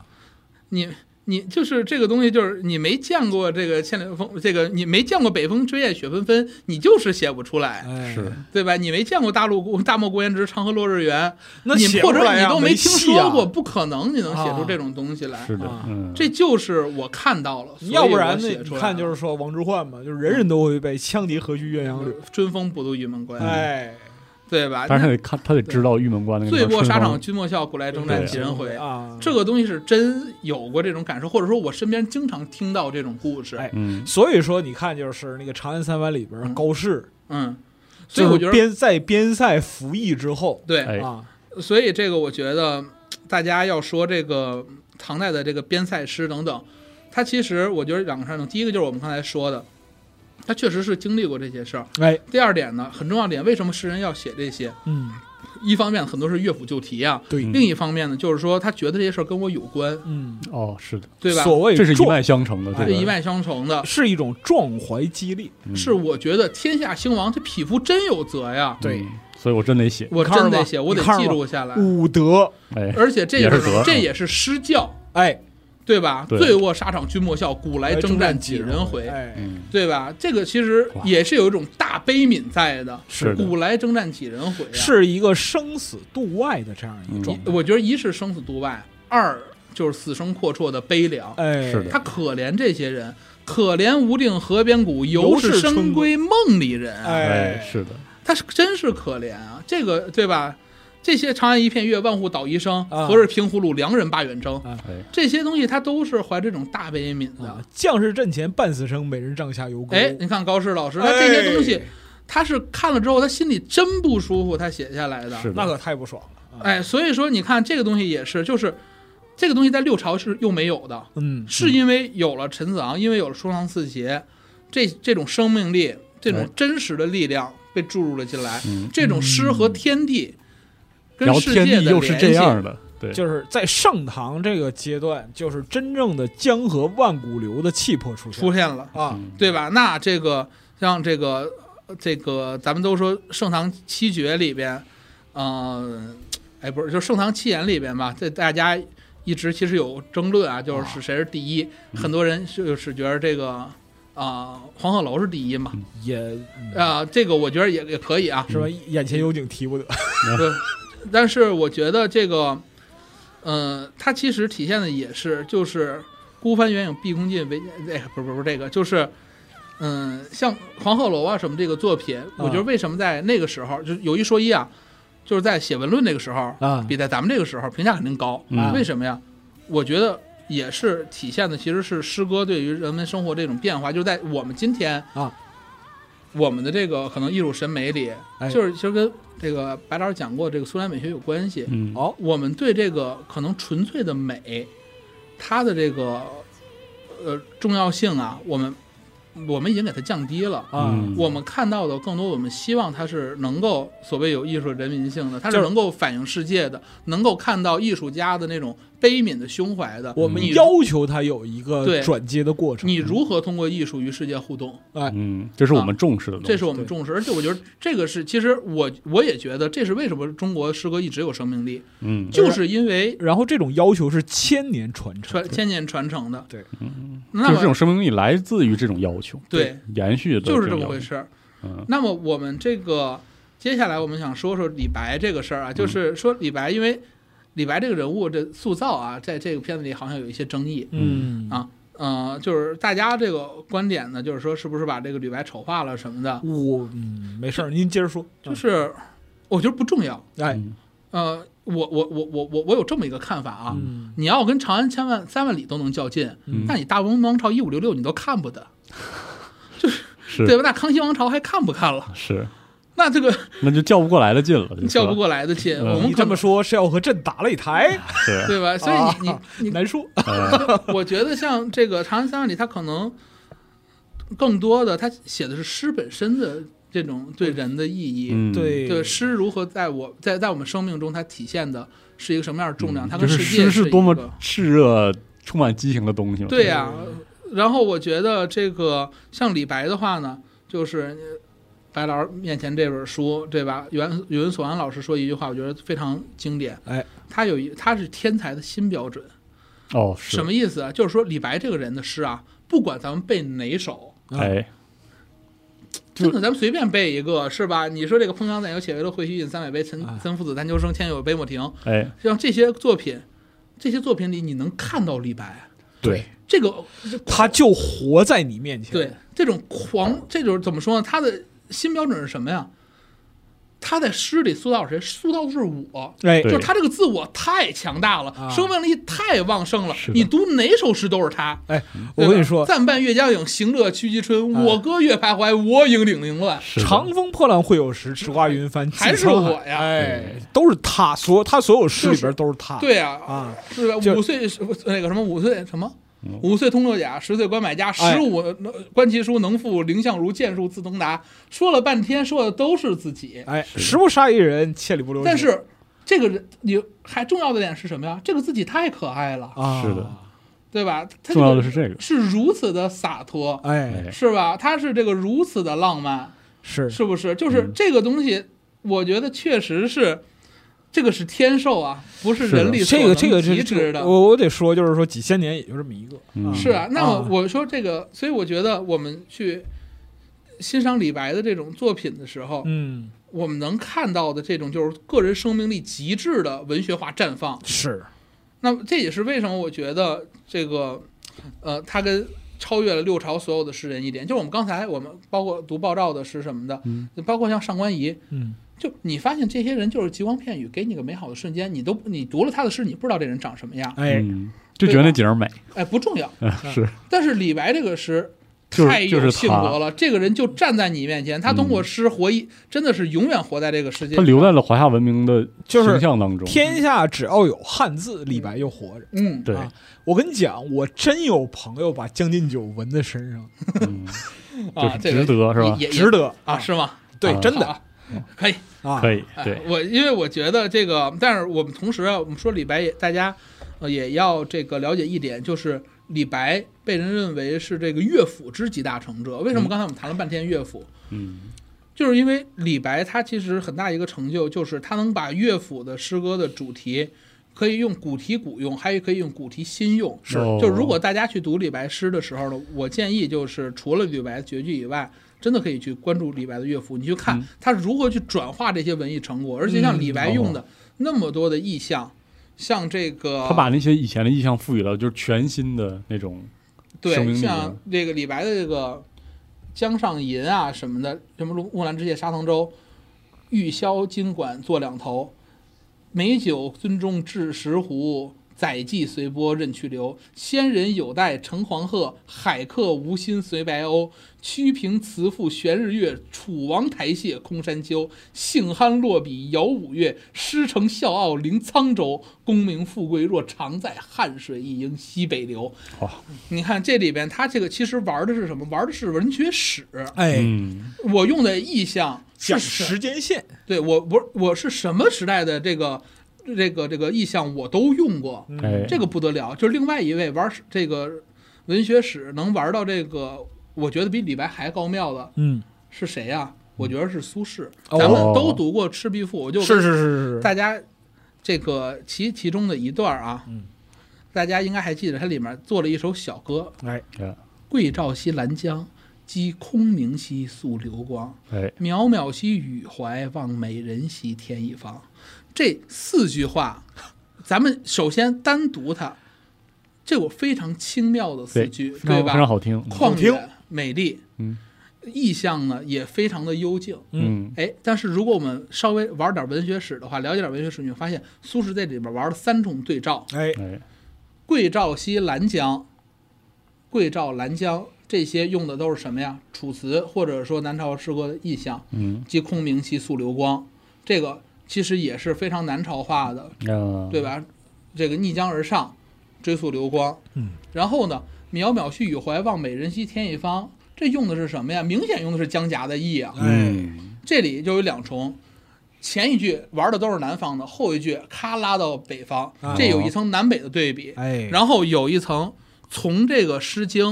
[SPEAKER 3] 你你就是这个东西，就是你没见过这个《千里风》，这个你没见过《北风吹夜雪纷纷》，你就是写不出来，
[SPEAKER 2] 哎
[SPEAKER 1] 是
[SPEAKER 3] 对吧？你没见过大陆孤大漠孤烟直，长河落日圆，
[SPEAKER 2] 那
[SPEAKER 3] 你
[SPEAKER 2] 写
[SPEAKER 3] 或
[SPEAKER 2] 出
[SPEAKER 3] 者
[SPEAKER 2] 来
[SPEAKER 3] 你
[SPEAKER 2] 呀
[SPEAKER 3] 都
[SPEAKER 2] 没
[SPEAKER 3] 听
[SPEAKER 2] 戏啊呀
[SPEAKER 3] 说过，不可能你能写出
[SPEAKER 2] 啊
[SPEAKER 3] 这种东西来。
[SPEAKER 1] 是的
[SPEAKER 2] 啊，
[SPEAKER 1] 嗯，
[SPEAKER 3] 这就是我看到了，所以
[SPEAKER 2] 要不然
[SPEAKER 3] 我
[SPEAKER 2] 呢？
[SPEAKER 3] 写
[SPEAKER 2] 你
[SPEAKER 3] 出来
[SPEAKER 2] 看，就是
[SPEAKER 3] 了
[SPEAKER 2] 说王之涣嘛，就是人人都会被“羌笛何须怨杨柳
[SPEAKER 3] 春风不度玉门”，关，
[SPEAKER 2] 哎，
[SPEAKER 3] 对吧？
[SPEAKER 1] 但是他得看，他得知道玉门关那个
[SPEAKER 3] 醉
[SPEAKER 1] 地方
[SPEAKER 3] 卧沙
[SPEAKER 1] 春
[SPEAKER 3] 场
[SPEAKER 1] 风
[SPEAKER 3] 君莫笑，古来征战
[SPEAKER 1] 对
[SPEAKER 3] 几人回。
[SPEAKER 2] 啊，
[SPEAKER 3] 这个东西是真有过这种感受，或者说我身边经常听到这种故事。
[SPEAKER 2] 哎
[SPEAKER 1] 嗯，
[SPEAKER 2] 所以说，你看，就是那个《长安三万里边
[SPEAKER 3] 嗯
[SPEAKER 2] 高适，
[SPEAKER 3] 嗯，所以我觉
[SPEAKER 2] 就是
[SPEAKER 3] 得
[SPEAKER 2] 边在边塞服役之后
[SPEAKER 3] 对，
[SPEAKER 1] 哎，
[SPEAKER 2] 啊，
[SPEAKER 3] 所以这个我觉得大家要说这个唐代的这个边塞诗等等，它其实我觉得两个事儿呢，第一个就是我们刚才说的，它确实是经历过这些事儿。
[SPEAKER 2] 哎，
[SPEAKER 3] 第二点呢，很重要点，为什么诗人要写这些？
[SPEAKER 2] 嗯，
[SPEAKER 3] 一方面很多是乐府旧题啊，
[SPEAKER 2] 对
[SPEAKER 1] 嗯
[SPEAKER 3] 另一方面呢，就是说他觉得这些事儿跟我有关，
[SPEAKER 2] 嗯，
[SPEAKER 1] 哦，是的，
[SPEAKER 3] 对吧？
[SPEAKER 2] 所谓
[SPEAKER 1] 这是一
[SPEAKER 2] 壮
[SPEAKER 1] 脉相承的，
[SPEAKER 3] 这
[SPEAKER 1] 个
[SPEAKER 3] 一脉相承的，
[SPEAKER 2] 是一种壮怀激励，
[SPEAKER 1] 嗯
[SPEAKER 3] 是我觉得天下兴亡，这匹夫真有责呀。
[SPEAKER 2] 对
[SPEAKER 1] 嗯所以我真得写，
[SPEAKER 3] 我
[SPEAKER 2] 你看
[SPEAKER 3] 真
[SPEAKER 2] 着
[SPEAKER 3] 得
[SPEAKER 2] 吧
[SPEAKER 3] 写，我得
[SPEAKER 2] 你看着
[SPEAKER 3] 记
[SPEAKER 2] 吧嗯
[SPEAKER 3] 录下来。
[SPEAKER 2] 武德，
[SPEAKER 1] 哎，
[SPEAKER 3] 而且这
[SPEAKER 1] 也是
[SPEAKER 3] 什么
[SPEAKER 1] 责
[SPEAKER 3] 这
[SPEAKER 2] 嗯
[SPEAKER 3] 也是诗教，
[SPEAKER 2] 哎，
[SPEAKER 3] 对吧？
[SPEAKER 1] 对
[SPEAKER 3] 醉卧沙场君莫笑，古来征战几人
[SPEAKER 2] 人
[SPEAKER 3] 回，
[SPEAKER 2] 哎，
[SPEAKER 1] 嗯，
[SPEAKER 3] 对吧？这个其实
[SPEAKER 1] 哇
[SPEAKER 3] 也是有一种大悲悯在的。
[SPEAKER 1] 是的
[SPEAKER 3] 古来征战几人回啊？，
[SPEAKER 2] 是一个生死度外的这样
[SPEAKER 1] 嗯
[SPEAKER 2] 一个状态，
[SPEAKER 3] 我觉得一是生死度外，二就是死生阔绰的悲凉。
[SPEAKER 2] 哎，
[SPEAKER 1] 是的
[SPEAKER 3] 他可怜这些人，可怜无定河边骨，犹
[SPEAKER 2] 犹
[SPEAKER 3] 是
[SPEAKER 2] 是
[SPEAKER 3] 生
[SPEAKER 2] 春
[SPEAKER 3] 归梦里人啊。
[SPEAKER 1] 哎，
[SPEAKER 2] 哎，
[SPEAKER 1] 是的，
[SPEAKER 3] 他是真是可怜啊，这个对吧？这些长安一片月，万户捣衣声，
[SPEAKER 2] 啊
[SPEAKER 3] 何日平胡虏，良人罢远征。
[SPEAKER 1] 哎，
[SPEAKER 3] 这些东西他都是怀这种大悲悯
[SPEAKER 2] 啊
[SPEAKER 3] 的。
[SPEAKER 2] 将士阵前半死生，每人帐下有钩，
[SPEAKER 3] 哎，你看高适老师，他这些东西
[SPEAKER 2] 哎，
[SPEAKER 3] 他是看了之后，他心里真不舒服，他写下来的。
[SPEAKER 1] 是的，
[SPEAKER 2] 那可太不爽了，，
[SPEAKER 3] 哎，所以说你看这个东西也是，就是这个东西在六朝是又没有的，
[SPEAKER 2] 嗯，
[SPEAKER 3] 是因为有了陈子昂，因为有了舒常四杰，这这种生命力，这种
[SPEAKER 1] 哎
[SPEAKER 3] 真实的力量被注入了进来，
[SPEAKER 1] 嗯，
[SPEAKER 3] 这种诗和天地
[SPEAKER 1] 然
[SPEAKER 3] 跟
[SPEAKER 1] 后
[SPEAKER 3] 世
[SPEAKER 1] 天
[SPEAKER 3] 界的
[SPEAKER 1] 地又是这样
[SPEAKER 3] 的，
[SPEAKER 1] 的，对，
[SPEAKER 2] 就是在盛唐这个阶段，就是真正的江河万古流的气魄出现
[SPEAKER 3] 出现了，
[SPEAKER 2] 啊，
[SPEAKER 1] 嗯
[SPEAKER 3] 对吧？那这个像这个呃这个，咱们都说盛唐七绝里边，嗯、哎，不是，就盛唐七言里边吧，这大家一直其实有争论啊，就是是谁是第一，
[SPEAKER 1] 嗯
[SPEAKER 3] 很多人是是觉得这个啊、黄鹤楼是第一嘛，
[SPEAKER 2] 也嗯
[SPEAKER 3] 啊、这个我觉得也也可以啊，
[SPEAKER 2] 是吧？眼前有景提不得，
[SPEAKER 3] 对，但是我觉得这个，呃，它其实体现的也是就是孤帆远影碧空尽，唯哎不是不是不是这个，就是嗯、像黄鹤楼啊什么这个作品，我觉得为什么在那个时候，就是有一说一啊，就是在写文论那个时候，
[SPEAKER 2] 啊
[SPEAKER 3] 比在咱们这个时候评价肯定高，
[SPEAKER 1] 嗯
[SPEAKER 3] 为什么呀？我觉得。也是体现的，其实是诗歌对于人们生活这种变化，就是在我们今天
[SPEAKER 2] 啊，
[SPEAKER 3] 我们的这个可能艺术审美里，
[SPEAKER 2] 哎
[SPEAKER 3] 就是其实跟这个白老师讲过，这个苏联美学有关系。
[SPEAKER 1] 嗯，
[SPEAKER 2] 好
[SPEAKER 3] 我们对这个可能纯粹的美，它的这个呃重要性啊，我们我们已经给它降低了。
[SPEAKER 2] 啊，
[SPEAKER 1] 嗯
[SPEAKER 3] 我们看到的更多，我们希望它是能够所谓有艺术人民性的，它是
[SPEAKER 2] 就是
[SPEAKER 3] 能够反映世界的，能够看到艺术家的那种悲悯的胸怀的。
[SPEAKER 2] 我们
[SPEAKER 3] 你
[SPEAKER 2] 要求他有一
[SPEAKER 3] 对
[SPEAKER 2] 个转接的过程，
[SPEAKER 3] 你如何通过艺术与世界互动？
[SPEAKER 1] 嗯，这是我们重视的东西，
[SPEAKER 3] 这是我们
[SPEAKER 2] 对
[SPEAKER 3] 重视，而且我觉得这个是，其实我我也觉得这是为什么中国诗歌一直有生命力，
[SPEAKER 1] 嗯，
[SPEAKER 3] 就是因为
[SPEAKER 2] 然后这种要求是千年传承
[SPEAKER 3] 传，千年传承的。
[SPEAKER 2] 对，
[SPEAKER 1] 嗯就
[SPEAKER 3] 那
[SPEAKER 1] 是这
[SPEAKER 3] 么
[SPEAKER 1] 种生命力来自于这种要求，
[SPEAKER 3] 对，
[SPEAKER 1] 延续的
[SPEAKER 3] 就是这
[SPEAKER 1] 种
[SPEAKER 3] 么
[SPEAKER 1] 要
[SPEAKER 3] 回
[SPEAKER 1] 求，
[SPEAKER 3] 事儿。
[SPEAKER 1] 嗯
[SPEAKER 3] 那么我们这个接下来我们想说说李白这个事儿啊，
[SPEAKER 1] 嗯
[SPEAKER 3] 就是说李白，因为李白这个人物这塑造啊，在这个片子里好像有一些争议。
[SPEAKER 2] 嗯
[SPEAKER 3] 啊嗯、就是大家这个观点呢，就是说是不是把这个李白丑化了什么的，
[SPEAKER 2] 我嗯没事儿，您接着说，
[SPEAKER 3] 就是我觉得不重要。
[SPEAKER 2] 哎，
[SPEAKER 1] 嗯
[SPEAKER 3] 呃，我我我我我我有这么一个看法啊，
[SPEAKER 2] 嗯
[SPEAKER 3] 你要跟长安千万三万里都能较劲，
[SPEAKER 1] 嗯
[SPEAKER 3] 那你大明王朝一五六六你都看不得，
[SPEAKER 1] 是
[SPEAKER 3] 对吧？那康熙王朝还看不看了？
[SPEAKER 1] 是，
[SPEAKER 3] 那这个
[SPEAKER 1] 那就叫不过来的劲了，就是
[SPEAKER 3] 叫不过来的劲，
[SPEAKER 1] 嗯
[SPEAKER 3] 我们
[SPEAKER 2] 你这
[SPEAKER 3] 可能
[SPEAKER 2] 么说是要和朕打擂台，
[SPEAKER 1] 是，哎
[SPEAKER 3] 对吧？所以你、
[SPEAKER 1] 哦
[SPEAKER 2] 啊
[SPEAKER 3] 你
[SPEAKER 2] 难说，
[SPEAKER 3] 你，我觉得像这个《长安三万里》，它可能更多的它写的是诗本身的这种对人的意义，
[SPEAKER 1] 嗯，
[SPEAKER 2] 对
[SPEAKER 3] 对诗如何在我在在我们生命中它体现的是一个什么样的重啊量？它
[SPEAKER 1] 嗯就
[SPEAKER 3] 跟
[SPEAKER 1] 是
[SPEAKER 3] 世界
[SPEAKER 1] 诗是
[SPEAKER 3] 一
[SPEAKER 1] 多么
[SPEAKER 3] 个
[SPEAKER 1] 炽热、充满激情的东西嘛。
[SPEAKER 3] 对啊呀、呃然后我觉得这个像李白的话呢，就是呃白老师面前这本书，对吧？袁语文所安老师说一句话，我觉得非常经典。
[SPEAKER 2] 哎，
[SPEAKER 3] 他有一他是天才的新标准，
[SPEAKER 1] 哦，是
[SPEAKER 3] 什么意思啊？就是说李白这个人的诗啊，不管咱们背哪首。
[SPEAKER 1] 哎，就
[SPEAKER 3] 真的，咱们随便背一个是吧？你说这个“烹羊宰牛，且为乐，会须饮三百杯。
[SPEAKER 1] 啊
[SPEAKER 3] 岑
[SPEAKER 2] 哎
[SPEAKER 3] 岑夫子，丹丘生，天有杯莫停。
[SPEAKER 1] 哎，”
[SPEAKER 3] 像这些作品，这些作品里你能看到李白啊
[SPEAKER 1] 对，
[SPEAKER 3] 这个
[SPEAKER 2] 他就活在你面前。
[SPEAKER 3] 对，这种狂，这种怎么说呢？他的新标准是什么呀？他在诗里塑造谁？塑造的是我，
[SPEAKER 2] 哎，
[SPEAKER 1] 对
[SPEAKER 3] 就是他这个自我太强大了，
[SPEAKER 2] 啊
[SPEAKER 3] 生命力太旺盛了
[SPEAKER 1] 是。的
[SPEAKER 3] 你读哪首诗都是他。
[SPEAKER 2] 哎，
[SPEAKER 3] 对
[SPEAKER 2] 我
[SPEAKER 3] 吧
[SPEAKER 2] 跟你说，
[SPEAKER 3] 暂伴月将影，行乐须及春。
[SPEAKER 2] 哎
[SPEAKER 3] 我歌月徘徊，我影领凌乱。
[SPEAKER 1] 是的
[SPEAKER 2] 长风破浪会有时，直挂云帆
[SPEAKER 3] 还
[SPEAKER 2] 济
[SPEAKER 3] 是
[SPEAKER 2] 沧
[SPEAKER 3] 我
[SPEAKER 2] 海。
[SPEAKER 3] 呀？
[SPEAKER 2] 哎，都是他，所有他所有诗里边都是他。
[SPEAKER 3] 对呀，
[SPEAKER 2] 啊，
[SPEAKER 3] 是吧？
[SPEAKER 2] 就
[SPEAKER 3] 五岁是那个什么五岁什么
[SPEAKER 1] 嗯？
[SPEAKER 3] 五岁通作甲，十岁观百家，
[SPEAKER 2] 哎
[SPEAKER 3] 十五呃观其书，能赋灵相如，剑术自通达。说了半天，说的都是自己。
[SPEAKER 2] 哎，十步杀一人，千里不留人。
[SPEAKER 3] 但是这个人，你还重要的点是什么呀？这个自己太可爱了，
[SPEAKER 2] 啊，
[SPEAKER 1] 是的，
[SPEAKER 3] 对吧？他
[SPEAKER 1] 重要的是这个，
[SPEAKER 3] 是如此的洒脱，
[SPEAKER 2] 哎，
[SPEAKER 1] 哎，
[SPEAKER 3] 是吧？他是这个如此的浪漫，
[SPEAKER 2] 是
[SPEAKER 3] 是不是？就是
[SPEAKER 1] 嗯
[SPEAKER 3] 这个东西，我觉得确实是。这个是天授啊，不是
[SPEAKER 1] 是的
[SPEAKER 3] 人力所
[SPEAKER 2] 这个
[SPEAKER 3] 能
[SPEAKER 2] 这个
[SPEAKER 3] 及
[SPEAKER 2] 这
[SPEAKER 3] 之
[SPEAKER 2] 个，
[SPEAKER 3] 的。
[SPEAKER 2] 我我得说，就是说几千年也就这么一个。
[SPEAKER 1] 嗯
[SPEAKER 3] 是啊，那
[SPEAKER 2] 啊
[SPEAKER 3] 么我说这个，所以我觉得我们去欣赏李白的这种作品的时候，
[SPEAKER 2] 嗯，
[SPEAKER 3] 我们能看到的这种就是个人生命力极致的文学化绽放。
[SPEAKER 2] 是
[SPEAKER 3] 那么这也是为什么我觉得这个，呃，他跟超越了六朝所有的诗人一点，就是我们刚才我们包括读鲍照的诗什么的，
[SPEAKER 1] 嗯
[SPEAKER 3] 包括像上官仪，
[SPEAKER 2] 嗯，
[SPEAKER 3] 就你发现这些人就是极光片语，给你个美好的瞬间，你都你读了他的诗，你不知道这人长什么样，
[SPEAKER 2] 哎，
[SPEAKER 1] 嗯就觉得那景儿美，
[SPEAKER 3] 哎，不重要。
[SPEAKER 1] 嗯是
[SPEAKER 3] 但是李白这个诗。
[SPEAKER 1] 就是
[SPEAKER 3] 太
[SPEAKER 1] 就
[SPEAKER 3] 有
[SPEAKER 1] 是
[SPEAKER 3] 性
[SPEAKER 1] 他嗯
[SPEAKER 3] 格了，这个人就站在你面前，他通过诗活一，真的是永远活在这个世界
[SPEAKER 1] 他。留在了华夏文明的
[SPEAKER 2] 就是
[SPEAKER 1] 形象当中。
[SPEAKER 2] 天下只要有汉字，李白就活着。
[SPEAKER 3] 嗯，
[SPEAKER 1] 对，
[SPEAKER 2] 啊我跟你讲，我真有朋友把《将进酒》纹在身上，
[SPEAKER 1] 嗯，
[SPEAKER 3] 啊，
[SPEAKER 1] 就
[SPEAKER 3] 这
[SPEAKER 1] 是值
[SPEAKER 3] 个
[SPEAKER 1] 得是吧？
[SPEAKER 3] 也也
[SPEAKER 2] 值得
[SPEAKER 3] 啊，是吗？
[SPEAKER 2] 对，
[SPEAKER 1] 啊
[SPEAKER 2] 真的
[SPEAKER 3] 好可以，
[SPEAKER 2] 啊，
[SPEAKER 1] 可以，
[SPEAKER 3] 哎
[SPEAKER 1] 对，
[SPEAKER 3] 我因为我觉得这个，但是我们同时啊，我们说李白也，大家呃也要这个了解一点，就是李白被人认为是这个乐府之集大成者。为什么刚才我们谈了半天乐府？
[SPEAKER 1] 嗯，
[SPEAKER 3] 就是因为李白他其实很大一个成就，就是他能把乐府的诗歌的主题。可以用古题古用，还可以用古题新用。
[SPEAKER 1] 是哦
[SPEAKER 3] 就如果大家去读李白诗的时候呢，我建议就是除了李白的绝句以外，真的可以去关注李白的乐府，你去看
[SPEAKER 1] 嗯
[SPEAKER 3] 他如何去转化这些文艺成果，而且像李白用的那么多的意象，像这个
[SPEAKER 1] 哦他把那些以前的意象赋予了就是全新的那种生命
[SPEAKER 3] 对，
[SPEAKER 1] 力啊
[SPEAKER 3] 像这个李白的这个《江上吟》啊什么的，什么《木兰之夜沙塘舟》，玉箫金管坐两头，美酒樽中置石斛，载妓随波任去留。仙人有待乘黄鹤，海客无心随白鸥。屈平辞赋悬日月，楚王台榭空山丘。杏酣落笔摇五岳，师承笑傲凌沧州。功名富贵若常在，汉水一应西北流。
[SPEAKER 1] 哇，
[SPEAKER 3] 你看这里边，他这个其实玩的是什么？玩的是文学史。
[SPEAKER 2] 哎，
[SPEAKER 1] 嗯，
[SPEAKER 3] 我用的意象是
[SPEAKER 2] 讲
[SPEAKER 3] 什
[SPEAKER 2] 时间线，
[SPEAKER 3] 对我不是我是什么时代的这个这个这个意象我都用过，
[SPEAKER 1] 哎，
[SPEAKER 3] 这个不得了。就是另外一位玩这个文学史能玩到这个，我觉得比李白还高妙的
[SPEAKER 2] 嗯，
[SPEAKER 3] 是谁呀、我觉得是苏轼。
[SPEAKER 2] 哦
[SPEAKER 3] 咱们都读过《赤壁赋》，我就是
[SPEAKER 2] 是是是是，
[SPEAKER 3] 大家这个其其中的一段啊，
[SPEAKER 2] 嗯
[SPEAKER 3] 大家应该还记得，它里面做了一首小歌，
[SPEAKER 2] 哎，
[SPEAKER 3] 桂棹兮兰江，击空明兮溯流光。
[SPEAKER 1] 哎，
[SPEAKER 3] 渺渺兮予怀，望美人兮天一方。这四句话，咱们首先单独它，这我非常轻妙的四
[SPEAKER 1] 对，
[SPEAKER 3] 句，
[SPEAKER 1] 非常
[SPEAKER 3] 对
[SPEAKER 1] 非常
[SPEAKER 3] 吧？
[SPEAKER 1] 好听，
[SPEAKER 3] 旷
[SPEAKER 2] 听
[SPEAKER 3] 远美丽，
[SPEAKER 1] 嗯，
[SPEAKER 3] 意象呢也非常的幽静。
[SPEAKER 1] 嗯，
[SPEAKER 3] 哎，但是如果我们稍微玩点文学史的话，了解点文学史，你会发现苏轼在里边玩了三种对照：
[SPEAKER 2] 哎，
[SPEAKER 1] 哎，
[SPEAKER 3] 桂棹兮兰江，桂棹兰江这些用的都是什么呀？楚辞或者说南朝诗歌的意象。
[SPEAKER 1] 嗯，
[SPEAKER 3] 即空明兮溯流光，这个其实也是非常南朝化的，
[SPEAKER 1] 啊，
[SPEAKER 3] 对吧？这个逆江而上，追溯流光。
[SPEAKER 2] 嗯，
[SPEAKER 3] 然后呢，渺渺兮予怀，望美人兮天一方。这用的是什么呀？明显用的是姜甲的义啊。
[SPEAKER 2] 哎，
[SPEAKER 1] 嗯
[SPEAKER 3] 这里就有两重，前一句玩的都是南方的，后一句咔拉到北方
[SPEAKER 2] 啊，
[SPEAKER 3] 这有一层南北的对比。
[SPEAKER 2] 哎
[SPEAKER 1] 嗯
[SPEAKER 3] 然后有一层从这个《诗经》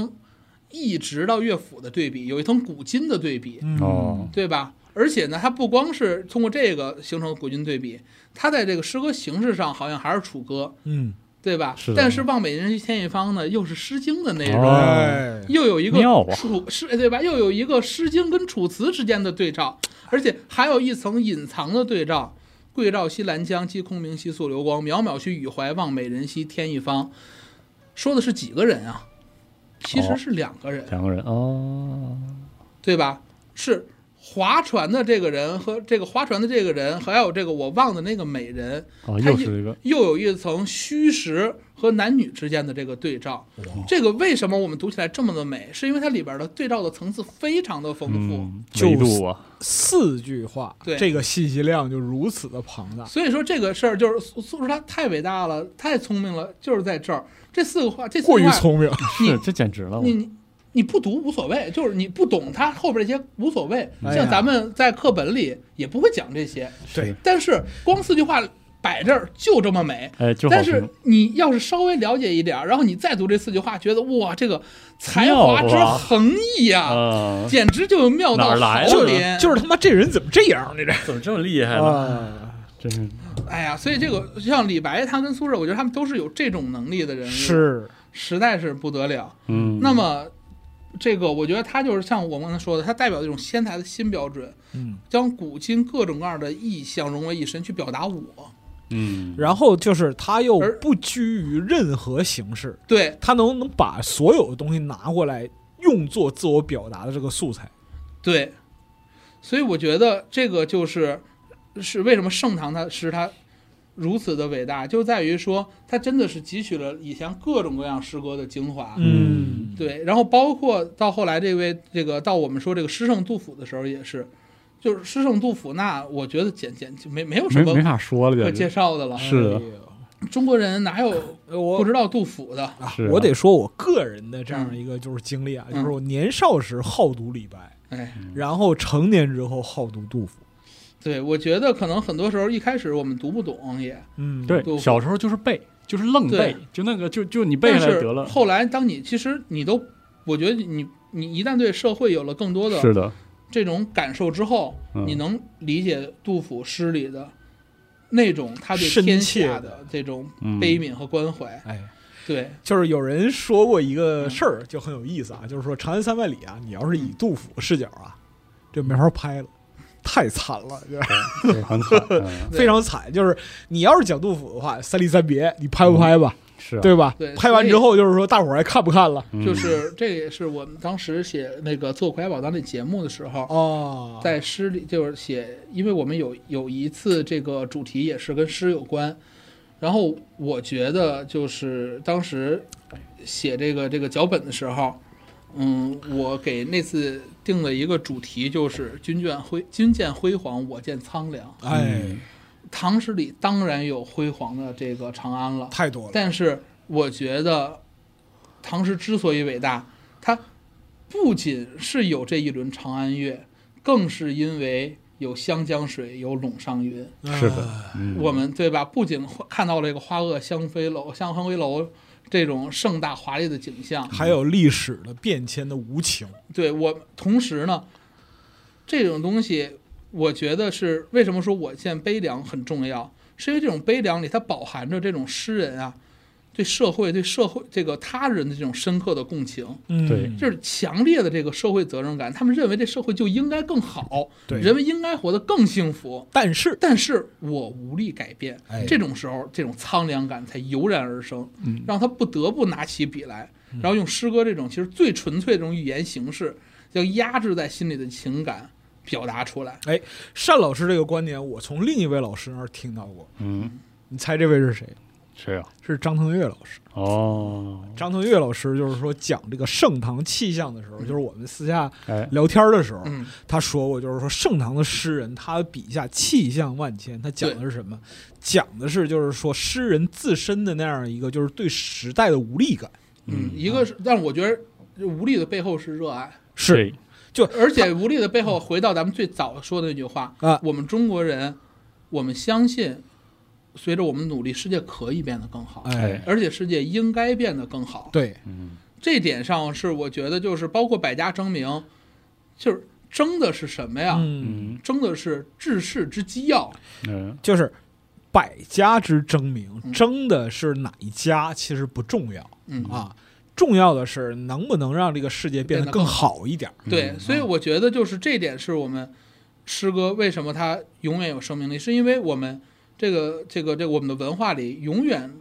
[SPEAKER 3] 一直到乐府的对比，有一层古今的对比，
[SPEAKER 2] 嗯
[SPEAKER 1] 哦，
[SPEAKER 3] 对吧？而且呢，它不光是通过这个形成古今对比，它在这个诗歌形式上好像还是楚歌，
[SPEAKER 2] 嗯，
[SPEAKER 3] 对吧？
[SPEAKER 1] 是的
[SPEAKER 3] 但是《望北人之天一方》呢，又是《诗经》的内容。
[SPEAKER 1] 哦
[SPEAKER 2] 哎，
[SPEAKER 3] 又有一个
[SPEAKER 1] 妙啊
[SPEAKER 3] 楚诗哎对吧？又有一个《诗经》跟《楚辞》之间的对照，而且还有一层隐藏的对照。桂棹兮兰江，击空明兮溯流光。渺渺须予怀，望美人兮天一方。说的是几个人啊？其实
[SPEAKER 1] 哦
[SPEAKER 3] 是两个人，
[SPEAKER 1] 两个人哦，
[SPEAKER 3] 对吧？是划船的这个人和这个划船的这个人，还有这个我忘的那个美人，
[SPEAKER 1] 哦，
[SPEAKER 3] 他
[SPEAKER 1] 又是一个
[SPEAKER 3] 又有一层虚实和男女之间的这个对照。这个为什么我们读起来这么的美？是因为它里边的对照的层次非常的丰富。
[SPEAKER 1] 嗯，
[SPEAKER 2] 就
[SPEAKER 1] 维度啊，
[SPEAKER 2] 四句话，
[SPEAKER 3] 对
[SPEAKER 2] 这个信息量就如此的庞大。
[SPEAKER 3] 所以说这个事儿就是苏苏轼他太伟大了，太聪明了，就是在这儿这四个话，这四
[SPEAKER 2] 过
[SPEAKER 3] 句
[SPEAKER 2] 于
[SPEAKER 3] 话
[SPEAKER 2] 聪明，
[SPEAKER 3] 你
[SPEAKER 1] 是这简直了，
[SPEAKER 3] 你你你不读无所谓，就是你不懂它后边这些无所谓。
[SPEAKER 2] 哎呀
[SPEAKER 3] 像咱们在课本里也不会讲这些，
[SPEAKER 2] 对，
[SPEAKER 3] 但是光四句话摆这儿就这么美。
[SPEAKER 1] 哎，就好
[SPEAKER 3] 但
[SPEAKER 1] 听
[SPEAKER 3] 是，你要是稍微了解一点儿，然后你再读这四句话，觉得哇，这个才华之
[SPEAKER 1] 妙啊
[SPEAKER 3] 横溢呀、
[SPEAKER 1] 啊，
[SPEAKER 3] 简直就妙到
[SPEAKER 1] 哪儿来的
[SPEAKER 3] 毫
[SPEAKER 1] 呢
[SPEAKER 3] 厘
[SPEAKER 2] 就是他妈这人怎么这样？你这
[SPEAKER 1] 怎么这么厉害呢？
[SPEAKER 2] 啊，
[SPEAKER 1] 真是
[SPEAKER 3] 哎呀，所以这个像李白他跟苏轼，我觉得他们都是有这种能力的人物，
[SPEAKER 2] 是
[SPEAKER 3] 实在是不得了。
[SPEAKER 1] 嗯，
[SPEAKER 3] 那么，这个我觉得他就是像我刚才说的，他代表一种先台的新标准，
[SPEAKER 2] 嗯，
[SPEAKER 3] 将古今各种各样的意象融为一身去表达我。
[SPEAKER 1] 嗯，
[SPEAKER 2] 然后就是他又
[SPEAKER 3] 而
[SPEAKER 2] 不拘于任何形式，
[SPEAKER 3] 对
[SPEAKER 2] 他能能把所有的东西拿过来用作自我表达的这个素材。
[SPEAKER 3] 对，所以我觉得这个就是是为什么盛唐他诗他如此的伟大，就在于说他真的是汲取了以前各种各样诗歌的精华。
[SPEAKER 1] 嗯，
[SPEAKER 3] 对，然后包括到后来这位这个到我们说这个诗圣杜甫的时候也是，就是诗圣杜甫，那我觉得简简就没没有什
[SPEAKER 1] 没
[SPEAKER 3] 么
[SPEAKER 1] 没啥说了，
[SPEAKER 3] 可
[SPEAKER 1] 简
[SPEAKER 3] 介
[SPEAKER 1] 直
[SPEAKER 3] 绍的了。
[SPEAKER 1] 是的
[SPEAKER 2] 哎呦
[SPEAKER 3] 中国人哪有
[SPEAKER 2] 我
[SPEAKER 3] 不知道杜甫的？
[SPEAKER 2] 啊
[SPEAKER 1] 是，啊
[SPEAKER 2] 我得说我个人的这样一个就是经历啊，
[SPEAKER 3] 嗯
[SPEAKER 2] 就是我年少时好读李白，
[SPEAKER 3] 哎，
[SPEAKER 2] 然后成年之后好读杜甫。
[SPEAKER 3] 对，我觉得可能很多时候一开始我们读不懂也，
[SPEAKER 2] 嗯，
[SPEAKER 3] 杜
[SPEAKER 1] 对，
[SPEAKER 3] 甫
[SPEAKER 1] 小时候就是背，就是愣
[SPEAKER 3] 对
[SPEAKER 1] 背，就那个就就你背
[SPEAKER 3] 但
[SPEAKER 1] 下来
[SPEAKER 3] 是
[SPEAKER 1] 得了，
[SPEAKER 3] 后来当你其实你都，我觉得你你一旦对社会有了更多的
[SPEAKER 1] 是的，
[SPEAKER 3] 这种感受之后，
[SPEAKER 1] 嗯
[SPEAKER 3] 你能理解杜甫诗里的那种他对
[SPEAKER 2] 深
[SPEAKER 3] 天
[SPEAKER 2] 切的
[SPEAKER 3] 下的这种
[SPEAKER 1] 嗯
[SPEAKER 3] 悲悯和关怀。
[SPEAKER 2] 哎，
[SPEAKER 3] 对，
[SPEAKER 2] 就是有人说过一个事儿，就很有意思啊，就是说《长安三万里》啊，你要是以杜甫视角啊，这没法拍了， 太惨了，就是
[SPEAKER 1] 对很惨，嗯
[SPEAKER 3] 对
[SPEAKER 2] 非常惨。就是你要是讲杜甫的话，《三吏三别》你拍不拍吧，
[SPEAKER 1] 是啊，
[SPEAKER 2] 对吧？
[SPEAKER 3] 对
[SPEAKER 2] 拍完之后就是说大伙儿还看不看了？
[SPEAKER 1] 嗯
[SPEAKER 3] 就是这也是我们当时写那个做《国家宝藏》那节目的时候，
[SPEAKER 2] 哦，
[SPEAKER 3] 在诗里就是写，因为我们有有一次这个主题也是跟诗有关，然后我觉得就是当时写这个这个脚本的时候，嗯，我给那次定了一个主题，就是“军卷辉，军舰辉煌，我见苍凉
[SPEAKER 2] 哎，”。
[SPEAKER 1] 嗯
[SPEAKER 3] 唐诗里当然有辉煌的这个长安了，
[SPEAKER 2] 太多了，
[SPEAKER 3] 但是我觉得唐诗之所以伟大，它不仅是有这一轮长安月，更是因为有湘江水，有陇上云。
[SPEAKER 1] 是的
[SPEAKER 2] 哎
[SPEAKER 1] 嗯
[SPEAKER 3] 我们对吧？不仅花看到了这个花萼香飞楼、香飞楼这种盛大华丽的景象，
[SPEAKER 2] 还有历史的变迁的无情。
[SPEAKER 3] 对我同时呢，这种东西，我觉得是为什么说我见悲凉很重要，是因为这种悲凉里它饱含着这种诗人啊对社会、对社会这个他人的这种深刻的共情，
[SPEAKER 2] 嗯
[SPEAKER 1] 对
[SPEAKER 3] 就是强烈的这个社会责任感。他们认为这社会就应该更好，
[SPEAKER 2] 对
[SPEAKER 3] 人们应该活得更幸福。
[SPEAKER 2] 但是
[SPEAKER 3] 但是我无力改变，
[SPEAKER 2] 哎嗯
[SPEAKER 3] 这种时候，这种苍凉感才油然而生，让他不得不拿起笔来，然后用诗歌这种其实最纯粹的这种语言形式，要压制在心里的情感表达出来。
[SPEAKER 2] 哎，单老师这个观点，我从另一位老师那儿听到过。
[SPEAKER 1] 嗯，
[SPEAKER 2] 你猜这位是谁？
[SPEAKER 1] 谁啊？
[SPEAKER 2] 是张腾岳老师。
[SPEAKER 1] 哦，
[SPEAKER 2] 张腾岳老师就是说讲这个盛唐气象的时候，就是我们私下
[SPEAKER 1] 哎，
[SPEAKER 2] 聊天的时候，
[SPEAKER 3] 嗯，
[SPEAKER 2] 他说过，就是说盛唐的诗人，他笔下气象万千。他讲的是什么？讲的是就是说诗人自身的那样一个就是对时代的无力感。嗯
[SPEAKER 3] 嗯，一个是，但是我觉得这无力的背后是热爱，
[SPEAKER 2] 是，
[SPEAKER 3] 而且无力的背后，回到咱们最早说的那句话
[SPEAKER 2] 啊
[SPEAKER 3] 我们中国人，我们相信，随着我们努力，世界可以变得更好，
[SPEAKER 2] 哎，
[SPEAKER 3] 而且世界应该变得更好。
[SPEAKER 2] 对，
[SPEAKER 1] 嗯
[SPEAKER 3] 这点上是我觉得就是包括百家争鸣，就是争的是什哎么呀？
[SPEAKER 2] 嗯，
[SPEAKER 1] 嗯
[SPEAKER 3] 争的是治世之基要。
[SPEAKER 1] 嗯
[SPEAKER 2] 就是百家之争鸣，
[SPEAKER 3] 嗯
[SPEAKER 2] 争的是哪一家其实不重要
[SPEAKER 3] 嗯，
[SPEAKER 2] 啊，重要的是能不能让这个世界变得
[SPEAKER 3] 变得
[SPEAKER 2] 更
[SPEAKER 3] 更
[SPEAKER 2] 好一点。嗯
[SPEAKER 3] 对，所以我觉得就是这点是我们诗歌为什么它永远有生命力，是因为我们这个这个这个我们的文化里永远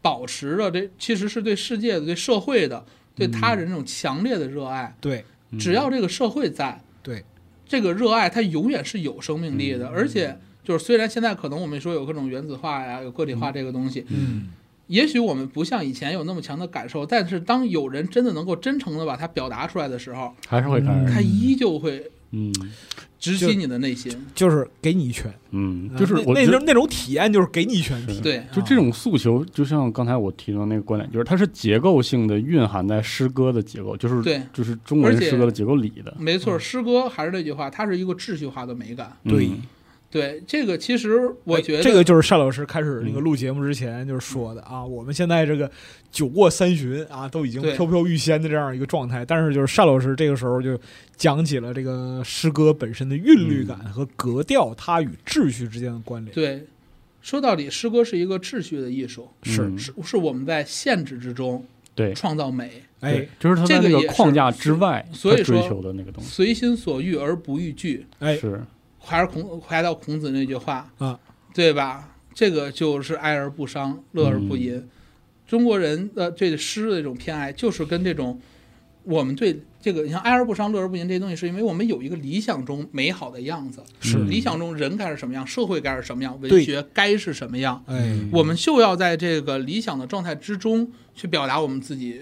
[SPEAKER 3] 保持着这其实是对世界的、对社会的、对他人这种强烈的热爱。
[SPEAKER 2] 对
[SPEAKER 1] 嗯
[SPEAKER 3] 只要这个社会在，
[SPEAKER 2] 对，嗯
[SPEAKER 3] 这个热爱它永远是有生命力的，而且。就是虽然现在可能我们说有各种原子化呀、有个体化这个东西，
[SPEAKER 2] 嗯，
[SPEAKER 3] 也许我们不像以前有那么强的感受，但是当有人真的能够真诚的把它表达出来的时候，
[SPEAKER 1] 还是会感
[SPEAKER 3] 它
[SPEAKER 1] 染，
[SPEAKER 3] 依旧会
[SPEAKER 1] 嗯
[SPEAKER 3] 直
[SPEAKER 2] 就
[SPEAKER 3] 击你的内心。
[SPEAKER 2] 就是给你一拳，
[SPEAKER 1] 嗯，
[SPEAKER 2] 啊
[SPEAKER 1] 就是
[SPEAKER 2] 那
[SPEAKER 1] 我
[SPEAKER 2] 那
[SPEAKER 1] 觉得
[SPEAKER 2] 种那种体验，就是嗯给你一拳
[SPEAKER 1] 是
[SPEAKER 2] 踢。啊
[SPEAKER 3] 对，
[SPEAKER 1] 就这种诉求，就像刚才我提到那个观点，就是它是结构性的蕴含在诗歌的结构，就是
[SPEAKER 3] 对
[SPEAKER 1] 就是中国人
[SPEAKER 3] 而且
[SPEAKER 1] 诗歌的结构里的。
[SPEAKER 3] 没错，诗歌还是那句话，它是一个秩序化的美感。
[SPEAKER 1] 嗯
[SPEAKER 2] 对
[SPEAKER 3] 对，这个其实我觉得
[SPEAKER 2] 这个就是单老师开始那个
[SPEAKER 1] 嗯
[SPEAKER 2] 录节目之前就是说的啊，我们现在这个酒过三巡啊，都已经
[SPEAKER 3] 对
[SPEAKER 2] 飘飘欲仙的这样一个状态，但是就是单老师这个时候就讲起了这个诗歌本身的韵
[SPEAKER 1] 嗯
[SPEAKER 2] 律感和格调，它与秩序之间的关联。
[SPEAKER 3] 对，说到底，诗歌是一个秩序的艺术，
[SPEAKER 1] 嗯
[SPEAKER 3] 是是我们在限制之中
[SPEAKER 1] 对，
[SPEAKER 3] 创造美，
[SPEAKER 2] 哎
[SPEAKER 1] 就是他在
[SPEAKER 3] 这
[SPEAKER 1] 那
[SPEAKER 3] 个
[SPEAKER 1] 个
[SPEAKER 3] 也是
[SPEAKER 1] 框架之外，
[SPEAKER 3] 所以
[SPEAKER 1] 他追
[SPEAKER 3] 说
[SPEAKER 1] 求的那个东西
[SPEAKER 3] 随心所欲而不逾矩，
[SPEAKER 2] 哎，
[SPEAKER 1] 是
[SPEAKER 3] 还是孔还到孔子那句话
[SPEAKER 2] 啊，
[SPEAKER 3] 对吧？这个就是哀而不伤，乐而不
[SPEAKER 2] 嗯
[SPEAKER 3] 淫。中国人的对诗的这种偏爱，就是跟这种我们对这个，你像哀而不伤，乐而不淫这些东西，是因为我们有一个理想中美好的样子，
[SPEAKER 2] 是
[SPEAKER 1] 嗯
[SPEAKER 3] 理想中人该是什么样，社会该是什么样，
[SPEAKER 2] 对
[SPEAKER 3] 文学该是什么样，
[SPEAKER 2] 哎，
[SPEAKER 1] 嗯
[SPEAKER 3] 我们就要在这个理想的状态之中去表达我们自己，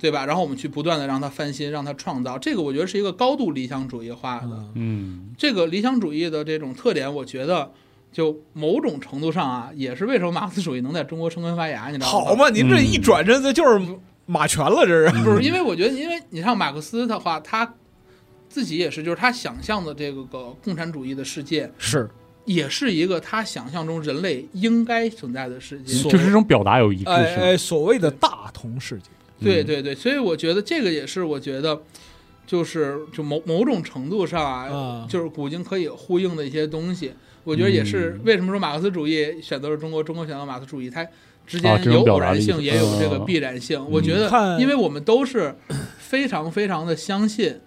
[SPEAKER 3] 对吧？然后我们去不断的让它翻新，让它创造。这个我觉得是一个高度理想主义化的。
[SPEAKER 2] 嗯
[SPEAKER 1] 嗯
[SPEAKER 3] 这个理想主义的这种特点，我觉得就某种程度上啊，也是为什么马克思主义能在中国生根发芽，你知道吗？
[SPEAKER 2] 好嘛，您这一
[SPEAKER 1] 嗯
[SPEAKER 2] 转身这就是马拳了，这是。
[SPEAKER 3] 不是因为我觉得，因为你像马克思的话，他自己也是，就是他想象的这个个共产主义的世界，
[SPEAKER 2] 是，
[SPEAKER 3] 也是一个他想象中人类应该存在的世界。
[SPEAKER 1] 就是这种表达有一致
[SPEAKER 2] 哎
[SPEAKER 1] 性
[SPEAKER 2] 哎，。所谓的大同世界，
[SPEAKER 3] 对
[SPEAKER 1] 嗯
[SPEAKER 3] 对对，所以我觉得这个也是，我觉得就是就某某种程度上
[SPEAKER 2] 啊
[SPEAKER 3] 啊，就是古今可以呼应的一些东西。我觉得也
[SPEAKER 1] 嗯
[SPEAKER 3] 是为什么说马克思主义选择了中国，中国选择了马克思主义，它之
[SPEAKER 1] 啊
[SPEAKER 3] 间
[SPEAKER 1] 这种
[SPEAKER 3] 有
[SPEAKER 1] 表
[SPEAKER 3] 偶
[SPEAKER 1] 达
[SPEAKER 3] 然
[SPEAKER 1] 力
[SPEAKER 3] 性，也有这个
[SPEAKER 1] 嗯
[SPEAKER 3] 必然性。我
[SPEAKER 1] 嗯
[SPEAKER 3] 觉得，
[SPEAKER 2] 看
[SPEAKER 3] 因为我们都是非常非常的相信。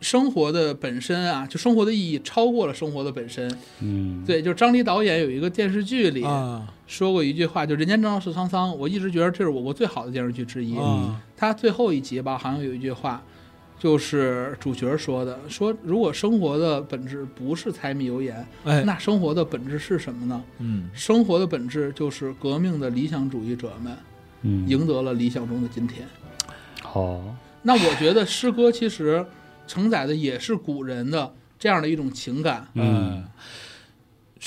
[SPEAKER 3] 生活的本身啊，就生活的意义超过了生活的本身。
[SPEAKER 1] 嗯，
[SPEAKER 3] 对，就是张黎导演有一个电视剧里
[SPEAKER 2] 啊
[SPEAKER 3] 说过一句话，就人间正道是沧桑。我一直觉得这是我国最好的电视剧之一。
[SPEAKER 2] 啊，
[SPEAKER 3] 他最后一集吧，好像有一句话，就是主角说的，说如果生活的本质不是柴米油盐，
[SPEAKER 2] 哎，
[SPEAKER 3] 那生活的本质是什么呢？
[SPEAKER 2] 嗯，
[SPEAKER 3] 生活的本质就是革命的理想主义者们
[SPEAKER 1] 嗯
[SPEAKER 3] 赢得了理想中的今天。
[SPEAKER 1] 好，
[SPEAKER 3] 那我觉得诗歌其实承载的也是古人的这样的一种情感。
[SPEAKER 1] 嗯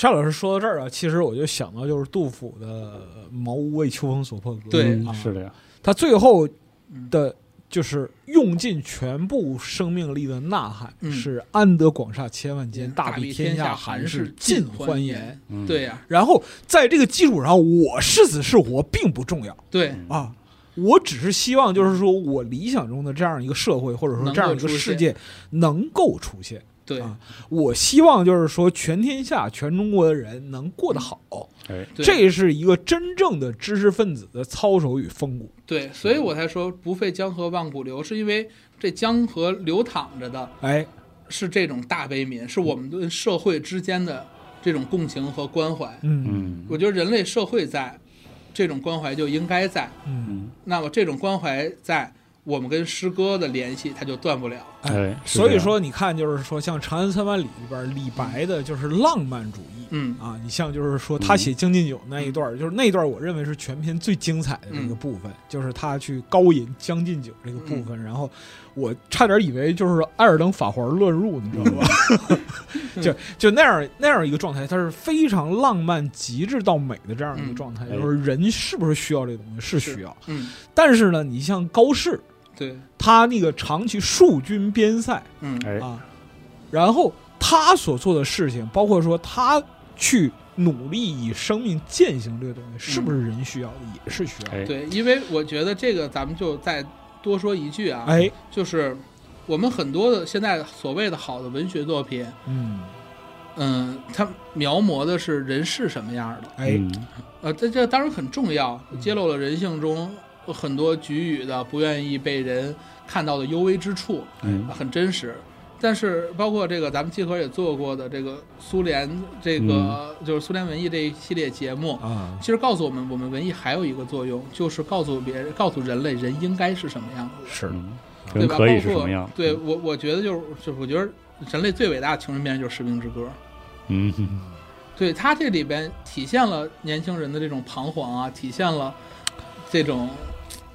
[SPEAKER 2] 单老师说到这儿啊，其实我就想到就是杜甫的“茅屋为秋风所破歌”，
[SPEAKER 3] 对嗯
[SPEAKER 1] 嗯
[SPEAKER 2] 啊
[SPEAKER 1] 是的呀，
[SPEAKER 2] 他最后的就是用尽全部生命力的呐喊，
[SPEAKER 3] 嗯
[SPEAKER 2] 是“安得广厦千万间，
[SPEAKER 3] 嗯
[SPEAKER 2] 大
[SPEAKER 3] 大
[SPEAKER 2] 庇
[SPEAKER 3] 庇
[SPEAKER 2] 天
[SPEAKER 3] 天
[SPEAKER 2] 下
[SPEAKER 3] 下
[SPEAKER 2] 寒
[SPEAKER 3] 寒
[SPEAKER 2] 士
[SPEAKER 3] 士
[SPEAKER 2] 尽
[SPEAKER 3] 尽
[SPEAKER 2] 欢
[SPEAKER 3] 欢
[SPEAKER 2] 颜
[SPEAKER 3] 颜”。
[SPEAKER 1] 嗯
[SPEAKER 3] 对呀、
[SPEAKER 2] 然后在这个基础上，我是死是活并不重要
[SPEAKER 3] 对，
[SPEAKER 2] 啊，我只是希望就是说我理想中的这样一个社会，或者说
[SPEAKER 3] 能
[SPEAKER 2] 这样
[SPEAKER 3] 够
[SPEAKER 2] 一个
[SPEAKER 3] 出
[SPEAKER 2] 世
[SPEAKER 3] 现
[SPEAKER 2] 界能够出现。
[SPEAKER 3] 对，
[SPEAKER 2] 啊我希望就是说，全天下全中国的人能过得好，
[SPEAKER 1] 哎，
[SPEAKER 3] 对
[SPEAKER 2] 这是一个真正的知识分子的操守与风骨。
[SPEAKER 3] 对，所以我才说不费江河万古流，是因为这江河流淌着的，
[SPEAKER 2] 哎，
[SPEAKER 3] 是这种大悲悯，是我们对社会之间的这种共情和关怀。
[SPEAKER 2] 嗯
[SPEAKER 1] 嗯
[SPEAKER 3] 我觉得人类社会在，这种关怀就应该在。
[SPEAKER 2] 嗯，
[SPEAKER 1] 嗯，
[SPEAKER 3] 那么这种关怀在，我们跟诗歌的联系它就断不了。
[SPEAKER 1] 哎，是
[SPEAKER 2] 所
[SPEAKER 1] 这
[SPEAKER 2] 以
[SPEAKER 1] 样
[SPEAKER 2] 说你看，就是说像《长安三万里》里边，李白的就是浪漫主义。
[SPEAKER 3] 嗯
[SPEAKER 2] 啊，你像就是说他写《将进酒》那一段儿，就是那一段儿我认为是全篇最精彩的
[SPEAKER 3] 嗯
[SPEAKER 2] 这个部分，就是他去高吟《将进酒》这个部
[SPEAKER 3] 嗯
[SPEAKER 2] 分，然后我差点以为就是艾尔登法环乱入，你知道 吧？
[SPEAKER 3] 嗯
[SPEAKER 2] 就就那样那样一个状态，它是非常浪漫极致到美的这样一个
[SPEAKER 3] 嗯
[SPEAKER 2] 状态，
[SPEAKER 1] 哎
[SPEAKER 2] 就是人是不是需要这东西？是
[SPEAKER 3] 是
[SPEAKER 2] 需要，
[SPEAKER 3] 嗯，
[SPEAKER 2] 但是呢，你像高适，
[SPEAKER 3] 对，
[SPEAKER 2] 他那个长期戍军边塞
[SPEAKER 3] 嗯，
[SPEAKER 1] 哎，
[SPEAKER 2] 啊，然后他所做的事情，包括说他去努力以生命践行这个东西，是不是人需要的？也是需要的。
[SPEAKER 1] 嗯哎，
[SPEAKER 3] 对，因为我觉得这个咱们就再多说一句啊，
[SPEAKER 2] 哎，
[SPEAKER 3] 就是我们很多的现在所谓的好的文学作品，
[SPEAKER 2] 嗯，
[SPEAKER 3] 嗯，它描摹的是人是什么样的，
[SPEAKER 2] 哎，
[SPEAKER 1] 嗯
[SPEAKER 3] 呃，这这当然很重要，揭露了人性中很多局语的不愿意被人看到的幽微之处，
[SPEAKER 1] 嗯
[SPEAKER 3] 啊很真实。但是包括这个咱们集合也做过的这个苏联这个、
[SPEAKER 1] 嗯
[SPEAKER 3] 就是苏联文艺这一系列节目。
[SPEAKER 2] 啊，
[SPEAKER 3] 其实告诉我们，我们文艺还有一个作用，就是告诉别人、告诉人类，人应该是什么样子。
[SPEAKER 2] 是
[SPEAKER 1] 嗯，
[SPEAKER 3] 对
[SPEAKER 1] 人
[SPEAKER 3] 吧？
[SPEAKER 1] 可以是
[SPEAKER 3] 包
[SPEAKER 1] 什
[SPEAKER 3] 括
[SPEAKER 1] 么样？嗯
[SPEAKER 3] 对我，我觉得就是，就是我觉得人类最伟大的情人片就是《士兵之歌》。
[SPEAKER 1] 嗯，
[SPEAKER 3] 对它这里边体现了年轻人的这种彷徨啊，体现了这种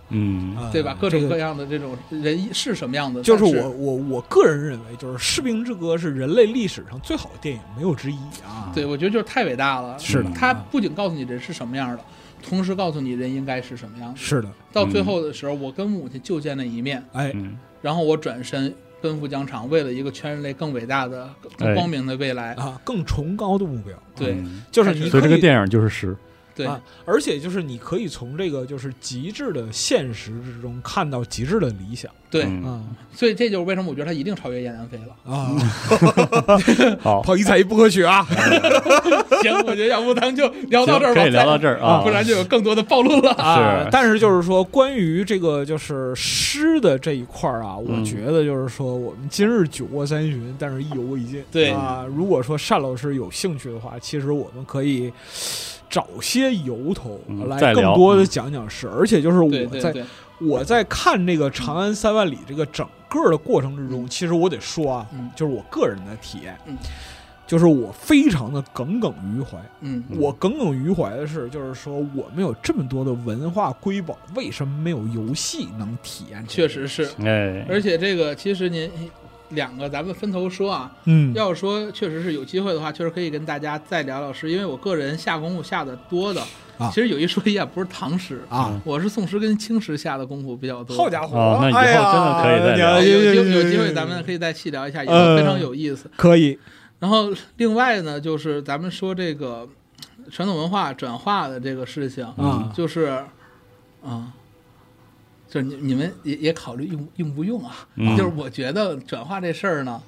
[SPEAKER 1] 嗯
[SPEAKER 2] 啊
[SPEAKER 3] 对吧？各种
[SPEAKER 2] 这个
[SPEAKER 3] 各样的这种人是什么样的？
[SPEAKER 2] 就是
[SPEAKER 3] 但
[SPEAKER 2] 我我我个人认为，就是《士兵之歌》是人类历史上最好的电影，没有之一啊。
[SPEAKER 3] 对，我觉得就是太伟大了。
[SPEAKER 2] 是的
[SPEAKER 1] 啊
[SPEAKER 3] 它不仅告诉你人是什么样的，同时告诉你人应该是什么样的。
[SPEAKER 2] 是的，
[SPEAKER 3] 到最后的时候，我跟母亲就见了一面，
[SPEAKER 2] 哎，
[SPEAKER 1] 嗯，
[SPEAKER 3] 然后我转身奔赴疆场，为了一个全人类更伟大的、
[SPEAKER 1] 哎
[SPEAKER 3] 更光明的未来。
[SPEAKER 2] 啊，更崇高的目标，
[SPEAKER 3] 对
[SPEAKER 1] 嗯
[SPEAKER 2] 就是你
[SPEAKER 1] 所以这
[SPEAKER 2] 可
[SPEAKER 1] 个
[SPEAKER 2] 以
[SPEAKER 1] 电影就是诗，
[SPEAKER 3] 对、
[SPEAKER 2] 啊，而且就是你可以从这个就是极致的现实之中看到极致的理想
[SPEAKER 3] 对、
[SPEAKER 1] 嗯，
[SPEAKER 2] 啊
[SPEAKER 3] 所以这就是为什么我觉得他一定超越燕南飞了。
[SPEAKER 2] 啊，
[SPEAKER 1] 好，
[SPEAKER 2] 跑一踩一不科学啊，
[SPEAKER 3] 行，我觉得要不咱们就聊到
[SPEAKER 1] 行
[SPEAKER 3] 这儿吧，
[SPEAKER 1] 可以聊到这
[SPEAKER 3] 儿
[SPEAKER 1] 儿啊，
[SPEAKER 3] 不然就有更多的暴露了。
[SPEAKER 2] 啊
[SPEAKER 1] 是，
[SPEAKER 2] 但是就是说，关于这个就是诗的这一块儿啊，我
[SPEAKER 1] 嗯
[SPEAKER 2] 觉得就是说，我们今日酒过三巡，但是意犹未尽。
[SPEAKER 3] 对
[SPEAKER 2] 啊，如果说单老师有兴趣的话，其实我们可以找些由头
[SPEAKER 1] 嗯
[SPEAKER 2] 来
[SPEAKER 1] 再
[SPEAKER 2] 更
[SPEAKER 1] 聊
[SPEAKER 2] 多的
[SPEAKER 1] 嗯
[SPEAKER 2] 讲讲诗。而且就是
[SPEAKER 3] 对
[SPEAKER 2] 我
[SPEAKER 3] 对
[SPEAKER 2] 啊在
[SPEAKER 3] 对，
[SPEAKER 2] 我在看这个《长安三万里》这个整个的过程之中，
[SPEAKER 3] 嗯
[SPEAKER 2] 其实我得说啊，
[SPEAKER 3] 嗯
[SPEAKER 2] 就是我个人的体验，
[SPEAKER 3] 嗯
[SPEAKER 2] 就是我非常的耿耿于怀。
[SPEAKER 3] 嗯
[SPEAKER 1] 嗯
[SPEAKER 2] 我耿耿于怀的是，就是说我们有这么多的文化瑰宝，为什么没有游戏能体验？
[SPEAKER 3] 确实，是。
[SPEAKER 1] 哎，
[SPEAKER 3] 而且这个其实您两个咱们分头说啊，
[SPEAKER 2] 嗯，
[SPEAKER 3] 要是说确实是有机会的话，确实可以跟大家再聊聊诗，因为我个人下功夫下的多的，
[SPEAKER 2] 啊
[SPEAKER 3] 其实有一说一啊，不是唐诗，
[SPEAKER 2] 啊，
[SPEAKER 3] 我是宋诗跟清诗下的功夫比较多。
[SPEAKER 2] 好家伙，
[SPEAKER 1] 嗯哦那以后
[SPEAKER 2] 哎呀
[SPEAKER 1] 真的可以再聊
[SPEAKER 3] 啊
[SPEAKER 1] 伙
[SPEAKER 3] 有
[SPEAKER 2] 有
[SPEAKER 3] 机有机会，咱们可以再细聊一下，也是非
[SPEAKER 2] 嗯
[SPEAKER 3] 常有意思。
[SPEAKER 2] 可以
[SPEAKER 3] 然后另外呢，就是咱们说这个传统文化转化的这个事情，
[SPEAKER 2] 啊，
[SPEAKER 3] 就是，啊、就是你你们也也考虑用用不用啊？
[SPEAKER 1] 嗯
[SPEAKER 3] 就是我觉得转化这事儿呢，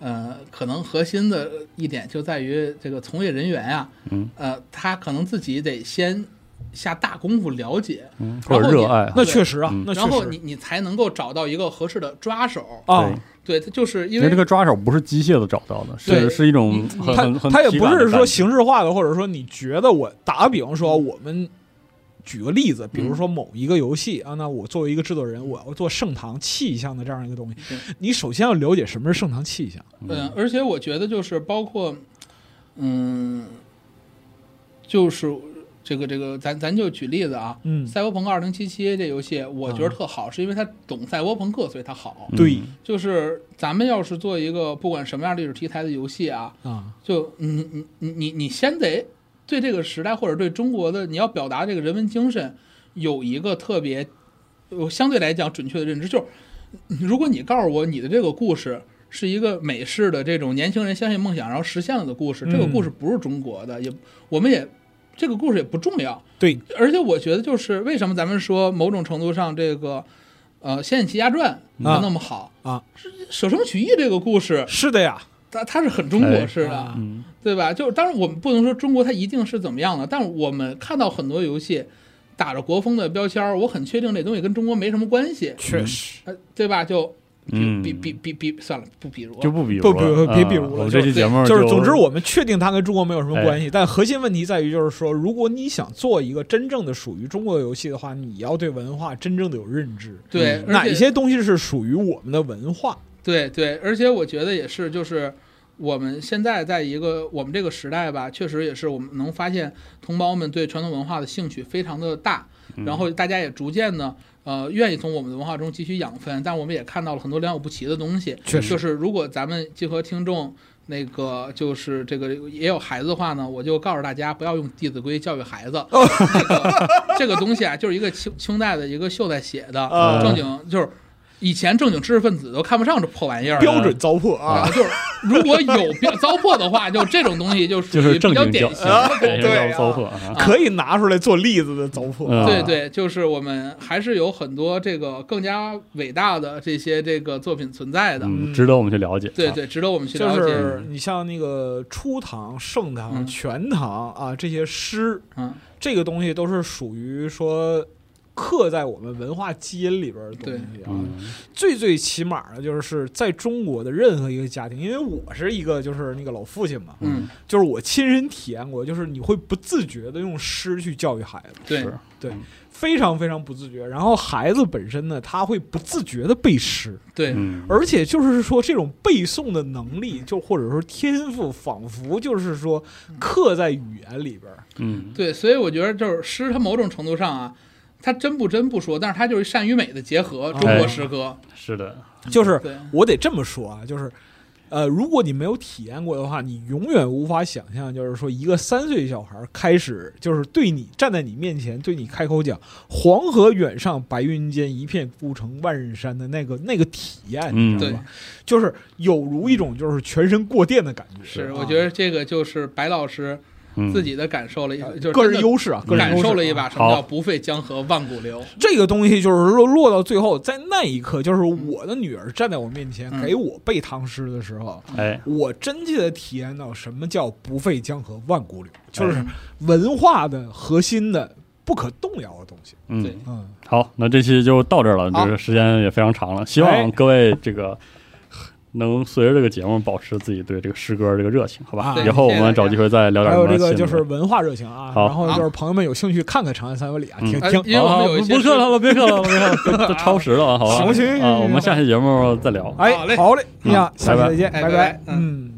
[SPEAKER 3] 呃，可能核心的一点就在于这个从业人员呀、
[SPEAKER 1] 嗯
[SPEAKER 3] 呃，他可能自己得先下大功夫了解，
[SPEAKER 1] 嗯或
[SPEAKER 3] 然后
[SPEAKER 1] 者
[SPEAKER 3] 你
[SPEAKER 1] 热爱，
[SPEAKER 2] 那确实啊，那确
[SPEAKER 3] 然后
[SPEAKER 2] 实
[SPEAKER 3] 你你才能够找到一个合适的抓手。
[SPEAKER 2] 啊
[SPEAKER 1] 对，
[SPEAKER 3] 对，他就是因
[SPEAKER 1] 因
[SPEAKER 3] 为
[SPEAKER 1] 为这个抓手不是机械的找到的，
[SPEAKER 3] 对
[SPEAKER 1] 是是一种
[SPEAKER 3] 你
[SPEAKER 1] 很
[SPEAKER 2] 他
[SPEAKER 1] 很很
[SPEAKER 2] 他也
[SPEAKER 1] 体
[SPEAKER 2] 不
[SPEAKER 1] 感的
[SPEAKER 2] 是
[SPEAKER 1] 感
[SPEAKER 2] 说
[SPEAKER 1] 觉
[SPEAKER 2] 形式化的，或者说你觉得我打个比方说，我们举个例子，比如说某一个游戏啊，那我作为一个制作人，我要做盛唐气象的这样一个东西
[SPEAKER 3] 对，
[SPEAKER 2] 你首先要了解什么是盛唐气象。
[SPEAKER 3] 嗯，而且我觉得就是包括，嗯，就是这个这个，咱咱就举例子啊，
[SPEAKER 2] 嗯
[SPEAKER 3] 赛博朋克二零七七这游戏，我觉得特好，是因为它懂赛博朋克，所以它好。
[SPEAKER 1] 嗯
[SPEAKER 2] 对
[SPEAKER 3] 就是咱们要是做一个不管什么样历史题材的游戏啊，
[SPEAKER 2] 啊，
[SPEAKER 3] 就你你你你你先得对这个时代或者对中国的你要表达这个人文精神有一个特别，呃相对来讲准确的认知。就是如果你告诉我你的这个故事是一个美式的这种年轻人相信梦想然后实现了的故事，
[SPEAKER 2] 嗯
[SPEAKER 3] 这个故事不是中国的，也我们也这个故事也不重要。
[SPEAKER 2] 对，
[SPEAKER 3] 而且我觉得就是为什么咱们说某种程度上这个。呃，《仙剑奇侠传》它那么好
[SPEAKER 2] 啊，
[SPEAKER 3] 是舍生取义》这个故事，
[SPEAKER 2] 是的呀，
[SPEAKER 3] 它它是很中国
[SPEAKER 1] 哎
[SPEAKER 3] 式的，
[SPEAKER 2] 啊
[SPEAKER 1] 嗯
[SPEAKER 3] 对吧？就是当然我们不能说中国它一定是怎么样了，但我们看到很多游戏打着国风的标签儿，我很确定这东西跟中国没什么关系，
[SPEAKER 2] 确实
[SPEAKER 3] 呃，对吧？就比
[SPEAKER 1] 嗯
[SPEAKER 3] 比比比比算了，不比如
[SPEAKER 1] 就不比
[SPEAKER 2] 不
[SPEAKER 1] 如了
[SPEAKER 2] 不别比
[SPEAKER 1] 啊
[SPEAKER 2] 如了
[SPEAKER 1] 我们
[SPEAKER 2] 就
[SPEAKER 1] 这期
[SPEAKER 3] 是
[SPEAKER 1] 节目
[SPEAKER 2] 就是，总之我们确定它跟中国没有什么
[SPEAKER 1] 哎
[SPEAKER 2] 关系，但核心问题在于就是说，如果你想做一个真正的属于中国的游戏的话，你要对文化真正的有认知。
[SPEAKER 3] 对、而
[SPEAKER 2] 哪
[SPEAKER 3] 且
[SPEAKER 2] 些东西是属于我们的文化？
[SPEAKER 3] 对对，而且我觉得也是，就是我们现在在一个我们这个时代吧，确实也是我们能发现同胞们对传统文化的兴趣非常的大，
[SPEAKER 2] 嗯
[SPEAKER 3] 然后大家也逐渐呢。呃，愿意从我们的文化中汲取养分，但我们也看到了很多良莠不齐的东西。
[SPEAKER 2] 确实
[SPEAKER 3] 就是如果咱们集合听众，那个就是这个也有孩子的话呢，我就告诉大家不要用《弟子规》教育孩子。
[SPEAKER 2] 哦
[SPEAKER 3] 这个这个东西啊，就是一个清清代的一个秀才写的，
[SPEAKER 2] 啊
[SPEAKER 3] 正经就是以前正经知识分子都看不上这破玩意儿，
[SPEAKER 2] 标准糟粕啊
[SPEAKER 3] 啊，，就是如果有标糟粕的话，就这种东西就
[SPEAKER 1] 就
[SPEAKER 3] 属于
[SPEAKER 1] 是
[SPEAKER 3] 比
[SPEAKER 1] 正
[SPEAKER 3] 较
[SPEAKER 1] 经
[SPEAKER 3] 典
[SPEAKER 1] 教
[SPEAKER 3] 型
[SPEAKER 1] 啊
[SPEAKER 3] 的。
[SPEAKER 1] 典型
[SPEAKER 2] 对
[SPEAKER 1] 教
[SPEAKER 2] 啊
[SPEAKER 1] 糟粕啊，
[SPEAKER 2] 可以拿出来做例子的糟粕。
[SPEAKER 1] 嗯
[SPEAKER 2] 啊
[SPEAKER 3] 对对，就是我们还是有很多这个更加伟大的这些这个作品存在的，
[SPEAKER 1] 嗯，值得我们去了解。
[SPEAKER 3] 对，对，值得我们去
[SPEAKER 2] 就
[SPEAKER 3] 了解。
[SPEAKER 2] 是你像那个初唐、盛唐、
[SPEAKER 3] 嗯
[SPEAKER 2] 全唐啊，这些诗，
[SPEAKER 3] 嗯，
[SPEAKER 2] 这个东西都是属于说刻在我们文化基因里边的东西啊。
[SPEAKER 1] 嗯，
[SPEAKER 2] 最最起码的就是在中国的任何一个家庭，因为我是一个就是那个老父亲嘛，
[SPEAKER 3] 嗯，
[SPEAKER 2] 就是我亲身体验过，就是你会不自觉的用诗去教育孩子，
[SPEAKER 3] 对
[SPEAKER 1] 是
[SPEAKER 3] 嗯
[SPEAKER 2] 非常非常不自觉。然后孩子本身呢，他会不自觉的背诗，
[SPEAKER 3] 对，
[SPEAKER 1] 嗯，
[SPEAKER 2] 而且就是说这种背诵的能力，就或者说天赋，仿佛就是说刻在语言里边儿。
[SPEAKER 1] 嗯，
[SPEAKER 3] 对，所以我觉得就是诗，它某种程度上啊，它真不真不说，但是它就是善与美的结合，中国诗歌。
[SPEAKER 1] 哎是的，
[SPEAKER 2] 就是
[SPEAKER 3] 嗯对
[SPEAKER 2] 我得这么说啊，就是。呃，如果你没有体验过的话，你永远无法想象，就是说一个三岁小孩开始就是对你站在你面前，对你开口讲“黄河远上白云间，一片孤城万仞山”的那个那个体验，
[SPEAKER 1] 嗯
[SPEAKER 2] 你知道
[SPEAKER 3] 对
[SPEAKER 2] 吧？，就是有如一种就是全身过电的感觉。
[SPEAKER 3] 是，
[SPEAKER 2] 啊
[SPEAKER 3] 我觉得这个就是白老师
[SPEAKER 1] 嗯
[SPEAKER 3] 自己的感受了一，就是
[SPEAKER 2] 呃个
[SPEAKER 3] 真
[SPEAKER 2] 人
[SPEAKER 3] 的
[SPEAKER 2] 优势啊，个人优
[SPEAKER 3] 感
[SPEAKER 2] 势
[SPEAKER 3] 受了
[SPEAKER 2] 啊
[SPEAKER 3] 一把什么叫
[SPEAKER 1] 好
[SPEAKER 3] 不费江河万古流。
[SPEAKER 2] 这个东西就是落落到最后，在那一刻，就是我的女儿站在我面前
[SPEAKER 3] 嗯
[SPEAKER 2] 给我背唐诗的时候，
[SPEAKER 1] 哎，
[SPEAKER 2] 我真切的体验到什么叫不费江河万古流，就是文化的核心的不可动摇的东西。
[SPEAKER 3] 对
[SPEAKER 1] 嗯，
[SPEAKER 2] 嗯，
[SPEAKER 1] 好，那这期就到这儿了，
[SPEAKER 2] 好
[SPEAKER 1] 这个时间也非常长了，希
[SPEAKER 2] 哎
[SPEAKER 1] 望各位这个。 能随着这个节目保持自己对这个诗歌这个热情，好吧？
[SPEAKER 2] 对
[SPEAKER 1] 以后我
[SPEAKER 3] 啊谢谢大
[SPEAKER 1] 们
[SPEAKER 3] 家
[SPEAKER 1] 找机会再聊点
[SPEAKER 2] 还
[SPEAKER 1] 什么
[SPEAKER 2] 有
[SPEAKER 1] 新
[SPEAKER 2] 这
[SPEAKER 1] 的。
[SPEAKER 2] 个就是文化热情啊，
[SPEAKER 1] 好
[SPEAKER 2] 然后就是朋友们有兴趣看看《长安三百里》啊，
[SPEAKER 1] 嗯
[SPEAKER 2] 听
[SPEAKER 3] 哎
[SPEAKER 2] 听。
[SPEAKER 3] 因为我们有一些
[SPEAKER 1] 不客了，别客了，别客了， 都都超时了，好吧？
[SPEAKER 2] 行行
[SPEAKER 1] 啊，我们下期节目再聊。
[SPEAKER 2] 哎
[SPEAKER 3] 好嘞，
[SPEAKER 2] 好嘞，
[SPEAKER 1] 嗯
[SPEAKER 2] 呀，下期
[SPEAKER 1] 拜拜
[SPEAKER 2] 再见，
[SPEAKER 3] 哎
[SPEAKER 2] 拜
[SPEAKER 3] 拜拜嗯
[SPEAKER 2] 嗯。